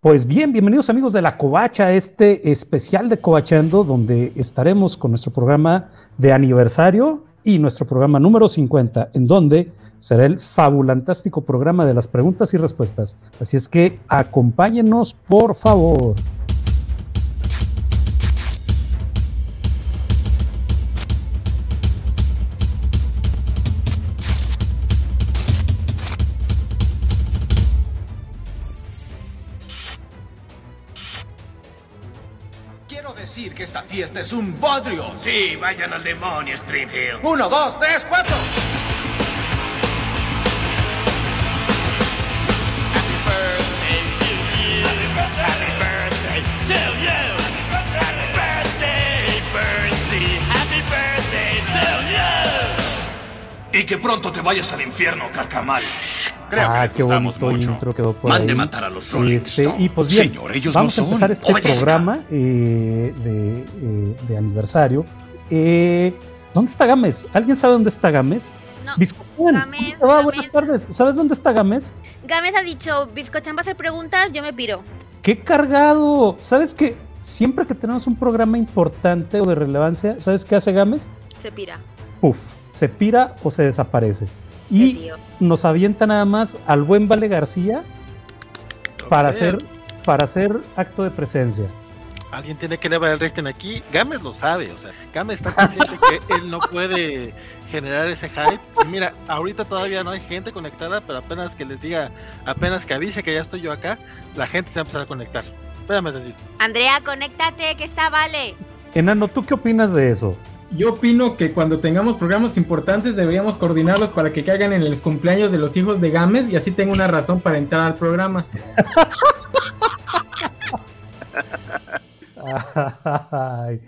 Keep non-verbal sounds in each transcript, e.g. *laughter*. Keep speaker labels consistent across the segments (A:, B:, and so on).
A: Pues bien, bienvenidos amigos de la Covacha, este especial de Covachando, donde estaremos con nuestro programa de aniversario y nuestro programa número 50, en donde será el fabulantástico programa de las preguntas y respuestas. Así es que acompáñenos, por favor.
B: Quiero decir que esta fiesta es un bodrio.
C: Sí, vayan al demonio, Springfield.
B: Uno, dos, tres, cuatro.
C: Y que pronto te vayas al infierno, carcamal. Creo
A: Ah,
C: que
A: qué
C: gustamos
A: bonito
C: mucho.
A: intro quedó por
C: Mande
A: ahí.
C: matar a los Rolling
A: Este,
C: Stones.
A: y pues bien,
C: Señor, ellos
A: vamos
C: no
A: a
C: son.
A: empezar este
C: Obedezca.
A: programa eh, de, eh, de aniversario. Eh, ¿Dónde está Gámez? ¿Alguien sabe dónde está Gámez?
D: No.
A: Biscopan,
D: Gámez,
A: ¿cómo te va?
D: Gámez.
A: Buenas tardes. ¿Sabes dónde está Gámez?
D: Gámez ha dicho, Bizcochan va a hacer preguntas, yo me piro.
A: ¡Qué cargado! ¿Sabes que siempre que tenemos un programa importante o de relevancia, ¿sabes qué hace Gámez?
D: Se pira.
A: Puf, se pira o se desaparece.
D: Qué
A: Y
D: tío.
A: nos avienta nada más al buen Vale García para
E: Ok.
A: hacer, para hacer acto de presencia.
E: Alguien tiene que elevar el rating aquí. Gámez lo sabe, o sea, Gámez está consciente que él no puede generar ese hype. Y mira, ahorita todavía no hay gente conectada, pero apenas que les diga, apenas que avise que ya estoy yo acá, la gente se va a empezar a conectar. Espérame, tantito.
D: Andrea, conéctate, que está vale.
A: Enano, ¿tú qué opinas de eso?
F: Yo opino que cuando tengamos programas importantes deberíamos coordinarlos para que caigan en los cumpleaños de los hijos de Gámez y así tengo una razón para entrar al programa.
A: Ay.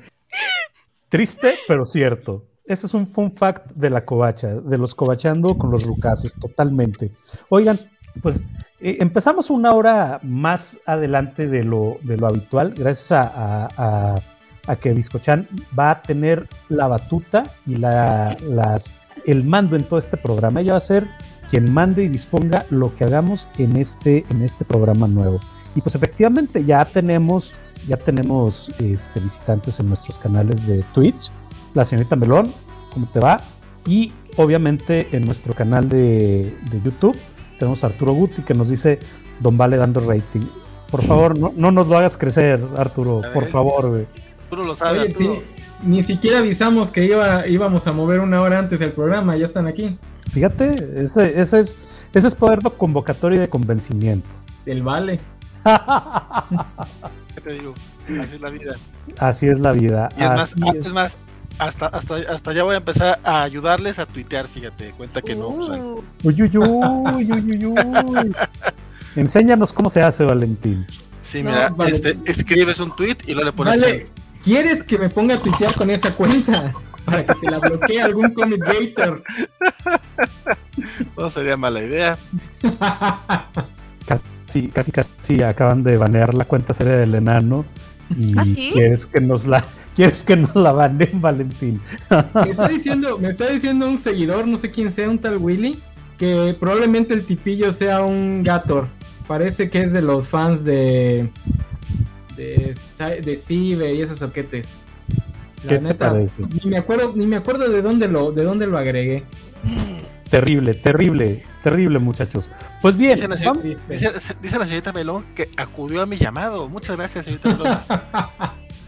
A: Triste, pero cierto. Ese es un fun fact de la covacha, de los covachando con los rucasos, totalmente. Oigan, pues eh, empezamos una hora más adelante de lo, de lo habitual, gracias a, a- a- a que Discochan va a tener la batuta y la, las, el mando en todo este programa. Ella va a ser quien mande y disponga lo que hagamos en este, en este programa nuevo. Y pues efectivamente ya tenemos ya tenemos este, visitantes en nuestros canales de Twitch. La señorita Melón, ¿cómo te va? Y obviamente en nuestro canal de, de YouTube tenemos a Arturo Guti que nos dice Don Vale dando rating. Por favor, no, no nos lo hagas crecer, Arturo,
E: A
A: por
E: ver,
A: favor, güey.
E: Tú no lo sabes.
F: Oye, sí, ni siquiera avisamos que iba, íbamos a mover una hora antes del programa, ya están aquí.
A: Fíjate, ese, ese es, ese es poder de convocatoria y de convencimiento. *laughs*
F: El vale.
E: ¿Qué te digo? Así es la vida.
A: Así es la vida.
E: Y es más,
A: así es.
E: es más, hasta, hasta, hasta ya voy a empezar a ayudarles a tuitear, fíjate, de cuenta que no. o sea,
D: Uh,
A: Uy, uy, uy, uy, uy, uy. Enséñanos cómo se hace, Valentín.
E: sí,
F: Uh, No,
E: mira,
F: vale.
E: este, escribes un tweet y luego le pones
F: vale,
E: send.
F: ¿quieres que me ponga a tuitear con esa cuenta? *laughs* Para que te la bloquee algún comic *laughs* gator.
E: No sería mala idea.
A: Sí, casi, casi acaban de banear la cuenta seria del enano. Y
D: ¿Ah, sí?
A: quieres que nos la *laughs* quieres que nos la baneen, Valentín.
F: Me está diciendo, me está diciendo un seguidor, no sé quién sea, un tal Willy, que probablemente el tipillo sea un Gator. Parece que es de los fans de de, Sa- de Cibe y esos soquetes. La
A: ¿Qué te
F: neta,
A: parece?
F: ni me acuerdo, ni me acuerdo de dónde lo, de dónde lo agregué.
A: Terrible, terrible, terrible, muchachos. Pues bien,
E: Dicen así,
A: vamos-
F: Triste.
E: Dice, dice la señorita Melón que acudió a mi llamado. Muchas gracias,
A: *laughs*
E: señorita Melón.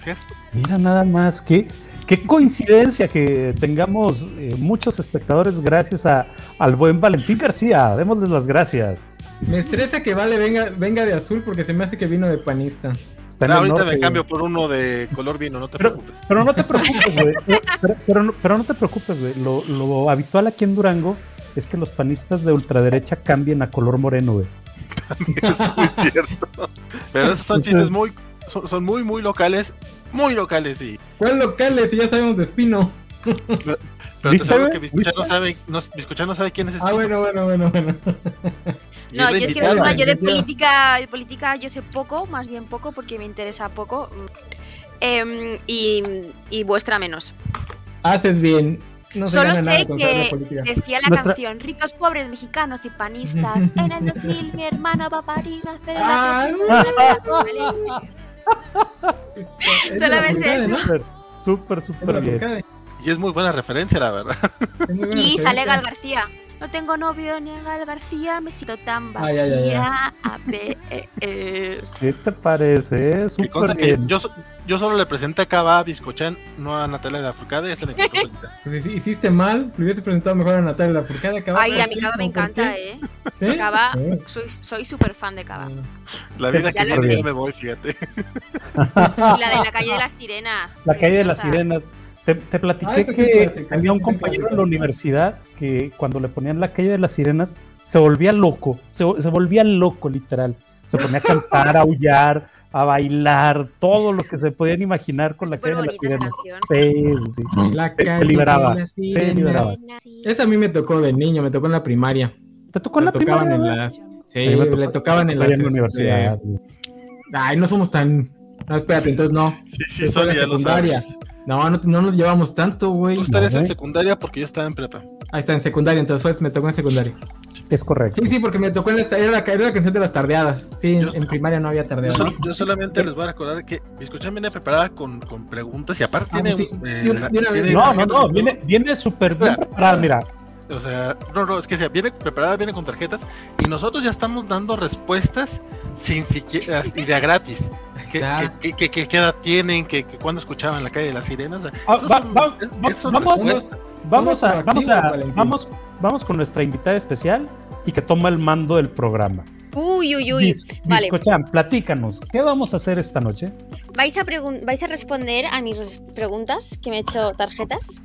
E: ¿Ves?
A: mira nada más que qué coincidencia que tengamos eh, muchos espectadores gracias a, al buen Valentín García. Démosles las gracias.
F: Me estresa que Vale venga, venga de azul porque se me hace que vino de panista.
A: Está en
E: Ah, ahorita
A: honor
E: me
A: de-
E: cambio por uno de color vino, no te preocupes. *laughs*
A: Pero no te preocupes, güey. *laughs* Eh, Pero, pero no, pero no te preocupes, güey. Lo, lo habitual aquí en Durango es que los panistas de ultraderecha cambien a color moreno, güey.
E: Eso es muy cierto. Pero esos son chistes muy, son, son muy, muy locales. Muy locales, y
F: ¿Cuál locales? Si ya sabemos de Espino.
E: Pero
A: ¿Viste,
E: te aseguro
A: güey?
E: que Biscucha no sabe, no, Biscucha no sabe quién es
F: Ah,
E: Espino.
F: bueno, bueno, bueno, bueno.
E: Y
D: No,
E: es la
D: yo es que
E: invitada.
D: no, yo de
F: Yo-
D: política, de política yo sé poco, más bien poco, porque me interesa poco. Mm. Em, y, y vuestra menos.
F: Haces bien. no se
D: Solo
F: gana nada
D: sé
F: con saber de
D: que
F: política.
D: decía la
A: Nuestra-
D: canción ricos, pobres, mexicanos y
E: *laughs*
D: panistas. En el 2000 mi hermana va a parir a hacer
F: Ah,
D: la-
F: no.
D: Vale.
F: Es de la
D: Solamente
F: Turcade,
D: eso.
F: ¿no?
A: Súper, súper, súper
F: Es de la
A: bien.
D: *laughs*
F: Turcade.
E: Y es muy buena referencia, la verdad.
F: Es muy
A: Mm,
F: buena
D: Y
F: referencia.
D: sale Gal García. No tengo novio ni a Gal García, me siento tan
F: Ay, ay, ay,
D: vacía. A ver,
G: E,
D: eh, eh.
A: ¿Qué te parece?
E: *laughs* Que consta
A: Súper
E: que
A: bien.
E: yo, so- yo solo le presenté acá a Biscochán, no a Natalia de Afurcada, ella se le encontró solita.
F: Pues si- hiciste mal, le hubiese presentado mejor a Natalia Lafourcade. acababa
D: Ay, a mí
F: así,
D: Cava me
F: como, ¿por
D: encanta,
F: qué?
D: ¿eh?
F: ¿Sí?
D: Cava,
F: Sí. Mm.
D: soy- soy súper fan de Cava.
E: La vida
D: *laughs* Ya
E: que
D: la
E: viene
A: vi.
E: yo me voy, fíjate. *laughs*
D: Y la de la calle de las sirenas.
A: Ah, La calle de las
D: preciosa.
A: sirenas. Te, te platiqué
F: Ah, esa sí
A: que
F: clásica,
A: había un
F: esa sí
A: compañero
F: clásica.
A: en la universidad que cuando le ponían la calle de las sirenas se volvía loco, se, se volvía loco literal. Se ponía a cantar, a aullar, a bailar, todo lo que se podían imaginar con la
D: Súper
A: calle de las
D: bonita esa
A: sirenas. Sí, sí, sí.
F: La
A: Se- se
F: calle
A: liberaba,
F: de las
A: se liberaba.
F: sirenas.
D: canción. Sí.
F: Esa a mí me tocó de niño, me tocó en la primaria.
A: ¿Te tocó en
F: Me
A: la
F: tocaban
A: primaria?
F: en las- Sí,
A: Sí, me tocó-
F: le tocaban en
A: Allá
F: las.
A: en la
F: este,
A: universidad.
F: Ay, no somos tan. No, espérate, entonces no.
E: Sí,
F: Yo
E: sí,
F: estaba en
E: Sonia, lo
F: secundaria.
E: sabes.
F: No, no, no nos llevamos tanto, güey.
D: Pues,
E: Tú estarías en
A: ¿eh?
E: secundaria porque yo estaba en prepa.
F: Ahí está, en secundaria, entonces Suárez me tocó en secundaria.
A: Es correcto.
F: Sí, sí, porque me tocó en la, era la, era la canción de las tardeadas. Sí, en,
E: Yo-
F: en primaria no había
E: Yo,
F: tardeadas.
E: sol- yo solamente les voy a recordar que Biscochán viene preparada con, con preguntas y aparte
F: Ah,
E: tiene.
F: sí.
E: eh,
F: Yo-
E: la-
F: yo una vez-
E: tiene
A: No, no,
E: tarjetas
A: no,
E: y
A: viene, viene súper bien
E: Espera.
A: preparada, mira.
E: todo. O sea, no, no, es que sea, viene preparada, viene con tarjetas y nosotros ya estamos dando respuestas sin siquiera. idea gratis.
F: Ahí
E: ¿Qué,
F: está.
E: qué, qué- qué- qué edad tienen? ¿Qué, qué- ¿Cuándo escuchaban la calle de las sirenas? O sea,
A: Ah,
E: esas
A: va-
E: son-
A: va-
E: es-
A: va-
E: esas son
A: vamos-
E: respuestas.
A: Vamos a,
F: Somos
A: vamos a,
F: proactivos, Valentín.
A: vamos, vamos con nuestra invitada especial y que toma el mando del programa.
G: Uy, uy, uy.
A: Dis-
G: vale.
A: Discochan, platícanos, ¿qué vamos a hacer esta noche?
G: ¿Vais a, pregun- vais a responder a mis res- preguntas que me he hecho tarjetas?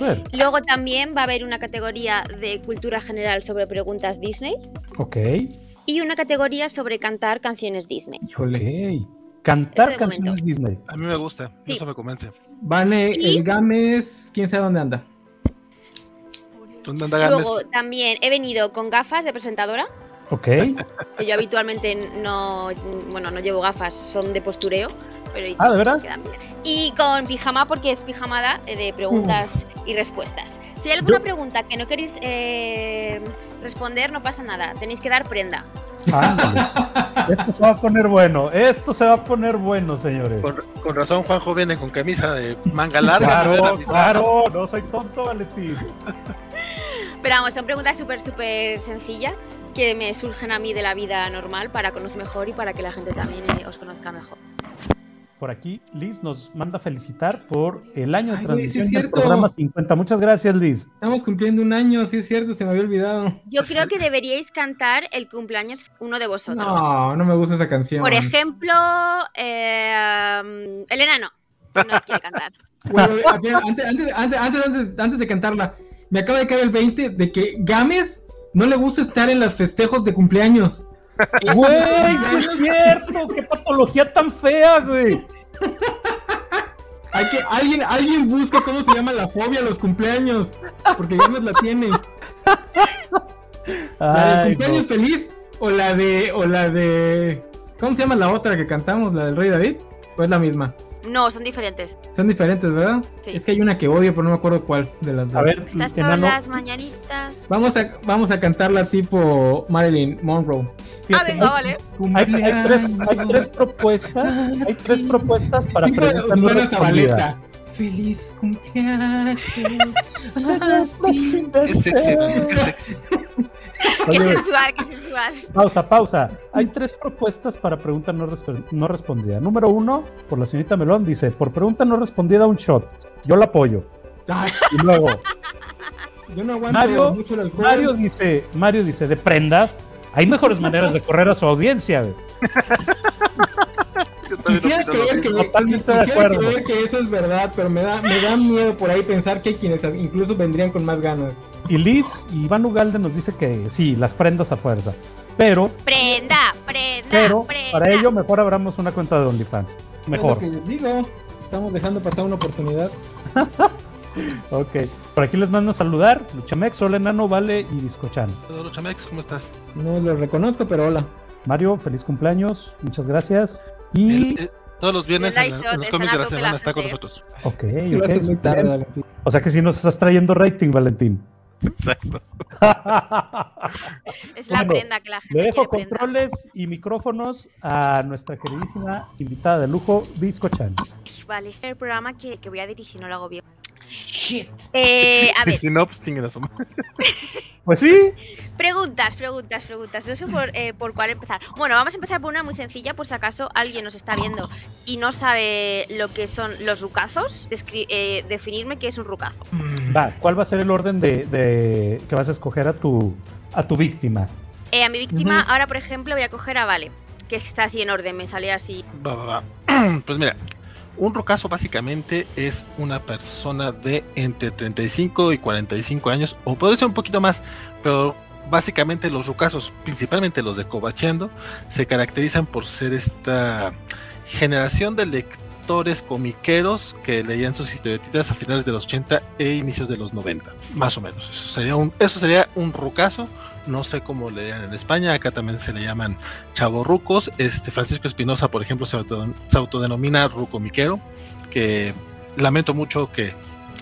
A: Ver,
G: Luego también va a haber una categoría de cultura general sobre preguntas Disney
A: ok,
G: y una categoría sobre cantar canciones Disney.
A: ok.
F: Híjole.
A: Cantar
G: Eso de
A: canciones Disney.
E: A mí me gusta,
G: Sí.
E: eso me convence.
F: Vane,
G: Y-
F: el Games, quién sabe dónde anda.
E: ¿Dónde anda Gámez?
G: Luego también he venido con gafas de presentadora.
A: Ok, *laughs*
G: que Yo habitualmente no, bueno, no llevo gafas, son de postureo. Pero he dicho
A: Ah, ¿de
G: que
A: veras?
G: quedan bien. Y con pijama porque es pijamada eh, de preguntas y respuestas. Si hay alguna
A: Yo-
G: pregunta que no queréis eh, responder, no pasa nada. Tenéis que dar prenda.
A: ándale. Esto se va a poner bueno, esto se va a poner bueno, señores.
E: Con, con razón, Juanjo viene con camisa de manga larga. me hubiera
A: Claro,
E: avisado.
A: claro, no soy tonto, Valentín.
G: Pero vamos, son preguntas súper, súper sencillas que me surgen a mí de la vida normal para conocer mejor y para que la gente también eh, os conozca mejor.
A: Por aquí, Liz nos manda felicitar por el año de
F: Ay, güey, sí
A: transmisión
F: es
A: del
F: cierto.
A: programa 50. Muchas gracias,
F: *laughs*
A: Liz.
F: Estamos cumpliendo un año, sí es cierto, se me había olvidado.
G: Yo creo que deberíais cantar el cumpleaños uno de vosotros.
F: No, no me gusta esa canción.
G: Por ejemplo, eh, el enano. que No quiere cantar.
F: Bueno, eh, a ver, antes, antes, antes, antes, antes- antes de cantarla, me acaba de caer el 20 de que Games no le gusta estar en los festejos de cumpleaños.
A: Güey, sí es cierto, qué patología tan fea, güey.
F: Hay que, alguien, alguien busca cómo se llama la fobia a los cumpleaños. Porque Games la tiene. La del
A: Ay, no.
F: cumpleaños feliz o la de. o la de. ¿Cómo se llama la otra que cantamos? ¿La del Rey David? ¿O es la misma?
G: No, son diferentes.
F: Son diferentes, ¿verdad?
G: Sí.
F: Es que hay una que odio, pero no me acuerdo cuál de las dos.
A: A ver,
G: Estas todas
A: enano,
G: las mañanitas.
F: Vamos a, vamos a cantarla tipo Marilyn Monroe.
A: fíjate,
G: venga,
A: hay-
G: vale.
A: hay, hay tres, hay tres propuestas, hay tres propuestas para
F: Tipo de
A: preguntas no
F: Susana
A: respondidas.
F: Zabaleta. Feliz
A: *laughs*
F: cumpleaños.
E: Qué sexy, ¿no? qué sexy.
G: Qué
A: Oye,
G: sensual, qué sensual.
A: pausa, pausa. Hay tres propuestas para pregunta no, resp- no respondida. Número uno, por la señorita Melón, dice, por pregunta no respondida un shot. Yo la apoyo.
F: Ay,
A: Y luego,
F: yo no aguanto
A: Mario,
F: mucho el alcohol.
A: Mario dice, Mario dice, de prendas, hay mejores maneras de correr a su audiencia, güey.
E: Yo también
F: Quisiera
E: opino lo
F: creer que,
E: mismo.
A: Totalmente de
F: quisiera
A: acuerdo.
F: creer que eso es verdad, pero me da, me da miedo por ahí pensar que hay quienes incluso vendrían con más ganas.
A: Y Liz, Iván Ugalde nos dice que sí, las prendas a fuerza. Pero
G: Prenda, prenda,
A: Pero
G: prenda.
A: para ello mejor abramos una cuenta de OnlyFans. Mejor.
F: Es lo que les digo. Estamos dejando pasar una oportunidad.
A: Ok. Por aquí les mando a saludar. Luchamex, hola enano, vale y Discochan.
E: Hola, Chamex, ¿cómo estás?
F: No lo reconozco, pero hola.
A: Mario, feliz cumpleaños. Muchas gracias. Y
E: El- el- Todos los viernes en,
G: live
E: la-
G: shot
E: en los
G: están a
E: cómics de la
G: tope la
E: semana está con
G: gente.
E: nosotros. *laughs*
A: Ok,
F: Lo haces muy
A: ok.
F: tarde, Valentín.
A: O sea que si nos estás trayendo rating, Valentín.
E: Exacto.
G: Es la
A: Bueno,
G: prenda que la gente
A: Le dejo
G: quiere prenda.
A: controles y micrófonos a nuestra queridísima invitada de lujo, Disco Chan.
G: Vale, este es el programa que, que voy a dirigir, no lo hago bien.
B: Shit.
G: Eh,
A: *laughs*
G: a
E: Y
G: ver,
E: si no, pues chinguen a su madre.
A: Pues sí,
G: preguntas, preguntas, preguntas. No sé por, eh, por cuál empezar. Bueno, vamos a empezar por una muy sencilla, por si acaso alguien nos está viendo y no sabe lo que son los rucazos. Descri- eh, definirme qué es un rucazo.
A: va. ¿Cuál va a ser el orden de, de- que vas a escoger a tu a tu víctima?
G: Eh, a mi víctima, ahora por ejemplo, voy a coger a Vale, que está así en orden, me sale así.
E: Va, va, *clears throat* va. Pues mira, un rocazo básicamente es una persona de entre 35 y 45 años, o puede ser un poquito más, pero básicamente los rucazos, principalmente los de Covachando, se caracterizan por ser esta generación de lectores comiqueros que leían sus historietitas a finales de los 80 e inicios de los 90, más o menos. Eso sería un, eso sería un rucazo. No sé cómo le llaman en España, acá también se le llaman chavorrucos. Este Francisco Espinosa, por ejemplo, se, autodom- se autodenomina rucomiquero, que lamento mucho que,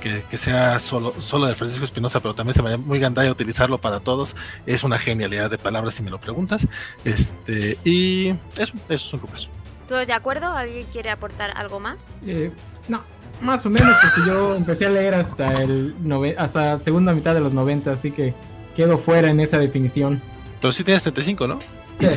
E: que- que sea solo, solo de Francisco Espinosa, pero también se me haría muy gandalla utilizarlo para todos. Es una genialidad de palabras, si me lo preguntas. Este, y eso, eso es un rucazo.
G: ¿Todos de acuerdo? ¿Alguien quiere aportar algo más?
F: Eh, no, más o menos, porque yo empecé a leer hasta el nove- hasta segunda mitad de los 90, así que quedo fuera en esa definición.
E: Pero sí tienes 35, ¿no?
F: Sí,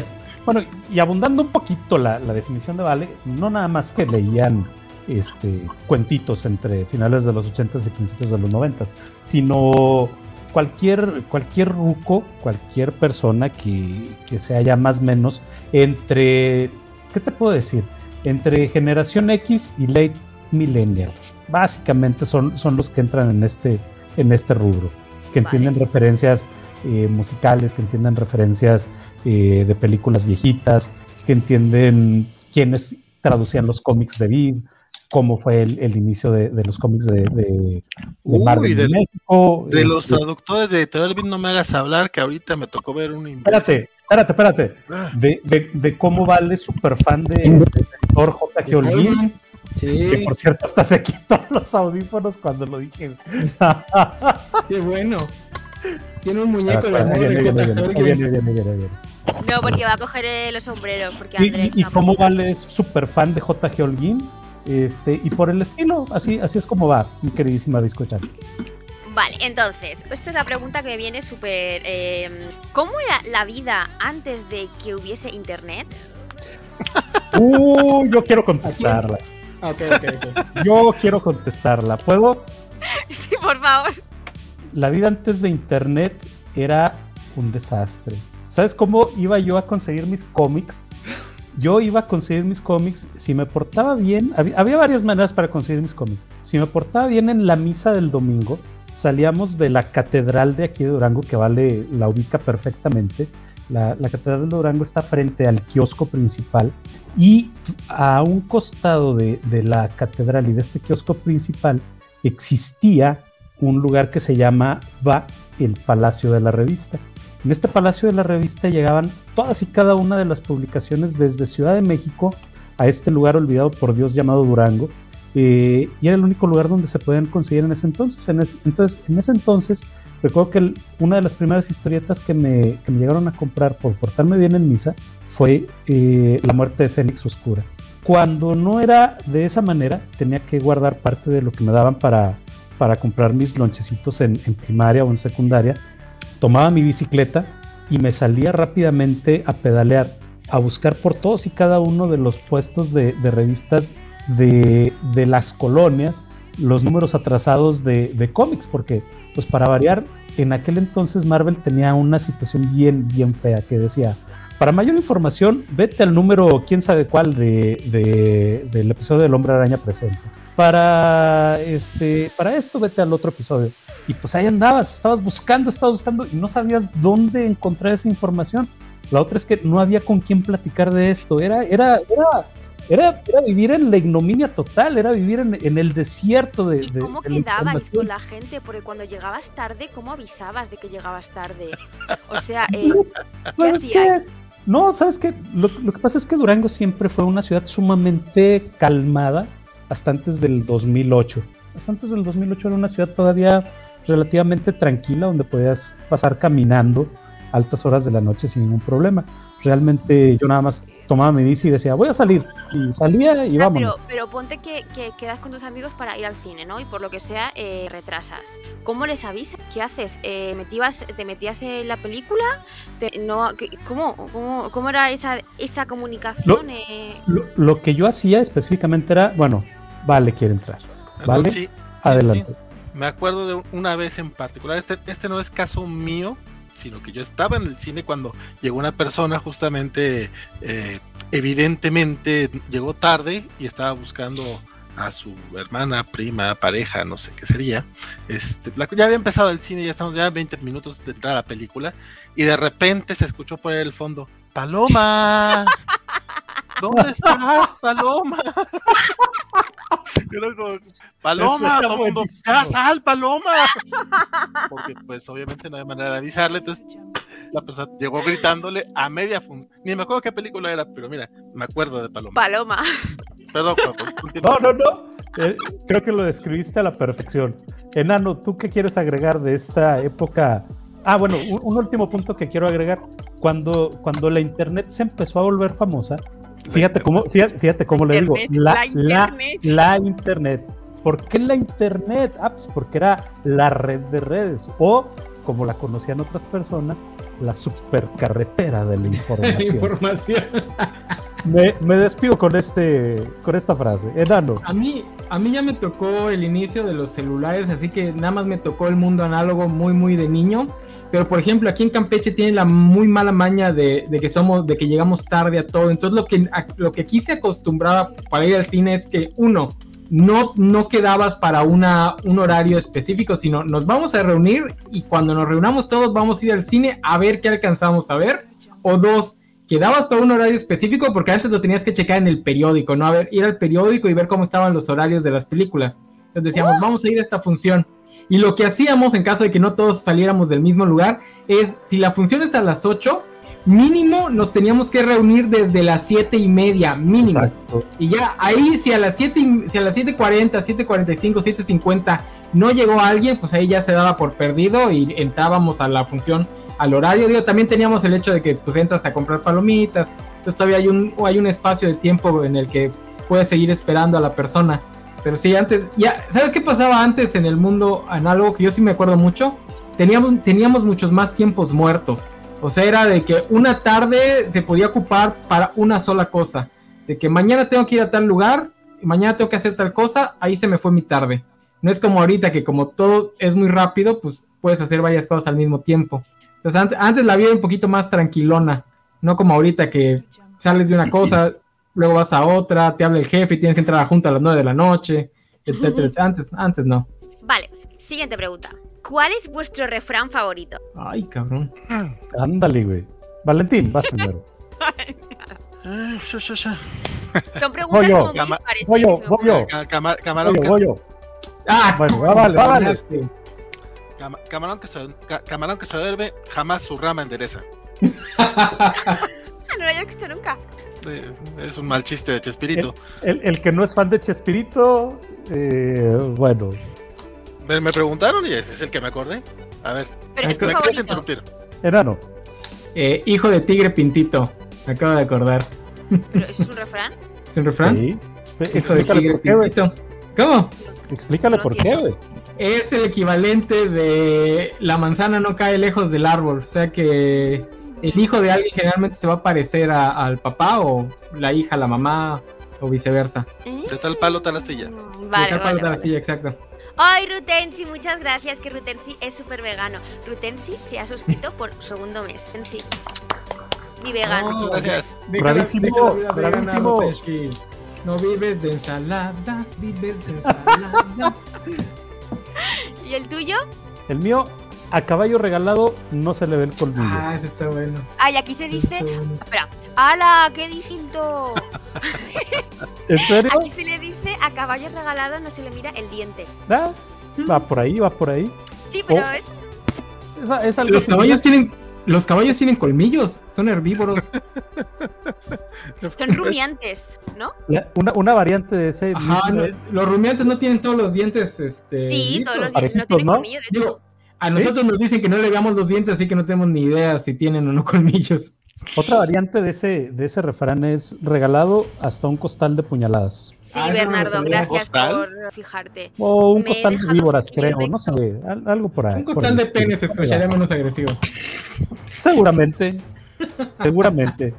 A: Bueno, y abundando un poquito la, la definición de Vale, no nada más que leían este, cuentitos entre finales de los 80s y principios de los 90s, sino cualquier, cualquier ruco, cualquier persona que, que se haya más o menos entre, ¿qué te puedo decir? Entre generación X y late millennial. Básicamente son, son los que entran en este, en este rubro, que
G: Vale.
A: entienden referencias eh, musicales, que entienden referencias eh, de películas viejitas, que entienden quiénes traducían los cómics de Vid, cómo fue el, el inicio de, de los cómics de, de, de
E: Uy,
A: Marvel
E: de-
A: en México.
E: De los
A: Este,
E: traductores de Editorial Beat no me hagas hablar, que ahorita me tocó ver un imbécil.
A: espérate, espérate, espérate.
E: Ah,
A: De, de, de cómo vale super fan de, del editor J.G. Olguín, que
F: sí,
A: por cierto hasta se quitó los audífonos cuando lo dije.
F: qué bueno. Tiene un muñeco de
A: Ah, Ahí
F: amor
A: viene, ahí
F: de
A: viene, ahí
F: Cota
A: viene, ahí
F: Jorgen.
A: viene, ahí viene, ahí viene, ahí viene.
G: No, porque va a coger eh, los sombreros, porque
A: Y-
G: Andrés...
A: Y, y
G: tampoco-
A: cómo Vale es súper fan de J.G. Holguín. Este, y por el estilo, así, así es como va, mi queridísima discocha.
G: Vale, entonces, esta es la pregunta que me viene súper... eh, ¿Cómo era la vida antes de que hubiese internet? *laughs*
A: Uh, yo quiero contestarla.
F: Ah, ok, ok, ok.
A: Yo quiero contestarla. ¿Puedo?
G: Sí, por favor.
A: La vida antes de internet era un desastre. ¿Sabes cómo iba yo a conseguir mis cómics? Yo iba a conseguir mis cómics si me portaba bien. hab- Había, varias maneras para conseguir mis cómics. Si me portaba bien en la misa del domingo, salíamos de la catedral de aquí de Durango, que vale, la ubica perfectamente. La, la catedral de Durango está frente al kiosco principal y a un costado de, de la catedral y de este kiosco principal existía un lugar que se llama Va, el Palacio de la Revista. En este Palacio de la Revista llegaban todas y cada una de las publicaciones desde Ciudad de México a este lugar olvidado por Dios llamado Durango. eh, y era el único lugar donde se podían conseguir en ese entonces. En ese, entonces, en ese entonces, recuerdo que el- una de las primeras historietas que me, que me llegaron a comprar por portarme bien en misa fue eh, La muerte de Fénix Oscura. Cuando no era de esa manera, tenía que guardar parte de lo que me daban para, para comprar mis lonchecitos en, en primaria o en secundaria, tomaba mi bicicleta y me salía rápidamente a pedalear, a buscar por todos y cada uno de los puestos de, de revistas de, de las colonias los números atrasados de, de cómics, porque pues para variar, en aquel entonces Marvel tenía una situación bien, bien fea que decía, para mayor información, vete al número quién sabe cuál de, de- del episodio del Hombre Araña presente para este para esto vete al otro episodio y pues ahí andabas estabas buscando estabas buscando y no sabías dónde encontrar esa información la otra es que no había con quién platicar de esto era era era era, era vivir en la ignominia total era vivir en, en el desierto de, de-
G: ¿Cómo
A: de la
G: quedabais
A: información.
G: con la gente? Porque cuando llegabas
A: *laughs*
G: tarde, ¿cómo avisabas de que llegabas tarde? O sea, eh, ¿qué
A: Pues es que
G: hacíais?
A: No, ¿sabes qué? Lo, lo que pasa es que Durango siempre fue una ciudad sumamente calmada hasta antes del 2008. Hasta antes del 2008 era una ciudad todavía relativamente tranquila donde podías pasar caminando altas horas de la noche sin ningún problema. Realmente yo nada más tomaba mi bici y decía, voy a salir. Y salía y
G: Ah,
A: vámonos.
G: pero, pero ponte que, que quedas con tus amigos para ir al cine, ¿no? Y por lo que sea, eh, retrasas. ¿Cómo les avisas? ¿Qué haces? Eh, ¿metías- ¿Te metías en la película? ¿Te- no, ¿qué- ¿cómo, cómo, cómo era esa, esa comunicación? Eh,
A: Lo, lo que yo hacía específicamente era, bueno, vale, quiere entrar.
E: Perdón,
A: Vale,
E: sí, sí,
A: adelante.
E: sí. Me acuerdo de un- una vez en particular, este, este no es caso mío, sino que yo estaba en el cine cuando llegó una persona justamente, eh, evidentemente llegó tarde y estaba buscando a su hermana, prima, pareja, no sé qué sería. Este, la- ya había empezado el cine, ya estamos ya 20 minutos de entrar a la película y de repente se escuchó por ahí el fondo, Paloma. ¿Dónde estás, Paloma? *laughs* Y era como,
A: Eso
E: Paloma,
A: está
E: todo el mundo,
A: buenísimo.
E: ya sal, Paloma. Porque pues obviamente no hay manera de avisarle, entonces la persona llegó gritándole a media función. Ni me acuerdo qué película era, pero mira, me acuerdo de Paloma.
A: *laughs*
G: Paloma.
E: Perdón, Juanjo, continúa.
A: No, no, no. Eh, creo que lo describiste a la perfección. Enano, ¿tú qué quieres agregar de esta época? Ah, bueno, un, un último punto que quiero agregar. Cuando, cuando la internet se empezó a volver famosa, fíjate cómo, fíjate, fíjate cómo le digo,
G: Internet,
A: la,
G: la
A: la, la internet. ¿Por qué la internet? Ah, pues porque era la red de redes o, como la conocían otras personas, la supercarretera *laughs* de la información.
F: *laughs* información.
A: me, me despido con, este, con esta frase. Enano.
F: A mí, a mí ya me tocó el inicio de los celulares, así que nada más me tocó el mundo análogo muy, muy de niño. Pero por ejemplo, aquí en Campeche tienen la muy mala maña de, de que somos, de que llegamos tarde a todo. Entonces lo que, a- lo que aquí se acostumbraba para ir al cine es que uno, no, no quedabas para una, un horario específico, sino nos vamos a reunir y cuando nos reunamos todos vamos a ir al cine a ver qué alcanzamos a ver. O dos, quedabas para un horario específico porque antes lo tenías que checar en el periódico, ¿no? A ver, ir al periódico y ver cómo estaban los horarios de las películas. Entonces decíamos, vamos a ir a esta función. Y lo que hacíamos en caso de que no todos saliéramos del mismo lugar es, si la función es a las 8, mínimo nos teníamos que reunir desde las 7 y media, mínimo.
A: Exacto.
F: Y ya ahí, si a las 7, y- si a las 7.40, 7.45, 7.50 no llegó alguien, pues ahí ya se daba por perdido y entrábamos a la función al horario. Digo, también teníamos el hecho de que pues entras a comprar palomitas, entonces todavía hay un, hay un espacio de tiempo en el que puedes seguir esperando a la persona. Pero sí, antes, ya, ¿sabes qué pasaba antes en el mundo análogo? Que yo sí me acuerdo mucho. Teníamos, teníamos muchos más tiempos muertos. O sea, era de que una tarde se podía ocupar para una sola cosa de que mañana tengo que ir a tal lugar, mañana tengo que hacer tal cosa, ahí se me fue mi tarde. No es como ahorita que como todo es muy rápido, pues puedes hacer varias cosas al mismo tiempo. Entonces antes, antes la vida era un poquito más tranquilona, no como ahorita que sales de una cosa, luego vas a otra, te habla el jefe y tienes que entrar a la junta a las 9 de la noche, etcétera. etcétera. Antes, antes no.
G: Vale, siguiente pregunta. ¿Cuál es vuestro
A: *laughs*
G: refrán favorito?
F: Ay, cabrón.
A: Ándale, güey. Valentín, vas primero.
E: Eh, shu, shu, shu.
G: Son preguntas
A: Voy yo.
G: como muy
E: Cama-
G: dispares,
A: voy
G: se
A: yo,
G: me
A: voy yo.
G: ocurre.
E: Ca- cama- camarón,
A: Voy yo,
E: que,
A: voy yo.
F: Ah,
A: Bueno, va, vale, va, vale.
E: cama- camarón, que se, ca- camarón que se duerme, jamás su rama endereza.
G: Ah, no lo había escuchado nunca.
E: Eh, es un mal chiste de Chespirito.
A: El, el que no es fan de Chespirito, eh, bueno.
E: Me, me preguntaron y ese es el que me acordé. A ver,
G: Pero es tu
E: ¿me quieres
G: favorito.
E: interrumpir?
A: Enano,
F: Eh, hijo de tigre pintito, me acabo de acordar.
G: ¿Pero eso es un refrán?
F: ¿Es un refrán?
A: sí.
F: Hijo de
A: Explícale
F: tigre
A: por qué, güey.
F: pintito. ¿Cómo?
A: Explícale
G: No
A: por qué,
G: entiendo.
A: güey.
F: es el equivalente de la manzana no cae lejos del árbol. O sea que el hijo de alguien generalmente se va a parecer a- al papá o la hija a la mamá o viceversa.
E: De tal palo, tal astilla.
G: Mm,
F: Y
G: ¿Eh? Vale,
F: acá para
G: vale,
F: la
G: vale.
F: silla, exacto.
G: Ay, Rutensi, muchas gracias, que Rutensi es súper vegano. Rutensi se ha suscrito por segundo mes. Rutensi. Mi vegano.
E: Muchas gracias.
F: Deja la-
A: Bravísimo,
F: deja la vida vegana,
A: bravísimo.
F: Rutenshi. No vives de ensalada, vives de ensalada.
G: ¿Y el tuyo?
A: El mío, a caballo regalado no se le ve el colmillo.
F: ah, eso está bueno.
G: Ay, aquí se
F: eso
G: dice.
F: está bueno.
G: Espera. ¡Hala! ¡Qué distinto!
A: ¿En serio?
G: Aquí se le dice a caballo regalado no se le mira el diente.
A: Ah, Va por ahí, va por ahí.
G: Sí, pero
A: Oh.
G: es.
A: Es, es algo
F: Los
A: similar.
F: caballos tienen, Los caballos tienen colmillos, son
A: *laughs*
F: herbívoros.
G: Son rumiantes, ¿no?
A: La- una, una variante de ese.
F: Ajá,
A: mismo
F: no,
A: es-
F: los rumiantes no tienen todos los dientes, este.
G: Sí,
F: lisos.
G: todos los días. No
A: Parejitos,
G: tienen
A: ¿no?
G: colmillo, de hecho.
F: Digo, a
A: ¿Sí?
F: nosotros nos dicen que no le veamos los dientes, así que no tenemos ni idea si tienen o no colmillos.
A: Otra variante de ese, de ese refrán es regalado hasta un costal de puñaladas.
G: Sí,
F: Ah, eso no lo
G: Bernardo,
F: sabía.
G: gracias
E: ¿Costal?
G: por fijarte.
A: O un
G: Me
A: costal de
G: dejan
A: víboras,
G: los pequeños
A: creo, no sé, al- algo por ahí.
F: Un
A: Ah, por
F: costal
A: el
F: de
A: estilo.
F: penes se escucharía menos agresivo.
A: Seguramente. Seguramente.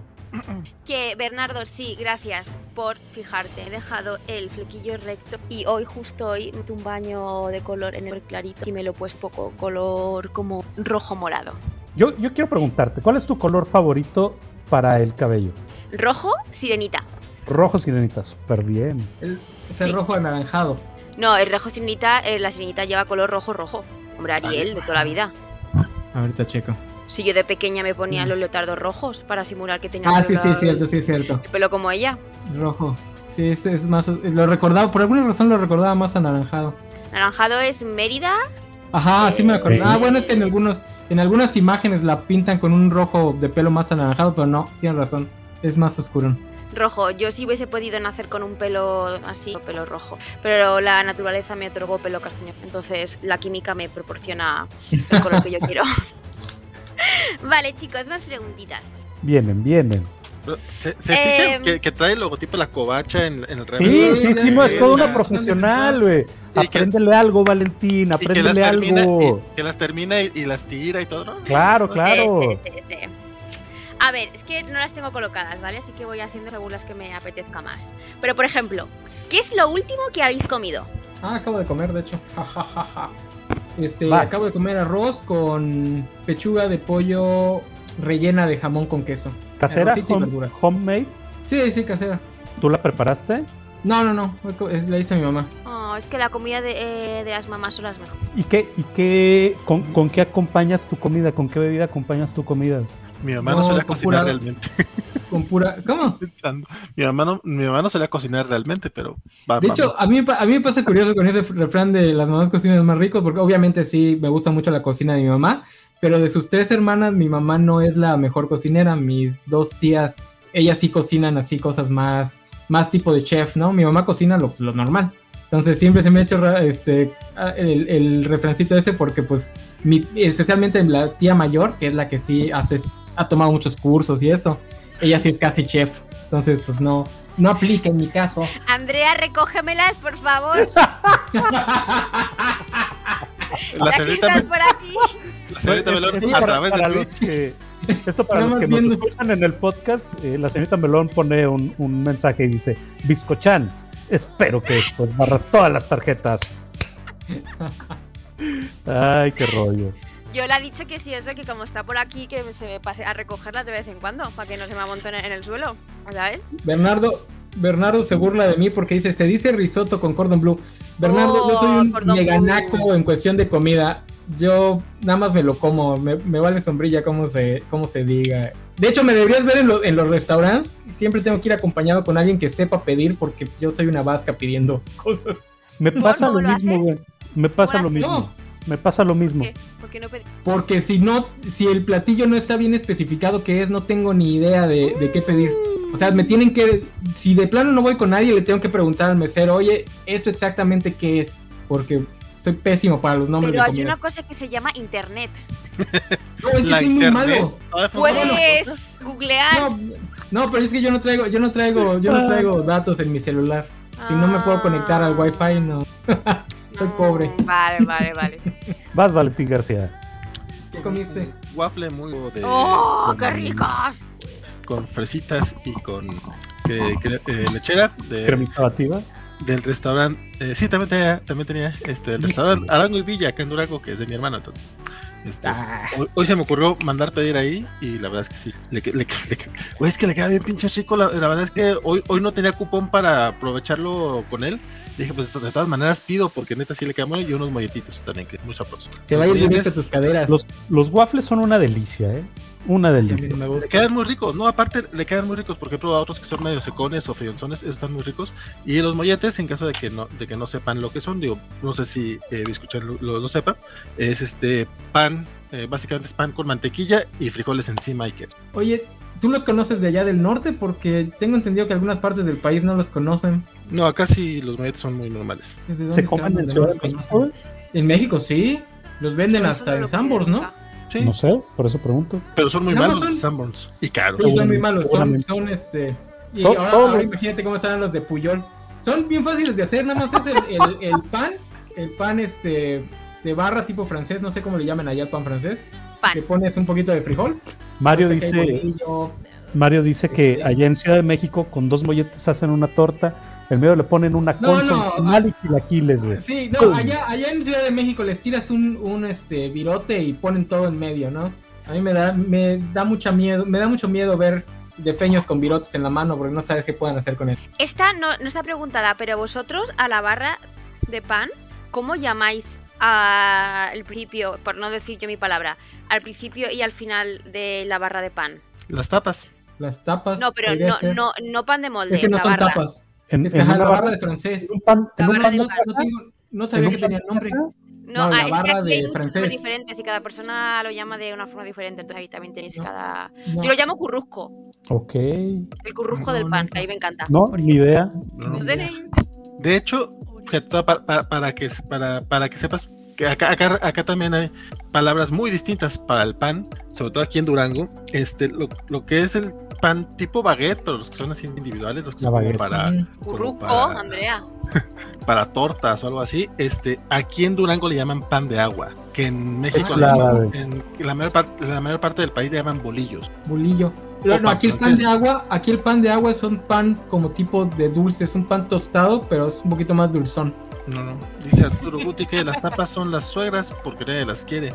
G: Que Bernardo, sí, gracias por fijarte. He dejado el flequillo recto y hoy, justo hoy, me hice un baño de color en el clarito y me lo he puesto poco color como rojo morado.
A: Yo, yo quiero preguntarte, ¿cuál es tu color favorito para el cabello?
G: Rojo, sirenita.
A: Rojo sirenita, súper bien.
F: El- es el
G: Sí.
F: rojo anaranjado.
G: No, el rojo sirenita, eh, la sirenita lleva color rojo rojo. Hombre, Ariel, de toda la vida.
F: Ahorita checo.
G: Si yo de pequeña me ponía
F: Mm.
G: los leotardos rojos para simular que tenía
F: Ah,
G: el
F: sí, sí,
G: pelo-
F: es cierto, sí, es cierto.
G: el pelo como ella.
F: Rojo. Sí, es, es más. Lo recordaba, por alguna razón lo recordaba más anaranjado.
G: Naranjado es Mérida,
A: Eh,
F: Ajá, sí me acuerdo.
A: Sí.
F: Ah, bueno, es que en algunos, en algunas imágenes la pintan con un rojo de pelo más anaranjado, pero no, tienes razón. Es más oscuro.
G: rojo. Yo sí hubiese podido nacer con un pelo así, pelo rojo. Pero la naturaleza me otorgó pelo castaño. Entonces la química me proporciona el color que yo quiero. *laughs* vale, chicos, más preguntitas.
A: Vienen, vienen.
E: Pero, ¿Se, se
G: Eh,
E: fijan que, que trae el logotipo de la covacha en, en el
A: Sí,
E: reverso?
A: sí, sí, no, es toda una profesional, güey.
E: Y que-
A: Apréndele algo, Valentín,
E: Y que las
A: apréndele
E: termina,
A: algo.
E: y, que las, termina y, y las tira y todo, ¿no?
A: Claro,
G: Sí,
A: claro.
G: sí, sí, sí. A ver, es que no las tengo colocadas, ¿vale? Así que voy haciendo según las que me apetezca más. Pero, por ejemplo, ¿qué es lo último que habéis comido?
F: Ah, acabo de comer, de hecho. *laughs* Ja, ja, ja, ja. Este,
A: Vas.
F: acabo de comer arroz con pechuga de pollo rellena de jamón con queso.
A: Casera,
F: Arrocito y
A: home-
F: verduras.
A: homemade.
F: Sí, sí, casera.
A: ¿Tú la preparaste?
F: No, no, no. fue co- Es, la hizo mi mamá.
G: Oh, es que la comida de, eh, de las mamás son las mejores.
A: ¿Y qué, y qué, con, con qué acompañas tu comida? ¿Con qué bebida acompañas tu comida?
E: Mi mamá no,
F: No,
E: solía
F: con
E: cocinar
F: pura-
E: realmente. *laughs*
F: Con pura. ¿Cómo?
E: pensando. Mi mamá no, mi mamá no solía cocinar realmente, pero va,
F: De
E: va,
F: hecho, a mí, me pa- a mí me pasa curioso con ese refrán de las mamás cocinan más ricos, porque obviamente sí me gusta mucho la cocina de mi mamá, pero de sus tres hermanas, mi mamá no es la mejor cocinera. Mis dos tías, ellas sí cocinan así cosas más, más tipo de chef, ¿no? Mi mamá cocina lo, lo normal. Entonces siempre se me ha hecho ra- este, ah, el, el refrancito ese porque pues mi- especialmente la tía mayor, que es la que sí hace, ha tomado muchos cursos y eso, ella sí es casi chef. Entonces pues no, no aplica en mi caso.
G: Andrea, recógemelas, por favor.
E: La
G: ya que
E: señorita,
G: estás por aquí.
E: la señorita
A: Es-
E: Melón
A: esto
E: a
A: para-
E: través de
A: para
E: Twitch.
A: los que- Esto para
F: Nada
A: los
F: más
A: que nos
F: viendo.
A: escuchan en el podcast, eh, la señorita Melón pone un, un mensaje y dice, Biscochan, espero que después barras todas las tarjetas. Ay, qué rollo.
G: Yo le he dicho que sí, eso, que como está por aquí, que se me pase a recogerla de vez en cuando, para que no se me amontone en el suelo, ¿sabes?
F: Bernardo, Bernardo se burla de mí porque dice, se dice risotto con cordon blue. Bernardo,
G: Oh,
F: yo soy un
G: cordon
F: mega
G: bleu.
F: naco en cuestión de comida. Yo nada más me lo como, me, me vale sombrilla como se, cómo se diga. De hecho, me deberías ver en, lo- en los restaurantes. Siempre tengo que ir acompañado con alguien que sepa pedir porque yo soy una vasca pidiendo *laughs* cosas.
A: Me pasa
G: ¿Cómo
A: lo
G: lo
A: mismo,
G: haces?
A: güey. Me pasa
G: ¿Cómo
A: lo
G: lo
A: mismo.
F: No,
A: Me pasa lo mismo.
G: ¿Qué? ¿Por qué no pedí?
F: porque si no, si el platillo no está bien especificado que es, no tengo ni idea de, de qué pedir. O sea, me tienen que. Si de plano no voy con nadie, le tengo que preguntar al mesero, oye, ¿esto exactamente qué es? Porque soy pésimo para los nombres
G: Pero
F: de
G: hay
F: comida.
G: una cosa que se llama internet.
F: No, es que
E: La
F: soy muy
E: internet.
F: malo.
E: todavía fue una cosa.
G: Puedes googlear.
F: No, no, pero es que yo no traigo, yo no traigo, yo
G: Ah.
F: no traigo datos en mi celular. Si no me puedo conectar al wifi, no. soy pobre.
G: Vale, vale,
F: *laughs*
G: vale.
A: Vas, Valentín García.
F: ¿Qué comiste?
E: Waffle muy de,
G: ¡Oh,
E: con-
G: qué ricas!
E: Con fresitas y con eh, cre- eh, lechera de,
A: Cremita bativa.
E: del restaurante. eh, sí, también tenía, también tenía este el restaurante Arango y Villa acá en Durango, que es de mi hermano entonces. Este,
F: Ah,
E: Hoy, hoy se me ocurrió mandar pedir ahí y la verdad es que sí. Le, que- le que- le que- güey, es que le queda bien pinche rico. La, la verdad es que hoy, hoy no tenía cupón para aprovecharlo con él. Dije, pues de todas maneras pido porque neta sí le queda bueno y unos molletitos también, que es muy sabroso.
F: se va a ir
E: Los
F: directo a
E: molletes
F: tus caderas.
A: Los, los waffles son una delicia, ¿eh? Una
F: A
A: delicia.
F: mí no me
E: Le
F: gusta.
E: quedan muy ricos, no, aparte le quedan muy ricos porque he probado otros que son medio secones o feyonzones, esos están muy ricos. Y los molletes, en caso de que no, de que no sepan lo que son, digo, no sé si eh, Biscuchan lo, lo- lo sepa, es este pan eh, básicamente es pan con mantequilla y frijoles encima y queso.
F: Oye, ¿tú los conoces de allá del norte? Porque tengo entendido que algunas partes del país no los conocen.
E: No, acá sí los molletes son muy normales.
F: ¿De dónde
A: ¿Se comen
F: hablan?
A: en
F: ¿De
A: Ciudad
F: dónde
A: de
F: los
A: México?
F: conocen? En México sí. Los venden
G: Eso
F: hasta
G: no
F: en
G: lo
F: Sanborns, ¿no?
E: Sí,
A: No sé, por eso pregunto.
E: pero son muy
F: No,
E: malos
F: son-
E: los Sanborns y caros.
F: Pero son muy malos, son,
A: Seguramente.
F: son este. Y
A: To-
F: ahora,
A: todo lo-
F: ahora imagínate cómo están los de Puyol. Son bien fáciles de hacer, nada más es el, el- el pan, el pan este de barra tipo francés, no sé cómo le llaman allá el pan francés.
G: Pan.
F: Le pones un poquito de frijol.
A: Mario
F: saca el
A: dice,
F: bolillo.
A: Mario dice que
F: Este-
A: allá en Ciudad de México con dos molletes hacen una torta, en medio le ponen una
F: No,
A: concha,
F: no,
A: mal y chilaquiles, güey.
F: Sí,
A: ¡Pum!
F: no, allá, allá en Ciudad de México les tiras un, un este virote y ponen todo en medio, ¿no? A mí me da, me da mucha miedo, me da mucho miedo ver defeños con virotes en la mano porque no sabes qué pueden hacer con él.
G: Esta no, no está preguntada, pero vosotros a la barra de pan, ¿cómo llamáis a- al principio, por no decir yo mi palabra, al principio y al final de la barra de pan?
E: Las tapas.
F: Las tapas.
G: No, pero
F: podría
G: no,
F: ser.
G: no, no pan de molde,
F: Es que no
G: la
F: son
G: barra.
F: tapas.
A: En,
F: Es que
A: en
F: ajá,
A: una
F: la barra de
A: barra-
F: francés.
A: en un pan,
G: La
A: en un
G: barra
A: pan
G: de
A: de
G: pan.
F: No, tengo- no sabía
A: En
F: que
A: un pan
F: tenía nombre.
G: No,
F: No, la
G: ah, es que
F: barra
G: aquí
F: de
G: hay muchas
F: francés.
G: formas diferentes y cada persona lo llama de una forma diferente, entonces ahí también tenéis
F: No.
G: cada...
F: No.
G: Yo lo llamo currusco,
A: Ok.
G: el currusco
F: No,
G: del pan,
F: no.
G: que a mí me encanta.
A: No, ni idea.
E: No, no.
G: ¿No tenéis?
E: De hecho, que to- pa- pa- para, que, se- para, para que sepas que acá, acá, acá también hay palabras muy distintas para el pan, sobre todo aquí en Durango. Este, lo, lo que es el pan tipo baguette, pero los que son así individuales, los que
A: La
E: son como
A: baguette.
E: para, como
G: Currusco,
E: para,
G: Andrea.
E: para tortas o algo así. Este, aquí en Durango le llaman pan de agua, que en México le
A: chulada,
E: llaman- en la mayor parte, la mayor parte del país le llaman bolillos.
F: Bulillo. Pero
E: O
F: no,
E: pan
F: aquí el pan
E: francés.
F: de agua, aquí el pan de agua es un pan como tipo de dulce, es un pan tostado, pero es un poquito más dulzón.
E: No, no. Dice Arturo Guti que las tapas son las suegras porque nadie las quiere.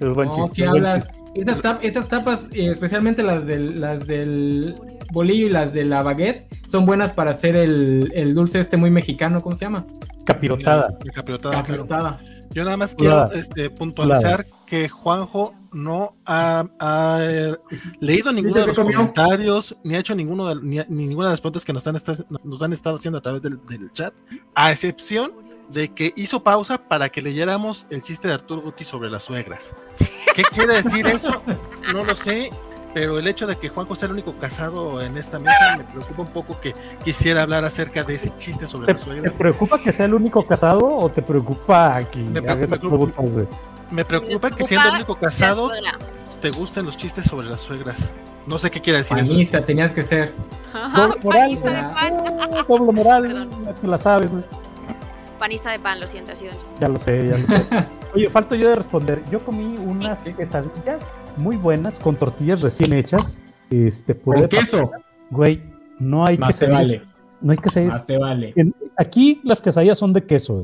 A: Es buen
F: No,
A: chiste.
F: ¿qué
A: es buen
F: hablas?
A: chiste.
F: Esas, tap- esas tapas, eh, especialmente las del, las del bolillo y las de la baguette, son buenas para hacer el, el dulce este muy mexicano, ¿cómo se llama?
A: Capirotada.
E: La capirotada, Ah, claro.
F: Capirotada.
E: Yo nada más
A: Claro.
E: quiero este, puntualizar que Juanjo no ha, ha, eh, leído ninguno
F: se
E: de los
F: comió.
E: comentarios, ni ha hecho ninguno de, ni, ni ninguna de las preguntas que nos han, esta- nos han estado haciendo a través del, del chat, a excepción de que hizo pausa para que leyéramos el chiste de Arturo Guti sobre las suegras. ¿Qué quiere decir eso? No lo sé. Pero el hecho de que Juanjo sea el único casado en esta mesa me preocupa un poco que quisiera hablar acerca de ese chiste sobre
A: ¿Te,
E: las
A: te
E: suegras.
A: preocupa que sea el único casado o te preocupa que
E: preocupa-
A: haga esas
E: me preocupa.
A: preguntas, güey?
E: Me preocupa que siendo el único casado te gustan los chistes sobre las suegras. No sé qué quiere decir eso.
F: Panista, tenías que ser.
A: *laughs* Doble moral,
G: Panista Ah, de pan.
A: güey. Ah, Doble moral,
G: Perdón.
A: ya te la sabes, güey.
G: Panista de pan, lo siento, ha sido
A: Ya lo sé, ya lo sé. Oye, falto yo de responder. Yo comí unas quesadillas muy buenas con tortillas recién hechas. Este, puré
F: Con
A: de
F: queso,
A: pa- Güey, no hay
F: más te
A: quesadillas-
F: vale,
A: No hay quesadillas.
F: más te vale.
A: En- aquí las quesadillas son de queso.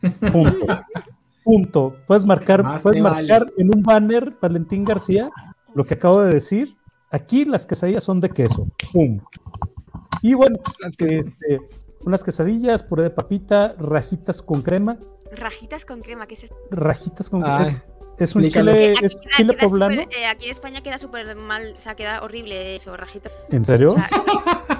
A: güey. Punto. Punto. Puedes marcar,
F: Más
A: puedes
F: te vale.
A: marcar en un banner, Valentín García, lo que acabo de decir. Aquí las quesadillas son de queso. Pum. Y bueno, este, unas quesadillas, puré de papita, rajitas con crema.
G: Rajitas con crema, ¿qué es esto?
A: Rajitas con
F: Ay,
A: Es, es un
F: explícalo.
A: chile,
G: Eh, aquí
A: es
G: queda-
A: chile
G: queda
A: poblano.
G: súper- eh, aquí en España queda súper mal, o sea, queda horrible eso, rajitas.
A: ¿En
G: *laughs*
A: serio?
G: O sea,
A: *laughs*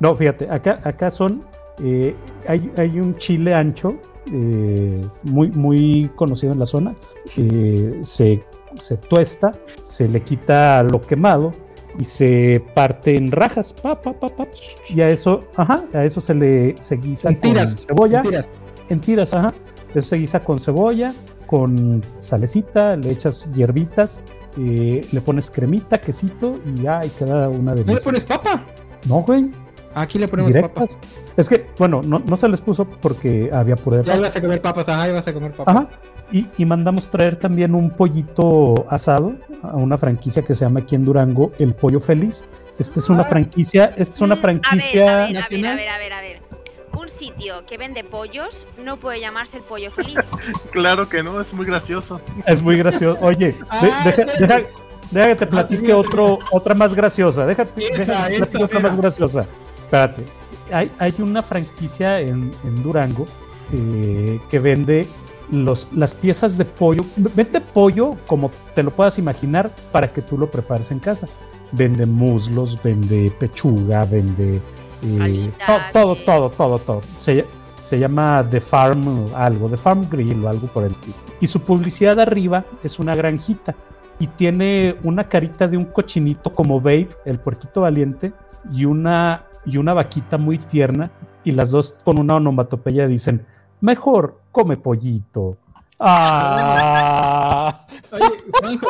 A: No, fíjate, acá, acá son. eh, hay, hay un chile ancho eh, muy, muy conocido en la zona. eh, se, se tuesta, se le quita lo quemado y se parte en rajas. pa, pa, pa, pa, y a eso, ajá, a eso se le se guisa
F: En tiras,
A: con cebolla.
F: Tiras.
A: En tiras, ajá. Eso se guisa con cebolla, con salecita, le echas hierbitas, eh, le pones cremita, quesito y ay, queda una
F: ¿No le
A: delicia.
F: pones papa?
A: No, güey
F: Aquí le ponemos papa.
A: directas. Es que, bueno, no, no se les puso porque había puré de
F: Ya
A: papa.
F: vas a comer papas, ajá, ya vas a comer papas.
A: Ajá. Y, y mandamos traer también un pollito asado a una franquicia que se llama aquí en Durango El Pollo Feliz. Esta es una franquicia, esta es una
G: Ah. mm,
A: franquicia.
G: A ver, a ver, a
F: nacional.
G: ver, a ver, a ver. Un sitio que vende pollos no puede llamarse el pollo feliz.
E: Claro que no, es muy gracioso.
A: Es muy gracioso. Oye, de-
F: Ah,
A: deja,
F: espérate.
A: deja- deja que te platique
F: Ah,
A: otro, otra más graciosa. Deja,
F: Esa,
A: deja que te
F: esa,
A: platique otra
F: mira.
A: más graciosa. Espérate. Hay, hay una franquicia en, en Durango eh, que vende los, las piezas de pollo. Vende pollo como te lo puedas imaginar para que tú lo prepares en casa. Vende muslos, vende pechuga, vende. eh,
G: Alitas,
A: to- todo,
G: eh.
A: todo, todo, todo. Se- Se llama The Farm o algo, The Farm Grill o algo por el estilo. Y su publicidad arriba es una granjita y tiene una carita de un cochinito como Babe, el puerquito valiente, y una, y una vaquita muy tierna. Y las dos con una onomatopeya dicen, mejor come pollito. Ah.
F: Oye, Juanjo,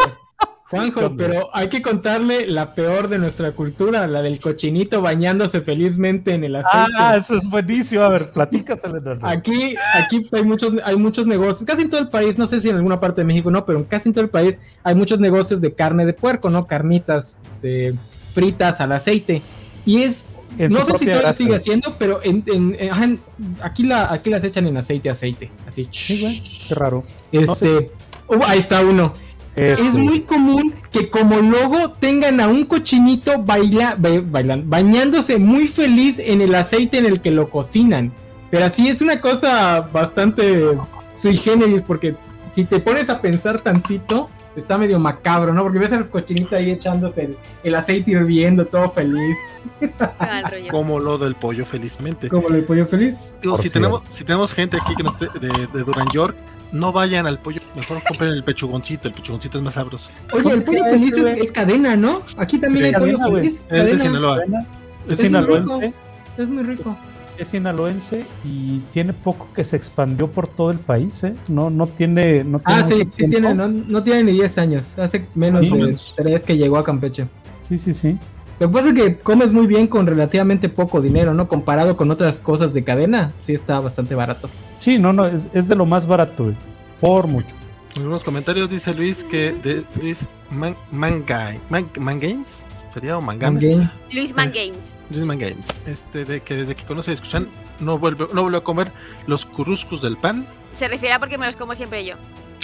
F: Juanjo, pero hay que contarle la peor de nuestra cultura, la del cochinito bañándose felizmente en el aceite.
A: Ah, *laughs* eso es buenísimo. A ver, platícaselo. Eduardo.
F: Aquí, aquí pues, hay muchos, hay muchos negocios, casi en todo el país, no sé si en alguna parte de México no, pero casi en todo el país hay muchos negocios de carne de puerco, ¿no? Carnitas este, fritas al aceite. Y es,
A: En
F: no
A: su
F: sé si
A: propia
F: todavía
A: grasa.
F: sigue haciendo, pero en, en- en- ajá, en- aquí, la, aquí las echan en aceite, aceite, así.
A: Sí, güey, qué raro.
F: Este, uh, ahí está uno.
A: Ese.
F: Es muy común que como logo tengan a un cochinito baila, ba- bailan- bañándose muy feliz en el aceite en el que lo cocinan. Pero así es una cosa bastante sui generis porque si te pones a pensar tantito está medio macabro, ¿no? Porque ves al cochinito ahí echándose el, el aceite hirviendo, todo feliz,
G: Qué
A: Ah,
G: mal rollo.
E: Como lo del pollo, felizmente.
F: como el pollo feliz.
E: Digo,
A: Por
E: si
A: cierto.
E: tenemos, si tenemos gente aquí que no esté de, de Duran York, no vayan al pollo. Mejor compren el pechugoncito. El pechugoncito es más sabroso.
F: Oye, el pollo feliz es, es cadena, ¿no? Aquí
E: Sí,
F: también hay
A: cadena,
F: pollo
A: güey.
F: feliz.
E: Es de
F: cadena.
E: Sinaloa.
A: Es
F: Es un
A: sinaloense,
F: Es muy rico.
A: es sinaloense y tiene poco que se expandió por todo el país, ¿eh? No, no tiene, no tiene
F: Ah, sí,
A: mucho
F: sí
A: tiempo.
F: tiene, no, no tiene ni 10 años. Hace menos
A: Más
E: o
F: de
E: menos.
F: 3 que llegó a Campeche.
A: Sí, sí, sí.
F: Lo que pasa es que comes muy bien con relativamente poco dinero, ¿no? Comparado con otras cosas de cadena, sí está bastante barato.
A: Sí, no, no, es, es de lo más barato, güey, por mucho.
E: En unos comentarios dice Luis que de Luis Man, Mangai- Man- Mangames, sería o Mangames.
F: También.
G: Luis Man Games.
E: Luis Mangames, este de que desde que conoce y escuchan no vuelve, no vuelve a comer los curruscus del pan.
G: Se refiere a porque me los como siempre yo.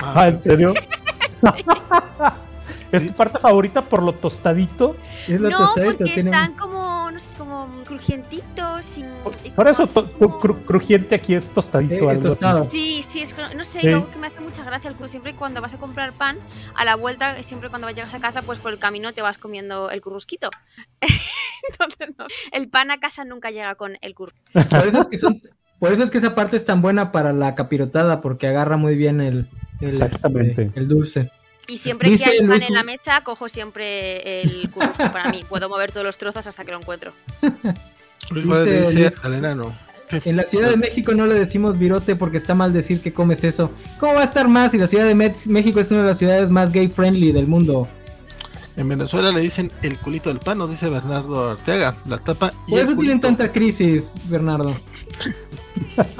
A: Ah,
E: Ah,
A: ¿en serio? *laughs* es tu parte favorita por lo tostadito.
F: Es la
G: No,
F: tostadita,
G: porque
F: tiene-
G: están como, no sé, como crujientitos. y- y
A: Por eso to-
G: cosas
A: to-
G: como-
A: cru- crujiente aquí es tostadito.
F: Sí,
A: algo así.
F: tostado.
G: Sí, sí, es que no sé,
A: Sí.
G: algo que me hace mucha gracia el siempre cuando vas a comprar pan, a la vuelta, siempre cuando llegas a casa, pues por el camino te vas comiendo el currusquito. *laughs* Entonces, no, el pan a casa nunca llega con el currusquito.
F: Por eso, es que son- por eso es que esa parte es tan buena para la capirotada, porque agarra muy bien el, el,
A: Exactamente.
F: este, el dulce.
G: Y siempre
F: Dice
G: que hay pan
F: Luis-
G: en la mesa, cojo siempre el currusquito para mí. Puedo mover todos los trozos hasta que lo encuentro.
E: Luis Juárez
F: Dice
E: dice
F: Luis-
E: al enano.
F: En la Ciudad de México no le decimos virote porque está mal decir que comes eso. ¿Cómo va a estar más si la Ciudad de Mex- México es una de las ciudades más gay friendly del mundo?
E: En Venezuela le dicen el culito del pan, nos dice Bernardo Arteaga. La tapa y
F: Por
E: el
F: eso tienen
E: culito.
F: tanta crisis, Bernardo.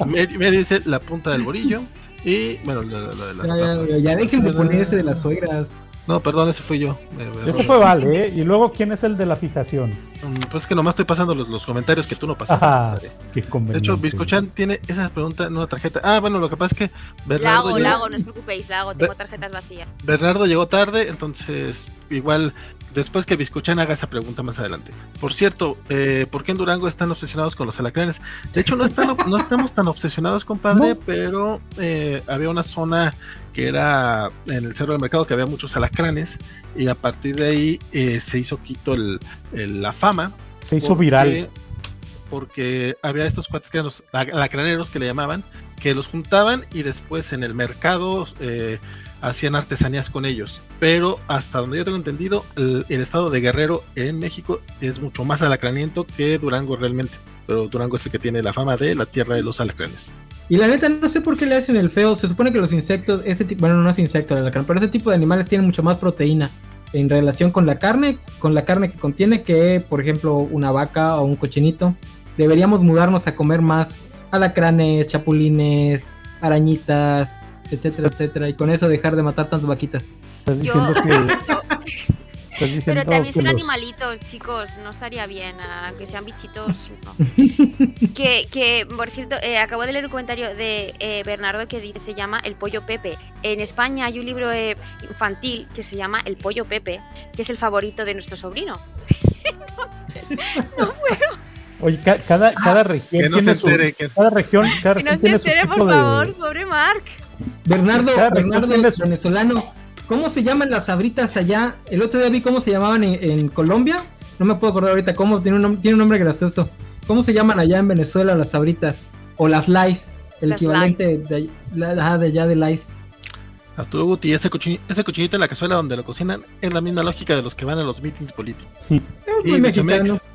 E: Me, me dice la punta del borillo. Y bueno, lo, lo de las
F: Ya, ya,
E: tapas.
F: ya, ya dejen de ponerse de las suegras.
E: No, perdón, ese fui yo. Me- me-
A: Ese fue Vale, ¿eh? Y luego, ¿quién es el de la fijación?
E: Mm, Pues que nomás estoy pasando los, los comentarios que tú no pasaste.
A: Ajá.
E: compadre.
A: Qué
E: De
A: conveniente.
E: hecho, Biscochan tiene esa pregunta en una tarjeta. Ah, bueno, lo que pasa es que
G: La
E: Bernardo,
G: hago,
E: llegó,
G: la hago, no os preocupéis, la hago. Tengo tarjetas vacías.
E: Bernardo llegó tarde, entonces igual después que Biscochan haga esa pregunta más adelante. Por cierto, eh, ¿por qué en Durango están obsesionados con los alacranes? De hecho, no, están, no estamos tan obsesionados, compadre, pero eh, había una zona que era en el Cerro del Mercado que había muchos alacranes y a partir de ahí eh, se hizo quito el- el- la fama
A: Se hizo
E: porque-
A: viral.
E: Porque había estos cuates que eran los la- lacraneros que le llamaban, que los juntaban y después en el mercado eh, hacían artesanías con ellos. Pero hasta donde yo tengo entendido, el, el estado de Guerrero en México es mucho más alacraniento que Durango realmente. Pero Durango es el que tiene la fama de la tierra de los alacranes.
F: Y la neta, no sé por qué le hacen el feo. Se supone que los insectos, ese tipo, bueno, no es insecto el alacrán, pero ese tipo de animales tienen mucho más proteína en relación con la carne, con la carne que contiene, que por ejemplo una vaca o un cochinito. Deberíamos mudarnos a comer más alacranes, chapulines, arañitas, etcétera, etcétera. Y con eso dejar de matar tantas vaquitas.
A: Estás
G: Yo-
A: diciendo que. Estás diciendo
G: Pero también
A: que
G: son
A: los-
G: animalitos, chicos, no estaría bien, aunque sean bichitos.
A: *laughs*
G: no. que, que, por cierto, eh, acabo de leer un comentario de eh, Bernardo que dice, se llama El Pollo Pepe. En España hay un libro eh, infantil que se llama El Pollo Pepe, que es el favorito de nuestro sobrino.
A: Oye, ca- cada, cada región.
E: Que no se
A: tiene su-
E: entere, que
A: Cada región. Cada
G: Ah. Que no
A: región
G: se
A: tiene su
G: entere, por
A: tipo de-
G: favor, pobre Mark.
F: Bernardo,
A: Claro,
F: Bernardo
A: ¿quién es?
F: venezolano, ¿cómo se llaman las sabritas allá? El otro día vi cómo se llamaban en, en Colombia. No me puedo acordar ahorita cómo, tiene un, nom- tiene un nombre gracioso. ¿Cómo se llaman allá en Venezuela las sabritas? o las Lies, el
G: Las
F: equivalente de, la- ajá, de allá de Lies.
E: Arturo Guti, ese, cuchi- ese cuchillito en la cazuela donde lo cocinan es la misma lógica de los que van a los meetings políticos.
F: Es
E: Y
F: muy
E: Mechomex.
F: mexicano.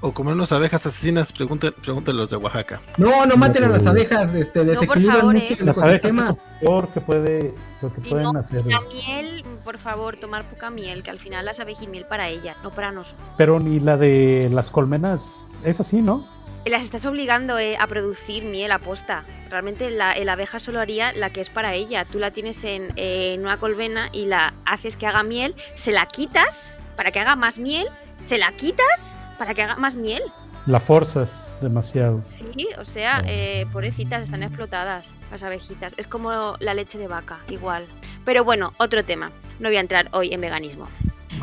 E: o comer unas abejas asesinas, pregunta- pregúntale a los de Oaxaca.
F: No, no maten a las
A: No.
F: abejas, este, desequilibran
G: favor,
F: mucho
G: eh.
F: Pues el
A: Las abejas es
F: ecosistema.
A: lo peor que, puede, lo que
G: Y
A: pueden
G: no,
A: hacer.
G: La miel, por favor, tomar poca miel, que al final las miel para ella, no para nosotros.
A: Pero ni la de las colmenas es así, ¿no?
G: Las estás obligando eh, a producir miel aposta. Realmente la el abeja solo haría la que es para ella. Tú la tienes en, eh, en una colmena y la haces que haga miel, se la quitas para que haga más miel, se la quitas para que haga más miel.
A: La forzas demasiado.
G: Sí, o sea, eh, pobrecitas, están explotadas las abejitas. Es como la leche de vaca, igual. Pero bueno, otro tema. No voy a entrar hoy en veganismo.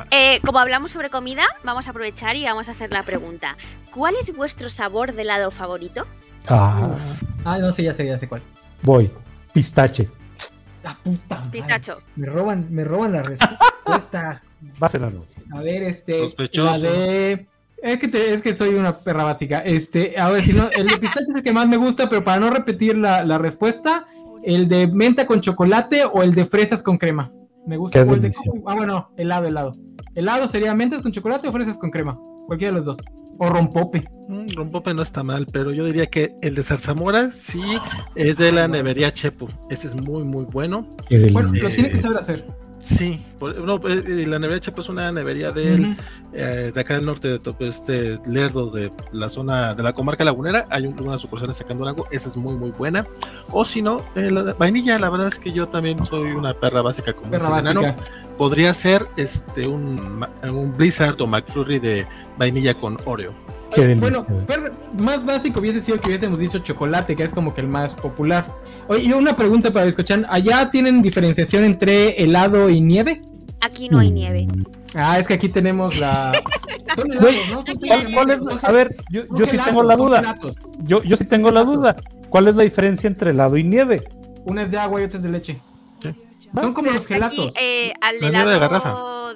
G: Eh, como hablamos sobre comida, vamos a aprovechar y vamos a hacer la pregunta. ¿Cuál es vuestro sabor de helado favorito?
A: Ah,
F: Ah, no sé, ya sé, ya sé cuál.
A: voy. Pistache.
F: La puta madre.
G: Pistacho.
F: Me roban, me roban
G: *laughs*
F: las respuestas.
A: Va a ser algo.
F: A ver, este.
E: Sospechoso.
F: La de. Es que, te- es que soy una perra básica. Este, a ver, si no, el de pistache es el que más me gusta, pero para no repetir la, la respuesta, el de menta con chocolate o el de fresas con crema. Me gusta.
A: Qué
F: o el de-
A: delicia.
F: ah, bueno, helado, helado. Helado sería mentas con chocolate o fresas con crema. Cualquiera de los dos. O rompope.
E: Mm, rompope no está mal, pero yo diría que el de zarzamora sí es de la nevería Chepo. Ese es muy, muy bueno.
A: Qué
F: Bueno, lo
A: delicia.
F: tiene que saber hacer.
E: Sí, por- no, eh, eh, la nevería Chepo es una nevería del,
F: Ujú.
E: eh, de acá del norte de Top- este Lerdo, de la zona de la comarca lagunera. Hay un- una sucursal en Sacandonango, esa es muy, muy buena. O si no, eh, la de vainilla, la verdad es que yo también soy una perra básica como
F: Perra
E: ese pues enano.
F: básica.
E: Podría ser este un, ma- un Blizzard o McFlurry de vainilla con Oreo.
A: Qué delicia.
F: Bueno, pero más básico hubiese sido que hubiésemos dicho chocolate, que es como que el más popular. Oye, y una pregunta para Biscochan. ¿Allá tienen diferenciación entre helado y nieve?
G: Aquí no hay
A: Mm.
G: nieve.
F: Ah, es que aquí tenemos la... Son helados,
A: Güey,
F: ¿no? Son
A: ¿Cuál- cuál
F: son-
A: es- A ver, yo,
F: son
A: yo sí
F: gelatos,
A: tengo la
F: son
A: duda.
F: gelatos.
A: Yo, yo sí tengo la duda. ¿Cuál es la diferencia entre helado y nieve?
F: Una es de agua y otra es de leche.
E: Sí.
F: Son como
G: Pero
F: los
G: es que aquí,
F: gelatos.
G: eh, al
E: La nieve de
G: helado
E: garrafa.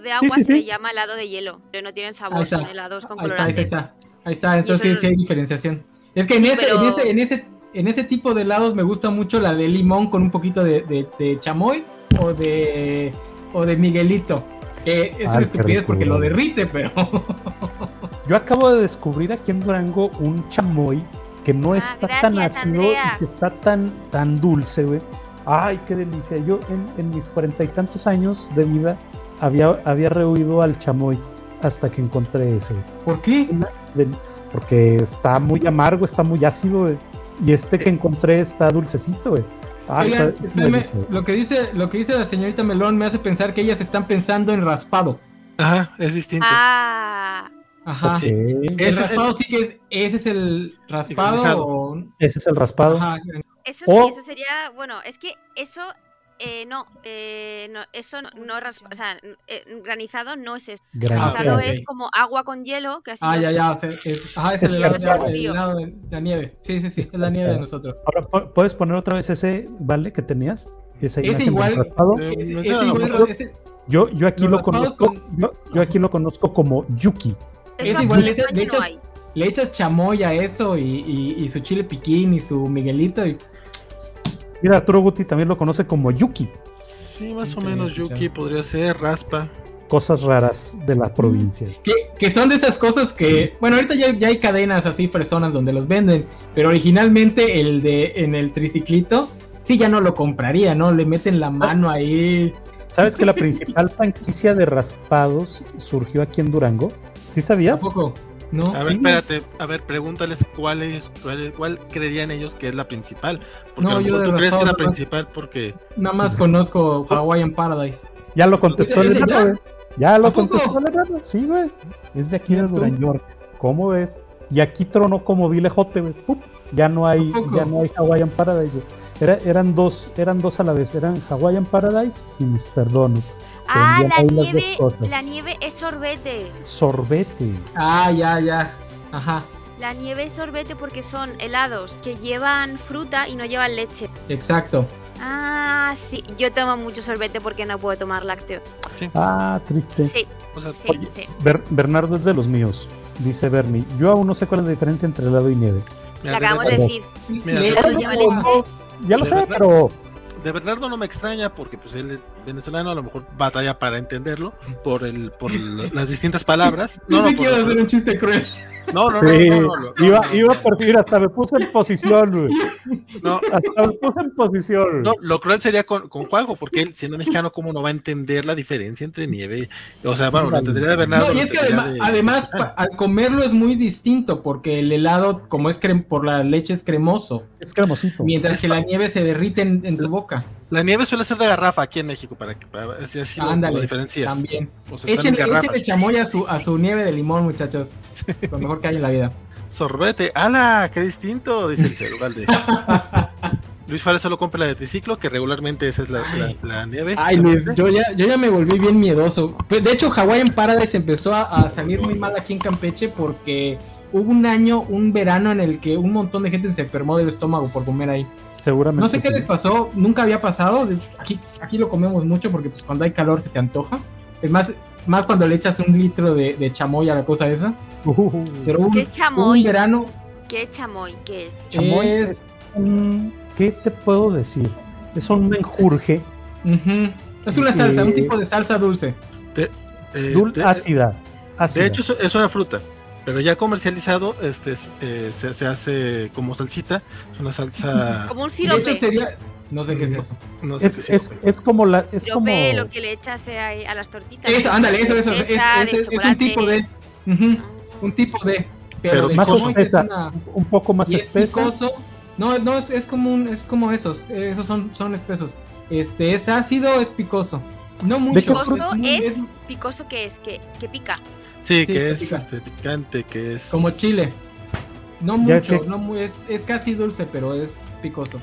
G: de agua
A: sí,
G: se le
A: sí.
G: llama helado de hielo, pero no tienen
F: Ahí
G: sabor,
F: está.
G: son helados con
F: Ahí está, ahí está, ahí
G: colorantes.
F: está. Ahí está, entonces sí,
G: eso-
F: sí hay diferenciación. Es que en,
G: Sí,
F: ese,
G: pero-
F: en, ese, en, ese, en ese tipo de helados me gusta mucho la de limón con un poquito de, de- de chamoy o de, o de Miguelito. Que es
A: Ah,
F: una
A: qué
F: estupidez
A: rico,
F: porque lo
A: güey.
F: derrite, pero. *laughs*
A: Yo acabo de descubrir aquí en Durango un chamoy que no
G: Ah,
A: está tan
G: gracias,
A: ácido
G: Andrea.
A: y que está tan, tan dulce, güey. Ay, qué delicia. Yo en, en mis cuarenta y tantos años de vida había, había rehuido al chamoy hasta que encontré ese. güey.
F: ¿Por qué?
A: De- porque está muy amargo, está muy ácido, güey. Y este que encontré está dulcecito, güey. Ay,
F: Oigan,
A: Ah, está- está
F: espérame,
A: delicioso.
F: lo que dice, lo que dice la señorita Melón me hace pensar que ellas están pensando en raspado.
E: Ajá, es distinto.
G: Ah,
F: Ajá.
E: Sí.
A: Ok.
F: El
E: Ese es el-
F: raspado sí que es, ese es el raspado.
E: granizado.
F: o-
A: Ese es el raspado.
F: Ajá,
G: Eso
A: O-
F: Oh.
G: sí, eso sería, bueno, es que eso eh, no, eh, no, eso no, no raspa- o sea, n- eh, granizado no es eso.
A: Gracias.
F: Ah,
G: Granizado
F: ok.
G: es como agua con hielo, que así
F: Ah,
G: no
F: ya,
G: sé.
F: ya, o sea, es, ajá, es el
A: Es
F: helado, de, agua,
G: cartón.
F: el helado de la nieve. Sí, sí, sí, es la nieve de nosotros.
E: Ah,
A: Ahora, ¿pu- ¿puedes poner otra vez ese vale que tenías? Esa
F: Es
A: imagen del
F: igual.
A: raspado.
E: Eh,
F: Ese- ese
E: menciónalo,
F: igual-
E: por
A: favor.
F: ese-
A: Yo, yo aquí
F: Los
A: lo
F: raspados
A: conozco,
F: con-
A: yo, yo aquí lo conozco como Yuki.
F: es
G: Eso aquí
F: igual,
G: en
F: de hecho-
G: España
F: de
G: no
F: hecho- pues,
G: hay.
F: Le echas chamoy a eso y, y- y su chile piquín y su miguelito. Y,
A: Mira, Arturo Guti también lo conoce como Yuki.
E: Sí, más o
F: Sí,
E: menos
F: escuchado.
E: Yuki podría ser raspa.
A: Cosas raras de la provincia.
F: que, que son de esas cosas que... Bueno, ahorita ya, ya hay cadenas así fresonas donde los venden. Pero originalmente el de en el triciclito, sí, ya no lo compraría, ¿no? Le meten la mano ahí.
A: ¿Sabes que la principal franquicia de raspados surgió aquí en Durango? ¿Sí sabías?
F: Tampoco. No,
E: A
F: Sí,
E: ver, espérate, a ver, pregúntales cuál es, cuál, es- cuál creerían ellos que es la principal. Porque
F: No,
E: a lo
F: yo
E: mejor
F: de
E: tú crees que es
F: raspado
E: la
F: nomás.
E: principal porque
F: nada más conozco Hawaiian Paradise.
A: Ya lo contestó el
F: ¿Ese- ese ya?
A: Eduardo, güey. Ya lo
F: ¿A poco?
A: contestó el Eduardo, Sí, güey. Es de aquí de
F: Mira tú.
A: Durañor. ¿Cómo ves? Y aquí tronó como vilejote, güey. ¡Pup! Ya no hay,
F: ¿A poco?
A: ya no hay Hawaiian Paradise. güey. Era- eran dos, eran dos a la vez, eran Hawaiian Paradise y Mr. Donut.
G: Ah,
A: Vendían
G: la
A: ahí las dos
G: nieve,
A: cosas.
G: la nieve es sorbete.
A: Sorbete.
F: Ah, ya, ya. Ajá,
G: La nieve es sorbete porque son helados que llevan fruta y no llevan leche.
F: exacto.
G: Ah, sí, yo tomo mucho sorbete porque no puedo tomar lácteo.
A: Ah, triste.
G: Sí,
E: o sea,
G: sí,
A: Oye.
G: sí.
A: Ber- Bernardo es de los míos, dice Bernie. Yo aún no sé cuál es la diferencia entre helado y nieve.
E: Mira,
G: la acabamos de
A: verdad.
G: decir.
E: mira, de,
G: Mira,
E: Ber-
G: eso lleva el-
A: Ya lo sé, pero
E: de Bernardo no me extraña porque pues él es venezolano, a lo mejor batalla para entenderlo por el por el- las distintas
F: *laughs*
E: palabras. No, no,
F: Pensé que
E: por-
F: iba a hacer un chiste cruel.
E: no, no, no,
A: sí,
E: no, no, no, no,
A: iba,
E: no,
A: iba a partir, hasta me puse en posición, güey.
E: no,
A: Hasta me puse en posición.
E: No, lo cruel sería con, con Juanjo, porque él, siendo mexicano, ¿cómo no va a entender la diferencia entre nieve? y- O sea, bueno, lo entendería de Bernardo.
F: No, y
E: lo
F: es que
E: entendería
F: además,
E: de- *laughs*
F: además, pa- al comerlo es muy distinto porque el helado, como es crem por la leche, es cremoso,
A: Es cremosito.
F: mientras
E: Es
F: que
E: fa-
F: la nieve se derrite en, en tu boca.
E: La nieve suele ser de garrafa aquí en México, para que para, así, así lo- lo,
F: Ándale,
E: diferencias.
F: también.
E: O sea, están en
F: Échenle, échenle
E: garrafas.
F: chamoy a su, a su nieve de
E: *laughs*
F: limón, muchachos. Lo mejor que hay en la vida.
E: Sorbete, ¡ala! ¡Qué distinto! Dice el
F: *laughs*
E: Ugalde. Luis Suárez solo compra la de triciclo, que regularmente esa es la, la- la nieve.
F: Ay, Luis, yo ya, yo ya me volví bien miedoso. Pues, De hecho, Hawaiian Paradise empezó a, a salir muy mal aquí en Campeche porque hubo un año, un verano en el que un montón de gente se enfermó del estómago por comer ahí.
A: Seguramente.
F: No sé qué
A: sí.
F: les pasó, nunca había pasado. de- Aquí, aquí lo comemos mucho porque pues, cuando hay calor se te antoja. Es más, más cuando le echas un litro de, de chamoy a la cosa esa.
A: Ujujuy.
F: Pero un,
G: ¿Qué es chamoy?
F: un verano
G: ¿Qué es chamoy? ¿Qué es?
A: Chamoy
F: es...
A: Mm, ¿Qué te puedo decir? Es un menjurje
F: ujú, es una salsa,
A: Eh,
F: un tipo de salsa dulce.
E: Eh,
A: dul-
F: ah,
E: de-
A: ácida. ácida.
E: De hecho, es- es una fruta, pero ya comercializado, este es, eh, se, se hace como salsita, es una
F: *laughs*
E: salsa.
G: Como un
F: Ah, De hecho
G: sirope.
F: sería... No sé qué es eso.
E: No sé qué
A: es,
E: sea.
A: es- es como la. Es como,
G: Sirope, lo que le echas eh, ahí a las tortitas.
F: Eso, ándale, eso, eso.
G: De
F: Es,
G: fresa,
F: es-
G: de
F: es un tipo de...
G: chocolate. Ah,
F: ujú, un tipo de...
E: Pero
F: de
A: más
F: chamoy que es
A: espesa.
F: una-
A: un poco más
F: y es
A: espesa.
F: picoso. No, no, es, es como un- es como esos. eh, Esos son, son espesos. Este, es ácido, es picoso. No mucho.
A: qué
F: pues,
G: fruta?
F: muy-
G: Es- Picoso que es, que, que pica.
E: Sí,
F: Sí,
E: que
F: que
E: es
F: pica.
E: este, picante, que es.
F: como chile. No
A: Ya
F: mucho,
A: sé.
F: no mu- es, es casi dulce, pero es picoso.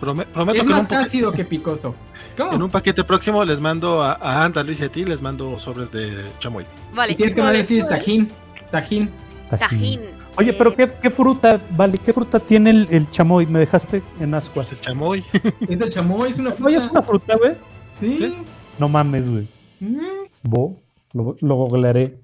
E: Prome- prometo
F: Es
E: que en un,
F: más
E: paquete,
F: ácido que picoso. ¿Cómo?
E: en un paquete próximo les mando a, a Anta, Luis y a ti, les mando sobres de chamoy.
G: Vale.
F: Y tienes que
G: vale,
F: decir es
G: vale.
F: tajín. Tajín.
G: Tajín.
A: Oye,
G: eh,
A: pero ¿qué, qué fruta, vale? ¿Qué fruta tiene el, el chamoy? Me dejaste en ascuas.
E: Pues el chamoy.
F: Es el chamoy, es
E: Pues
A: *laughs*
F: una
A: Oye,
F: fruta.
A: es una fruta, güey.
F: Sí.
E: Sí.
A: No mames, güey.
F: Mm.
A: Bo, lo, lo googlearé.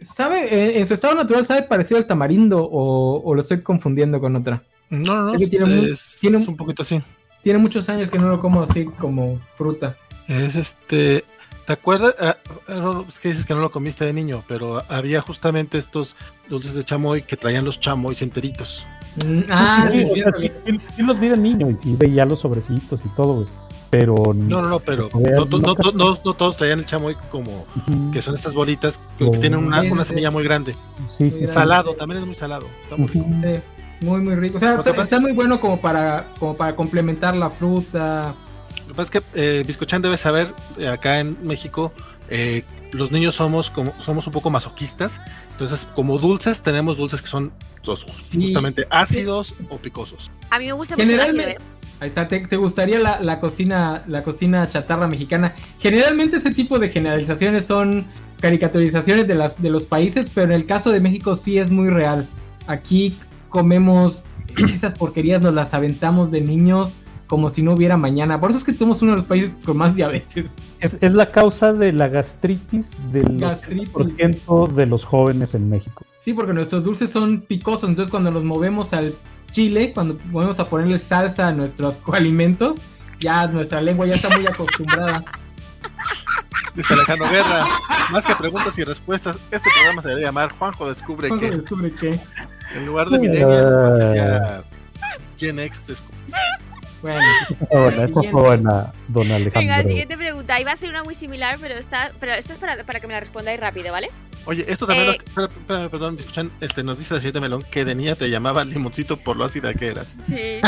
F: ¿Sabe? eh, en su estado natural sabe parecido al tamarindo o, o lo estoy confundiendo con otra.
E: *laughs* No, no, no.
F: Es que tiene un-
E: es,
F: tiene un-
E: un poquito así.
F: Tiene muchos años que no lo como así como fruta.
E: Es este. ¿Te acuerdas? Ah, ah, no, es que dices que no lo comiste de niño, pero había justamente estos dulces de chamoy que traían los chamoys enteritos.
F: Mm, ah, sí,
A: Sí,
F: es
A: o sea,
F: cierto.
A: sí, sí, sí los vi de niño y sí veía los sobrecitos y todo, güey. Pero.
E: No, no, no, pero
A: A ver,
E: no, to- no
A: nunca-
E: to- no- no todos traían el chamoy como que son estas bolitas que, que tienen una, una semilla muy grande.
A: Sí, sí, sí.
E: Salado, también es muy salado. Está muy rico.
A: Ujú.
F: Sí, muy muy rico. O sea,
E: Lo
F: está,
E: que pasa-
F: está muy bueno como para como para complementar la fruta.
E: Lo que pasa es que eh, Biscochán debe saber, eh, acá en México, eh, los niños somos como somos un poco masoquistas. Entonces, como dulces, tenemos dulces que son los- justamente ácidos o picosos.
G: A mí me gusta mucho la
F: Generalmente,
G: ciruela.
F: Ahí está, te, te gustaría la, la cocina la cocina chatarra mexicana. Generalmente ese tipo de generalizaciones son caricaturizaciones de las de los países, pero en el caso de México sí es muy real. Aquí comemos esas porquerías, nos las aventamos de niños como si no hubiera mañana. Por eso es que somos uno de los países con más diabetes.
A: Es, es la causa de la gastritis del
F: Gastritis.
A: 80% de los jóvenes en
E: *laughs*
A: México.
F: Sí, porque nuestros dulces son picosos, entonces cuando nos movemos al chile, cuando vamos a ponerle salsa a nuestros *laughs* alimentos, ya nuestra lengua
E: *laughs*
F: ya está muy acostumbrada.
E: Dice Alejandro Guerra, más que preguntas y respuestas, este programa se debería llamar Juanjo Descubre
F: Juanjo
E: que
F: descubre que,
E: en lugar de Millennial sería Gen X. Descu-
F: bueno, *laughs*
A: Ahora, por favor, a don
G: Venga,
A: Alejandro.
G: siguiente pregunta. Iba a hacer una muy similar, pero está, pero esto es para, para que me la respondáis rápido, ¿vale?
E: Oye, esto también, lo
G: Eh.
E: que- espérame, espérame, perdón, Biscochán, este, nos dice la señorita Melón que de niña te llamaba limoncito por lo ácida que eras.
G: Sí.
E: Eh,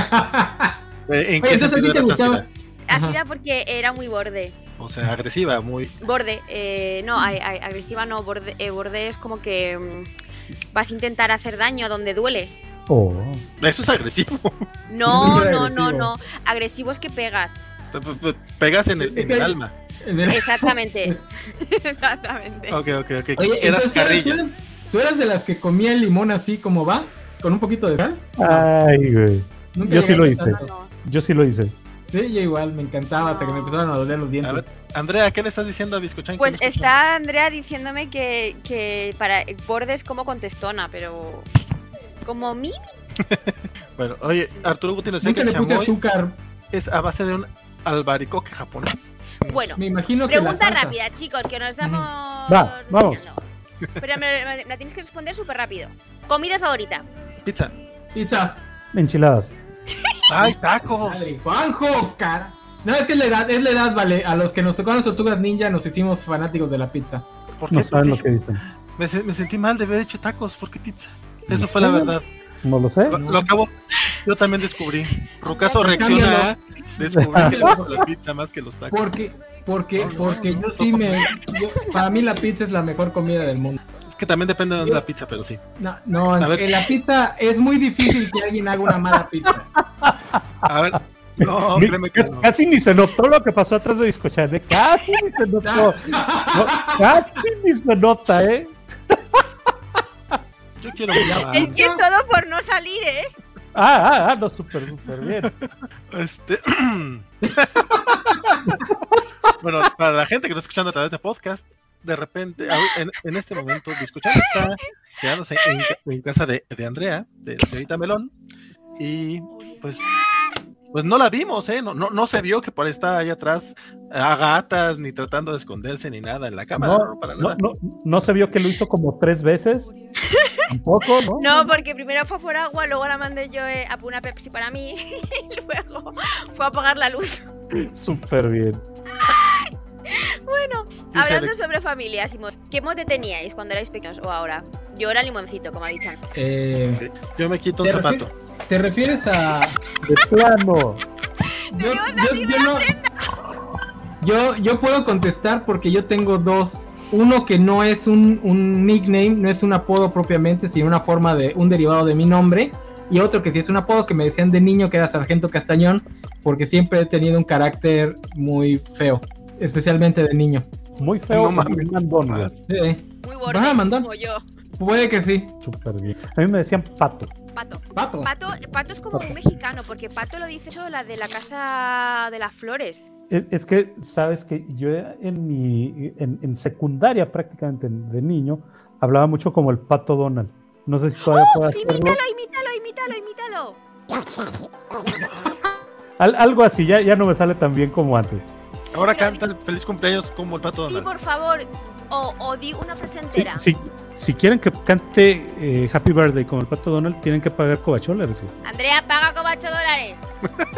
E: ¿En
F: Oye,
E: qué
F: entonces a ti
E: sentido
F: te
E: eras
F: gustaba-
E: ácida?
F: Ajá.
G: Ácida porque era muy borde.
E: O sea, agresiva, muy...
G: Borde, eh, no, a- a- agresiva no, borde, eh, borde es como que mm, vas a intentar hacer daño donde duele.
A: Oh,
E: Eso es agresivo.
F: *laughs*
G: No,
F: Eso era
G: no, no,
F: agresivo.
G: no. Agresivo es que pegas.
E: Te pe- pe- Pegas en el, en el alma.
F: en verdad. *laughs*
G: Exactamente. Exactamente.
F: Ah,
E: Ok, ok, ok.
F: Oye,
E: Eras
F: entonces, ¿tú eras-
E: carrilla.
F: tú eras- ¿Tú eras de las que comía el limón así como va? ¿Con un poquito de sal?
A: ay, güey.
F: Nunca
A: Yo sí lo
F: llegaste
A: hice.
F: a tanto.
G: No,
A: Yo sí lo hice.
F: Sí, yo igual, me encantaba hasta que me empezaron a doler los
E: A
F: dientes.
E: ver, pues, Andrea, ¿qué le estás diciendo a Biscochán? que
G: Pues
E: no escucha?
G: está Andrea diciéndome que, que para borde es como contestona, pero Como mini.
E: Bueno, oye, Arturo Gutiérrez, sé que
F: Nunca
E: el
F: le
E: chamoy
F: puse azúcar.
E: es a base de un albaricoque japonés.
G: Bueno,
F: Me imagino Pues que. la
G: pregunta
F: salsa.
G: rápida, chicos, que nos damos.
A: Va, vamos.
G: terminando. Pero me, me- me la tienes que responder súper rápido. Comida favorita.
E: Pizza.
F: Pizza.
A: Enchiladas.
E: ¡Ay, tacos!
F: Madre, Juanjo, cara. No, es que es la edad, es la edad, vale. A los que nos tocaron las tortugas ninja nos hicimos fanáticos de la pizza.
E: ¿Por qué?
A: No saben lo
E: Porque
A: que dicen.
E: me, se- me sentí mal de haber hecho tacos, porque pizza. Eso fue la verdad.
A: No lo sé.
E: Lo, lo acabo. Yo también descubrí. Rucaso
F: Cámbialo.
E: reacciona a descubrir
F: *laughs*
E: que le gusta la pizza más que los tacos.
F: Porque, porque, porque yo sí me. yo- para mí la pizza es la mejor comida del mundo.
E: Es que también depende de dónde la pizza, pero sí.
F: No, no,
E: A ver.
F: en la pizza es muy difícil que alguien haga una
E: *laughs*
F: mala pizza.
E: A
F: *laughs*
E: ver. No,
A: Ni-
E: créeme que
A: casi,
E: no.
A: casi ni se notó lo que pasó atrás de Discochan, ¿eh? Casi ni se
E: *laughs*
A: notó. No, casi ni se nota, ¿eh?
E: Yo quiero mucho
F: Ah.
E: a-
G: El que todo por no salir, ¿eh?
A: Ah, ah, ah, no, súper, súper bien.
E: Este. *clears throat* bueno, para la gente que está escuchando a través de podcast, de repente, ahor- en, en este momento, escuchar está quedándose en, ca- en casa de, de Andrea, de la señorita Melón, y pues. Pues no la vimos, ¿eh? No, no, no se vio que por ahí estaba allá atrás a gatas, ni tratando de esconderse, ni nada en la cámara, no,
A: No,
E: para
A: no,
E: nada.
A: no, no se vio que lo hizo como tres
E: *laughs*
A: veces. Tampoco, ¿no?
G: No, porque primero fue por agua, luego la mandé yo eh, a por una Pepsi para mí *laughs* y luego fue a apagar la luz.
A: Súper bien.
G: Bueno,
E: Dice
G: hablando
E: Alex.
G: sobre familias, y mo- ¿qué mote teníais cuando erais pequeños o ahora? Yo era limoncito, como ha dicho. antes.
F: Eh,
E: Yo me quito un
F: ¿Te refieres-
E: zapato.
F: ¿Te refieres a.?
A: De plano.
F: Yo, yo- yo no- yo- yo puedo contestar porque yo tengo dos. Uno que no es un, un nickname, no es un apodo propiamente, sino una forma de un derivado de mi nombre. Y otro que sí es un apodo que me decían de niño que era Sargento Castañón, porque siempre he tenido un carácter muy feo, especialmente de niño.
A: Muy feo.
E: No mames.
A: mandón, güey.
F: Eh,
G: Muy
F: Vas a
G: borde,
F: mandar.
G: como yo.
F: puede que sí.
A: Súper bien. A mí me decían pato.
G: Pato.
F: Pato.
G: Pato, pato es como
A: Pato.
G: un mexicano, porque pato lo dice yo, la de la casa de las flores.
A: Es, E, es que, sabes que yo en mi en, en secundaria prácticamente de niño hablaba mucho como el pato Donald. No sé si todavía puedo hacerlo.
G: Imítalo, imítalo, imítalo, imítalo.
A: Al- algo así, ya, ya no me sale tan bien como antes.
E: Ahora
G: Pero-
E: canta el feliz cumpleaños como el pato
G: Sí,
E: Donald.
G: por favor. O, o di una
A: Si,
G: frase entera.
A: si, si quieren que cante eh, Happy Birthday como el pato Donald, tienen que pagar covacholas. güey.
G: Andrea, paga como 8 dólares.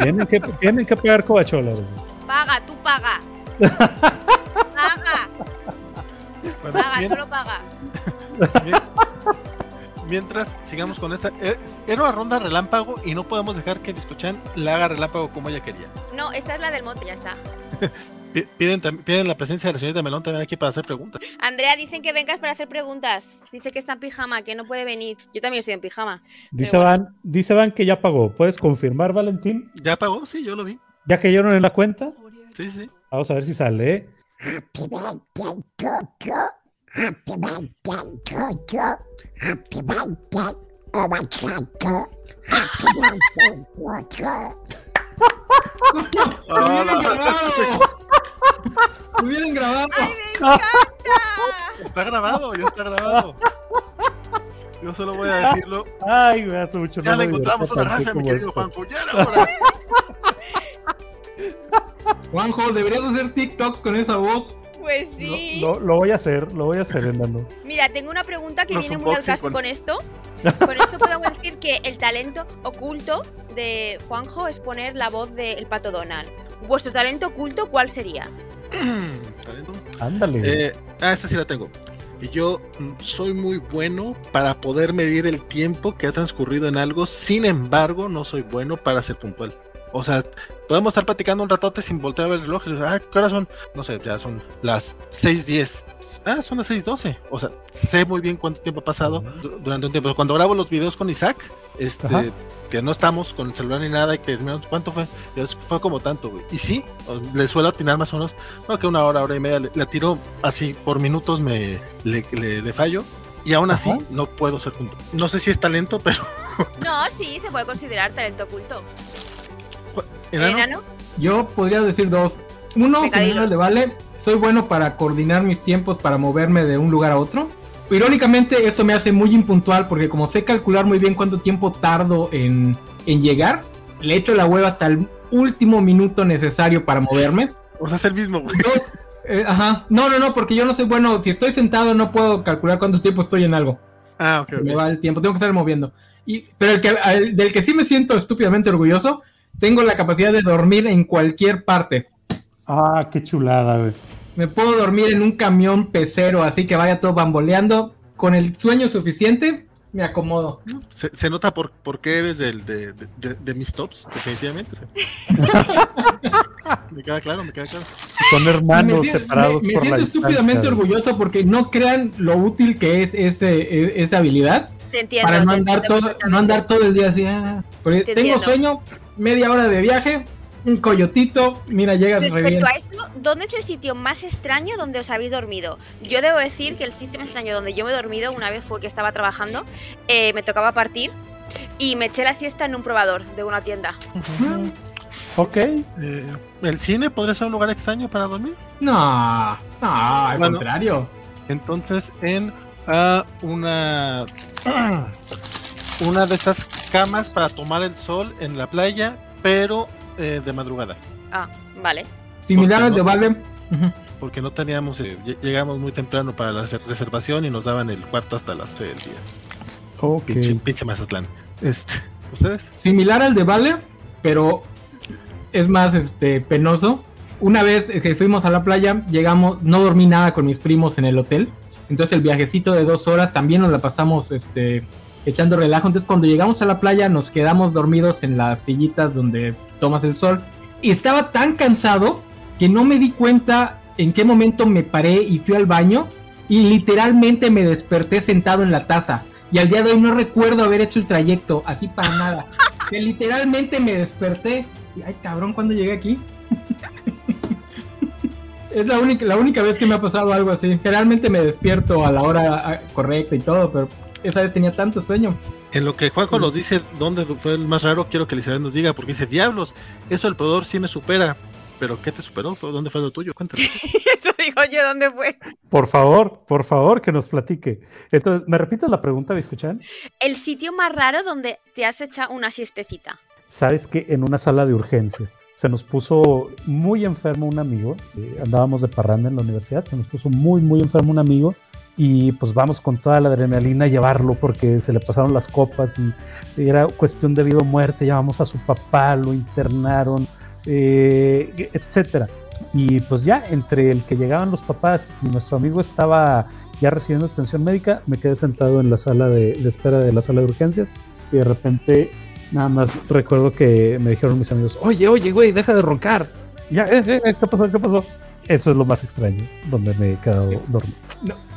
A: Tienen que, *laughs* tienen que pagar covacholas. güey.
G: Paga, tú paga. Paga,
E: Bueno,
G: paga,
E: bien.
G: solo paga.
E: Bien. Mientras sigamos con esta, eh, era una ronda relámpago y no podemos dejar que Biscochan la haga relámpago como ella quería.
G: No, esta es la del mote, ya está.
E: Pi- Piden, tam- piden la presencia de la señorita Melón también aquí para hacer preguntas.
G: Andrea, dicen que vengas para hacer preguntas. Dice que está en pijama, que no puede venir. Yo también estoy en pijama.
A: Dice Van, dice Van que ya pagó. ¿Puedes confirmar, Valentín?
E: ¿Ya pagó? Sí, yo lo vi.
A: ¿Ya cayeron en la cuenta?
E: Sí, sí.
A: Vamos a ver si sale. ¿eh?
E: Ah,
F: ¡Hubieran
E: la-
F: grabado! ¡Hubieran grabado!
E: está grabado, ya está grabado. Yo solo voy a decirlo.
A: Ay, me hace mucho
E: Ya
A: no
E: le
A: me
E: encontramos
A: divertí
E: una
A: tanto
E: raza, mi
A: como
E: querido
A: esto.
E: Juanjo. Ya era hora. *clears throat*
F: Juanjo, deberías hacer TikToks con esa voz.
G: Pues
A: Lo,
G: sí.
A: lo- lo voy a hacer, lo voy a hacer, Hernando.
G: Mira, tengo una pregunta que
E: Los
G: viene muy al
E: unboxing
G: caso
E: con-
G: con...
F: *laughs*
G: esto. Con esto podemos decir que el talento oculto de Juanjo es poner la voz del pato Donald. ¿Vuestro talento oculto cuál sería?
E: Talento.
A: Ándale.
E: Eh, ah, esta sí la tengo. Y yo mm, soy muy bueno para poder medir el tiempo que ha transcurrido en algo, sin embargo, no soy bueno para ser puntual. O sea, podemos estar platicando un ratote sin voltear a ver el reloj. y, Ah, ¿qué horas son? No sé, ya son las 6.10. Ah, son las 6.12. O sea, sé muy bien cuánto tiempo ha pasado du- durante un tiempo. Cuando grabo los videos con Isaac, este,
A: Ajá.
E: que no estamos con el celular ni nada, y que terminamos, ¿cuánto fue? Yo, "Es- fue como tanto, güey. Y sí, o- le suelo atinar más o menos no, que una hora, hora y media, le, la tiro así por minutos, me le, le- le fallo. Y aún así,
A: Ajá.
E: no puedo ser punto. No sé si es talento, pero. *laughs*
G: No, sí, se puede considerar talento oculto.
E: enano,
G: ¿Enano?
F: Yo podría decir dos. Uno, si no
G: Pecadillos.
F: le vale, soy bueno para coordinar mis tiempos para moverme de un lugar a otro. irónicamente esto me hace muy impuntual porque como sé calcular muy bien cuánto tiempo tardo en, en llegar, le echo la hueva hasta el último minuto necesario para moverme.
E: O sea, es el mismo, güey.
F: Yo- eh, ajá. No, no, no, porque yo no soy bueno. Si estoy sentado no puedo calcular cuánto tiempo estoy en algo.
E: Ah, ok,
F: Se me
E: ok.
F: va el tiempo, tengo que estar moviendo. Y, pero el que, al- del que sí me siento estúpidamente orgulloso, tengo la capacidad de dormir en cualquier parte.
A: Ah, qué chulada, güey.
F: Me puedo dormir en un camión pecero, así que vaya todo bamboleando. Con el sueño suficiente, me acomodo.
E: Se, se nota por, por qué eres del, de, de- de- de mis tops, definitivamente. me queda claro, me queda claro.
A: Son hermanos
F: me sien-
A: separados
F: me- me
A: por la
F: siento estúpidamente
A: distancia, güey.
F: orgulloso porque no crean lo útil que es ese, e- esa habilidad
G: Te entiendo.
F: para no
G: te
F: andar,
G: entiendo
F: todo, no andar todo el día así. ah. Porque
G: Te
F: tengo
G: entiendo.
F: sueño, media hora de viaje, un coyotito, mira, llegas re bien.
G: Respecto a esto, ¿dónde es el sitio más extraño donde os habéis dormido? Yo debo decir que el sitio más extraño donde yo me he dormido una vez fue que estaba trabajando, eh, me tocaba partir y me eché la siesta en un probador de una tienda.
A: Ok.
E: Eh, ¿El cine podría ser un lugar extraño para dormir?
F: No, no, al
E: Bueno.
F: contrario.
E: Entonces, en ah, una *clears throat* una de estas camas para tomar el sol en la playa, pero eh, de madrugada,
G: Ah, vale.
F: Similar al de
E: Porque
F: Valve. Ujú.
E: porque no teníamos, eh, lle- llegamos muy temprano para la res- reservación y nos daban el cuarto hasta las 6 del día.
A: Ok.
E: Pinche, pinche Mazatlán. Este, ¿Ustedes?
F: Similar al de Valve, pero es más este penoso. Una vez eh, que fuimos a la playa, llegamos, no dormí nada con mis primos en el hotel. Entonces el viajecito de dos horas también nos la pasamos este, echando relajo. Entonces cuando llegamos a la playa nos quedamos dormidos en las sillitas donde tomas el sol. Y estaba tan cansado que no me di cuenta en qué momento me paré y fui al baño. Y literalmente me desperté sentado en la taza. Y al día de hoy no recuerdo haber hecho el trayecto, así para nada. Que literalmente me desperté. Y, ay, cabrón, ¿cuándo llegué aquí? *laughs* es la única, la única vez que me ha pasado algo así. Generalmente me despierto a la hora ah, correcta y todo, pero esa vez tenía tanto sueño.
E: En lo que Juanjo nos dice dónde fue el más raro, quiero que Elizabeth nos diga, porque dice, diablos, eso el proveedor sí me supera. ¿Pero qué te superó? ¿Fue- ¿Dónde fue lo tuyo?
G: *laughs*
E: Cuéntanos.
G: Eso digo yo, ¿dónde fue?
A: Por favor, por favor, que nos platique. Entonces, ¿me repites la pregunta, Biscochan?
G: El sitio más raro donde te has echado una siestecita.
A: Sabes que en una sala de urgencias se nos puso muy enfermo un amigo. eh, andábamos de parranda en la universidad, se nos puso muy, muy enfermo un amigo. Y pues vamos con toda la adrenalina a llevarlo porque se le pasaron las copas y era cuestión de vida o muerte. Llamamos a su papá, lo internaron, eh, etcétera. Y pues ya entre el que llegaban los papás y nuestro amigo estaba ya recibiendo atención médica, me quedé sentado en la sala de, de espera de la sala de urgencias y de repente nada más recuerdo que me dijeron mis amigos, oye, oye, güey, deja de roncar. Ya, eh, eh, eh, ¿qué pasó? ¿Qué pasó? Eso es lo más extraño, donde me he quedado dormido.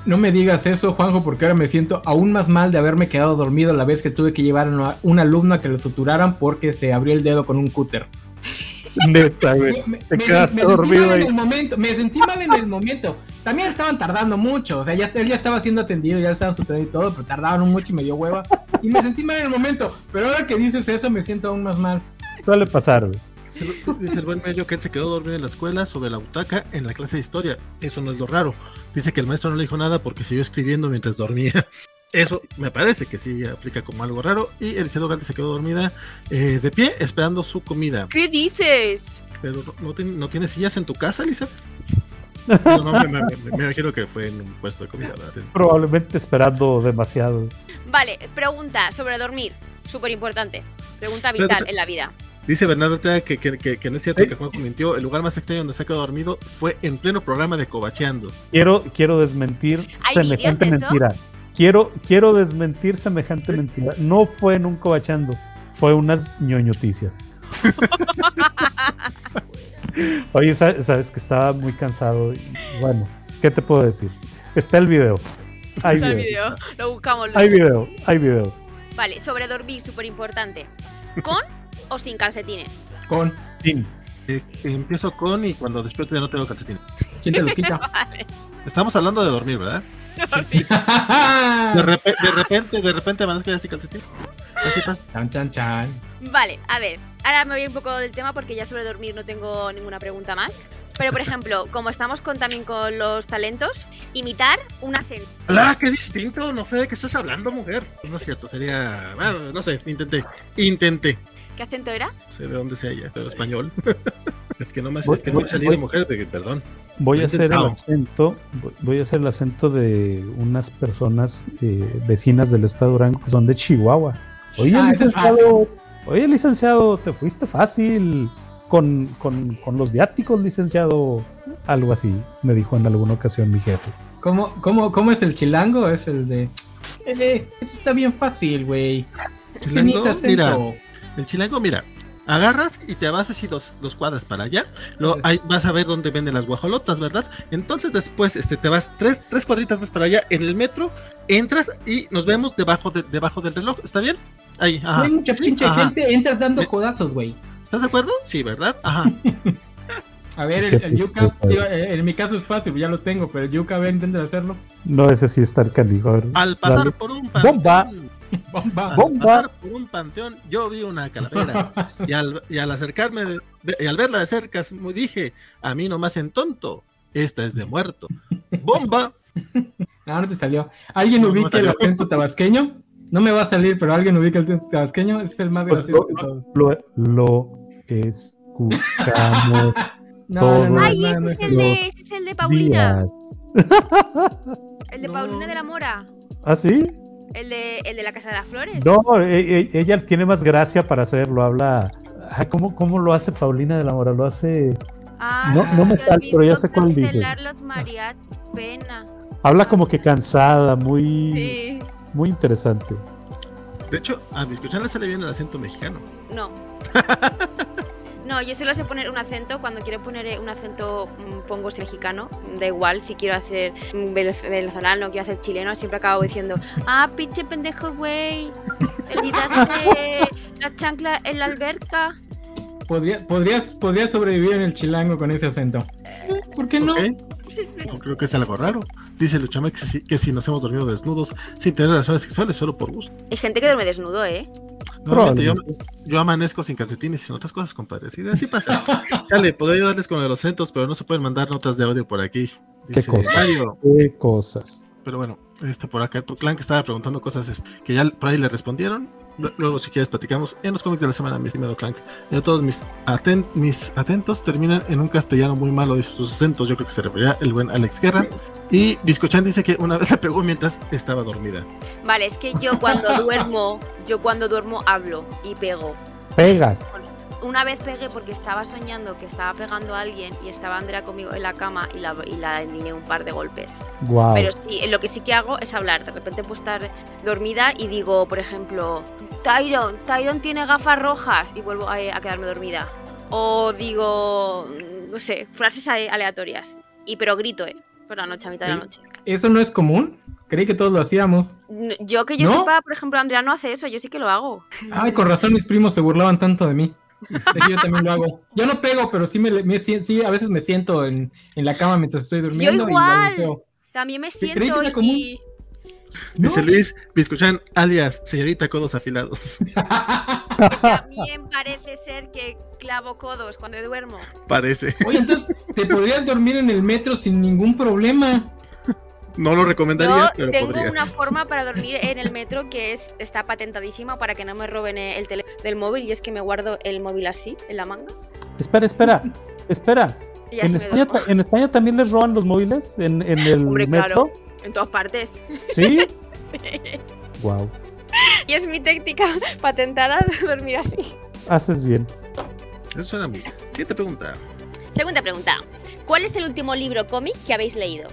F: No me digas eso, Juanjo, porque ahora me siento aún más mal de haberme quedado dormido la vez que tuve que llevar a una- un alumno a que le suturaran porque se abrió el dedo con un cúter.
A: *laughs* Neta, güey.
F: Me-
A: Te
F: me-
A: quedaste
F: me sentí
A: dormido
F: mal
A: ahí.
F: En el momento, me sentí mal en el momento. También estaban tardando mucho. O sea, ya, él ya estaba siendo atendido, ya le estaban suturando y todo, pero tardaron mucho y me dio hueva. Y me sentí mal en el momento. Pero ahora que dices eso, me siento aún más mal.
A: Suele pasar, güey.
E: Dice el- Dice el buen medio que él se quedó dormido en la escuela sobre la butaca en la clase de historia. Eso no es lo raro. Dice que el maestro no le dijo nada porque siguió escribiendo mientras dormía. *laughs* Eso me parece que sí aplica como algo raro. Y Eliseo Gante se quedó dormida eh, de pie esperando su comida.
G: ¿Qué dices?
E: Pero no- no, tiene- no tienes sillas en tu casa, Elizabeth. No, no, me, me- me- me imagino que fue en un puesto de comida. ¿verdad?
A: Probablemente esperando demasiado.
G: Vale, pregunta sobre dormir. Súper importante. Pregunta
E: Espérate,
G: vital en la vida.
E: Dice Bernardo Ortega que, que- que- que no es cierto que Juanjo mintió. El lugar más extraño donde se ha quedado dormido fue en pleno programa de Cobacheando.
A: Quiero, quiero desmentir
G: ¿Hay
A: semejante
G: videos de eso?
A: mentira. Quiero, quiero desmentir semejante mentira. No fue en un cobachando, fue unas
G: *laughs*
A: ñoñoticias. Oye, sa- sabes, que estaba muy cansado. y, bueno, ¿qué te puedo decir? Está el video. Hay
G: Está el
A: video.
G: video, Lo buscamos luego.
A: Hay video, hay video.
G: Vale, sobre dormir, súper importante. ¿Con o sin calcetines?
F: Con.
A: Sí.
E: Eh, empiezo con y cuando despierto ya no tengo calcetines.
F: ¿Quién te los quita?
A: *laughs*
E: Estamos hablando de dormir, ¿verdad?
F: Ah.
E: De, repe- de repente, de repente amanezco ya sin calcetines. Así pasa.
F: chan, chan, chan.
G: Vale, a ver, ahora me voy un poco del tema porque ya sobre dormir no tengo ninguna pregunta más. Pero
A: *laughs*
G: por ejemplo, como estamos con, también con los talentos, imitar un acento.
E: ¡Ah, qué distinto! No sé de qué estás hablando, mujer. No es cierto, sería. ah, no sé, intenté. Intenté.
G: ¿Qué acento era?
E: No sé de dónde sea ella, pero español. *laughs* es que no me,
A: Voy-
E: es que no me
A: voy-
E: salí
A: voy-
E: de mujer, de- perdón.
A: Voy a hacer el
E: Intentado.
A: acento, voy- voy a hacer el acento de unas personas eh, vecinas del estado de Durango que son de Chihuahua. Oye,
F: Ah, eso es
A: licenciado, oye, licenciado, te fuiste fácil con, con- con los viáticos, licenciado. Algo así, me dijo en alguna ocasión mi jefe.
F: ¿Cómo, cómo, cómo es el chilango? Es el de. "Eh, eso está bien fácil, güey. Tiene
E: Chilango,
F: ese
E: mira,
F: acento.
E: el chilango, mira. Agarras y te vas así dos, dos cuadras para allá. Luego ahí vas a ver dónde venden las guajolotas, ¿verdad? Entonces después este, te vas tres, tres cuadritas más para allá en el metro, entras y nos vemos debajo, de- debajo del reloj. ¿Está bien? Ahí, ajá.
F: Hay mucha
E: Ah, Sí,
F: pinche
E: ajá.
F: gente, entras dando
E: Me-
F: codazos, güey.
E: ¿Estás de acuerdo? Sí, ¿verdad?
F: *laughs*
E: Ajá.
F: A ver, el, el Yuka, digo, eh, en mi caso es fácil, ya lo tengo, pero el Yuka, a ver, intenta hacerlo. *laughs*
A: No, ese sí está el canijo. a ver,
E: Al pasar
A: dale.
E: por un
A: Bomba.
E: panteón.
F: Bomba.
E: Al
A: Bomba.
E: pasar por un panteón, yo vi una calavera. y, al, y al acercarme de- de- y al verla de cerca, me dije, a mí no me hacen tonto. Esta es de
F: *laughs*
E: muerto. Bomba.
F: Ah, no te salió. ¿Alguien
E: No, no me
F: ubica el
E: salió.
F: acento tabasqueño? No me va a salir, pero alguien ubica el acento tabasqueño. Ese es el más
A: Pues,
F: gracioso de todos.
A: Lo, lo escuchamos.
F: No, no, no,
A: todo.
G: Ay,
F: no,
G: ese
F: no,
G: es
F: no.
G: el de, ese es el de Paulina.
A: días.
G: El de
E: No.
G: Paulina de la Mora.
A: ¿Ah, sí?
G: El de, el de la Casa de las Flores.
A: No, e- e- ella tiene más gracia para hacerlo. Habla. Ay, ¿cómo, ¿Cómo lo hace Paulina de la Mora? Lo hace.
G: Ah,
A: No- no me
G: te
A: sale, pero ya sé
G: olvidó
A: cuál dije.
G: cancelar los mariachis, pena.
A: Habla como que cansada, muy,
G: Sí.
A: muy interesante.
E: De hecho, a mi escuchar le sale bien el acento mexicano.
G: No. No, yo solo sé poner un acento. Cuando quiero poner eh, un acento, mm, pongo ese mexicano. Da igual, si quiero hacer mm, venez- venezolano, quiero hacer chileno, siempre acabo diciendo, ah, pinche pendejo, güey. Te Olvidaste la chancla en la alberca.
F: Podría- podrías, podrías sobrevivir en el chilango con ese acento. Eh, ¿Por qué no?
E: ¿ok? No creo que es algo raro. Dice Luchama que si, que si nos hemos dormido desnudos sin tener relaciones sexuales, solo por gusto.
G: Hay gente que duerme desnudo, ¿eh?
E: Normalmente yo, yo amanezco sin calcetines y sin otras cosas, compadre. Así, así pasa. Chale, podría ayudarles con los acentos, pero no se pueden mandar notas de audio por aquí. Dice
A: cosa?
E: Mario.
A: Qué cosas.
E: Pero bueno, este por acá, el clan que estaba preguntando cosas este, que ya por ahí le respondieron. Lu- Luego, si quieres, platicamos en los cómics de la semana, mi estimado Clank. Y a todos mis, aten- mis atentos terminan en un castellano muy malo de sus acentos. Yo creo que se refería el buen Alex Guerra. Y Biscochan dice que una vez la pegó mientras estaba dormida.
G: Vale, es que yo cuando duermo, yo cuando duermo hablo y pego.
A: Pega.
G: Una vez pegué porque estaba soñando que estaba pegando a alguien y estaba Andrea conmigo en la cama y la, y la niñé un par de golpes.
F: Ah.
A: Wow.
G: Pero sí, lo que sí que hago es hablar. De repente puedo estar dormida y digo, por ejemplo, Tyron, Tyron tiene gafas rojas y vuelvo a, a quedarme dormida. O digo, mm, no sé, frases ale- aleatorias. Y pero grito, ¿eh? Por la noche, a mitad de la noche.
F: ¿Eso no es común? Creí que todos lo hacíamos.
G: N- Yo que yo
F: ¿No?
G: sepa, por ejemplo, Andrea no hace eso, yo sí que lo hago.
F: Ay, con razón mis primos se burlaban tanto de mí. Es que Yo también lo hago. Yo no pego, pero sí, me, me si- sí, a veces me siento en, en la cama mientras estoy durmiendo. y
G: igual.
F: balbuceo.
G: También me
F: Sí, creí que
G: siento
F: era común.
G: y...
E: Dice Luis, Biscochan alias señorita codos afilados. *laughs*
G: También parece ser que clavo codos cuando duermo.
E: Parece.
F: Oye, entonces, ¿te podrías dormir en el metro sin ningún problema?
E: No lo recomendaría,
G: Yo
E: pero
G: tengo
E: podría.
G: una forma para dormir en el metro que es está patentadísima para que no me roben el teléfono del móvil y es que me guardo el móvil así en la manga
A: Espera,
G: *laughs*
A: espera. Espera.
G: y así
A: En
G: me
A: España,
G: duermo.
A: ta- en España también les roban los móviles en, en el
G: *laughs* Hombre,
A: metro.
G: claro. En todas partes. *laughs*
A: Sí. wow.
G: Y es mi táctica *laughs* patentada de dormir así.
A: Haces bien.
E: Eso suena muy. Siguiente pregunta.
G: Segunda pregunta. ¿Cuál es el último libro cómic que habéis leído?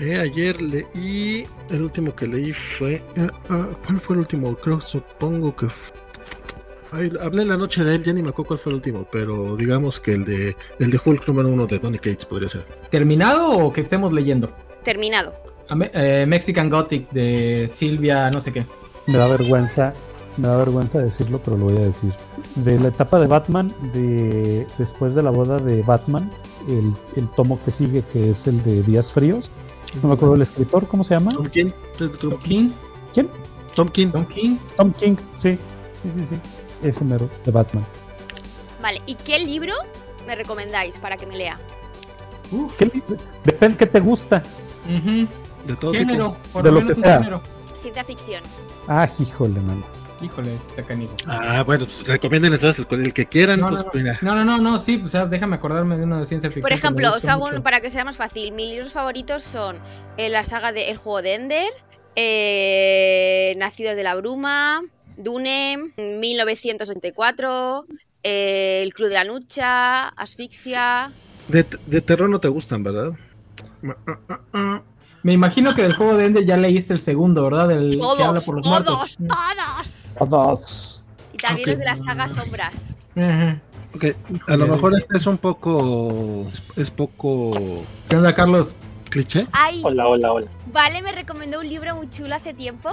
E: Eh, ayer leí. El último que leí fue. eh, ah, ¿Cuál fue el último? Creo, supongo que. f- Ay, hablé la noche de él, ya ni me acuerdo cuál fue el último, pero digamos que el de el de Hulk número uno de Donny Cates podría ser.
F: ¿Terminado o que estemos leyendo?
G: Terminado.
F: A me- eh, Mexican Gothic de Silvia, no sé qué.
A: Me da vergüenza, me da vergüenza decirlo, pero lo voy a decir. De la etapa de Batman, de después de la boda de Batman, el, el tomo que sigue, que es el de Días Fríos. No me acuerdo del escritor, ¿cómo se llama?
E: Tom King. ¿Es de Tom-
F: Tom King,
A: ¿Quién?
E: Tom King.
F: Tom King.
A: Tom King, sí. Sí, sí, sí. ese mero de Batman.
G: Vale, ¿y qué libro me recomendáis para que me lea?
F: Uf.
A: ¿Qué li- Depende qué te gusta.
F: Ujú.
E: De todo tipo.
F: Género, por
A: De
F: lo
A: lo
F: menos
A: que
F: un
A: sea.
F: género.
G: Ciencia ficción.
A: Ah, híjole, man.
F: Híjole, está canijo.
E: Ah, bueno, pues recomienden esas con el que quieran,
F: No,
E: pues
F: no,
E: mira.
F: No, no, no, no, sí, pues ah, déjame acordarme de uno de ciencia ficción.
G: Por ejemplo, os hago un-
F: un
G: para que sea más fácil. Mis libros favoritos son eh, la saga de El juego de Ender, eh, Nacidos de la Bruma, Dune, 1984, eh, El Club de la Lucha, Asfixia.
E: De, de terror no te gustan, ¿verdad?
F: Me imagino que del juego de Ender ya leíste el segundo, ¿verdad? El que habla
G: Todos,
F: por los
G: todos,
F: muertos.
G: todos.
A: Todos.
G: Y también
E: Ok.
G: los de la saga Sombras.
F: Ajá.
E: Ok, a lo mejor este es un poco. Es poco.
F: ¿Qué onda, Carlos?
E: cliché.
G: Ay,
H: Hola, hola, hola.
G: Vale me recomendó un libro muy chulo hace tiempo,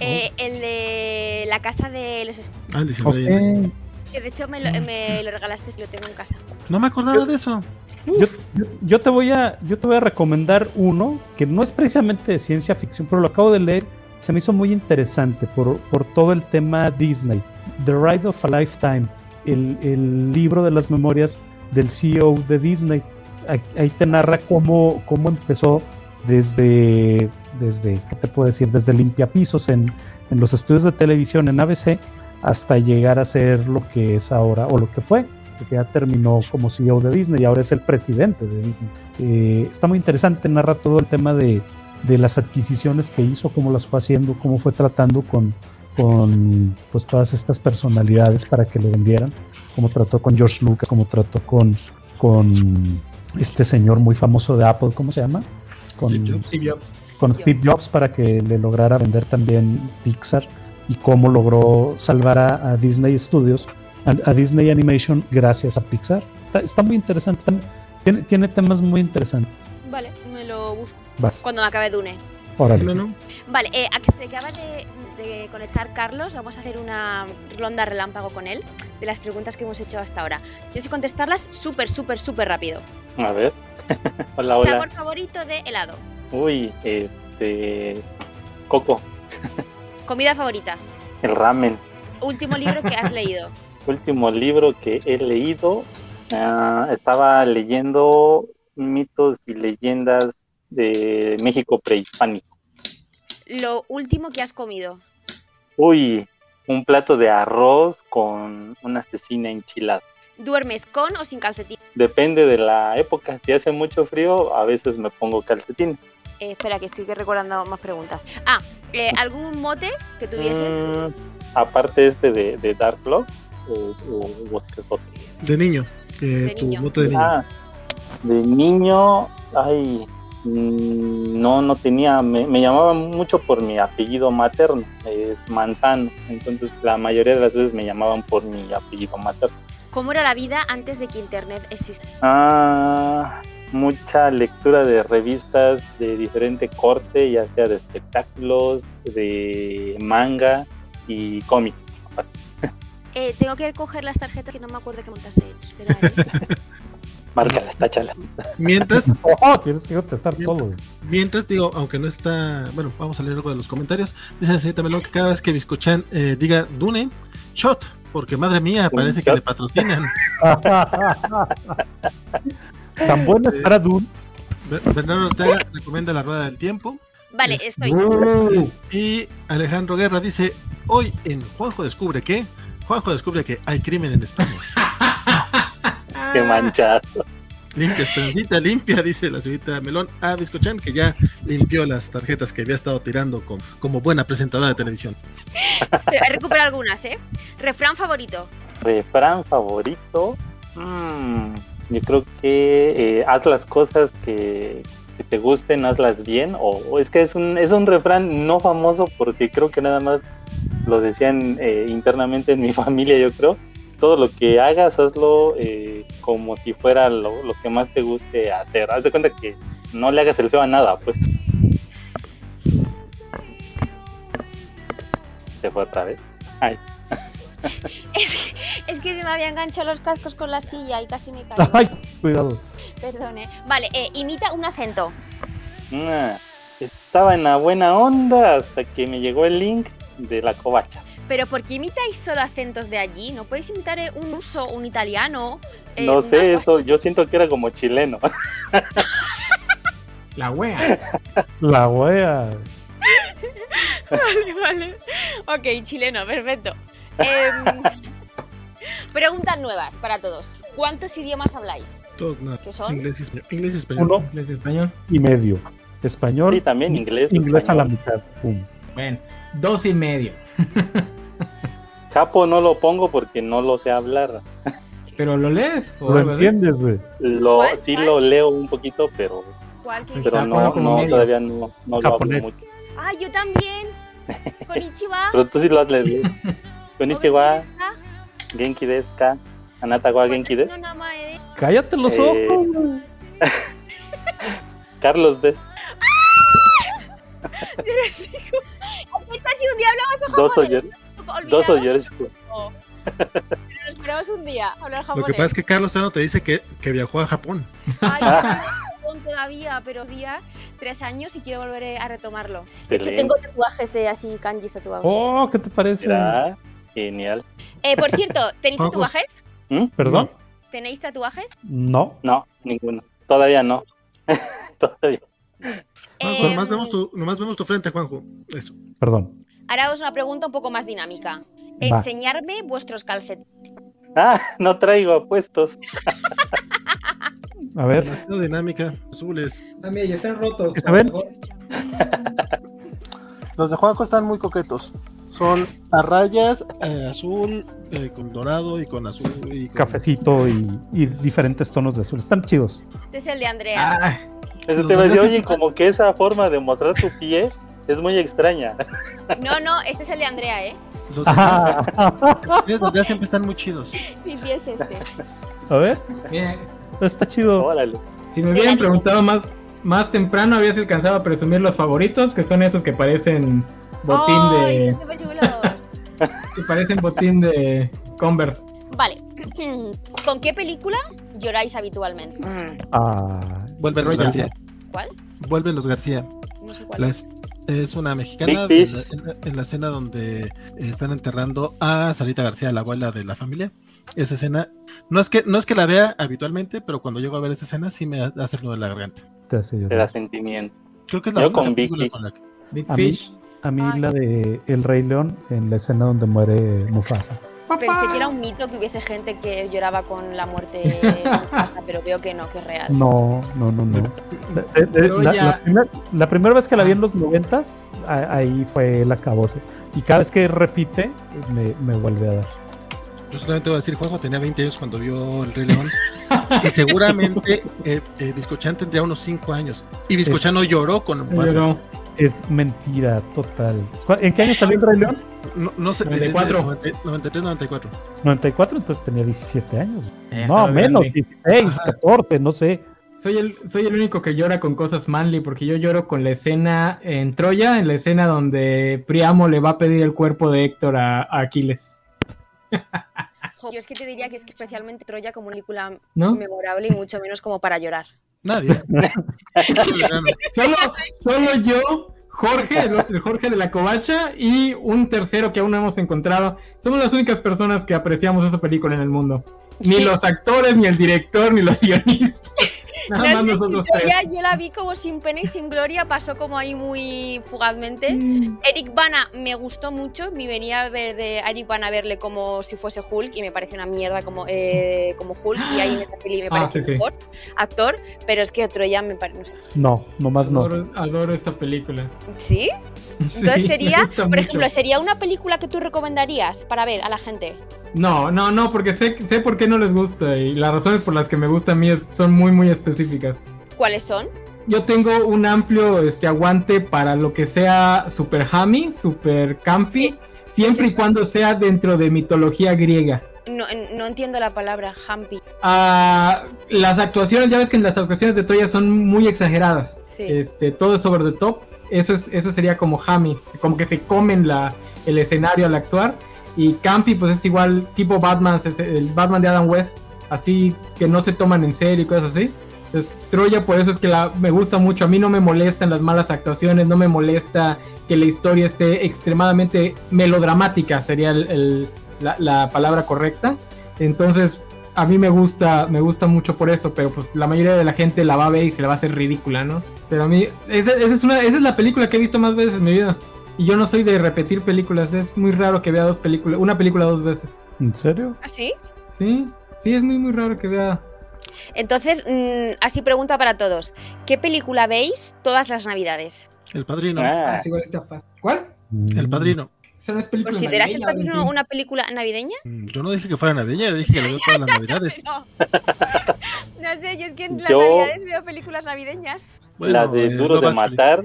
G: eh, el de La Casa de los Espíritus,
E: Ah, dice
A: Ok.
E: Brian.
G: que de hecho me lo, me lo regalaste y lo tengo en casa.
E: No me acordaba de eso.
A: Yo,
E: Uf,
A: yo- yo te voy a, yo te voy a recomendar uno que no es precisamente de ciencia ficción, pero lo acabo de leer. Se me hizo muy interesante por, por todo el tema Disney. The Ride of a Lifetime, el, el libro de las memorias del CEO de Disney. Ahí, ahí te narra cómo, cómo empezó desde, desde, ¿qué te puedo decir? Desde limpiapisos en, en los estudios de televisión en ABC hasta llegar a ser lo que es ahora o lo que fue porque ya terminó como CEO de Disney y ahora es el presidente de Disney. Eh, está muy interesante, narra todo el tema de, de las adquisiciones que hizo, cómo las fue haciendo, cómo fue tratando con, con pues, todas estas personalidades para que le vendieran, cómo trató con George Lucas, cómo trató con, con este señor muy famoso de Apple, ¿cómo se llama? Con,
E: Steve Jobs.
F: Steve Jobs.
A: con Steve Jobs para que le lograra vender también Pixar y cómo logró salvar a, a Disney Studios, a, a Disney Animation gracias a Pixar. Está, está muy interesante, está- tiene, tiene temas muy interesantes.
G: Vale, me lo busco
A: Vas,
G: cuando me acabe Dune.
A: órale.
E: no, no.
G: Vale, eh, a que se acaba de, de conectar Carlos, vamos a hacer una ronda relámpago con él de las preguntas que hemos hecho hasta ahora. Yo sé contestarlas súper, súper, súper rápido.
H: A ver. hola, hola.
G: Sabor favorito de helado.
H: Uy, este. Coco,
G: Comida favorita.
H: el ramen.
G: Último libro que has leído.
H: Último libro que he leído. ah, estaba leyendo mitos y leyendas de México prehispánico.
G: Lo último que has comido.
H: Uy, un plato de arroz con una cecina enchilada.
G: ¿Duermes con o sin calcetín?
H: Depende de la época. Si hace mucho frío, a veces me pongo calcetín.
G: Eh, espera, que estoy recordando más preguntas. Ah, eh, ¿algún mote que tuvieses?
H: Mm, aparte este de, de Dark Love. eh, o- o- o qué otro.
E: De niño. Eh,
G: De
E: tu
G: niño.
E: moto de niño.
H: Ah, de niño, ay, mm, no, no tenía, me, me llamaba mucho por mi apellido materno, es Manzano, entonces la mayoría de las veces me llamaban por mi apellido materno.
G: ¿Cómo era la vida antes de que Internet existiera?
H: Ah, mucha lectura de revistas de diferente corte, ya sea de espectáculos, de manga y cómics.
G: Eh, tengo que recoger las tarjetas que no me acuerdo qué montas he hecho. Espera, ¿eh?
H: Márcalas, táchalas.
E: Mientras,
A: Oh, tienes que contestar todo.
E: mientras digo, aunque no está. Bueno, vamos a leer algo de los comentarios. Dice la señorita Melón que cada vez que Biscochan eh, diga Dune, shot. Porque madre mía,
H: Un
E: parece que
H: shot.
E: le patrocinan.
A: Tan buena para Dune.
E: Ber- Bernardo
H: *laughs*
E: Ortega recomienda la rueda del tiempo.
G: *laughs* Vale,
E: Es-
G: estoy.
F: Uh,
E: Y Alejandro Guerra dice: Hoy en Juanjo descubre que. Juanjo descubre que hay crimen en España.
H: Qué manchado.
E: Limpia, Esperancita, limpia, dice la señorita Melón a Biscochan, que ya limpió las tarjetas que había estado tirando con, como buena presentadora de televisión.
G: Pero He recuperado algunas, ¿eh? Refrán favorito.
H: Refrán favorito. Mm, yo creo que eh, haz las cosas que, que te gusten, hazlas bien. O, o es que es un, es un refrán no famoso porque creo que nada más lo decían eh, internamente en mi *laughs* familia, yo creo. Todo lo que hagas, hazlo eh, como si fuera lo, lo que más te guste hacer. Haz de cuenta que no le hagas el feo a nada, pues. Se fue otra vez.
G: Es que, es que se me había enganchado los cascos con la silla y casi me caí.
A: Ay, cuidado.
G: Perdón, ¿eh? Vale, eh, imita un acento.
H: Ah, estaba en la buena onda hasta que me llegó el link de la covacha.
G: Pero ¿por qué imitáis solo acentos de allí? ¿No podéis imitar eh, un ruso, un italiano? eh,
H: No
G: un-
H: sé, eso yo siento que era como chileno. *laughs*
F: La wea.
A: La wea.
G: *laughs* Vale, vale. Ok, chileno, perfecto. Em, *laughs* preguntas nuevas para todos. ¿Cuántos idiomas habláis?
E: Todos nada.
G: ¿Qué son?
E: Inglés y español. Inglés y español.
A: Uno
F: ¿Les español?
A: y medio. Español,
H: Sí, también inglés.
A: inglés a la
H: español.
A: mitad. Pum.
F: Bueno, dos y medio.
H: Japo no lo pongo porque no lo sé hablar.
F: ¿Pero lo lees? ¿O
A: ¿Lo
F: algo así?
A: entiendes, güey?
H: Lo,
G: ¿Cuál?
H: sí
G: ¿Cuál?
H: lo leo un poquito, pero,
G: ¿Cuál que-
H: pero
F: Está
H: no,
F: bueno como
H: no
F: medio.
H: todavía no, no lo hablo
A: Japonés.
H: mucho.
G: Ah, yo
H: *laughs*
G: también. Konnichiwa.
H: Pero tú sí lo has
G: *laughs*
H: leído. Konnichiwa,
G: Ah,
H: Genki desu ka, Anata wa Genki desu,
G: no, no, mae. *laughs*
A: Cállate los
H: Eh.
A: ojos, güey.
H: *laughs* Carlos desu,
G: Itachi, un día hablamos
H: dos
G: japonés.
H: oyer, dos oyershiku.
G: Nos esperamos un día a hablar
E: Lo
G: japonés.
E: que pasa es que Carlos Tano te dice que, que viajó a Japón.
G: Ay, no tengo *laughs* razón todavía, pero día tres años y quiero volver eh, a retomarlo. De hecho,
H: Excelente.
G: tengo tatuajes de así kanjis tatuados.
A: Oh, ¿qué te parece?
H: Mira, genial.
G: Eh, por cierto, ¿tenéis
E: Ojos.
G: tatuajes?
A: ¿Perdón?
G: ¿Tenéis tatuajes?
A: No.
H: No, ninguno. Todavía no. *laughs* Todavía.
E: Juanjo,
G: Eh,
E: nomás, Ah, vemos tu, nomás vemos tu frente, Juanjo. Eso.
A: Perdón.
G: Ahora os una pregunta un poco más dinámica.
A: Va.
G: Enseñarme vuestros calcetines.
H: Ah, no traigo apuestos.
A: A ver.
E: Demasiado dinámica. Azules.
F: Ah, mira, ya están rotos.
A: Isabel.
E: Los de Juanjo están muy coquetos. Son a rayas, eh, azul, eh, con dorado y con azul. Y con-
A: Cafecito y, y diferentes tonos de azul. Están chidos.
G: Este es el de Andrea.
F: Ah,
H: Eso
E: Los
H: te va a decir,
E: demás
H: oye,
E: siempre-
H: como que esa forma de mostrar tu pie es muy extraña.
G: No, no, este es el de Andrea, ¿eh?
E: Los demás, *laughs*
A: Ajá.
E: los de allá siempre están muy chidos.
G: Mi pie es este.
A: A ver.
F: mira,
A: Está chido.
H: Órale.
F: si me hubieran preguntado más, más temprano, habías alcanzado a presumir los favoritos, que son esos que parecen botín
G: ¡Ay,
F: de.
G: están súper chulos!
F: que parecen botín de Converse.
G: Vale. *clears throat* ¿Con qué película lloráis habitualmente?
A: Ah,
E: Vuelven los
A: Rollo.
E: García.
G: ¿Cuál?
E: Vuelven los García.
G: No sé cuál.
E: Las- es una mexicana
H: Big
E: en la,
H: Fish.
E: en la- en la escena donde eh, están enterrando a Sarita García, la abuela de la familia. Esa escena, no es que, no es que la vea habitualmente, pero cuando llego a ver esa escena sí me hace el nudo en la garganta.
A: te hace
H: Te da
A: llorar.
H: sentimiento.
E: Creo que es la
H: Yo
E: única
H: con Big
E: película
H: Fish.
E: con la que-
F: Big
A: A mí-
F: Fish.
A: A mí la de El Rey León en la escena donde muere Mufasa.
G: Pensé que era un mito que hubiese gente que lloraba con la muerte en
F: *laughs*
G: casa, pero veo que no, que es real.
A: No, no, no, no. De- de- de-
F: Pero
A: la,
F: ya- Ah.
A: la primer- la primera vez que la vi en los noventas, a- ahí fue el acabose. Y cada vez que repite, me, me vuelve a dar.
E: Yo solamente voy a decir, Juanjo tenía 20 años cuando vio El Rey León. y
H: *laughs*
E: seguramente eh, eh, Biscochán tendría unos 5 años. Y Biscochán no lloró con Mufasa.
F: Pero-
A: Es mentira total. ¿Cu- ¿En qué año salió el Rey León?
E: No, no sé, eh,
F: 94.
E: 93, 94.
A: 94, entonces tenía 17 años.
F: Eh,
A: no,
F: estaba
A: menos,
F: grande.
A: 16, 14, no sé.
F: Soy el, soy el único que llora con cosas manly, porque yo lloro con la escena en Troya, en la escena donde Priamo le va a pedir el cuerpo de Héctor a, a Aquiles,
G: Jo, Yo es que te diría que es que especialmente Troya como una película
F: ¿no?
G: memorable y mucho menos como para llorar.
H: *laughs*
E: Nadie.
G: *laughs*
F: Solo, solo yo, Jorge, el, otro- el Jorge de la Covacha y un tercero que aún no hemos encontrado. Somos las únicas personas que apreciamos esa película en el mundo. Ni
G: Sí.
F: los actores, ni el director, ni
G: *laughs*
F: los *laughs* guionistas. Nada
G: No
F: más
G: sé si
F: nosotros tres.
G: Gloria, yo la vi como sin pena y sin gloria, pasó como ahí muy fugazmente.
F: Mm.
G: Eric Bana me gustó mucho, me venía a ver de a Eric Bana a verle como si fuese Hulk y me parece una mierda como, eh, como Hulk y ahí en esta peli me
F: *gasps* Ah,
G: parece
F: sí, sí.
G: mejor actor, pero es que otro ya me parece...
A: No, nomás no.
F: Adoro, adoro esa película. *laughs*
G: ¿Sí? Entonces
F: Sí, me
G: sería,
F: gusta
G: por
F: mucho.
G: ejemplo, ¿sería una película que tú recomendarías para ver a la gente?
F: No, no, no, porque sé, sé por qué no les gusta y las razones por las que me gusta a mí es- son muy, muy específicas.
G: ¿Cuáles son?
F: Yo tengo un amplio este, aguante para lo que sea super hammy, super campi, siempre y cuando sea dentro de mitología griega.
G: No, no entiendo la palabra, Hampi.
F: Ah, las actuaciones, ya ves que en las actuaciones de Toya son muy exageradas.
G: Sí.
F: Este, todo es over the top. Eso, es, eso sería como hammy, como que se comen la, el escenario al actuar. Y Campi, pues es igual tipo Batman, es el Batman de Adam West, así que no se toman en serio y cosas así. Entonces, Troya por eso es que la, me gusta mucho. A mí no me molestan las malas actuaciones, no me molesta que la historia esté extremadamente melodramática, sería el- el- la, la palabra correcta. Entonces, a mí me gusta, me gusta mucho por eso, pero pues la mayoría de la gente la va a ver y se la va a hacer ridícula, ¿no? Pero a mí, esa, esa es, una, esa es la película que he visto más veces en mi vida. Y yo no soy de repetir películas, es muy raro que vea dos películas, una película dos veces.
A: ¿En serio?
G: ¿Ah, sí?
F: Sí, sí, es muy, muy raro que vea
G: Entonces, mm, así pregunta para todos. ¿Qué película veis todas las navidades?
E: El padrino.
H: Ah,
F: Ah, sí, igual está fácil. ¿Cuál?
E: El
A: Mm.
E: padrino.
F: Esa no es película
G: ¿Consideras el
F: navideña,
G: padrino
F: Valentín.
G: una película navideña?
E: Mm, Yo no dije que fuera navideña, yo dije que lo veo todas las navidades.
G: *laughs*
F: *laughs*
G: No. no sé, yo es que en las
H: Yo-
G: navidades veo películas navideñas.
E: Bueno,
H: *laughs* la de
E: eh,
H: Duro
E: Love
H: de
E: Actually.
H: Matar,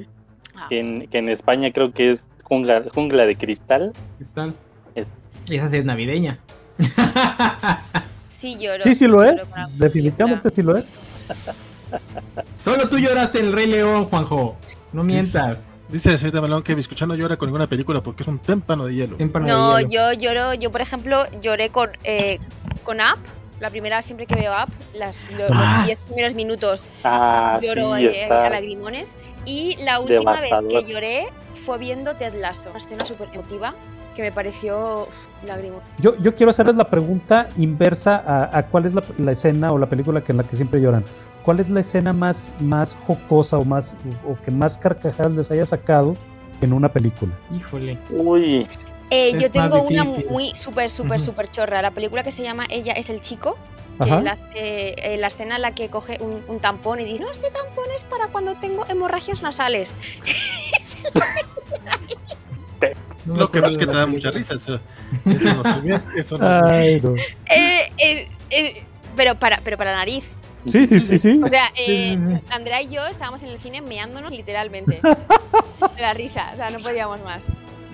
G: Ah.
H: que en, que en España creo que es jungla, jungla de cristal.
F: Cristal.
H: Es-
F: Esa sí es navideña.
G: Sí, lloro.
A: Sí, sí lo es.
G: lloro con alguna
A: Definitivamente sí lo es.
F: Solo tú lloraste en Rey León, Juanjo. No mientas.
E: Dice la señorita Malón que Vizcuchán no llora con ninguna película porque es un témpano de hielo.
F: Ten para
G: No, yo
F: navideño.
G: lloro, yo por ejemplo lloré con, eh, con Up, la primera siempre que veo Up, las, lo-
F: Ah.
G: los 10 primeros minutos
H: Ah,
G: lloro
H: sí,
G: eh, a
H: está.
G: lagrimones y la última vez
H: Devastador.
G: que lloré fue viendo Ted Lasso, una escena súper emotiva que me pareció lagrimón.
A: Yo, yo quiero hacerles la pregunta inversa a, a cuál es la, la escena o la película que en la que siempre lloran. ¿Cuál es la escena más, más jocosa o, más, o que más carcajadas les haya sacado en una película?
F: Híjole.
H: Uy,
G: Eh, yo
F: Es más
G: tengo una
F: difícil.
G: muy súper, súper,
F: Ujú.
G: súper chorra, la película que se llama Ella es el chico, que
A: Ajá.
G: la, eh, eh, la escena en la que coge un, un tampón y dice, no, este tampón es para cuando tengo hemorragias
F: *laughs*
G: nasales.
F: No me
E: Lo que
F: acuerdo
E: pasa es que
F: de
E: te
F: la
E: da
F: película.
E: mucha risa. Eso, eso nos sube, eso nos
A: Ay, no.
G: Eh, eh, eh, pero para, pero para la nariz.
A: Sí, sí, sí,
G: *laughs*
A: sí.
G: O sea, eh,
F: *laughs* Sí, sí, sí.
G: Andrea y yo estábamos en el cine meándonos
F: *laughs*
G: literalmente. De la risa, o sea, no podíamos más.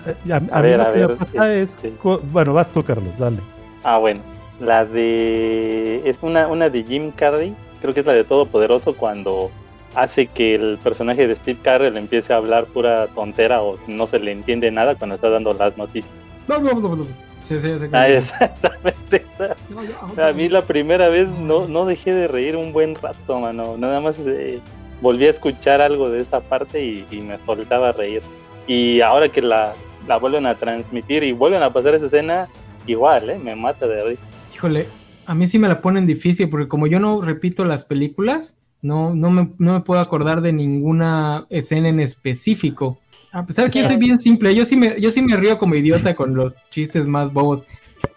A: Eh, A, a mí
H: ver,
A: lo
H: a
A: que me
H: ver,
A: pasa es...
H: este.
A: co- Bueno, vas tú, Carlos, dale.
H: ah, bueno. La de. Es una, una de Jim Carrey. Creo que es la de Todopoderoso cuando hace que el personaje de Steve Carrell empiece a hablar pura tontera o no se le entiende nada cuando está dando las noticias.
F: No, no, no, no. Sí, sí, ya sé cuál
H: Ah, *laughs*
F: es.
H: exactamente.
F: No, yo- ah,
H: A mí la primera vez no, no dejé de reír un buen rato, mano. Nada más eh, volví a escuchar algo de esa parte y, y me soltaba a reír. Y ahora que la, la vuelven a transmitir y vuelven a pasar esa escena, igual, ¿eh? Me mata de reír.
F: Híjole, a mí sí me la ponen difícil porque como yo no repito las películas, no, no, me, no me puedo acordar de ninguna escena en específico. Ah, A pesar que yo soy bien simple, yo sí me, yo sí me río como idiota con los chistes más bobos.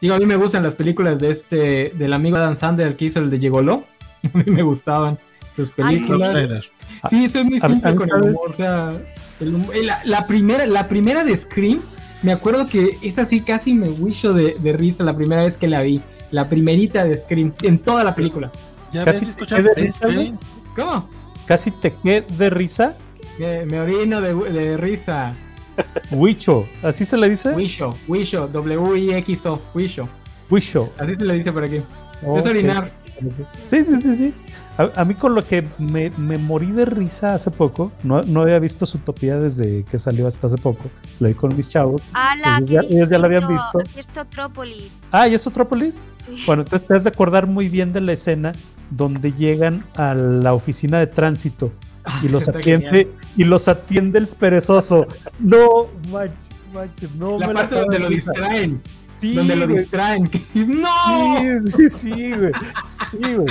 F: Digo, a mí me gustan las películas de este, del amigo Adam Sandler que hizo el de Llegoló. *laughs* A mí me gustaban sus
E: Rob
F: películas.
E: Schneider.
F: Sí, soy muy
A: A- a
F: simple
A: mí,
F: con el
A: ¿sabes?
F: humor. O sea, el hum- eh, la, la primera, la primera de Scream, me acuerdo que es así, casi me huillo de, de risa la primera vez que la vi. La primerita de Scream, en toda la película.
E: Ya ves,
A: Casi
E: ¿Eh? Vizcuchán,
A: te queda
E: ven,
A: risa,
E: ven.
F: ¿Cómo?
A: Casi te quedé de risa.
F: Me, me orino de, de risa.
A: Huicho, ¿así se le dice?
F: Wisho, Wisho, W-I-X-O, Wisho.
A: Huicho.
F: Así se le dice por aquí. Es
A: Ok.
F: orinar.
A: Sí, sí, sí, sí. A, a mí con lo que me, me morí de risa hace poco, no, no había visto Zootopia desde que salió hasta hace poco, la vi con mis chavos.
D: ¡Hala!
A: Pues Ellos ya-
D: qué
A: ellos ya la habían
D: distinto!
A: visto.
D: Aquí es Totrópolis.
A: Ah, ¿y es Zootropolis?
D: Sí.
A: Bueno, entonces te has de acordar muy bien de la escena donde llegan a la oficina de tránsito y los
F: Está
A: atiende y los atiende el perezoso. No, manches, manches, no
F: La
A: me
F: parte
A: acabo
F: donde
A: de
F: lo
A: risa.
F: distraen.
A: Sí,
F: donde lo
A: güey.
F: distraen. *laughs* que dices, ¡No!
A: Sí, sí, sí, güey. Sí, güey.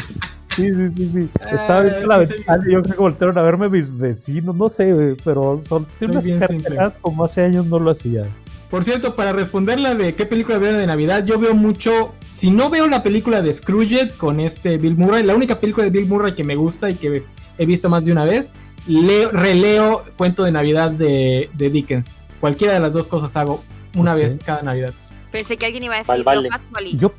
A: Sí, sí, sí, sí. Estaba
F: Ah,
A: viendo la
F: sí, sí.
A: ventana y yo creo que voltearon a verme mis vecinos, no sé, güey, pero son tiene
F: Soy bien
A: unas carcajadas como hace años no lo hacía.
F: Por cierto, para responder la de qué película veo de Navidad, yo veo mucho. Si no veo la película de Scrooge con este Bill Murray, la única película de Bill Murray que me gusta y que he visto más de una vez, leo, releo Cuento de Navidad de, de Dickens. Cualquiera de las dos cosas hago una
A: Ok.
F: vez cada Navidad.
G: Pensé que alguien iba a decir
H: Vale, vale.
D: Lo Factually.
A: Yo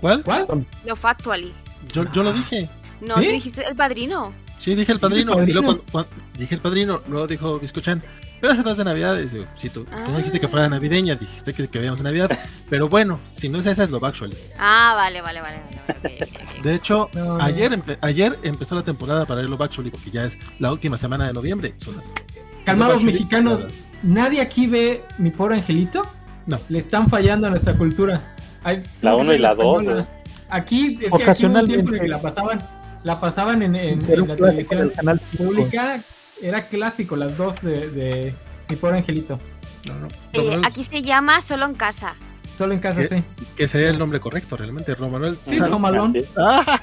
E: ¿Cuál?
F: ¿Cuál?
D: Lo Factually.
E: Yo, yo lo dije.
D: No,
F: ¿Sí?
D: tú dijiste el padrino.
E: Sí, dije el padrino.
F: Dijiste el
E: y luego cuan- cuan- dije el padrino. Luego dijo Vizcuchán. Pero esa no es de Navidad. Y digo, sí, tú, tú no dijiste que fuera navideña, dijiste que, que veíamos en Navidad. Pero bueno, si no es esa, es Love Actually.
D: Ah, vale, vale, vale. vale, vale, ok, ok, ok.
A: *laughs*
G: Eh,
E: De hecho,
F: No, no.
E: ayer, empe- ayer empezó la temporada para Love Actually, porque ya es la última semana de noviembre. Son las-
F: Calmados
E: Love Actually,
F: mexicanos,
E: nada.
F: ¿nadie aquí ve mi pobre angelito?
E: No.
F: Le están fallando a nuestra cultura. Ay,
H: La uno y la dos, eh.
F: Aquí, es que aquí hubo un tiempo en el que
A: Ocasionalmente.
F: la pasaban. la pasaban en, en-
A: Era
F: en
A: un clásico
F: la televisión
A: del canal 5.
F: pública. Era clásico, las dos de, de Mi Pobre Angelito.
E: No, no,
G: Eh,
E: Romanuel,
G: aquí se llama Solo en casa.
F: Solo en casa,
E: ¿Qué?
F: sí.
E: que sería el nombre correcto realmente. Romanuel
F: Sí, *laughs*
E: Sal-
F: Home Alone.
E: Ah,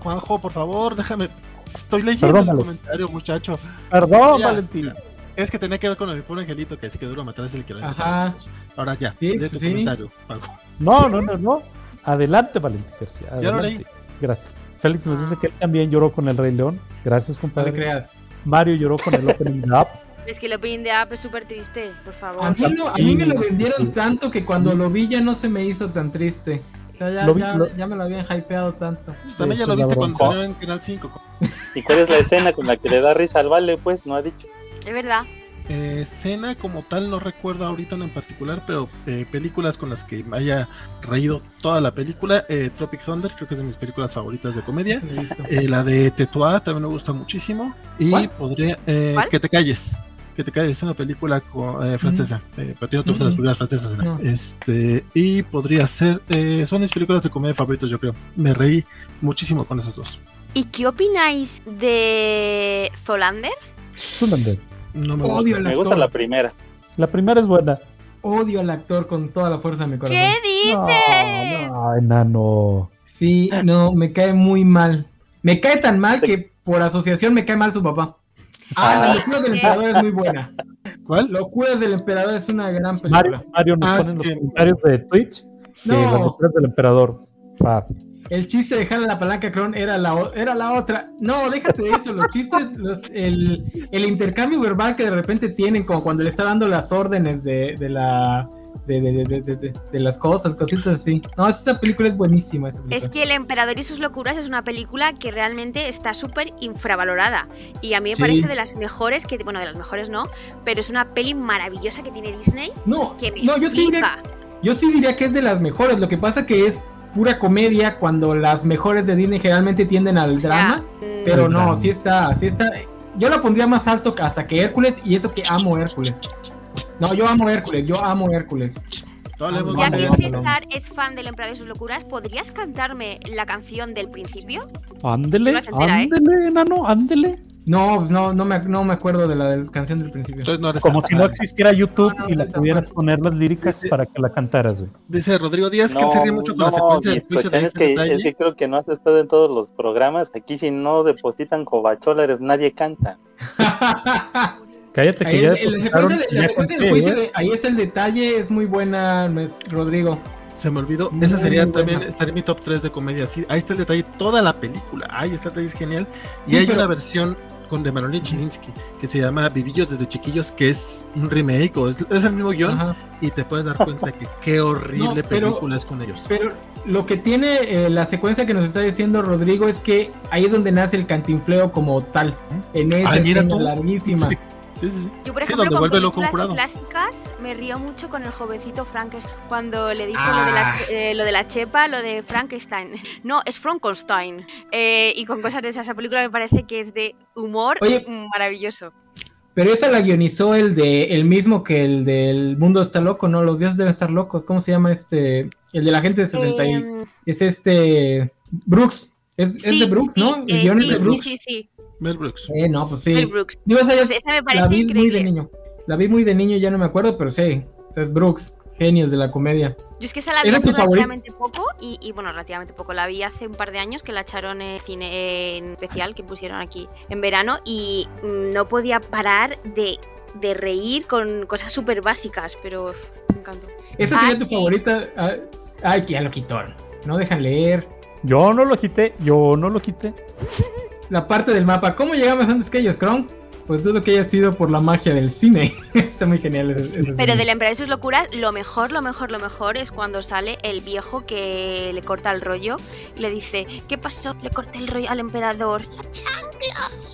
E: Juanjo, por favor, déjame. Estoy leyendo
A: Perdónalo.
E: el comentario, muchacho.
A: Perdón,
E: Ya.
A: Valentín.
E: Es que tenía que ver con el pobre angelito que se quedó lo matar es el que lo
F: Ajá.
E: Ahora ya,
F: Sí,
E: lee tu
F: sí.
E: comentario, Juanjo.
A: No, no, no, no. Adelante, Valentín García.
E: Ya lo
A: adelante.
E: leí.
A: Gracias. Félix nos dice que él también lloró con el Rey León. Gracias,
F: Ah. No te
A: compadre.
F: creas.
A: Mario lloró con el opening de Up.
G: Es que el opening de app es súper triste, por favor.
A: Ah,
F: A mí, lo- a mí me lo vendieron tanto que cuando lo vi ya no se me hizo tan triste. O sea, ya,
A: Lo vi-
F: ya-
A: lo-
F: ya me lo habían hypeado tanto.
E: Pues también
A: Sí,
E: ya lo
A: es una
E: viste cuando
A: bronca.
E: salió en Canal 5.
H: ¿Y cuál es la escena con la que le da risa al vale? Pues no ha dicho.
G: Es verdad.
E: Eh, escena como tal no recuerdo ahorita en particular, pero eh, películas con las que me haya reído toda la película. eh, Tropic Thunder creo que es de mis películas favoritas de comedia.
F: Se me hizo.
E: Eh, la de Tetuá también me gusta muchísimo. Y
F: ¿Cuál?
E: podría... eh,
G: ¿Cuál? Mm.
E: Que te calles. Que te calles, es una película co- eh, francesa. eh, pero a ti no te gustan las
F: Ujú.
E: películas francesas. ¿no?
F: No.
E: Este, y podría ser... eh, son mis películas de comedia favoritas, yo creo. Me reí muchísimo con esas dos.
G: ¿Y qué opináis de Zolander?
A: Zoolander.
E: No me
F: Odio
E: gusta.
F: El
H: Me
F: actor.
H: gusta la primera.
A: La primera es buena.
F: Odio al actor con toda la fuerza de mi corazón.
G: ¿Qué dices?
A: no, enano.
F: Sí, no, me cae muy mal. Me cae tan mal que por asociación me cae mal su papá. Ah, la locura del emperador es muy buena.
E: ¿Cuál?
F: Locura del emperador es una gran película.
A: Mario, Mario nos
E: Ah,
A: pone
E: es
A: en los
E: que-
A: comentarios de Twitch que
F: No.
A: la mujer del emperador. Ah, Pa.
F: El chiste de dejar la palanca Cron era la, o- era la otra. No, déjate de eso. Los chistes, los- el, el intercambio verbal que de repente tienen, como cuando le está dando las órdenes de, de la. De, de- de- de- de- de- de las cosas, cositas así. No, esa película es buenísima. Esa película.
G: Es que El Emperador y sus locuras es una película que realmente está súper infravalorada. Y a mí me
F: Sí.
G: parece de las mejores, que bueno, de las mejores no, pero es una peli maravillosa que tiene Disney
F: no,
G: que me
F: no, yo te diré-
G: flipa.
F: Yo sí diría que es de las mejores. Lo que pasa que es pura comedia cuando las mejores de Disney generalmente tienden al
G: O sea,
F: drama.
G: mm,
F: Pero
A: El
F: no,
A: drama.
F: sí está, sí está. Yo la pondría más alto que- hasta que Hércules y eso que amo Hércules. No, yo amo Hércules, yo amo Hércules.
E: No hablemos
G: ya
F: no,
E: de-
G: que
F: no, no.
G: César es fan del Emperador y sus locuras, ¿podrías cantarme la canción del principio?
A: Ándele,
G: No se entera, ¿eh?
A: ándele, enano, ándele.
F: No, no, no me, no me acuerdo de la del- canción del principio.
E: Entonces no eres
A: Como
E: tan
A: si no
E: fan.
A: existiera YouTube
F: No, no,
A: y le
F: no, no,
A: pudieras
F: no.
A: poner las líricas
E: Sí.
A: para que la cantaras, güey.
E: Dice Rodrigo Díaz que
H: No,
E: él se ríe mucho con la
H: no,
E: secuencia del
H: bizcocho,
E: juicio de
H: es,
E: este
H: que,
E: detalle.
H: es que creo que no has estado en todos los programas. Aquí si no depositan covacholas, nadie canta.
A: Cállate que
F: Ahí,
A: ya
F: el- el- la
A: depositaron y
F: secuencia de- la
A: ya
F: secuencia del
A: conté,
F: juicio
A: ¿eh?
F: de- ahí es el detalle, es muy buena, no es- Rodrigo.
E: Se me olvidó.
F: Muy
H: Mm.
E: Esa sería
F: buena.
E: también estar en mi top 3 de comedia. Sí, ahí está el detalle, toda la película. Ahí está el detalle, es genial. Y
F: Sí,
E: hay
F: pero-
E: una versión con de Manolín Chilinsky que se llama Vivillos desde chiquillos, que es un remake o es, es el mismo guión.
F: Ajá.
E: Y te puedes dar cuenta que qué horrible
F: *laughs* No, pero-
E: película es con ellos.
F: Pero lo que tiene eh, la secuencia que nos está diciendo Rodrigo es que ahí es donde nace el cantinfleo como tal. ¿eh? En esa
E: Ay, Ah, mira
F: escena
E: tú.
F: larguísima.
E: Sí, sí, sí. sí.
G: Yo, por
E: Sí,
G: ejemplo,
E: donde
G: con
E: vuelve loco un
G: películas
E: jurado.
G: clásicas me río mucho con el jovencito Frankenstein cuando le dijo
F: Ah.
G: lo, de la, eh, lo de la chepa, lo de Frankenstein. *laughs* No, es Frankenstein. Eh, y con cosas de esa, esa película me parece que es de humor
F: Oye.
G: maravilloso.
F: Pero esa la guionizó el de el mismo que el del mundo está loco, ¿no? Los días deben estar locos. ¿Cómo se llama este? El de la gente de 60 y-
G: Em,
F: es este Brooks. Es, es
G: sí,
F: de Brooks,
G: sí,
F: ¿no? El
G: eh,
F: guion
G: sí,
F: es de
G: sí,
F: Brooks.
G: Sí, sí,
E: Mel Brooks.
F: Eh, no, pues sí.
G: Mel Brooks.
F: Digo, esa, yo
G: Pues esa me
F: la
G: parece
F: vi muy de
G: increíble.
F: niño. La vi muy de niño, ya no me acuerdo, pero sí. O sea, es Brooks, genios de la comedia.
G: Yo es que esa la vi
F: ¿Era
G: hace
F: tu favorita?
G: relativamente poco y, y, bueno, relativamente poco. La vi hace un par de años que la echaron en cine en especial que pusieron aquí en verano y mm, no podía parar de, de reír con cosas súper básicas, pero uf, me encantó.
F: Esa sería
G: Ah,
F: tu
G: sí.
F: favorita. Ah, Ay, que ya lo quitó. No dejan leer.
A: Yo no lo quité, yo no lo quité.
F: La parte del mapa. ¿Cómo llegabas antes que ellos, Kron? Pues dudo que haya sido por la magia del cine. *laughs* Está muy genial ese, ese
G: Pero
F: cine.
G: del Emperador y sus locuras, lo mejor, lo mejor, lo mejor es cuando sale el viejo que le corta el rollo y le dice, ¿qué pasó? Le corté el rollo al emperador. ¡La